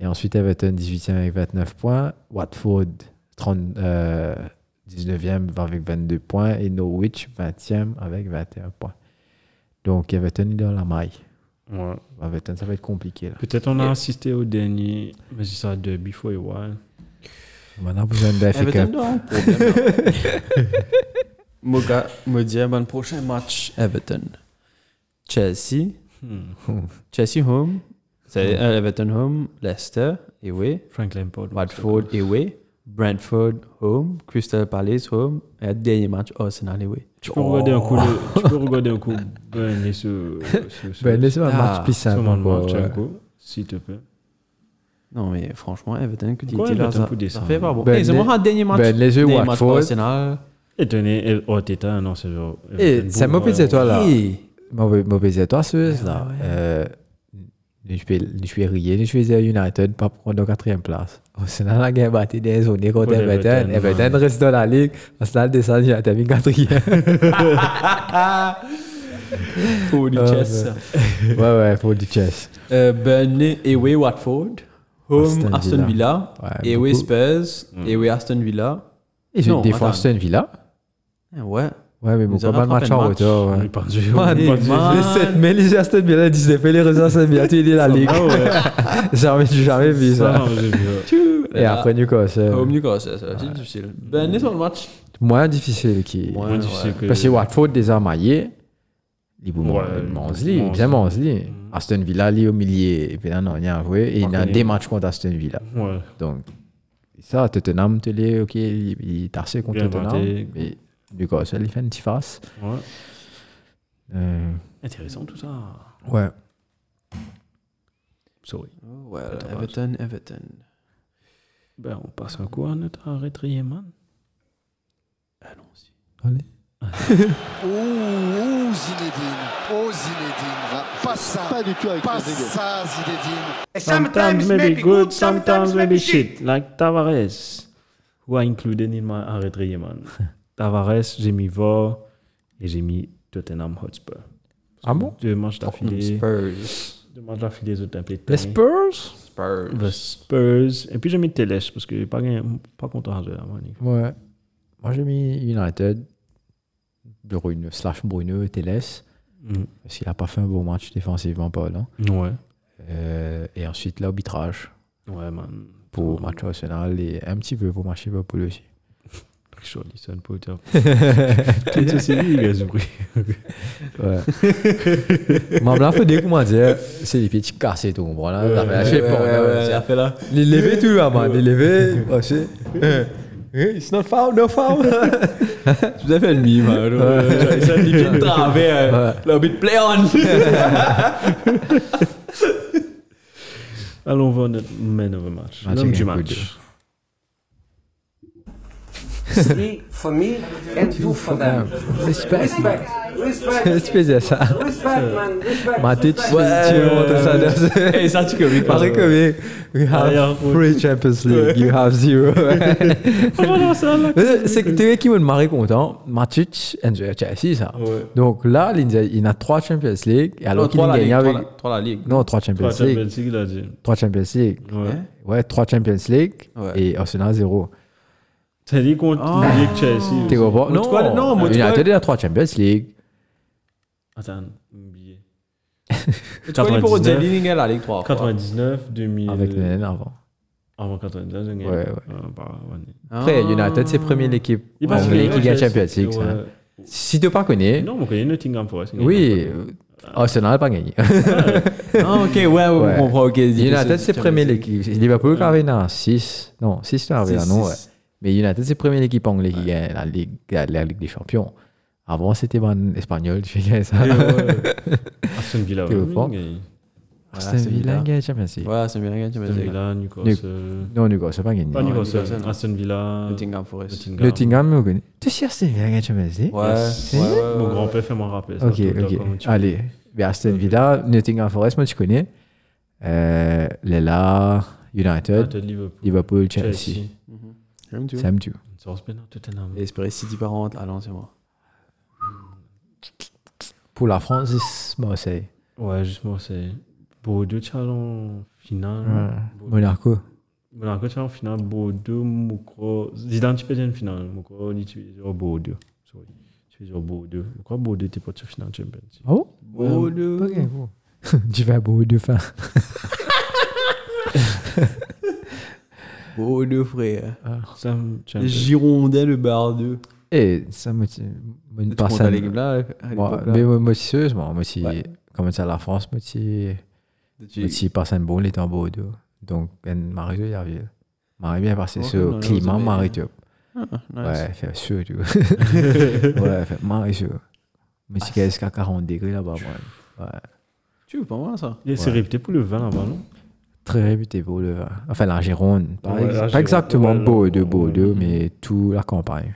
[SPEAKER 2] Et ensuite Everton 18e avec 29 points. Watford 30, euh, 19e avec 22 points. Et Norwich 20e avec 21 points. Donc Everton est dans la maille.
[SPEAKER 1] Ouais.
[SPEAKER 2] Everton, ça va être compliqué. Là.
[SPEAKER 1] Peut-être on a assisté au dernier, mais c'est ça, de Before a While.
[SPEAKER 2] On a besoin d'un FA
[SPEAKER 3] Everton,
[SPEAKER 2] Cup.
[SPEAKER 3] non, problème. (laughs) Mon gars me dit, ben, le prochain match, Everton. Chelsea.
[SPEAKER 1] Hmm.
[SPEAKER 3] Chelsea home. C'est euh, Everton home. Leicester, away.
[SPEAKER 1] Frank Lampard.
[SPEAKER 3] Watford away, Brentford home, Crystal Palace home, et dernier match Arsenal away.
[SPEAKER 1] Tu peux regarder un coup,
[SPEAKER 2] Oh.
[SPEAKER 1] le- tu peux regarder un coup Burnley ce, ce, ce,
[SPEAKER 2] Ben, laissez-moi un
[SPEAKER 3] Ah,
[SPEAKER 2] match plus
[SPEAKER 1] ce
[SPEAKER 2] simple.
[SPEAKER 1] moment,
[SPEAKER 2] encore, ouais.
[SPEAKER 1] Tchenko, s'il te plaît.
[SPEAKER 3] Non mais franchement, Everton que dit
[SPEAKER 1] Pourquoi
[SPEAKER 3] là,
[SPEAKER 1] Everton
[SPEAKER 3] ça,
[SPEAKER 1] peut
[SPEAKER 3] ça
[SPEAKER 1] descendre
[SPEAKER 3] fait pas bon.
[SPEAKER 2] Ben,
[SPEAKER 3] Hey, c'est moi un dernier match.
[SPEAKER 2] Ben, les yeux
[SPEAKER 3] dernier match
[SPEAKER 2] Watford.
[SPEAKER 3] Arsenal.
[SPEAKER 1] Et tenez, Arteta, non, c'est genre.
[SPEAKER 2] Et Eh, c'est mauvais étoile là.
[SPEAKER 3] Hey,
[SPEAKER 2] mauvais, mauvaise étoile, Suez, là.
[SPEAKER 3] Ouais, ouais.
[SPEAKER 2] Euh, je vais, je vais rire, je vais dire United, pas prendre la quatrième place. Oh, Arsenal a gagné battu des zones contre
[SPEAKER 1] Contre
[SPEAKER 2] Everton.
[SPEAKER 1] Everton,
[SPEAKER 2] Everton
[SPEAKER 1] ouais.
[SPEAKER 2] reste dans la ligue. Arsenal descend, United vient quatrième.
[SPEAKER 3] Holy
[SPEAKER 2] Ah,
[SPEAKER 3] chess.
[SPEAKER 2] ouais, ouais, pour du chess.
[SPEAKER 3] Euh, Burnley away Watford, home
[SPEAKER 2] Aston
[SPEAKER 3] Aston Villa,
[SPEAKER 2] Ouais,
[SPEAKER 3] away
[SPEAKER 2] beaucoup.
[SPEAKER 3] Spurs, away Aston Villa.
[SPEAKER 2] Ils ont
[SPEAKER 3] Non,
[SPEAKER 2] une Hmm. défense
[SPEAKER 3] attends.
[SPEAKER 2] Aston Villa.
[SPEAKER 3] Eh, Ouais.
[SPEAKER 2] Ouais, mais bon,
[SPEAKER 3] Ils ont
[SPEAKER 2] pas mal de matchs
[SPEAKER 3] rattrapé
[SPEAKER 2] en
[SPEAKER 3] le match.
[SPEAKER 2] retard.
[SPEAKER 1] On
[SPEAKER 2] ouais.
[SPEAKER 1] est perdu. on
[SPEAKER 2] Man,
[SPEAKER 1] est perdu.
[SPEAKER 2] le (laughs) 7 mai, les Aston Villa, 19 mai, les résultats Aston Villa, tu es dans la ligue.
[SPEAKER 1] Ah ouais.
[SPEAKER 2] Jamais, (laughs) j'ai jamais vu
[SPEAKER 1] Ça,
[SPEAKER 2] ça.
[SPEAKER 1] non, j'ai vu, ouais.
[SPEAKER 2] Et après Newcastle.
[SPEAKER 3] Home Newcastle, ça va être difficile. Burnley sur le match.
[SPEAKER 2] Moins difficile qui.
[SPEAKER 3] Ouais,
[SPEAKER 1] Moi, difficile que-
[SPEAKER 2] Parce que Watford les a maillés. Ils vont
[SPEAKER 1] Ouais,
[SPEAKER 2] Monsley,
[SPEAKER 1] Monsley.
[SPEAKER 2] bien Monsley.
[SPEAKER 1] Mhm.
[SPEAKER 2] Aston Villa, il est au milieu. Et puis là, non, il y a un joueur. Et il y a
[SPEAKER 1] Marquinhos.
[SPEAKER 2] des matchs contre Aston Villa.
[SPEAKER 1] Ouais.
[SPEAKER 2] Donc, ça, Tottenham, tu l'es, ok, il il est assez contre
[SPEAKER 1] Bien
[SPEAKER 2] Tottenham.
[SPEAKER 1] batté.
[SPEAKER 2] Mais du coup, ça, il fait une petite face.
[SPEAKER 1] Ouais.
[SPEAKER 2] Euh,
[SPEAKER 1] Intéressant tout ça.
[SPEAKER 2] ouais.
[SPEAKER 1] Sorry.
[SPEAKER 3] Oh, ouais,
[SPEAKER 1] Attends,
[SPEAKER 3] Everton, Everton.
[SPEAKER 1] Ben, on passe un coup à notre arrêtrier, man.
[SPEAKER 3] Ah non, si.
[SPEAKER 2] Allez.
[SPEAKER 5] Ouh, ouh, Oh, Zinedine. Oh, Zinedine. Pas ça. Pas du tout avec Pas ça, Zinedine.
[SPEAKER 1] Sometimes maybe good, sometimes maybe shit. Like Tavares, who I included in my arrêtrier, man. (laughs) Tavares, j'ai mis Vore et j'ai mis Tottenham Hotspur.
[SPEAKER 2] Ah bon
[SPEAKER 1] Deux matchs d'affilée.
[SPEAKER 3] Spurs.
[SPEAKER 1] Deux matchs d'affilée, je t'ai appelé
[SPEAKER 2] Les
[SPEAKER 1] Tony.
[SPEAKER 2] Spurs
[SPEAKER 3] Spurs.
[SPEAKER 1] The Spurs. Et puis j'ai mis Teles parce que j'ai pas gagné, pas content de la money.
[SPEAKER 2] Ouais. Moi, j'ai mis United, Bruno, slash Bruno, Teles. Parce qu'il n'a pas fait un beau match défensivement, pas là.
[SPEAKER 1] Ouais.
[SPEAKER 2] Euh, et ensuite, l'arbitrage.
[SPEAKER 1] Ouais, man.
[SPEAKER 2] pour match Arsenal et un petit peu pour match Liverpool aussi.
[SPEAKER 1] Richarlison, Potter. Toute cette série, il a joué.
[SPEAKER 2] Ouais. (laughs) Mais là, faut dire comment dire, c'est les petits cassés tout, voilà. ça fait
[SPEAKER 3] Ah,
[SPEAKER 2] la shape, on a- ça fait-
[SPEAKER 3] fait là.
[SPEAKER 2] Les levées tout là, man, les levées, ouais, c'est- Eh, eh, It's not foul, no (laughs) foul.
[SPEAKER 3] Tu as fait le mime,
[SPEAKER 2] (laughs)
[SPEAKER 3] hein. (laughs) Ça dit vite
[SPEAKER 1] äh,
[SPEAKER 3] travers. Là, bit play on.
[SPEAKER 1] Allons voir notre man of the match.
[SPEAKER 2] Ah,
[SPEAKER 1] L'homme
[SPEAKER 2] tu
[SPEAKER 1] du
[SPEAKER 2] gagnes coup
[SPEAKER 1] match.
[SPEAKER 6] three for (laughs) me and two for
[SPEAKER 1] (laughs)
[SPEAKER 6] them.
[SPEAKER 2] Respect, man.
[SPEAKER 6] Respect, respect,
[SPEAKER 2] Qu'est-ce que tu faisais ça?
[SPEAKER 1] (laughs)
[SPEAKER 6] respect, man, respect.
[SPEAKER 2] Ma tête, tu tu
[SPEAKER 6] respect.
[SPEAKER 2] montres ça dans-
[SPEAKER 3] (laughs) Et ça, tu connais
[SPEAKER 2] Pareil que, mais, we have
[SPEAKER 1] Arrière, oui.
[SPEAKER 2] three Champions League, you have
[SPEAKER 3] (laughs)
[SPEAKER 2] zero. Euh, C'est que tu vois qui me marre content, Matic and Chelsea
[SPEAKER 1] Oh,
[SPEAKER 2] ça. Donc là, il y a- il y en a trois Champions League, et alors qu'il
[SPEAKER 3] la
[SPEAKER 2] gagne ah
[SPEAKER 3] ligue.
[SPEAKER 2] avec.
[SPEAKER 3] trois la- Trois la ligue.
[SPEAKER 2] Non, trois Champions
[SPEAKER 1] Toi,
[SPEAKER 2] League.
[SPEAKER 1] Chelsea, il a dit.
[SPEAKER 2] Trois Champions League.
[SPEAKER 1] Ouais.
[SPEAKER 2] Ouais, trois Champions League
[SPEAKER 3] Ouais.
[SPEAKER 2] et Arsenal zéro.
[SPEAKER 1] T'as dit contre
[SPEAKER 2] Ah.
[SPEAKER 1] Nick Chelsea.
[SPEAKER 2] T'es
[SPEAKER 1] aussi.
[SPEAKER 2] comprends?
[SPEAKER 3] Mais tu crois-
[SPEAKER 2] Non,
[SPEAKER 3] non, mais tu
[SPEAKER 2] il a
[SPEAKER 3] crois-
[SPEAKER 2] été à trois Champions League.
[SPEAKER 1] Attends,
[SPEAKER 2] (laughs)
[SPEAKER 1] oublié.
[SPEAKER 3] Tu connais pour
[SPEAKER 1] 99,
[SPEAKER 3] Ozzy Lining, la ligue 3.
[SPEAKER 1] 99, 2000.
[SPEAKER 2] Avec Nenen avant.
[SPEAKER 1] Avant 99, j'ai gagné.
[SPEAKER 2] Ouais, ouais.
[SPEAKER 1] Ah, bah, ouais.
[SPEAKER 2] Après, United, c'est première l'équipe
[SPEAKER 1] Il
[SPEAKER 2] en
[SPEAKER 1] passe
[SPEAKER 2] anglais
[SPEAKER 1] les
[SPEAKER 2] qui gagne
[SPEAKER 1] Chelsea,
[SPEAKER 2] Champions League. ça.
[SPEAKER 1] ouais.
[SPEAKER 2] Si tu ne pas connais,
[SPEAKER 1] Non, mais on connaît Nottingham Forest.
[SPEAKER 2] oui, euh, Arsenal pas gagné. (laughs)
[SPEAKER 3] Ah, ok, ouais, ouais,
[SPEAKER 2] Ouais.
[SPEAKER 3] on comprend. ok,
[SPEAKER 2] United, c'est première l'équipe. Liverpool, quand même, non, 6. Non, 6, quand
[SPEAKER 3] Six,
[SPEAKER 2] même, non, ouais.
[SPEAKER 3] six.
[SPEAKER 2] Mais United, c'est première l'équipe anglaise qui gagne la Ligue, la, la Ligue des Champions. Avant, c'était ban espagnol, tu fais ça.
[SPEAKER 1] Et,
[SPEAKER 2] (laughs)
[SPEAKER 1] ouais, Aston Villa,
[SPEAKER 2] T'es
[SPEAKER 1] ouais,
[SPEAKER 2] au fond.
[SPEAKER 1] gagné.
[SPEAKER 2] Aston Villa gagne la Champions League.
[SPEAKER 3] Ouais, c'est bien gagné, tu m'as
[SPEAKER 1] Aston
[SPEAKER 3] dit.
[SPEAKER 1] Villa, Newcastle.
[SPEAKER 2] Non, Newcastle, pas gagné.
[SPEAKER 1] Pas
[SPEAKER 2] Ouais.
[SPEAKER 1] Newcastle,
[SPEAKER 3] Newcastle.
[SPEAKER 1] Aston Villa.
[SPEAKER 3] Nottingham Forest.
[SPEAKER 1] Nottingham.
[SPEAKER 2] Nottingham, vous connaissez. Tu sais, Aston Villa gagne la Champions League.
[SPEAKER 3] Ouais, ouais,
[SPEAKER 2] C'est-
[SPEAKER 3] ouais, ouais,
[SPEAKER 1] Mon
[SPEAKER 3] ouais.
[SPEAKER 1] grand-père fait m'en rappeler. ça,
[SPEAKER 2] Ok,
[SPEAKER 1] tout le temps,
[SPEAKER 2] ok. Ah,
[SPEAKER 1] comment tu-
[SPEAKER 2] Allez. Mais Aston Villa, Nottingham Forest, moi, tu connais. Euh, Lella, United,
[SPEAKER 1] United, Liverpool.
[SPEAKER 2] Liverpool, Chelsea.
[SPEAKER 1] Chelsea.
[SPEAKER 3] J'aime tu.
[SPEAKER 2] Ça me tue.
[SPEAKER 1] Southampton, Tottenham.
[SPEAKER 3] Mhm. Espérer City par contre. Ah non, c'est moi.
[SPEAKER 2] Pour la France, c'est Marseille.
[SPEAKER 1] Ouais, justement, c'est Bordeaux, tu en finale.
[SPEAKER 2] Monaco.
[SPEAKER 1] Monaco, tu en finale. Bordeaux, Moukro. Zidane, tu peux dire une finale. Moukro, il tu es au Bordeaux. Sorry. Tu es au Bordeaux. Pourquoi Bordeaux, tu pas au final Champions League
[SPEAKER 2] Ah bon
[SPEAKER 3] Bordeaux.
[SPEAKER 2] Pas gagné, gros. (laughs) Tu vas à Bordeaux fin.
[SPEAKER 3] Bordeaux, frère.
[SPEAKER 1] Ça me Champions League.
[SPEAKER 3] Girondin, le bar 2.
[SPEAKER 2] Et Eh, ça me tue. Moi, une
[SPEAKER 3] Tu comptes à l'équipe
[SPEAKER 2] personne.
[SPEAKER 3] là
[SPEAKER 2] Moi, mais moi, moi, sérieusement, moi, si. Comment ça, la France, moi, si. Moi, si personne bon, il est en Bordeaux. Donc, Ben Marie de Yerville. Marie bien passé
[SPEAKER 1] Oh,
[SPEAKER 3] Ok,
[SPEAKER 2] sur
[SPEAKER 3] non,
[SPEAKER 2] climat,
[SPEAKER 3] non, c'est
[SPEAKER 2] Marie
[SPEAKER 3] bien.
[SPEAKER 2] Diop.
[SPEAKER 1] Ah,
[SPEAKER 2] Ouais, fait sûr, tu vois.
[SPEAKER 1] (laughs)
[SPEAKER 2] Ouais, fait Marie sûr. Mais si qu'elle est jusqu'à 40 degrés là-bas, moi. Ouais.
[SPEAKER 3] Tu veux pas moi ça
[SPEAKER 1] Il s'est réputé pour le vin là-bas, non
[SPEAKER 2] Très réputé pour le vin. Enfin, la Gironde. Pas,
[SPEAKER 1] Ouais, la
[SPEAKER 2] ex- pas
[SPEAKER 1] Gironde,
[SPEAKER 2] exactement
[SPEAKER 1] ouais, la-
[SPEAKER 2] Bordeaux, Bordeaux,
[SPEAKER 1] ouais.
[SPEAKER 2] mais tout la campagne.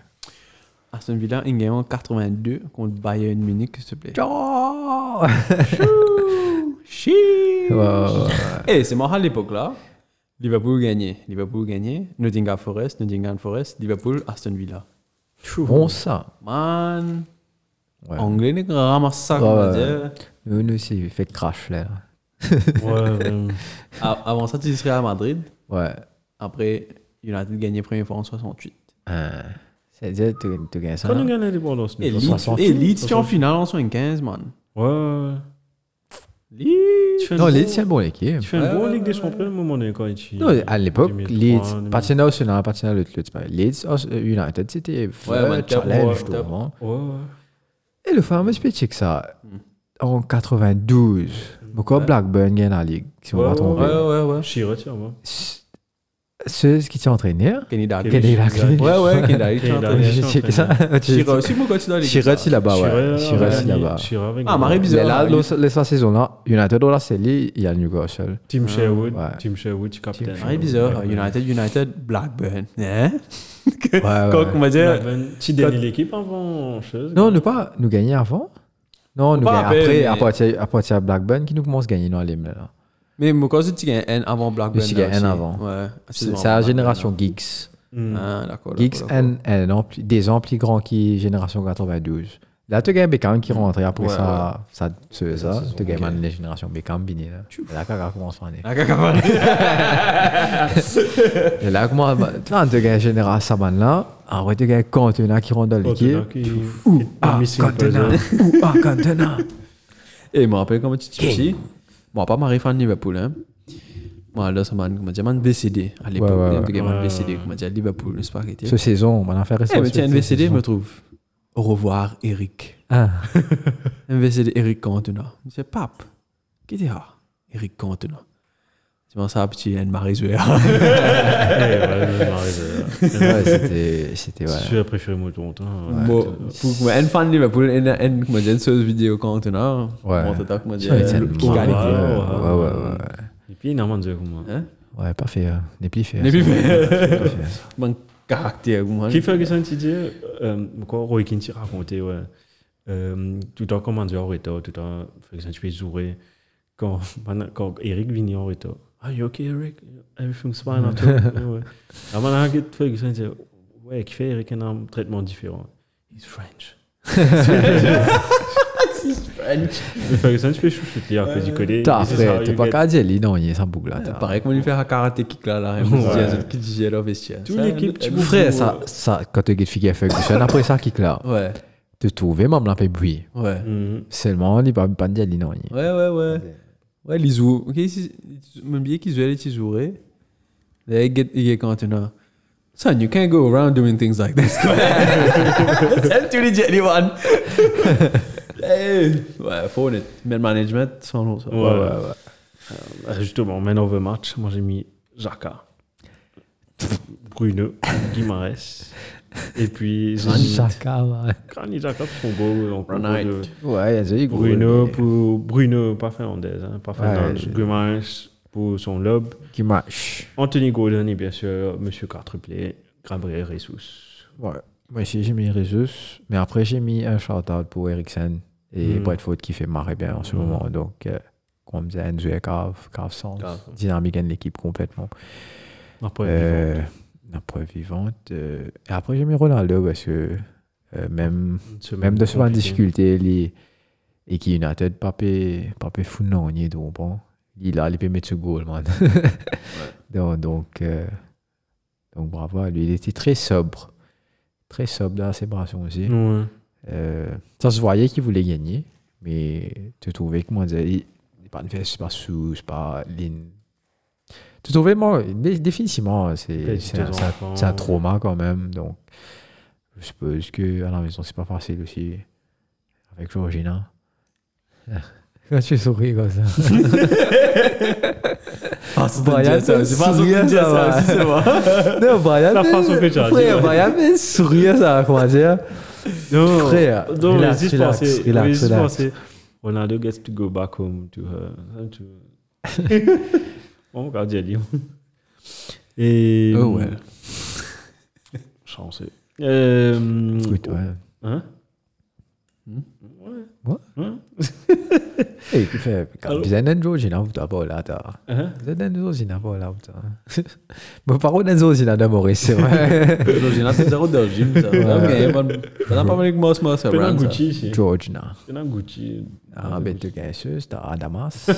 [SPEAKER 3] Aston Villa, ils gagnent en 82 contre Bayern Munich, s'il te plaît.
[SPEAKER 2] Oh
[SPEAKER 3] Chiii. Eh, c'est marrant à l'époque là. Liverpool gagnait, Liverpool gagnait, Nottingham Forest, Nottingham Forest, Liverpool, Aston Villa.
[SPEAKER 2] Bon ça.
[SPEAKER 3] Man,
[SPEAKER 2] Ouais.
[SPEAKER 3] anglais n'est ramasse ça,
[SPEAKER 2] Ouais,
[SPEAKER 3] comme on
[SPEAKER 2] ouais.
[SPEAKER 3] dit.
[SPEAKER 2] Nous, nous aussi, fait crash là.
[SPEAKER 1] Ouais, vraiment.
[SPEAKER 3] A- Avant ça, tu serais à Madrid.
[SPEAKER 2] Ouais.
[SPEAKER 3] Après, United gagnait première fois en 68.
[SPEAKER 2] Hein. C'est-à-dire, tu tu gagnes ça. hein?
[SPEAKER 1] Quand on
[SPEAKER 2] là.
[SPEAKER 1] gagne l'indépendance, nous,
[SPEAKER 3] Et
[SPEAKER 1] pas
[SPEAKER 3] Leeds,
[SPEAKER 2] 68,
[SPEAKER 3] eh, Leeds, tu es en
[SPEAKER 1] 68.
[SPEAKER 3] finale en 75, man.
[SPEAKER 1] Ouais, ouais, ouais.
[SPEAKER 3] Leeds.
[SPEAKER 1] Tu fais une
[SPEAKER 2] Non,
[SPEAKER 1] bonne-
[SPEAKER 2] Leeds, c'est une bonne équipe.
[SPEAKER 1] Tu fais une
[SPEAKER 3] Ouais,
[SPEAKER 1] bonne
[SPEAKER 3] ouais,
[SPEAKER 1] Ligue des
[SPEAKER 3] ouais,
[SPEAKER 1] Champions à un moment donné quand tu.
[SPEAKER 2] Non, à l'époque,
[SPEAKER 1] 2003,
[SPEAKER 2] Leeds,
[SPEAKER 1] 2000.
[SPEAKER 2] partenaire national, partenaire de l'autre, pas Leeds, Os- United, c'était
[SPEAKER 3] ouais,
[SPEAKER 2] vrai
[SPEAKER 3] top,
[SPEAKER 2] challenge,
[SPEAKER 3] ouais,
[SPEAKER 2] tout
[SPEAKER 3] top.
[SPEAKER 2] le monde.
[SPEAKER 1] Ouais, ouais.
[SPEAKER 2] Et le fameux pitch, c'est que ça,
[SPEAKER 3] Hmm.
[SPEAKER 2] en 92, pourquoi Blackburn gagne la ligue, si on
[SPEAKER 1] Ouais,
[SPEAKER 2] va
[SPEAKER 1] ouais,
[SPEAKER 3] Ouais,
[SPEAKER 2] tromper.
[SPEAKER 3] ouais, ouais.
[SPEAKER 1] Chira, tiens, moi.
[SPEAKER 2] Ce- Ceux qui sont entraînés,
[SPEAKER 3] Kenny Dalglish.
[SPEAKER 2] Kenny Dalglish.
[SPEAKER 3] Ouais, ouais, Kenny Dalglish,
[SPEAKER 1] Kenny
[SPEAKER 3] tu
[SPEAKER 1] Dalglish.
[SPEAKER 3] entends.
[SPEAKER 2] j'ai checké ça. (laughs)
[SPEAKER 3] Chira aussi, moi, quand tu dans les
[SPEAKER 2] Chira, c'est là-bas, Bah
[SPEAKER 1] Chira,
[SPEAKER 2] ouais. Chira, c'est
[SPEAKER 1] Rani,
[SPEAKER 2] là-bas.
[SPEAKER 1] Chira avec.
[SPEAKER 3] Ah, Marie
[SPEAKER 2] Mais
[SPEAKER 3] Bizarre,
[SPEAKER 2] là,
[SPEAKER 3] hein,
[SPEAKER 2] dans ce- dans cette saison-là, United, dans la série, il y a le Newcastle.
[SPEAKER 1] Team Sherwood,
[SPEAKER 2] Ah, ouais.
[SPEAKER 1] Team Sherwood, tu capitaine.
[SPEAKER 3] Marie bizarre, United, United, Blackburn. (laughs) Hein?
[SPEAKER 2] ouais.
[SPEAKER 3] Quand on va dire.
[SPEAKER 1] Tu dénies l'équipe avant chose.
[SPEAKER 2] Non, nous pas, nous gagner avant. Non, nous gagner
[SPEAKER 3] Pas après,
[SPEAKER 2] après,
[SPEAKER 3] mais-
[SPEAKER 2] à partir, à partir de Blackburn, qui nous commence à gagner dans les hein. mêmes, là.
[SPEAKER 3] Mais moi, quand tu gagnes N avant Blackburn.
[SPEAKER 2] Tu
[SPEAKER 3] là
[SPEAKER 2] gagnes N
[SPEAKER 3] aussi.
[SPEAKER 2] avant.
[SPEAKER 3] Ouais.
[SPEAKER 2] C'est c'est la génération Geeks.
[SPEAKER 3] Ah, d'accord.
[SPEAKER 2] Geeks,
[SPEAKER 3] d'accord,
[SPEAKER 2] un, un ampli- des amplis grands qui, génération 92. Là, tu gagnes Beckham qui rentre après
[SPEAKER 3] Ouais,
[SPEAKER 2] ça, ça, ce- ça, tu gagnes
[SPEAKER 3] ok.
[SPEAKER 2] man, les générations Beckham, Bini, là. Là, caca commence à faire.
[SPEAKER 3] d'accord. Ah, d'accord.
[SPEAKER 2] (laughs) Et là, bah, comment, là, tu gagnes génération Saman là, Ah après tu gagnes Cantona qui rentre dans l'équipe.
[SPEAKER 1] Ouh,
[SPEAKER 2] Ah, Cantona,
[SPEAKER 1] (laughs)
[SPEAKER 2] ouh, ah, Cantona. (laughs)
[SPEAKER 3] Et moi, rappelle comment tu te dis. Moi, pas Marie fan de Liverpool, hein. Moi, là, ça m'a comment dire, m'a VCD à l'époque.
[SPEAKER 2] Ouais, ouais, ouais.
[SPEAKER 3] Il y a un
[SPEAKER 1] Ouais,
[SPEAKER 3] VCD,
[SPEAKER 1] ouais.
[SPEAKER 3] comment dire, Liverpool, n'est-ce pas, qui était.
[SPEAKER 2] Ce saison, on en fait
[SPEAKER 3] Eh,
[SPEAKER 2] récemment.
[SPEAKER 3] mais tiens, VCD, je me trouve. Au revoir, Eric.
[SPEAKER 2] Ah,
[SPEAKER 3] MVC Eric Cantona. Je dis, pape, qui dit ça Eric Cantona. Tu penses à petit Anne Marie (laughs)
[SPEAKER 1] Eh,
[SPEAKER 2] ouais, c'était, c'était, ouais.
[SPEAKER 1] Tu as préféré Mouton. hein, ouais.
[SPEAKER 3] Moi, pour moi, un fan de Liverpool, un, un, comment dire, une seule vidéo Cantona.
[SPEAKER 2] Ouais.
[SPEAKER 3] Mon tata, comment dire,
[SPEAKER 2] Ouais, c'est le euh,
[SPEAKER 3] qui
[SPEAKER 2] bon,
[SPEAKER 3] gagne.
[SPEAKER 2] ouais, ouais, ouais, ouais,
[SPEAKER 1] Et puis, il y a un moment de comment.
[SPEAKER 3] Hein
[SPEAKER 2] ouais. Ouais, parfait. euh, N'est plus fait.
[SPEAKER 3] N'est plus fait.
[SPEAKER 2] N'est plus fait.
[SPEAKER 3] Mon caractère, moi.
[SPEAKER 1] Cliff Ferguson, tu dis, euh, quoi, Roy Keane, tu racontais, ouais. Euh, tout le temps, comment dire, en retard, tout le temps, Ferguson, tu peux jouer. Quand, maintenant, quand Eric vient en retard, Ah, you okay, Eric? Everything's fine, and tout.
[SPEAKER 2] (laughs)
[SPEAKER 1] Ouais. Là, maintenant, que Ferguson dit, ouais, qui fait Eric un traitement différent? He's French.
[SPEAKER 2] (laughs)
[SPEAKER 1] Mais Ferguson, tu peux chouchouter à cause du collier.
[SPEAKER 2] T'as
[SPEAKER 1] This is how
[SPEAKER 2] après, t'es
[SPEAKER 1] you
[SPEAKER 2] pas
[SPEAKER 1] get-
[SPEAKER 2] qu'à dire, lui, non, il est sans boucle là. t'as.
[SPEAKER 3] Pareil, comment il fait un karaté kick là, là.
[SPEAKER 1] Ouais.
[SPEAKER 3] Qui dit, là, vestiaire.
[SPEAKER 1] Toute
[SPEAKER 3] Ça,
[SPEAKER 1] l'équipe, tu vois.
[SPEAKER 2] Frère, ça, ça, quand tu as figure Ferguson, après ça, qui là,
[SPEAKER 3] Ouais,
[SPEAKER 2] te trouver, même là, fait bruit.
[SPEAKER 3] ouais.
[SPEAKER 1] Mhm.
[SPEAKER 2] Seulement, il va pas dire, lui, non, il
[SPEAKER 3] Ouais, ouais, ouais. Ouais, les zou. Ok, si- mon billet qu'ils jouaient, les petits joueurs. Là, ils get, ils get Cantona. Son, you
[SPEAKER 2] (laughs)
[SPEAKER 3] can't (laughs) go around doing things like this. Tell to the jelly one. Hey! Eh, Ouais, faut honnête. Mais le management, son nom, ça.
[SPEAKER 1] Ouais, ouais, ouais. Euh, justement, man of the match, moi j'ai mis Jaka, Bruno, Guimarães. Et puis, j'ai mis
[SPEAKER 2] Chaka, man.
[SPEAKER 1] Granit Xhaka pour son goal. en concours
[SPEAKER 3] Right.
[SPEAKER 1] de-
[SPEAKER 2] Ouais, il y a des gros,
[SPEAKER 1] Bruno,
[SPEAKER 2] mais-
[SPEAKER 1] pour, Bruno, pas finlandaise, hein, pas finlandaise.
[SPEAKER 2] Ouais.
[SPEAKER 1] Guimarães pour son lob.
[SPEAKER 2] Qui marche.
[SPEAKER 1] Anthony Gordon et bien sûr, Monsieur Quadruplé, Gabriel Jesus.
[SPEAKER 2] Ouais. Moi aussi, j'ai mis Rezus. Mais après, j'ai mis un shout-out pour Eriksen et
[SPEAKER 1] Mm.
[SPEAKER 2] Bradford qui fait marrer bien en ce
[SPEAKER 1] Mm.
[SPEAKER 2] moment. Donc, euh, comme disait Enzo et Cave, Cave sens.
[SPEAKER 1] Cave.
[SPEAKER 2] Dynamique de l'équipe complètement.
[SPEAKER 1] Après,
[SPEAKER 2] Euh, La preuve vivante. euh, et après, j'ai mis Ronaldo parce que euh, même,
[SPEAKER 1] une semaine
[SPEAKER 2] même de souvent en
[SPEAKER 1] compliquée.
[SPEAKER 2] difficulté, les, et qui United, pas pé, pas pé fou non, il est trop bon. Il a, il peut mettre ce goal, man. (laughs) donc, donc, euh, donc, bravo à lui. Il était très sobre. Très sobre dans la séparation aussi.
[SPEAKER 1] Ouais.
[SPEAKER 2] Euh, ça se voyait qu'il voulait gagner, mais tu trouvais que moi, il il n'est pas une fesse, c'est pas sous, c'est pas ligne. Tu trouvais, moi, dé- définitivement, c'est
[SPEAKER 1] Petite
[SPEAKER 2] c'est un, c'est un- c'est un trauma quand même. Donc, je suppose que à la maison, c'est pas facile aussi avec Georgina. (laughs) Quand tu souris comme ça.
[SPEAKER 3] Ah, c'est
[SPEAKER 2] Brian,
[SPEAKER 3] Brian, ça, c'est pas son
[SPEAKER 2] sourire,
[SPEAKER 3] Jazz,
[SPEAKER 2] ça
[SPEAKER 3] ça
[SPEAKER 2] va.
[SPEAKER 3] aussi, (laughs) c'est bon.
[SPEAKER 2] non, Brian,
[SPEAKER 1] La façon que tu as dit,
[SPEAKER 2] frère,
[SPEAKER 1] ouais.
[SPEAKER 2] Brian, mais sourire, ça, comment dire.
[SPEAKER 1] Non,
[SPEAKER 2] Frère,
[SPEAKER 1] non, mais
[SPEAKER 2] relax,
[SPEAKER 1] juste
[SPEAKER 2] relax,
[SPEAKER 1] penser,
[SPEAKER 2] relax,
[SPEAKER 1] mais juste
[SPEAKER 2] relax.
[SPEAKER 1] penser, Ronaldo gets to go back home to her. hein, to- On va garder à Lyon. Et.
[SPEAKER 3] Oh,
[SPEAKER 1] (laughs)
[SPEAKER 3] ouais.
[SPEAKER 1] Chanceux. Euh,
[SPEAKER 2] Écoute, ouais.
[SPEAKER 1] Hein?
[SPEAKER 3] Hmm?
[SPEAKER 1] Ouais.
[SPEAKER 2] Ouais. Et puis, fait, quand
[SPEAKER 1] Allô?
[SPEAKER 2] vous êtes Georgina, vous êtes pas là, t'as.
[SPEAKER 1] Hein?
[SPEAKER 2] Vous êtes Enzo Zina, voilà, putain. (laughs) Bon, par contre, Enzo Zina de Maurice, c'est vrai. (laughs)
[SPEAKER 3] Georgina, c'est zéro de gym, ça. Ok, bon. T'en as pas mal avec Moss, Moss, ça,
[SPEAKER 1] Fais un
[SPEAKER 3] Brian, ça.
[SPEAKER 1] Gucci ici.
[SPEAKER 2] Georgina.
[SPEAKER 1] Fais un Gucci.
[SPEAKER 2] hein. Ah, ben, tu gagnes t'as (laughs) Adamas.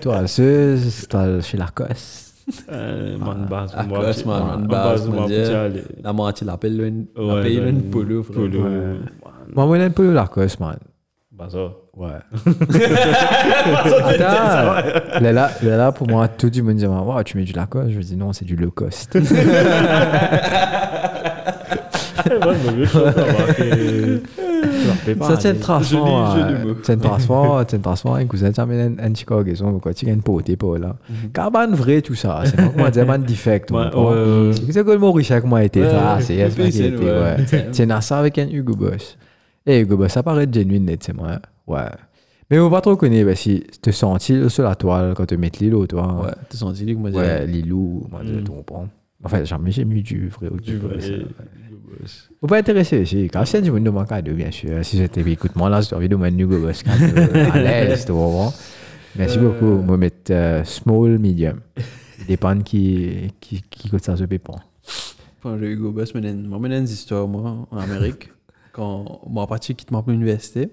[SPEAKER 2] Toi, Ceuse, t'as chez Lacoste.
[SPEAKER 1] Euh, Man Baz,
[SPEAKER 3] Ah,
[SPEAKER 1] man
[SPEAKER 3] classe,
[SPEAKER 1] Baz,
[SPEAKER 3] man,
[SPEAKER 1] man
[SPEAKER 3] man Baz,
[SPEAKER 1] Baz,
[SPEAKER 3] mon
[SPEAKER 1] man
[SPEAKER 3] Dieu.
[SPEAKER 1] Baz,
[SPEAKER 3] La moitié l'appelle l'une,
[SPEAKER 1] Ouais,
[SPEAKER 3] l'appelle l'une
[SPEAKER 1] ben,
[SPEAKER 3] polo, frère.
[SPEAKER 1] polo,
[SPEAKER 2] Ouais.
[SPEAKER 1] man, oh.
[SPEAKER 2] Moi, moi, j'aime pas le Lacoste, man.
[SPEAKER 1] Bazar.
[SPEAKER 2] Ouais. Attends, là, là, là, là, pour moi, tout du monde dit, Waouh, tu mets du Lacoste. Je dis, non, c'est du low cost.
[SPEAKER 1] Eh, man, mon vieux, je suis pas marqué.
[SPEAKER 2] Ça, c'est une transport.
[SPEAKER 3] joli- joli
[SPEAKER 2] euh,
[SPEAKER 3] mot.
[SPEAKER 2] C'est une transport, c'est une transport. Un cousin, tu amènes un petit corgaison, quoi. Tu gagnes pas, t'es pas là. Cabane vrai, tout ça. C'est pas comment dire, un defect.
[SPEAKER 1] Ouais, ouais, ouais.
[SPEAKER 2] C'est que le Maurice avec moi était
[SPEAKER 3] Ouais,
[SPEAKER 2] là.
[SPEAKER 3] ouais,
[SPEAKER 2] C'est
[SPEAKER 3] le
[SPEAKER 2] yes, mec, il
[SPEAKER 3] PCL,
[SPEAKER 2] était,
[SPEAKER 3] ouais.
[SPEAKER 2] ouais. C'est Nassa avec un Hugo Boss. Et Hugo Boss, ça paraît genuine, net, c'est moi. Ouais. Mais on va pas trop connaître, parce que te sens-il sur la toile quand tu mets l'îlot, toi. hein?
[SPEAKER 3] Ouais, t'es senti lui que moi,
[SPEAKER 2] Ouais,
[SPEAKER 3] j'ai.
[SPEAKER 2] l'îlot, moi, je
[SPEAKER 1] Mm.
[SPEAKER 2] te comprends. Enfin, jamais j'ai mis du vrai Hugo
[SPEAKER 1] Du vrai.
[SPEAKER 2] Boss, ouais.
[SPEAKER 1] Hugo Boss.
[SPEAKER 2] Vous pas intéressé aussi. Quand c'est du monde de mon cadeau, bien sûr. Si j'étais écoute, moi là, j'ai envie de mettre Hugo Boss quand même, euh, à l'aise, tu comprends. Merci beaucoup. On va mettre euh, small, medium. Dépend qui, qui, qui coûte ça, je paye pas.
[SPEAKER 3] Quand j'ai eu Hugo Boss, mais nan- moi, j'ai une histoire, moi,
[SPEAKER 1] (laughs)
[SPEAKER 3] en Amérique. Quand moi, à partir qui te manque l'université,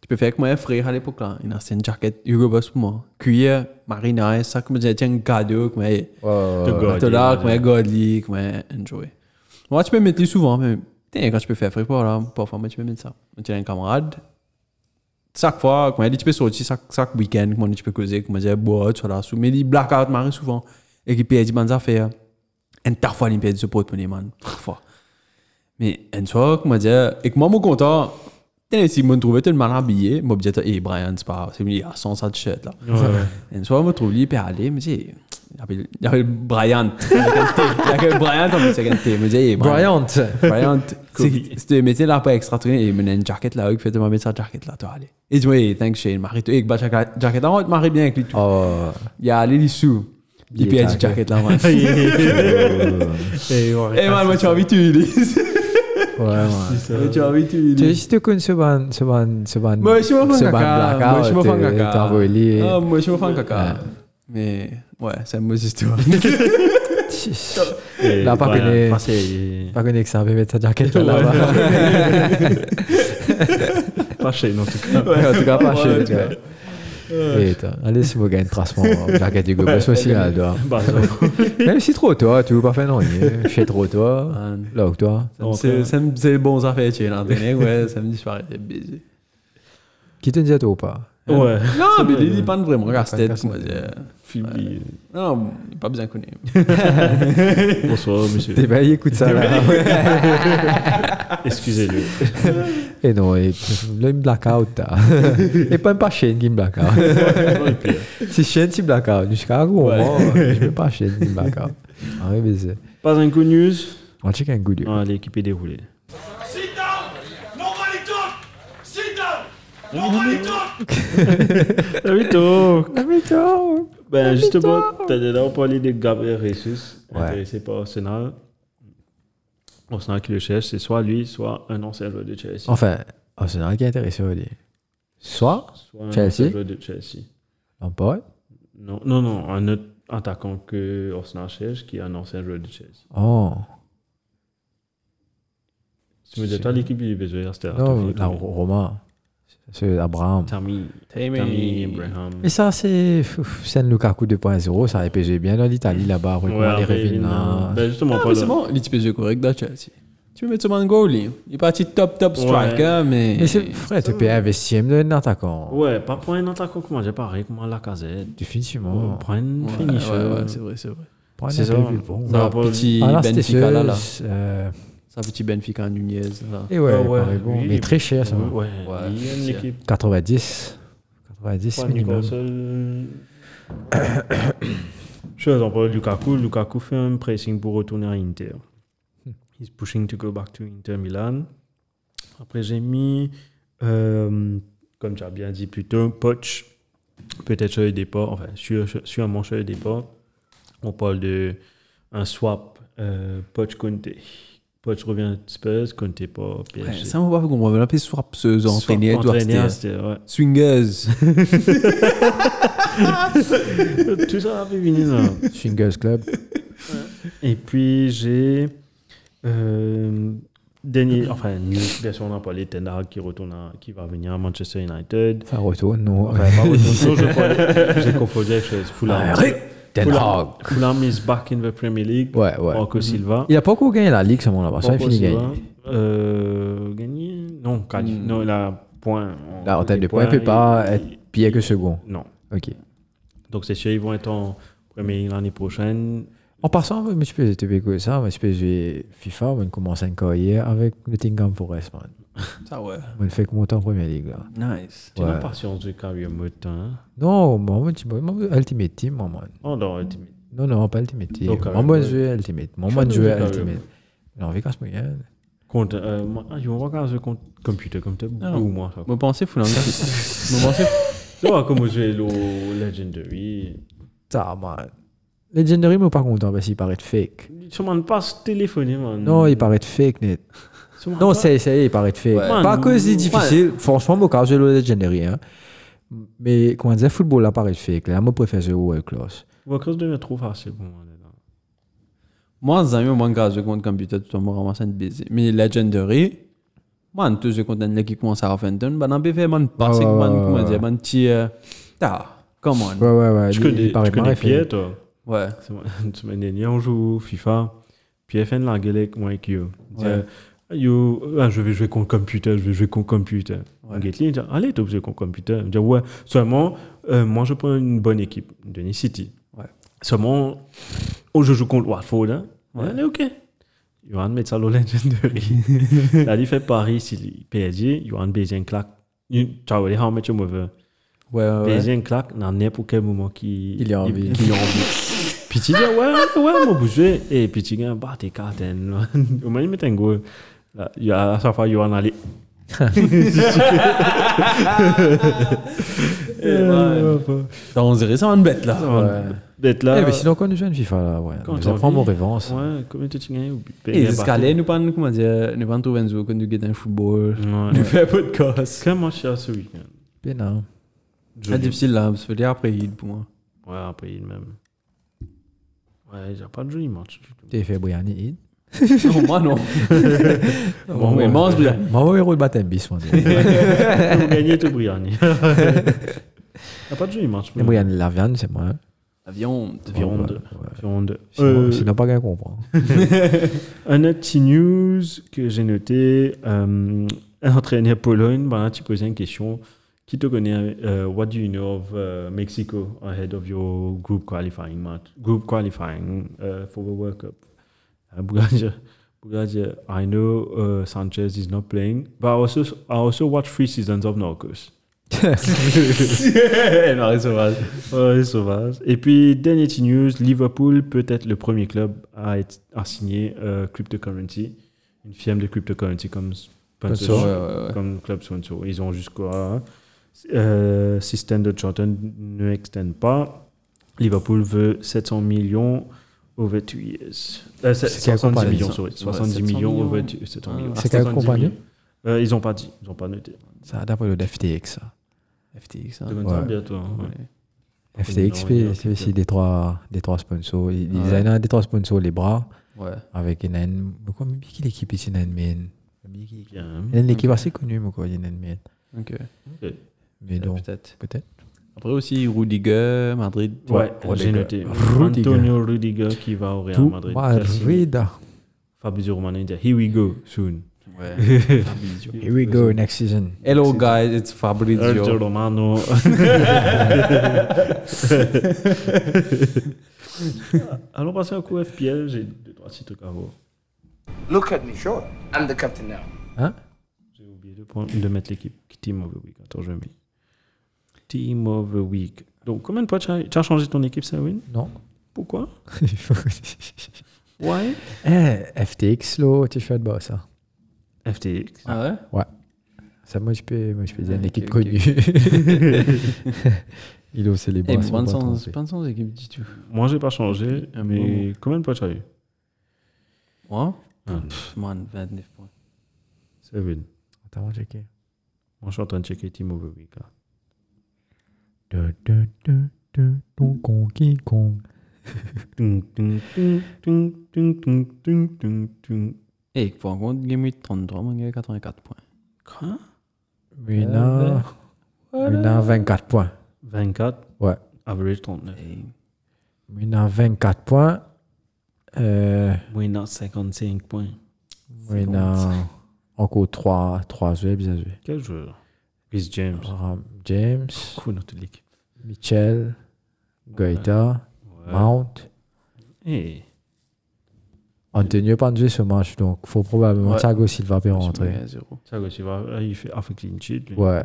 [SPEAKER 3] tu peux faire avec moi, un frère, à l'époque, là. Il a acheté une jaquette Hugo Boss pour moi. Cuir, marinaise, ça, comme j'ai tiens, un cadeau, comme hey,
[SPEAKER 1] The God,
[SPEAKER 3] Euh, T'as là,
[SPEAKER 1] yeah.
[SPEAKER 3] comme un godly, comme un enjoy. Moi, tu peux mettre les souvent, mais putain, quand tu peux faire free pour là, parfois, moi, tu peux mettre ça. Moi, Tu as un camarade, chaque fois, comme elle dit, tu peux sortir chaque, chaque week-end, comme on dit, tu peux causer, comme on dit, boire, tu vois là, sous. Mais les blackouts m'arrivent souvent. Et qui perdent des affaires. hein. Et parfois, ils perdent ce porte-monnaie, man. Parfois. Mais une soir, comme on dit, et que moi, mon content, putain, si me trouvais, tu mal habillé, moi, je me disais, hey, Brian, c'est pas grave, c'est lui, il a son sale shirt là. Une soir, on me trouve libre à aller, me dit, il appelle- il appelle Bryant. (laughs) Il appelle Bryant, on me dit, il me dit, hey, Bryant.
[SPEAKER 2] Bryant! (laughs)
[SPEAKER 3] Bryant, c'est c'est un métier là pas extraordinaire. Il me donne une jaquette là, il fait de ma mettre sa jaquette là, toi, allez. Il dit, oui, thanks, Shane, marie, toi, il bat sa jaquette là, on va te marie bien avec lui. tout.
[SPEAKER 2] Oh,
[SPEAKER 3] Il a allé dessous. Il
[SPEAKER 2] Il
[SPEAKER 3] paye
[SPEAKER 2] est
[SPEAKER 3] cette jaquette
[SPEAKER 2] (laughs)
[SPEAKER 3] là, man.
[SPEAKER 1] Et on
[SPEAKER 3] Eh, man, moi, tu as envie de tuer Ulysse.
[SPEAKER 1] (laughs)
[SPEAKER 2] ouais, man.
[SPEAKER 3] Moi, Tu as envie de tuer
[SPEAKER 2] Tu sais,
[SPEAKER 3] Ulysse.
[SPEAKER 2] si tu connais ce ban, ce ban, ce ban,
[SPEAKER 3] Moi, je suis mon fan
[SPEAKER 2] ce ban
[SPEAKER 3] caca. Moi, je
[SPEAKER 2] blackout,
[SPEAKER 3] suis mon fan
[SPEAKER 2] euh,
[SPEAKER 3] caca.
[SPEAKER 2] t'as volé.
[SPEAKER 3] Ah, moi, je suis mon fan caca. Mais, ouais, c'est une
[SPEAKER 2] (laughs)
[SPEAKER 3] mauvaise histoire.
[SPEAKER 2] Là, par contre, les-
[SPEAKER 1] passer.
[SPEAKER 2] Pas connu que ça, bébé, ta jaquette là-bas.
[SPEAKER 1] (laughs) Pas Shane en tout cas.
[SPEAKER 2] en
[SPEAKER 1] (laughs)
[SPEAKER 2] tout cas, pas chez
[SPEAKER 3] Ouais,
[SPEAKER 2] tu vois. Et toi, allez, si vous gagnez une
[SPEAKER 3] (laughs)
[SPEAKER 2] trace, jaquette Hugo Boss aussi, là, elle doit.
[SPEAKER 1] Bazar.
[SPEAKER 2] Même si trop toi, tu veux pas faire non, je fais trop toi, là ou toi.
[SPEAKER 1] Donc,
[SPEAKER 3] C'est
[SPEAKER 1] euh,
[SPEAKER 3] c'est- (laughs) c'est les bons affaires, tu es l'entraîneur, ouais, ça me disparaît, t'es baisé.
[SPEAKER 2] Qui te dit toi ou pas
[SPEAKER 1] Ouais.
[SPEAKER 3] Non, mais il pas vraiment casse-tête.
[SPEAKER 2] casse-tête.
[SPEAKER 3] moi, je-
[SPEAKER 1] Fibi.
[SPEAKER 3] Non, il est pas besoin de connaître.
[SPEAKER 1] Bonsoir, monsieur.
[SPEAKER 2] T'es pas Eh ben, écoute ça là.
[SPEAKER 1] Excusez-le.
[SPEAKER 2] (laughs) Et non, et là, il me blackout.
[SPEAKER 3] (laughs)
[SPEAKER 2] là. Et pas même pas Shane qui me blackout. Si Shane, tu blackout. Jusqu'à un moment, je ne pas Shane qui me
[SPEAKER 3] (laughs)
[SPEAKER 2] blackout. Ah oui, mais c'est-
[SPEAKER 1] Pas un good news.
[SPEAKER 2] On check un goût du.
[SPEAKER 1] Ah, l'équipe est déroulée.
[SPEAKER 7] Sit down! Nobody talk! Sit down! Nobody talk!
[SPEAKER 1] (laughs) Ah oui, donc.
[SPEAKER 2] Ah, mais toi
[SPEAKER 1] Ben justement, t'allais là, on parlait de Gabriel Jesus,
[SPEAKER 2] Ouais.
[SPEAKER 1] intéressé par Arsenal. Arsenal qui le cherche, c'est soit lui, soit un ancien joueur de Chelsea.
[SPEAKER 2] Enfin, Arsenal qui est intéressé, on dit. Soit,
[SPEAKER 1] Soit un
[SPEAKER 2] Chelsea.
[SPEAKER 1] ancien joueur de Chelsea.
[SPEAKER 2] Lampard.
[SPEAKER 1] Non, non, non, un autre attaquant que Arsenal cherche qui est un ancien joueur de Chelsea.
[SPEAKER 2] Oh.
[SPEAKER 1] Tu me dis, toi, l'équipe, il est besoin c'était
[SPEAKER 2] Non, la Roma. C'est Abraham.
[SPEAKER 1] Tammy,
[SPEAKER 3] Tammy.
[SPEAKER 1] Tammy, Abraham.
[SPEAKER 2] Mais ça, c'est. pff, C'est un Lukaku 2.0. Ça a pesé bien dans l'Italie là-bas. Ouais,
[SPEAKER 1] Ouais,
[SPEAKER 2] les
[SPEAKER 1] après,
[SPEAKER 2] revenus,
[SPEAKER 1] non.
[SPEAKER 2] là.
[SPEAKER 1] Ben justement,
[SPEAKER 3] Ah,
[SPEAKER 1] pas
[SPEAKER 3] mais c'est
[SPEAKER 1] là.
[SPEAKER 3] bon, il est de correct là, Chelsea. Tu veux mettre ce man goal, lui. Il est parti top, top striker, hein, mais.
[SPEAKER 2] Mais c'est. Frère, tu peux investir dans un attaquant.
[SPEAKER 1] Ouais, pas pour un attaquant comme moi, j'ai pareil, comme la casette.
[SPEAKER 2] Définitivement.
[SPEAKER 1] Prends une
[SPEAKER 3] Ouais,
[SPEAKER 1] finisher.
[SPEAKER 3] ouais, ouais, c'est vrai, c'est vrai.
[SPEAKER 2] Prends un
[SPEAKER 1] C'est ça.
[SPEAKER 2] appel plus bon.
[SPEAKER 1] Ça
[SPEAKER 3] Ça,
[SPEAKER 1] va pas-
[SPEAKER 3] petit
[SPEAKER 2] Ah là, c'était
[SPEAKER 3] Benfica, là, là.
[SPEAKER 2] ce- euh,
[SPEAKER 3] Ça, petit Benfica Nunez, là.
[SPEAKER 2] Et ouais,
[SPEAKER 1] Ah ouais,
[SPEAKER 2] pareil, bon.
[SPEAKER 1] oui,
[SPEAKER 2] mais très cher, ça.
[SPEAKER 1] Ouais,
[SPEAKER 2] hein.
[SPEAKER 1] ouais, il y a une
[SPEAKER 3] c'est-
[SPEAKER 1] équipe.
[SPEAKER 2] 90. 90
[SPEAKER 1] Ouais, (coughs)
[SPEAKER 2] minimum.
[SPEAKER 1] Newcastle. Chose, on parle de Lukaku. Lukaku fait un pressing pour retourner à Inter. He's pushing to go back to Inter Milan. Après, j'ai mis, euh, comme tu as bien dit plus tôt, Poch, peut-être sur le départ, enfin, sur, sur un manche sur le départ. On parle de un swap euh, Poch-Conte. Poch revient à Spurs, Conte pas
[SPEAKER 3] Ouais,
[SPEAKER 1] PSG.
[SPEAKER 3] Ça, on va pas comprendre. On va l'appeler swapseuse,
[SPEAKER 1] Swap
[SPEAKER 3] entraînée, toi,
[SPEAKER 1] entraîneur,
[SPEAKER 3] c'était.
[SPEAKER 1] c'était- ouais.
[SPEAKER 3] Swingers.
[SPEAKER 1] Tout ça avait fini, là.
[SPEAKER 2] Swingers Club.
[SPEAKER 1] Et puis j'ai. euh,
[SPEAKER 2] Mm-hmm.
[SPEAKER 1] dernier, enfin, nous, bien sûr, on a parlé de Ten Hag qui, retourne à- qui va venir à Manchester United. Bah
[SPEAKER 2] Enfin, retourne, non.
[SPEAKER 1] Enfin, pas retourne, non, je
[SPEAKER 2] (laughs)
[SPEAKER 1] crois- J'ai confondu avec chose. Fulham.
[SPEAKER 2] Ah, Eric (laughs) Ten
[SPEAKER 1] Fulham,
[SPEAKER 2] Hag.
[SPEAKER 1] Fulham is back in the Premier League.
[SPEAKER 2] Ouais, ouais.
[SPEAKER 1] Marco Silva.
[SPEAKER 2] Il a pas encore gagné la Ligue, ce moment là-bas. Ça, il
[SPEAKER 1] Marco
[SPEAKER 2] finit
[SPEAKER 1] Silva,
[SPEAKER 2] gagné.
[SPEAKER 1] euh, gagné Non, quali- non, il a point.
[SPEAKER 2] Là, en termes de points, il peut pas
[SPEAKER 1] il-
[SPEAKER 2] être pire que second.
[SPEAKER 1] Non.
[SPEAKER 2] Ok.
[SPEAKER 1] Donc c'est sûr, ils vont être en Premier League l'année prochaine.
[SPEAKER 2] En passant, mais tu peux te que ça, mais tu peux jouer FIFA, on commence une carrière avec Nottingham Forest, man.
[SPEAKER 3] Ça, ouais.
[SPEAKER 2] On fait que monter en première ligue, là.
[SPEAKER 3] Nice.
[SPEAKER 1] Tu
[SPEAKER 2] Ouais.
[SPEAKER 1] n'as pas patience de carrière mode, hein.
[SPEAKER 2] Non, moi, tu moi, Ultimate Team, moi, man.
[SPEAKER 1] Oh non, Ultimate.
[SPEAKER 2] Non, non, pas Ultimate Team.
[SPEAKER 1] Donc,
[SPEAKER 2] Moi,
[SPEAKER 1] carrément,
[SPEAKER 2] moi,
[SPEAKER 1] ouais.
[SPEAKER 2] je jouais Ultimate. Moi,
[SPEAKER 1] Je
[SPEAKER 2] moi, je
[SPEAKER 1] sais
[SPEAKER 2] jouais
[SPEAKER 1] pas,
[SPEAKER 2] Ultimate. Non, on casse moyen.
[SPEAKER 1] Contre, euh, moi, ah, je vois quand je compte computer comme t'es
[SPEAKER 3] Ah.
[SPEAKER 1] ou moi. ça.
[SPEAKER 3] Moi,
[SPEAKER 1] (laughs)
[SPEAKER 3] pensez Fulham. Moi, pensez.
[SPEAKER 1] Tu vois comment je vais le Legendary.
[SPEAKER 2] Ça, man. Legendary, mais pas content hein, parce qu'il paraît de fake.
[SPEAKER 1] Tu m'en passes téléphoner, man.
[SPEAKER 2] Non, il paraît de fake, net.
[SPEAKER 1] Tu m'en
[SPEAKER 2] Non,
[SPEAKER 1] passes-
[SPEAKER 2] c'est, c'est, il paraît de fake.
[SPEAKER 3] Ouais.
[SPEAKER 2] Pas à
[SPEAKER 1] Ah, Ouais.
[SPEAKER 2] cause c'est difficile. Franchement, moi, quand je joue le Legendary, hein. Mais, comment dire, football, là, paraît de fake. Là, moi, je préfère jouer au World Class.
[SPEAKER 1] Workers devient trop facile pour moi. là.
[SPEAKER 2] Bah,
[SPEAKER 3] Moi, les amis, moi, quand je compte computer, tout le monde ramasse un baiser. Mais Legendary, moi, tout je compte un mec qui commence à Raffenton, ben, on peut faire un passing,
[SPEAKER 2] Ouais, ouais,
[SPEAKER 3] man,
[SPEAKER 2] ouais,
[SPEAKER 3] comment
[SPEAKER 2] ouais.
[SPEAKER 3] dire, un petit. euh, Ah, come
[SPEAKER 2] Ouais,
[SPEAKER 3] on.
[SPEAKER 2] ouais, ouais.
[SPEAKER 1] Tu
[SPEAKER 2] il-
[SPEAKER 1] connais,
[SPEAKER 2] il paraît
[SPEAKER 1] tu connais
[SPEAKER 2] marrant,
[SPEAKER 1] Pierre,
[SPEAKER 2] fake.
[SPEAKER 1] toi
[SPEAKER 3] Ouais.
[SPEAKER 1] C'est moi, (laughs) Une semaine dernière, on joue FIFA. Pierre fait la gueule avec moi et Kyo. Il dit,
[SPEAKER 3] Ouais.
[SPEAKER 1] ah, Yo, ah, je vais jouer contre computer, je vais jouer contre computer.
[SPEAKER 3] Ouais.
[SPEAKER 1] On get lui, il dit, allez, t'es obligé contre computer. Il me dit, ouais, seulement, euh, moi, je prends une bonne équipe, Denis City.
[SPEAKER 3] Ouais.
[SPEAKER 1] Seulement, oh, je joue contre Watford. Hein.
[SPEAKER 3] Ouais.
[SPEAKER 1] Allez, ok. Johan met ça au Legendary.
[SPEAKER 3] (laughs)
[SPEAKER 1] Là, il fait Paris, s'il PSG, Johan Bézien claque. Il- Ciao, les how much you move.
[SPEAKER 3] Ouais, ouais, ouais.
[SPEAKER 1] PSG une claque dans n'importe quel moment qui
[SPEAKER 2] Il y a envie.
[SPEAKER 1] qui- qui a
[SPEAKER 2] (laughs)
[SPEAKER 1] envie. Puis tu dis, ouais, ouais, ouais, moi, bouger. Et puis tu dis, bah, t'es cartel. (laughs) Au moins, il met un goal. Là, il y a- À chaque fois, il y en
[SPEAKER 2] (laughs)
[SPEAKER 1] a les.
[SPEAKER 3] Eh, man. Ça, On dirait ça, on bête, là.
[SPEAKER 2] Ouais.
[SPEAKER 1] D'être
[SPEAKER 2] Eh,
[SPEAKER 1] là.
[SPEAKER 2] mais sinon, quand on joue à une FIFA, là, ouais.
[SPEAKER 1] Euh, Quand
[SPEAKER 2] Ça
[SPEAKER 1] on
[SPEAKER 2] prend
[SPEAKER 1] vit-
[SPEAKER 2] mon revanche.
[SPEAKER 1] Ouais, comment tu gagnes ou
[SPEAKER 3] Et les escaliers, nous pas, comment dire, nous pas trouver un zoo quand nous guettons le football. Nous
[SPEAKER 1] Ouais.
[SPEAKER 3] faisons un podcast.
[SPEAKER 1] Comment je suis à ce week-end
[SPEAKER 2] Bien, hein.
[SPEAKER 3] C'est difficile, là, parce que là, après, il
[SPEAKER 2] (laughs)
[SPEAKER 3] pour moi.
[SPEAKER 1] Ouais, après, il même. Ouais, j'ai pas de joli match. du tout.
[SPEAKER 2] T'es fait Brianni Hid.
[SPEAKER 3] Non, moi, non. Bon, mais mange bien.
[SPEAKER 2] Moi, mon héros, il bat un bis, moi.
[SPEAKER 1] (laughs) Vous gagnez tout,
[SPEAKER 2] (laughs)
[SPEAKER 1] Briani. Y'a pas de joli match.
[SPEAKER 2] Et Brianni Laviane, c'est moi. hein.
[SPEAKER 3] Avion.
[SPEAKER 1] Environ
[SPEAKER 2] Ouais,
[SPEAKER 1] deux.
[SPEAKER 2] ouais.
[SPEAKER 1] Environ deux.
[SPEAKER 2] Sinon,
[SPEAKER 1] Euh,
[SPEAKER 2] sinon, pas qu'à comprendre.
[SPEAKER 1] Un autre petit (laughs) news que j'ai noté, euh, un entraîneur Pologne, ben là, tu posais une question qui te connaît, euh, what do you know of uh, Mexico ahead of your group qualifying match? Group qualifying uh, for the World Cup. Uh, Bugaja, Bugaja, I know uh, Sanchez is not playing, but I also I also watch three seasons of Narcos. (laughs) Marie Sauvage. Marie Sauvage. Et puis, dernier petit news, Liverpool peut être le premier club à, être, à signer euh, cryptocurrency, une firme de cryptocurrency comme sponsor,
[SPEAKER 3] Sponsor, ouais, ouais, ouais.
[SPEAKER 1] comme club sponsor. Ils ont hein, jusqu'à euh, si Standard Chartered ne extend pas, Liverpool veut 700 millions over two years. Euh, sept-
[SPEAKER 2] C'est quelle
[SPEAKER 1] 70
[SPEAKER 2] compagnie,
[SPEAKER 1] millions,
[SPEAKER 3] ça
[SPEAKER 1] sorry.
[SPEAKER 3] Ouais,
[SPEAKER 1] 70
[SPEAKER 3] 700
[SPEAKER 1] millions over
[SPEAKER 3] millions.
[SPEAKER 1] two- 700
[SPEAKER 3] Ah.
[SPEAKER 1] millions.
[SPEAKER 2] C'est quelle
[SPEAKER 1] 70
[SPEAKER 2] compagnie
[SPEAKER 1] millions. Euh, Ils n'ont pas dit, ils n'ont pas noté.
[SPEAKER 2] Ça, d'après le FTX. ça.
[SPEAKER 3] FTX. hein.
[SPEAKER 1] C'est comme
[SPEAKER 2] Ouais.
[SPEAKER 1] ça, bientôt. hein, ouais.
[SPEAKER 2] FTX,
[SPEAKER 1] Ouais, ouais,
[SPEAKER 2] c'est c'est aussi
[SPEAKER 1] ouais.
[SPEAKER 2] des trois, des trois sponsors. Ils
[SPEAKER 3] Ouais.
[SPEAKER 2] ils ont un des trois sponsors, les bras,
[SPEAKER 3] Ouais.
[SPEAKER 2] avec une. mais Quoi, mais qui l'équipe ici, une NMN Il
[SPEAKER 1] Bien.
[SPEAKER 2] y a une équipe assez connue, mais quoi, il y a une NMN.
[SPEAKER 3] Ok.
[SPEAKER 2] Mais donc,
[SPEAKER 3] Peut-être.
[SPEAKER 2] peut-être.
[SPEAKER 3] Après aussi, Rudiger, Madrid.
[SPEAKER 1] Ouais,
[SPEAKER 2] Rudiger.
[SPEAKER 1] j'ai noté.
[SPEAKER 2] Rudiger.
[SPEAKER 1] Antonio Rudiger qui va au Real
[SPEAKER 2] Tout
[SPEAKER 1] Madrid. Classique.
[SPEAKER 2] Madrid.
[SPEAKER 1] Fabrizio Romano il dit Here we go soon.
[SPEAKER 3] (laughs) Ouais.
[SPEAKER 2] Here we go, next season.
[SPEAKER 3] Hello guys, it's
[SPEAKER 1] Fabrizio
[SPEAKER 3] Fabrizio.
[SPEAKER 1] Romano. (laughs) Allons passer un coup FPL, j'ai deux, trois petits trucs à voir.
[SPEAKER 6] Look at me, sure. I'm the captain now.
[SPEAKER 2] Hein
[SPEAKER 1] J'ai oublié de, prendre- de mettre l'équipe Team of the Week. Attends, je vais mettre. Team of the Week. Donc, combien de fois tu as, tu as changé ton équipe, Sawin
[SPEAKER 2] Non. (laughs)
[SPEAKER 1] Pourquoi
[SPEAKER 3] Ouais.
[SPEAKER 2] eh, FTX, là, t-shirt bas, ça.
[SPEAKER 1] FTX.
[SPEAKER 3] Ah ouais?
[SPEAKER 2] Ça, moi, je peux, moi, je peux dire une
[SPEAKER 3] Ok,
[SPEAKER 2] équipe
[SPEAKER 3] ok. (laughs)
[SPEAKER 2] connue. Il a c'est les
[SPEAKER 3] Et
[SPEAKER 2] bras.
[SPEAKER 3] bonne sens, bonne sens équipe du tout.
[SPEAKER 1] Moi, j'ai pas changé,
[SPEAKER 3] Un
[SPEAKER 1] mais
[SPEAKER 3] moment.
[SPEAKER 1] combien de fois tu as eu
[SPEAKER 3] Moi?
[SPEAKER 1] Ah.
[SPEAKER 3] Pff, man, 29 points.
[SPEAKER 1] Sawin.
[SPEAKER 2] Attends, checker.
[SPEAKER 1] Moi, je suis en train de checker Team of the Week. là.
[SPEAKER 2] Du, du, du, du, Ton con, qui con.
[SPEAKER 1] Tung, tung, tung, tung, tung, tung, tung, tung, tung.
[SPEAKER 3] Et pour un compte, game 8, 33, mon gars, 84 points.
[SPEAKER 1] Quoi
[SPEAKER 3] Ah,
[SPEAKER 2] Mina.
[SPEAKER 3] ben,
[SPEAKER 2] Mina, 24 points.
[SPEAKER 1] 24,
[SPEAKER 2] Ouais.
[SPEAKER 1] average 39.
[SPEAKER 3] Hey.
[SPEAKER 2] Mina, 24 points. Euh,
[SPEAKER 1] Wina, 55 points.
[SPEAKER 2] Mina, encore 3, 3 joueurs, bien joué.
[SPEAKER 1] Quel joueur Chris James.
[SPEAKER 2] Ram- James,
[SPEAKER 1] Cool, notre ligue.
[SPEAKER 2] Mitchell, Goita,
[SPEAKER 1] Ouais.
[SPEAKER 2] Mount.
[SPEAKER 1] Hey.
[SPEAKER 2] Antonio pas joué ce match, donc faut probablement
[SPEAKER 3] Ouais.
[SPEAKER 2] que Thiago Silva peut rentrer.
[SPEAKER 3] à zéro.
[SPEAKER 1] Thiago Silva, là, il fait half a clean sheet. lui.
[SPEAKER 2] Ouais.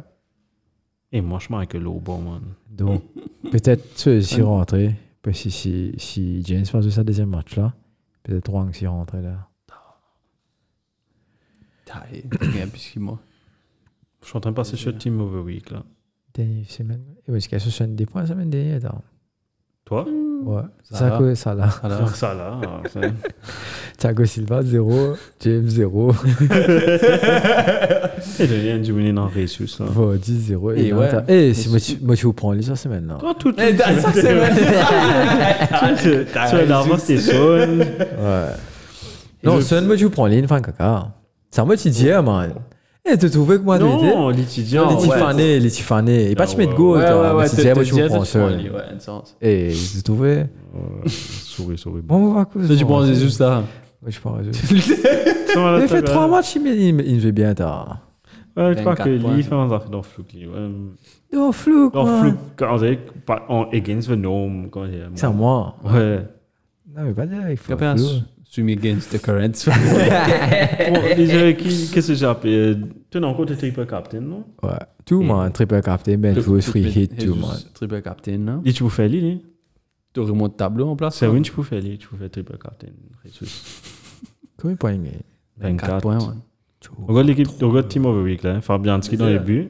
[SPEAKER 1] Et moi, je marque le bon, man.
[SPEAKER 3] (laughs)
[SPEAKER 2] Donc, peut-être ceux s'y rentrer. Parce que si, si James passe de sa deuxième match là, peut-être Wang s'y rentrer là.
[SPEAKER 3] T'as rien plus que moi.
[SPEAKER 1] Je suis en train de passer sur Team of the Week, là.
[SPEAKER 2] Dernière semaine. Et est-ce qu'elle se soigne des points la semaine dernière attends.
[SPEAKER 1] Toi
[SPEAKER 2] Ouais.
[SPEAKER 3] Hmm. Ça
[SPEAKER 2] Ça,
[SPEAKER 3] va.
[SPEAKER 2] quoi, ça là.
[SPEAKER 1] Alors, ça, là. alors, (laughs) ça.
[SPEAKER 2] (laughs) Thiago Silva 0, James
[SPEAKER 3] (laughs)
[SPEAKER 2] 0,
[SPEAKER 1] Et le lien du winning en Ressus, là.
[SPEAKER 2] (laughs) Vardy 0. Et,
[SPEAKER 3] Et
[SPEAKER 2] là,
[SPEAKER 3] ouais.
[SPEAKER 2] t'as- Eh, si moi, tu, moi tu vous prends les autres semaines là.
[SPEAKER 1] Toi, tout
[SPEAKER 3] (laughs) Eh, t'as- ça, c'est vrai.
[SPEAKER 1] (laughs) Tu as l'avance, (laughs) t'es seul.
[SPEAKER 2] Ouais. Non, seul moi tu vous prends les enfin caca. Ça moi tu dis, hein, man. Eh, tu trouvais que moi tu étais
[SPEAKER 1] Non, l'étudiant.
[SPEAKER 2] Les
[SPEAKER 1] ouais.
[SPEAKER 2] Tifané, les Tifané. Et pas tu mets de go,
[SPEAKER 3] Ah Ouais, ouais,
[SPEAKER 2] toi.
[SPEAKER 3] ouais,
[SPEAKER 2] Mais tu dis, ah, moi
[SPEAKER 3] t'as
[SPEAKER 2] tu vous prends seul.
[SPEAKER 3] Ouais, sens.
[SPEAKER 2] Et tu trouvais.
[SPEAKER 1] Euh, Souris, souris.
[SPEAKER 2] Bon, on va quoi
[SPEAKER 3] Toi, tu prends Jésus là.
[SPEAKER 2] Je prends
[SPEAKER 3] (laughs)
[SPEAKER 2] Jésus. Il
[SPEAKER 1] Il
[SPEAKER 2] a fait trois matchs, il me- il me il me fait bien tard.
[SPEAKER 1] Ouais, Euh, je crois que
[SPEAKER 3] 24 points.
[SPEAKER 1] Lee fait un affaire dans Flouk. Lee, ouais.
[SPEAKER 2] Oh, flou,
[SPEAKER 1] Dans
[SPEAKER 2] quoi.
[SPEAKER 1] Flouk, quand on dit pas- en against the norm. Quand il y a-
[SPEAKER 2] C'est à moi.
[SPEAKER 1] Ouais.
[SPEAKER 2] Non, mais pas dire, il faut.
[SPEAKER 3] Capin,
[SPEAKER 2] flou.
[SPEAKER 3] swim against the current. (laughs)
[SPEAKER 1] Bon, déjà, qui- qu'est-ce que j'ai appelé Tenez en compte le triple captain, non
[SPEAKER 2] Ouais. Tout, man. Triple captain, Ben Foos, free hit, tout, man.
[SPEAKER 3] Triple captain, non?
[SPEAKER 1] Et tu peux faire Lee, Lee
[SPEAKER 3] Tu remontes le tableau en place?
[SPEAKER 1] C'est win, tu peux faire Lee, tu peux faire triple captain. Jesus.
[SPEAKER 2] Combien de points il gagne
[SPEAKER 3] 24 points, ouais.
[SPEAKER 1] On
[SPEAKER 2] Eh,
[SPEAKER 1] regarde l'équipe, on regarde Team of the Week, là. hein. Fabianski dans les buts,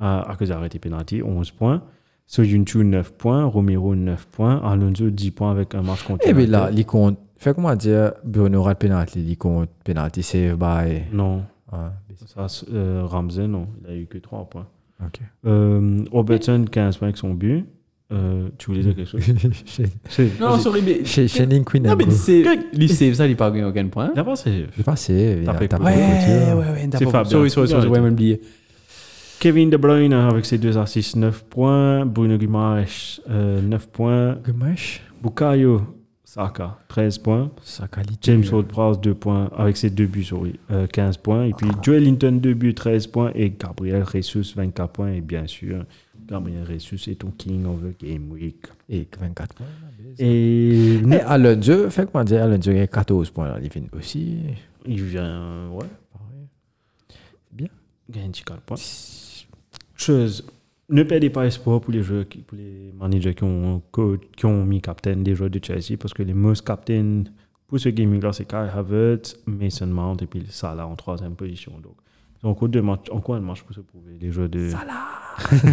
[SPEAKER 1] euh, à cause d'arrêter penalty, 11 points. Soyuncu, 9 points. Romero, 9 points. Alonso, 10 points avec un match contre.
[SPEAKER 2] Eh bien
[SPEAKER 1] United.
[SPEAKER 2] là, il compte. Fait comment dire, Bruno rate penalty, il compte penalty save by.
[SPEAKER 1] Non.
[SPEAKER 3] Mm.
[SPEAKER 2] Ah,
[SPEAKER 1] Ça, c'est- euh, Ramsey, non. Il a eu que 3 points.
[SPEAKER 2] ok. (laughs)
[SPEAKER 1] Euh, Robertson, 15 points avec son but. Euh, tu voulais dire quelque
[SPEAKER 2] (laughs)
[SPEAKER 1] chose
[SPEAKER 3] Non, sorry, mais.
[SPEAKER 2] Chez Shannon Queen,
[SPEAKER 3] Non, mais
[SPEAKER 2] and go.
[SPEAKER 3] il save ça, il n'a pas gagné aucun point. hein.
[SPEAKER 1] Il a passé.
[SPEAKER 2] j'ai pas save. il a
[SPEAKER 1] T'as pris
[SPEAKER 2] tapé
[SPEAKER 1] quoi
[SPEAKER 2] couture.
[SPEAKER 3] ouais,
[SPEAKER 1] C'est Fabien.
[SPEAKER 3] Sorry, sorry, sorry, ouais, même oublié.
[SPEAKER 1] Kevin De Bruyne hein, avec ses deux assists, 9 euh, points. Bruno Guimaraes, 9 points.
[SPEAKER 2] Gommage.
[SPEAKER 1] Bukayo, Saka, 13 points.
[SPEAKER 2] Saka, Lito,
[SPEAKER 1] James
[SPEAKER 2] euh,
[SPEAKER 1] Ward-Prowse, 2 points, avec ses deux buts, sorry, euh, 15 points. Et puis Joel Linton, 2 buts, 13 points. Et Gabriel Ressus, 24 points. Et bien sûr, Gabriel Ressus est ton king of the game week.
[SPEAKER 2] Et 24 points. là, mais-
[SPEAKER 1] Et
[SPEAKER 2] Mais Alonso, fait comment dire, Alonso il a 14 points là, il finit aussi.
[SPEAKER 1] il vient, ouais,
[SPEAKER 2] Pareil.
[SPEAKER 1] gagne 4 points. Chose, ne perdez pas espoir pour les, joueurs qui- pour les managers qui ont, co- qui ont mis captain des joueurs de Chelsea parce que les most captain pour ce gaming là c'est Kai Havertz, Mason Mount et puis Salah en troisième position. Donc, ils ont encore deux matchs, encore un match pour se prouver, les joueurs de. Salah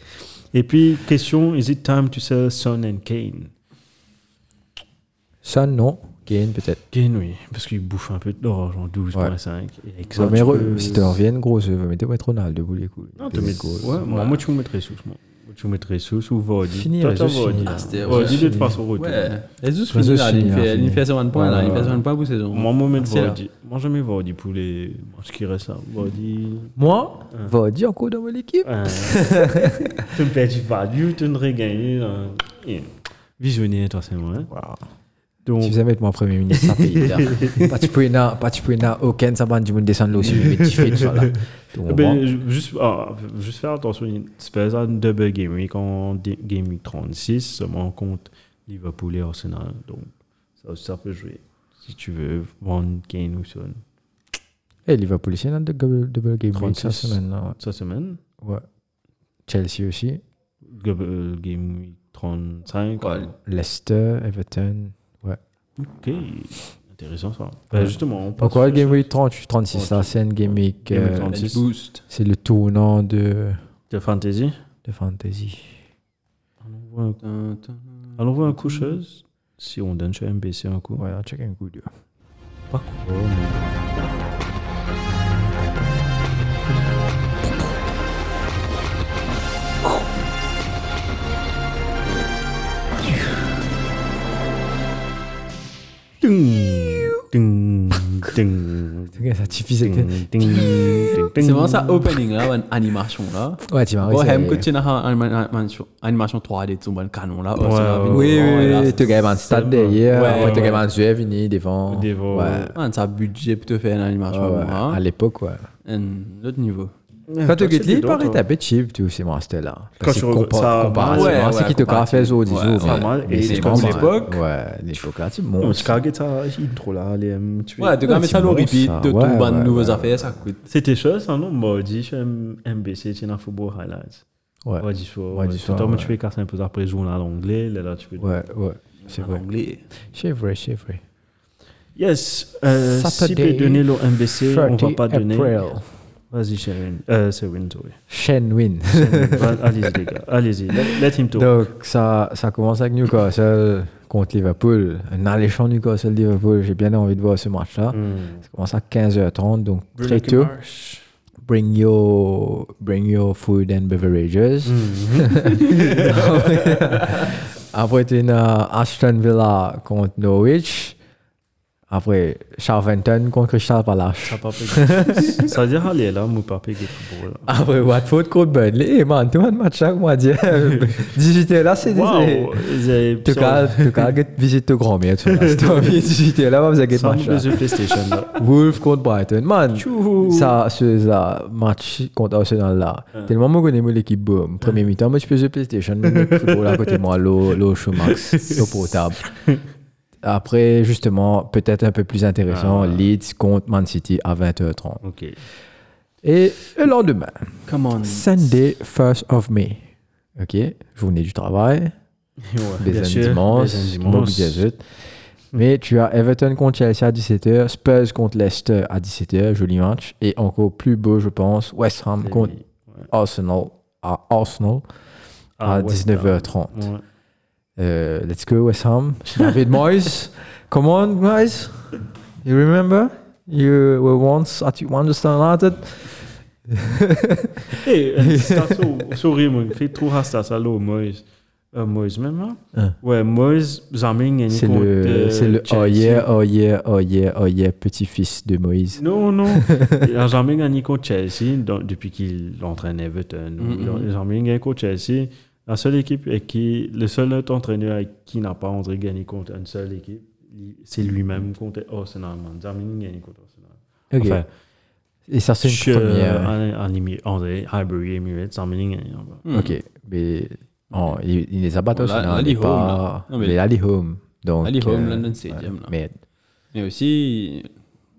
[SPEAKER 1] (laughs) Et puis, question is it time to sell Son and Kane
[SPEAKER 2] Son, non. Kane, peut-être.
[SPEAKER 1] Kane, oui, parce qu'il bouffe un peu de leur argent, 12,5. Et avec ça, Ah, tu
[SPEAKER 2] Romero,
[SPEAKER 1] peux-
[SPEAKER 2] si tu reviennes, gros, je vais mettre mettre Ronaldo pour les couilles.
[SPEAKER 1] Non, tu
[SPEAKER 2] Des
[SPEAKER 1] mets-
[SPEAKER 2] gros,
[SPEAKER 1] ouais, moi, moi, tu me mettrais sous. Moi, Moi, tu me mettrais sous ou Vardy.
[SPEAKER 2] Fini,
[SPEAKER 1] Toi,
[SPEAKER 2] ouais,
[SPEAKER 1] t'as
[SPEAKER 2] je
[SPEAKER 1] Vardy.
[SPEAKER 2] finis,
[SPEAKER 1] Ah,
[SPEAKER 2] là.
[SPEAKER 3] c'était-
[SPEAKER 1] Vardy,
[SPEAKER 3] ouais.
[SPEAKER 1] de toute façon, retour.
[SPEAKER 3] Ouais, les deux
[SPEAKER 2] Les
[SPEAKER 3] finis
[SPEAKER 2] deux
[SPEAKER 3] là, il
[SPEAKER 2] finis, là,
[SPEAKER 3] fait il
[SPEAKER 2] finis.
[SPEAKER 3] fait 1 point là, il fait 1 point pour saison.
[SPEAKER 1] Moi, moi, mettre
[SPEAKER 3] C'est là.
[SPEAKER 1] Vardy. Moi, jamais Vardy pour les. Moi, ce qui reste là. Vardy.
[SPEAKER 2] Moi,
[SPEAKER 1] Ah.
[SPEAKER 2] Vardy encore dans mon équipe.
[SPEAKER 1] Euh, tu me perds du Vardy, tu ne regagnes. euh, et- Visionnaire, toi, c'est moi. hein. Donc,
[SPEAKER 2] Tu faisais mettre mon premier ministre, ça paye. là.
[SPEAKER 1] (laughs)
[SPEAKER 2] Pas tu peux n'a- pas tu peux n'a aucun sabane du monde descendre là aussi, mais tu fais tout ça là. Tu
[SPEAKER 1] (laughs) eh
[SPEAKER 2] comprends?
[SPEAKER 1] ben, ju- juste, ah, juste faire attention. Spurs a une double game week en dé- game week 36, seulement contre Liverpool et Arsenal. Donc, ça, ça peut jouer. Si tu veux, vendre Kane ou Son.
[SPEAKER 2] Eh, Liverpool, c'est un double, double game week
[SPEAKER 1] 36.
[SPEAKER 2] cette semaine là.
[SPEAKER 1] Cette semaine,
[SPEAKER 2] Ouais. Ouais. Chelsea aussi.
[SPEAKER 1] Global euh, Game Week 35.
[SPEAKER 2] Leicester, Everton. Ouais.
[SPEAKER 1] Ok, intéressant ça. Bah, justement, on passe
[SPEAKER 2] Pourquoi
[SPEAKER 1] sur-
[SPEAKER 2] Game Week 30, 36 là, c'est une Game Week.
[SPEAKER 1] Game Week
[SPEAKER 2] euh,
[SPEAKER 1] 36.
[SPEAKER 3] Bench boost.
[SPEAKER 2] c'est le tournant de,
[SPEAKER 1] de Fantasy.
[SPEAKER 2] de Fantasy.
[SPEAKER 1] Allons voir un-
[SPEAKER 3] Tum, tum.
[SPEAKER 1] Allons voir un coucheuse. Si on donne chez MBC un coup. Oh,
[SPEAKER 2] Ouais, on check un coup, Dieu.
[SPEAKER 1] Pas quoi, mais- Ding, ding,
[SPEAKER 2] C'est ça, tu fais
[SPEAKER 1] ding, ding, ding, ding.
[SPEAKER 3] C'est vraiment ça opening là, une animation là.
[SPEAKER 2] Ouais, tu m'as
[SPEAKER 3] Ouais,
[SPEAKER 2] raison.
[SPEAKER 3] même que tu as une hein, animation- animation 3D, tu vois le canon là. Oh,
[SPEAKER 1] Ouais, ouais,
[SPEAKER 2] Oui, oui, oui. Tu
[SPEAKER 3] Tu
[SPEAKER 2] gagnes un stade
[SPEAKER 1] bon.
[SPEAKER 2] derrière.
[SPEAKER 3] Ouais,
[SPEAKER 2] Ouais, tu
[SPEAKER 3] ouais.
[SPEAKER 2] gagnes un Suève, venu devant.
[SPEAKER 1] Devant.
[SPEAKER 2] Ouais.
[SPEAKER 3] as un budget pour te faire une
[SPEAKER 2] Ouais,
[SPEAKER 3] animation.
[SPEAKER 2] ouais,
[SPEAKER 3] hein.
[SPEAKER 2] À l'époque, ouais.
[SPEAKER 3] Un autre niveau.
[SPEAKER 2] Quand tu
[SPEAKER 1] toi,
[SPEAKER 2] gagnes,
[SPEAKER 1] c'est
[SPEAKER 2] il
[SPEAKER 1] d'autres,
[SPEAKER 2] paraît
[SPEAKER 1] hein.
[SPEAKER 2] un peu cheap, tu sais, moi, c'était là.
[SPEAKER 1] Quand
[SPEAKER 2] Parce
[SPEAKER 1] tu
[SPEAKER 2] que
[SPEAKER 1] regardes ça,
[SPEAKER 2] compa-
[SPEAKER 3] ouais,
[SPEAKER 2] comparativement,
[SPEAKER 3] ouais,
[SPEAKER 2] c'est qui te graffe
[SPEAKER 3] comparativement.
[SPEAKER 2] les autres,
[SPEAKER 3] Ouais,
[SPEAKER 2] disons.
[SPEAKER 1] pas
[SPEAKER 2] mais-
[SPEAKER 1] mal.
[SPEAKER 2] mais
[SPEAKER 1] Et
[SPEAKER 2] c'est
[SPEAKER 1] les
[SPEAKER 2] pas
[SPEAKER 1] comme
[SPEAKER 2] mal.
[SPEAKER 3] l'époque.
[SPEAKER 2] Ouais, l'époque, hein, là, tu
[SPEAKER 1] Non,
[SPEAKER 2] montes.
[SPEAKER 1] tu cargues ça intro là, les euh, tu
[SPEAKER 3] Ouais, tu as mis ça au
[SPEAKER 2] bon,
[SPEAKER 3] repeat,
[SPEAKER 2] ça.
[SPEAKER 3] tu
[SPEAKER 2] Ouais,
[SPEAKER 3] tombes
[SPEAKER 2] ouais,
[SPEAKER 3] de
[SPEAKER 2] ouais.
[SPEAKER 3] nouvelles affaires, ça coûte.
[SPEAKER 1] C'était chaud, ça, non Moi, dit, je suis MBC, c'est un football highlights.
[SPEAKER 2] Ouais,
[SPEAKER 1] Ouais, dit ça.
[SPEAKER 2] Ouais,
[SPEAKER 1] Ouais,
[SPEAKER 2] dis
[SPEAKER 1] dit
[SPEAKER 2] ça,
[SPEAKER 1] ça. Toi,
[SPEAKER 2] ouais.
[SPEAKER 1] tu fais casser un peu après le journal anglais, là, là, tu peux.
[SPEAKER 2] ouais, ouais. C'est
[SPEAKER 3] En
[SPEAKER 2] vrai.
[SPEAKER 3] anglais.
[SPEAKER 2] C'est vrai, c'est vrai.
[SPEAKER 1] Yes, euh, si
[SPEAKER 2] Saturday,
[SPEAKER 1] peut donner le MBC, on va
[SPEAKER 2] 30
[SPEAKER 1] pas donner.
[SPEAKER 2] April.
[SPEAKER 1] Vas-y, Sharon. Euh, c'est Win, sorry.
[SPEAKER 2] Shane Win.
[SPEAKER 1] Vas- Allez-y, les gars. Allez-y, let, let him talk.
[SPEAKER 2] Donc, ça, ça commence avec Newcastle contre Liverpool. Un alléchant Newcastle-Liverpool. J'ai bien envie de voir ce match-là.
[SPEAKER 1] Hmm.
[SPEAKER 2] Ça commence à 15h30, donc
[SPEAKER 1] Bruno
[SPEAKER 2] très tôt.
[SPEAKER 1] Guimaraes.
[SPEAKER 2] Bring your, bring your food and beverages.
[SPEAKER 1] Mm-hmm.
[SPEAKER 2] (laughs) Après, tu as Aston Villa contre Norwich. Après, Southampton contre Crystal Palace.
[SPEAKER 1] Ça va pas- Ça veut dire, allez, là, mon papa, qui est football. là.
[SPEAKER 2] Après, Watford contre Burnley. Eh, man, tout un match, hein, moi,
[SPEAKER 1] (laughs)
[SPEAKER 2] dire. 18h là, c'est
[SPEAKER 1] Wow!
[SPEAKER 2] (laughs)
[SPEAKER 1] c'est-
[SPEAKER 2] Tu as visite de grand-mère, tu vois. C'est toi, 18h là, vous avez
[SPEAKER 1] Ça
[SPEAKER 2] match.
[SPEAKER 1] me
[SPEAKER 2] là.
[SPEAKER 1] plaît, PlayStation, là.
[SPEAKER 2] euh, Wolf contre Brighton. Man, ça, ce ça, match contre Arsenal là. Tellement moi connais moi l'équipe boom. Premier mi-temps, moi je peux jouer PlayStation, mais le football à côté de moi, l'eau,
[SPEAKER 1] (laughs)
[SPEAKER 2] l'eau Showmax, l'eau potable. Après, justement, peut-être un peu plus intéressant, Leeds contre Man City à 20h30.
[SPEAKER 1] Ah. Ok.
[SPEAKER 2] Et le lendemain,
[SPEAKER 3] Come on.
[SPEAKER 2] Sunday, 1st of May. OK, journée du travail,
[SPEAKER 1] Ouais,
[SPEAKER 2] des
[SPEAKER 1] bien
[SPEAKER 2] années
[SPEAKER 1] sûr,
[SPEAKER 2] dimanche,
[SPEAKER 1] des années
[SPEAKER 2] bon
[SPEAKER 1] dimanches.
[SPEAKER 2] budget, zut. Mais tu as Everton contre Chelsea à 17h, Spurs contre Leicester à 17h, joli match. Et encore plus beau, je pense, West Ham
[SPEAKER 1] Des-
[SPEAKER 2] contre
[SPEAKER 1] ouais.
[SPEAKER 2] Arsenal à Arsenal à
[SPEAKER 1] Ah, ouais,
[SPEAKER 2] 19h30.
[SPEAKER 1] ouais.
[SPEAKER 2] Euh, let's go, West Ham. David Moyes. Come on, guys. You remember? You were once at Manchester United.
[SPEAKER 1] Hey, euh, c'est ça, sorry, moi, il fait trop rasta ça, là, au Moïse. Euh, Moïse, même, hein?
[SPEAKER 2] Hein.
[SPEAKER 1] Ouais, Moïse, jamais gagné
[SPEAKER 2] C'est
[SPEAKER 1] contre,
[SPEAKER 2] le,
[SPEAKER 1] euh,
[SPEAKER 2] c'est le oh
[SPEAKER 1] Chelsea.
[SPEAKER 2] yeah, oh yeah, oh yeah, oh yeah, petit-fils de Moïse.
[SPEAKER 1] Non,
[SPEAKER 2] (laughs)
[SPEAKER 1] non. Il n'a jamais
[SPEAKER 2] Mm-hmm.
[SPEAKER 1] gagné contre Chelsea donc, depuis qu'il entraîne Everton. Il n'a jamais gagné contre Chelsea. La seule équipe avec qui, le seul autre entraîneur avec qui n'a pas André gagné contre une seule équipe, il- c'est lui-même contre Arsenal, man. Zamini gagné contre Arsenal.
[SPEAKER 2] Ok.
[SPEAKER 1] Enfin,
[SPEAKER 2] Et ça, c'est
[SPEAKER 1] je-
[SPEAKER 2] une première.
[SPEAKER 1] euh, en- en Émi- André, Highbury, Emirates, Zamini gagné. man.
[SPEAKER 2] Ok. Mais oh, il, il les a battus.
[SPEAKER 3] Hmm. Bon, là-
[SPEAKER 2] non,
[SPEAKER 3] là,
[SPEAKER 2] il
[SPEAKER 3] il
[SPEAKER 2] est
[SPEAKER 3] home,
[SPEAKER 2] pas-
[SPEAKER 3] là. Non, mais-
[SPEAKER 2] Mais Ali Home. Donc,
[SPEAKER 3] Là, il home,
[SPEAKER 2] euh,
[SPEAKER 3] London Stadium, là.
[SPEAKER 2] Mais
[SPEAKER 3] Mais aussi,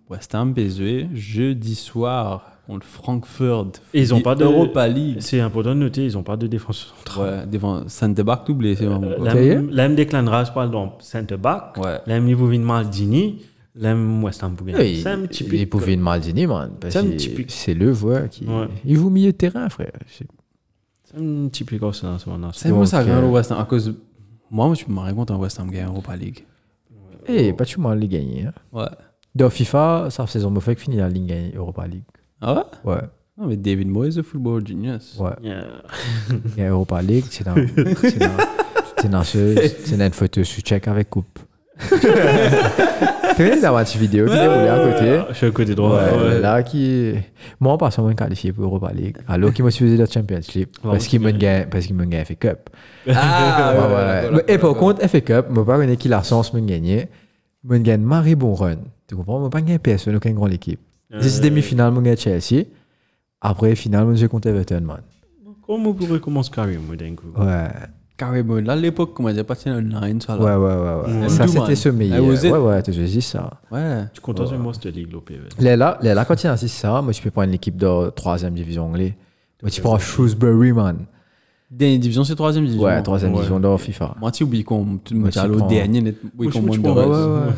[SPEAKER 3] West Ham PSV, jeudi soir, contre Frankfurt.
[SPEAKER 1] Ils ont pas de-
[SPEAKER 3] Europa League.
[SPEAKER 1] C'est important de noter, ils n'ont pas de défense centrale. Euh,
[SPEAKER 3] Ouais, devant Sainte-Débarque doublé, c'est vraiment quoi.
[SPEAKER 1] La même- la même déclin Rage parle dans Sainte-Bac.
[SPEAKER 3] Ouais.
[SPEAKER 1] La même niveau de Maldini. La même West Ham Bougain.
[SPEAKER 2] Oui,
[SPEAKER 1] C'est un petit peu.
[SPEAKER 2] Il pouvait une Maldini, man. parce
[SPEAKER 1] C'est un
[SPEAKER 2] que
[SPEAKER 1] petit pic.
[SPEAKER 2] C'est le voix qui.
[SPEAKER 1] Ouais.
[SPEAKER 2] Il vous milieu de terrain, frère. C'est-
[SPEAKER 1] C'est un petit peu comme ça en ce moment.
[SPEAKER 3] C'est moi ça
[SPEAKER 2] Donc,
[SPEAKER 3] gagne
[SPEAKER 2] euh,
[SPEAKER 3] au West Ham. À cause de- Moi, moi, je me rends compte en West Ham gagne Europa League.
[SPEAKER 2] Eh, pas tout le monde l'a gagné. Hein.
[SPEAKER 3] Ouais.
[SPEAKER 2] Dans FIFA, sa saison me fait finit la ligne gagne Europa League.
[SPEAKER 3] Ah ouais?
[SPEAKER 2] Ouais,
[SPEAKER 3] Non, mais David Moyes, le football genius.
[SPEAKER 2] ouais.
[SPEAKER 1] Yeah.
[SPEAKER 2] Il y a Europa League, c'est dans. c'est dans- C'est dans ce. C'est dans une photo sur check avec coupe. Tu sais, dans ma petite vidéo qui est déroulée à côté.
[SPEAKER 1] Euh, Je suis à côté droit.
[SPEAKER 2] Ouais,
[SPEAKER 1] ouais.
[SPEAKER 2] Là, qui. Moi, en passant, moi, je suis qualifié pour Europa League. Alors qu'il m'a suivi dans Champions League. Parce qu'il m'a gagné, parce qu'il m'a gagné FA Cup. Ah, ouais, ouais. Mais- Et par contre, FA Cup, je ne pas gagné qui la chance de gagner. Je gagne Marie Bon Run. Tu comprends? Je ne pas gagner PSV, aucune grande équipe.
[SPEAKER 1] Euh,
[SPEAKER 2] Dix demi-finale, je gagne Chelsea. Après, finale, je contre Everton, man.
[SPEAKER 1] Comment vous recommencez carrément, moi, d'un coup
[SPEAKER 2] Ouais.
[SPEAKER 3] Carrément, là, à l'époque, comment dire, parti dans le 9, ça, là.
[SPEAKER 2] Ouais, ouais, ouais, ouais. Ça,
[SPEAKER 3] Doom,
[SPEAKER 2] c'était
[SPEAKER 3] man.
[SPEAKER 2] ce meilleur.
[SPEAKER 3] Ah, vous
[SPEAKER 2] Ouais,
[SPEAKER 3] êtes-
[SPEAKER 2] ouais, tu dis ça.
[SPEAKER 3] Ouais.
[SPEAKER 1] Tu comptes sur moi, cette ligue, l'OPV.
[SPEAKER 2] Là, là, là, là, quand tu es ainsi, ça, moi, tu peux prendre une équipe de 3 division anglaise. Moi, tu prends Shrewsbury, man.
[SPEAKER 3] Dernière division, c'est troisième division.
[SPEAKER 2] Ouais, 3 division de FIFA.
[SPEAKER 3] Moi, tu oublies qu'on tout le
[SPEAKER 2] Ouais,
[SPEAKER 3] monde
[SPEAKER 2] tu
[SPEAKER 3] à l'autre
[SPEAKER 2] prends-
[SPEAKER 3] dernier, net- oui,
[SPEAKER 1] Mouche,
[SPEAKER 3] qu'on
[SPEAKER 1] mouche,
[SPEAKER 3] monte
[SPEAKER 1] mouche,
[SPEAKER 3] dans
[SPEAKER 1] ouais,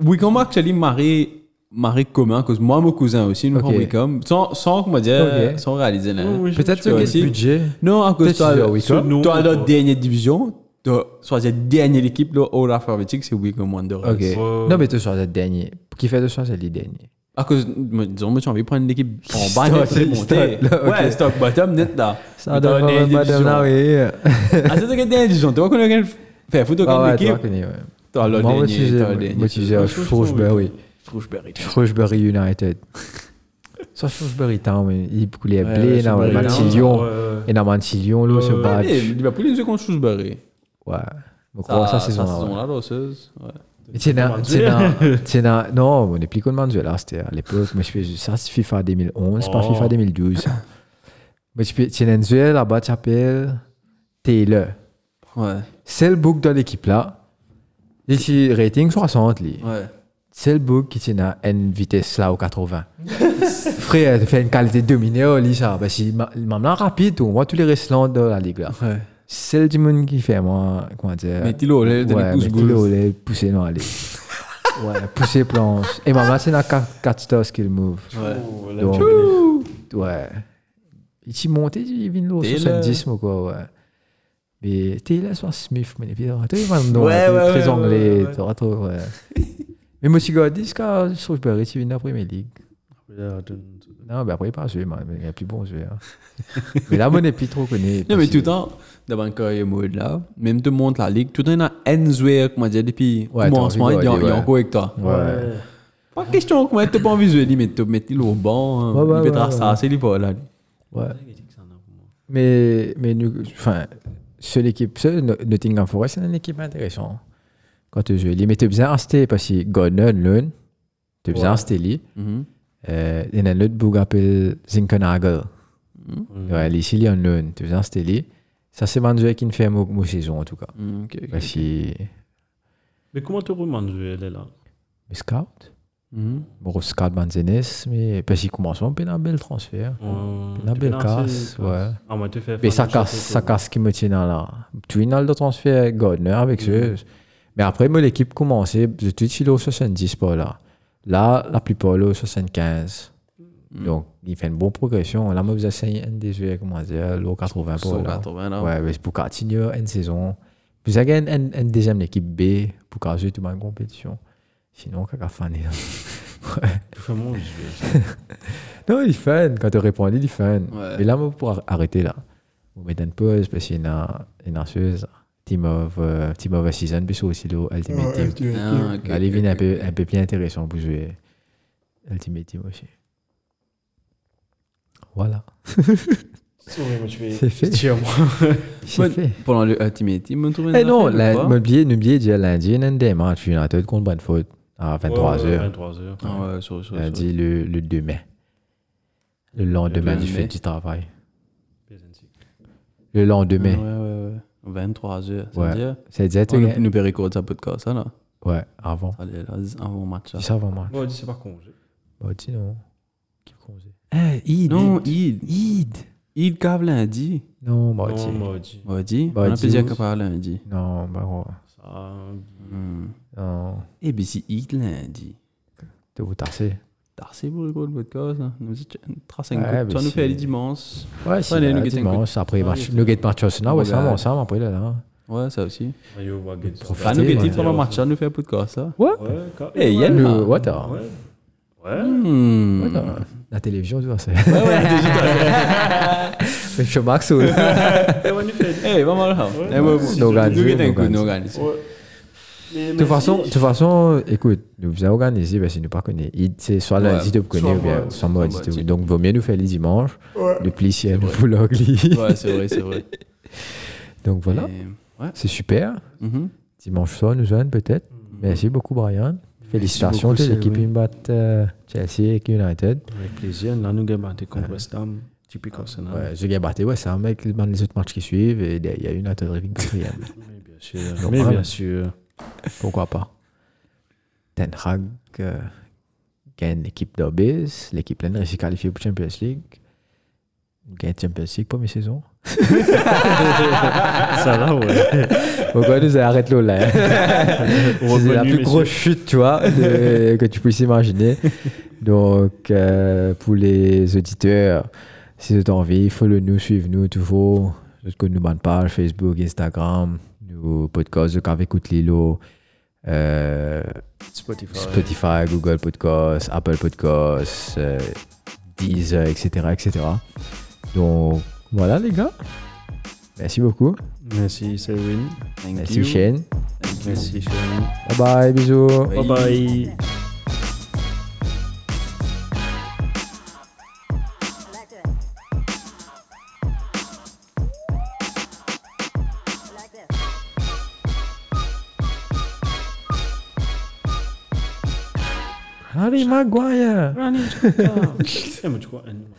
[SPEAKER 3] le- Wicom a actually marié, marié commun, cause moi, mon cousin aussi, nous
[SPEAKER 2] Ok.
[SPEAKER 3] prend Wicom, sans, sans, comment dire,
[SPEAKER 2] Ok.
[SPEAKER 3] sans réaliser, là.
[SPEAKER 2] Peut-être que
[SPEAKER 3] vois,
[SPEAKER 2] c'est
[SPEAKER 3] si.
[SPEAKER 2] le budget.
[SPEAKER 3] Non, à cause
[SPEAKER 2] Peut-être
[SPEAKER 3] toi,
[SPEAKER 2] tu dis oh, à
[SPEAKER 3] toi,
[SPEAKER 2] Wickham.
[SPEAKER 3] toi,
[SPEAKER 1] Non,
[SPEAKER 3] toi,
[SPEAKER 1] non.
[SPEAKER 3] la dernière division, toi, soit la dernière équipe, là, All Alphabetic, c'est Wicom Wanderers.
[SPEAKER 2] Ok. Non, mais tu sois le dernier. Qui fait de choix, c'est le dernier.
[SPEAKER 3] À cause, moi, disons, moi, j'ai envie de prendre une équipe en bas,
[SPEAKER 2] Stock,
[SPEAKER 3] net, c'est monter.
[SPEAKER 2] stock, là, ok.
[SPEAKER 3] Ouais, stock bottom, net, là. Mais t'as la dernière division.
[SPEAKER 2] oui.
[SPEAKER 3] Ah, c'est toi qui es dernière division. Tu vois qu'on a gagné, fait, faut
[SPEAKER 2] Ah
[SPEAKER 3] qu'on
[SPEAKER 2] ouais,
[SPEAKER 3] ait
[SPEAKER 2] tu
[SPEAKER 3] l'équipe. T'as le
[SPEAKER 2] Moi, moi, tu
[SPEAKER 3] dernier,
[SPEAKER 2] sais,
[SPEAKER 3] t'as le
[SPEAKER 2] moi,
[SPEAKER 3] dernier.
[SPEAKER 2] moi, tu sais, Shrewsbury.
[SPEAKER 3] Trouchberry.
[SPEAKER 2] Shrewsbury United. Ça, Shrewsbury Town, mais il coulait
[SPEAKER 3] Ouais,
[SPEAKER 2] blé,
[SPEAKER 3] ouais,
[SPEAKER 2] dans le
[SPEAKER 3] Shrewsbury
[SPEAKER 2] match
[SPEAKER 3] Town,
[SPEAKER 2] Lyon. Et dans le match Lyon, là, ce
[SPEAKER 1] Ouais,
[SPEAKER 2] match.
[SPEAKER 3] Allez, Eh, Liverpool, ils ont contre Shrewsbury.
[SPEAKER 2] Ouais. Donc, ouais, ça, c'est
[SPEAKER 3] ça,
[SPEAKER 2] ça.
[SPEAKER 3] saison-là, là, c'est- ouais.
[SPEAKER 2] Mais c'est dans- c'est dans- (laughs) c'est dans- Non, on est plus comme Mandela, c'était à l'époque. Mais je fais ça, c'est FIFA 2011,
[SPEAKER 1] Oh.
[SPEAKER 2] pas FIFA 2012. Mais je fais c'est Mandela, là-bas, tu appelles Taylor.
[SPEAKER 3] Ouais,
[SPEAKER 2] C'est le book de l'équipe là. Il est rating 60, lui.
[SPEAKER 3] ouais.
[SPEAKER 2] C'est le book qui tient à une vitesse là au 80. (laughs) Frère, tu fais une qualité dominée, oh, lui, ça. Parce qu'il m'a il m'a amené rapide, on voit tous les restants de la ligue là.
[SPEAKER 3] Ouais.
[SPEAKER 2] C'est le Dimon qui fait, moi, comment dire.
[SPEAKER 3] Mais Tilo, là, il donne
[SPEAKER 2] Ouais,
[SPEAKER 3] les pouces
[SPEAKER 2] mais
[SPEAKER 3] bleus.
[SPEAKER 2] Tilo, là, pousser non, allez. ouais, pousser planche. Et maman, c'est la 4 stars qu'il move.
[SPEAKER 1] Oh,
[SPEAKER 2] Donc, ouais. Il t'y monté, il vient de l'eau,
[SPEAKER 3] Taylor.
[SPEAKER 2] 70 ou quoi, ouais. Mais Taylor soit Smith, mais puis, tu vois, non,
[SPEAKER 3] Ouais,
[SPEAKER 2] t'es
[SPEAKER 3] ouais,
[SPEAKER 2] très
[SPEAKER 3] ouais, ouais,
[SPEAKER 2] anglais,
[SPEAKER 3] ouais.
[SPEAKER 2] tu vois, trop, ouais. mais moi, si je dis que Shrewsbury, tu viens de la Premier League. Non, mais après, il pas joué, man, mais il a plus bon jeu. hein. mais là, mon épi trop connu.
[SPEAKER 3] Non, mais tout le temps, d'abord, quand il est mort là, même te montre la ligue, tout le temps, il y en a Enzouer, comment dire, depuis
[SPEAKER 2] Ouais,
[SPEAKER 3] commencement,
[SPEAKER 2] t'as envie
[SPEAKER 3] il
[SPEAKER 2] de
[SPEAKER 3] y a- il y
[SPEAKER 2] regarder,
[SPEAKER 3] a
[SPEAKER 2] ouais.
[SPEAKER 3] encore avec toi.
[SPEAKER 2] Ouais.
[SPEAKER 3] Pas question, comment t'as pas envie de jouer, lui, mais t'as mis Tilo au banc,
[SPEAKER 2] Ouais, ouais,
[SPEAKER 3] il peut
[SPEAKER 2] ouais,
[SPEAKER 3] te rassasser, il pas là. lui.
[SPEAKER 2] Ouais. Mais, mais nous, enfin, seule équipe, seule No- Nottingham Forest, c'est une équipe intéressante. Quand tu joues, mais tu besoin rester parce que Gordon, Lund, tu besoin rester là.
[SPEAKER 3] Mhm.
[SPEAKER 2] Euh, Il y a un autre boug appelé Zinkenagel.
[SPEAKER 1] Mm.
[SPEAKER 2] Ouais, lui, il y a un Lund, tu besoin rester là. Ça, c'est un jeu qui ne fait mon mon saison en tout cas.
[SPEAKER 3] Mhm, ok, ok.
[SPEAKER 2] Parce que.
[SPEAKER 1] Mais comment tu remanges, elle est là
[SPEAKER 2] Mais scout,
[SPEAKER 3] Mhm.
[SPEAKER 2] bon, scout Manzenes, mais parce qu'il commence à faire un bel transfert.
[SPEAKER 1] La
[SPEAKER 2] La belle casse, ouais.
[SPEAKER 1] Ah, moi, tu fais.
[SPEAKER 2] Mais ça casse, ça casse qui me tient là. Tu as le transfert Gardner avec eux. Mais après, moi, l'équipe commençait, je suis sur le 70 pas là. Là, la plupart là, 75. Donc, il fait une bonne progression. Là, moi, vous essayez un des jeux, comment dire, le 80 pas là.
[SPEAKER 3] 180, là.
[SPEAKER 2] Ouais, mais c'est pour continuer une saison. Vous avez une, une- une deuxième équipe B pour qu'elle joue toute ma compétition. Sinon, qu'à fin là.
[SPEAKER 1] Tu fais mon jeu.
[SPEAKER 2] Non, il est fun. Quand tu réponds, il est fun.
[SPEAKER 3] Ouais.
[SPEAKER 2] Mais là, moi, pour ar- arrêter là, vous mettez une pause parce qu'il y en a une anxieuse. Team of, euh, team of a Season, puis c'est aussi le Ultimate Team.
[SPEAKER 3] Ah, ok,
[SPEAKER 2] Allez,
[SPEAKER 3] ok,
[SPEAKER 2] viens un
[SPEAKER 3] ok.
[SPEAKER 2] peu, un peu plus intéressant pour jouer Ultimate Team aussi. Voilà. C'est fait. (laughs) C'est fait.
[SPEAKER 3] Pendant le Ultimate Team, on trouve
[SPEAKER 2] Eh non, n'oubliez dire lundi, il y a un des matchs United contre Brentford à 23h.
[SPEAKER 1] 23h.
[SPEAKER 3] Ah ouais, sur, sur,
[SPEAKER 2] Lundi, le, le 2 mai. Le lendemain
[SPEAKER 3] Le 2
[SPEAKER 2] du
[SPEAKER 3] mai.
[SPEAKER 2] fait du travail. Le lendemain.
[SPEAKER 3] Ouais, ouais, ouais. 23 heures, ça
[SPEAKER 2] Ouais.
[SPEAKER 3] veut dire.
[SPEAKER 2] C'est direct.
[SPEAKER 3] On
[SPEAKER 2] Ouais,
[SPEAKER 3] nous peut recorder ça podcast, ça, là.
[SPEAKER 2] ouais avant.
[SPEAKER 3] Allez, là, avant le match, là.
[SPEAKER 2] Ça avant moi.
[SPEAKER 1] Bon, c'est pas congé.
[SPEAKER 2] Bah, dis non. Qui congé Eh, Id.
[SPEAKER 3] Non, Id.
[SPEAKER 2] Id.
[SPEAKER 3] Id cave lundi.
[SPEAKER 2] Non, bah,
[SPEAKER 1] Non,
[SPEAKER 2] dis.
[SPEAKER 1] maudit.
[SPEAKER 3] On va dire. On
[SPEAKER 2] Bah,
[SPEAKER 3] a
[SPEAKER 2] dis
[SPEAKER 3] pas dire
[SPEAKER 2] où-
[SPEAKER 3] qu'à part lundi.
[SPEAKER 2] Non, bah, ouais.
[SPEAKER 1] Ça,
[SPEAKER 3] Hmm.
[SPEAKER 2] Non.
[SPEAKER 3] Eh bien, c'est Id lundi.
[SPEAKER 2] De vous tarser.
[SPEAKER 3] Tarcé pour le goal podcast, là. Nous étions- trace un
[SPEAKER 2] Ouais,
[SPEAKER 3] coup.
[SPEAKER 2] mais
[SPEAKER 3] Ça nous
[SPEAKER 2] c'est-
[SPEAKER 3] fait les dimances.
[SPEAKER 2] Ouais,
[SPEAKER 3] Ouais,
[SPEAKER 2] c'est
[SPEAKER 3] les
[SPEAKER 2] là,
[SPEAKER 3] Nuggets,
[SPEAKER 2] dimanche. Après,
[SPEAKER 3] Ouais,
[SPEAKER 2] match-
[SPEAKER 3] c'est-
[SPEAKER 2] Nugget match Arsenal. Ouais, c'est
[SPEAKER 3] Ouais.
[SPEAKER 2] avant ça, mais après, là, hein. là.
[SPEAKER 3] Ouais, ça aussi.
[SPEAKER 1] Mario Wagon.
[SPEAKER 2] Profitez,
[SPEAKER 3] Là, nous
[SPEAKER 2] ouais.
[SPEAKER 3] guettons pendant le match, ça nous fait un podcast, ça.
[SPEAKER 1] Ouais, quand-
[SPEAKER 3] Eh, Yann,
[SPEAKER 2] Le
[SPEAKER 3] là.
[SPEAKER 2] what
[SPEAKER 1] Ouais.
[SPEAKER 3] Hmm.
[SPEAKER 2] Ouais, non, La télévision, tu vois, c'est. (laughs) Je suis Max
[SPEAKER 3] (laughs)
[SPEAKER 2] ou.
[SPEAKER 1] Eh, ouais, nous fait-
[SPEAKER 3] Eh, vamos là. Eh, ouais, bon.
[SPEAKER 2] Nos gars,
[SPEAKER 3] Nous guettons un
[SPEAKER 2] nos
[SPEAKER 3] coup,
[SPEAKER 2] gars.
[SPEAKER 3] nos gars, ici.
[SPEAKER 1] Ouais. Mais
[SPEAKER 2] De
[SPEAKER 1] merci.
[SPEAKER 2] toute façon, de toute façon, écoute, nous faisons organiser parce que ben, nous pas connaît. Il- C'est soit
[SPEAKER 3] Ouais.
[SPEAKER 2] lundi de
[SPEAKER 3] Soit
[SPEAKER 2] connaît ou bien
[SPEAKER 3] mardi,
[SPEAKER 2] soit
[SPEAKER 3] soit
[SPEAKER 2] mardi.
[SPEAKER 3] mardi.
[SPEAKER 2] de- Donc, vaut mieux nous faire les dimanches. Le pli, si elle vous
[SPEAKER 3] Ouais, c'est vrai, c'est vrai.
[SPEAKER 2] (laughs) Donc, voilà.
[SPEAKER 3] Eh,
[SPEAKER 2] C'est super.
[SPEAKER 3] mhm.
[SPEAKER 2] Dimanche soir, nous jeunes peut-être. Merci beaucoup, Brian. Félicitations,
[SPEAKER 1] beaucoup,
[SPEAKER 2] t'es
[SPEAKER 1] c'est-
[SPEAKER 2] l'équipe
[SPEAKER 1] oui.
[SPEAKER 2] qui bat euh, Chelsea et United.
[SPEAKER 1] Avec plaisir. Là, nous gagnons contre West Ham. Typique Arsenal.
[SPEAKER 2] Ouais, je gagne batté, ouais, c'est un mec dans les autres matchs qui suivent et il y a United Riving quatrième.
[SPEAKER 1] Mais bien sûr.
[SPEAKER 2] Non,
[SPEAKER 1] Mais
[SPEAKER 2] vraiment.
[SPEAKER 1] bien sûr.
[SPEAKER 2] Pourquoi pas Ten Hag euh, gagne l'équipe d'Obis, l'équipe pleine réussit à qualifier pour Champions League. Gagne Champions League première saison.
[SPEAKER 1] Ça là, ouais.
[SPEAKER 2] Pourquoi nous arrête l'eau
[SPEAKER 3] (laughs)
[SPEAKER 2] là C'est la
[SPEAKER 1] Revenu,
[SPEAKER 2] plus grosse
[SPEAKER 1] messieurs.
[SPEAKER 2] chute, tu vois,
[SPEAKER 3] (laughs)
[SPEAKER 2] de- que tu puisses imaginer. Donc, euh, pour les auditeurs, si vous avez envie, follow nous, suivez nous toujours. Jusqu'au nous bonne page, Facebook, Instagram, nos podcasts, de Carve Écoute Lilo. Euh,
[SPEAKER 1] Spotify.
[SPEAKER 2] Spotify, Google Podcasts, Apple Podcasts, euh, Deezer, etc., etc. Donc voilà les gars. Merci beaucoup.
[SPEAKER 1] Merci, Selwyn.
[SPEAKER 3] Thank
[SPEAKER 2] Merci
[SPEAKER 3] you.
[SPEAKER 2] Shane.
[SPEAKER 1] Merci, Shane.
[SPEAKER 2] Bye bye, bisous.
[SPEAKER 1] Bye (laughs) bye.
[SPEAKER 2] Harry Maguire.
[SPEAKER 1] Running. Eh, mais tu crois, animal.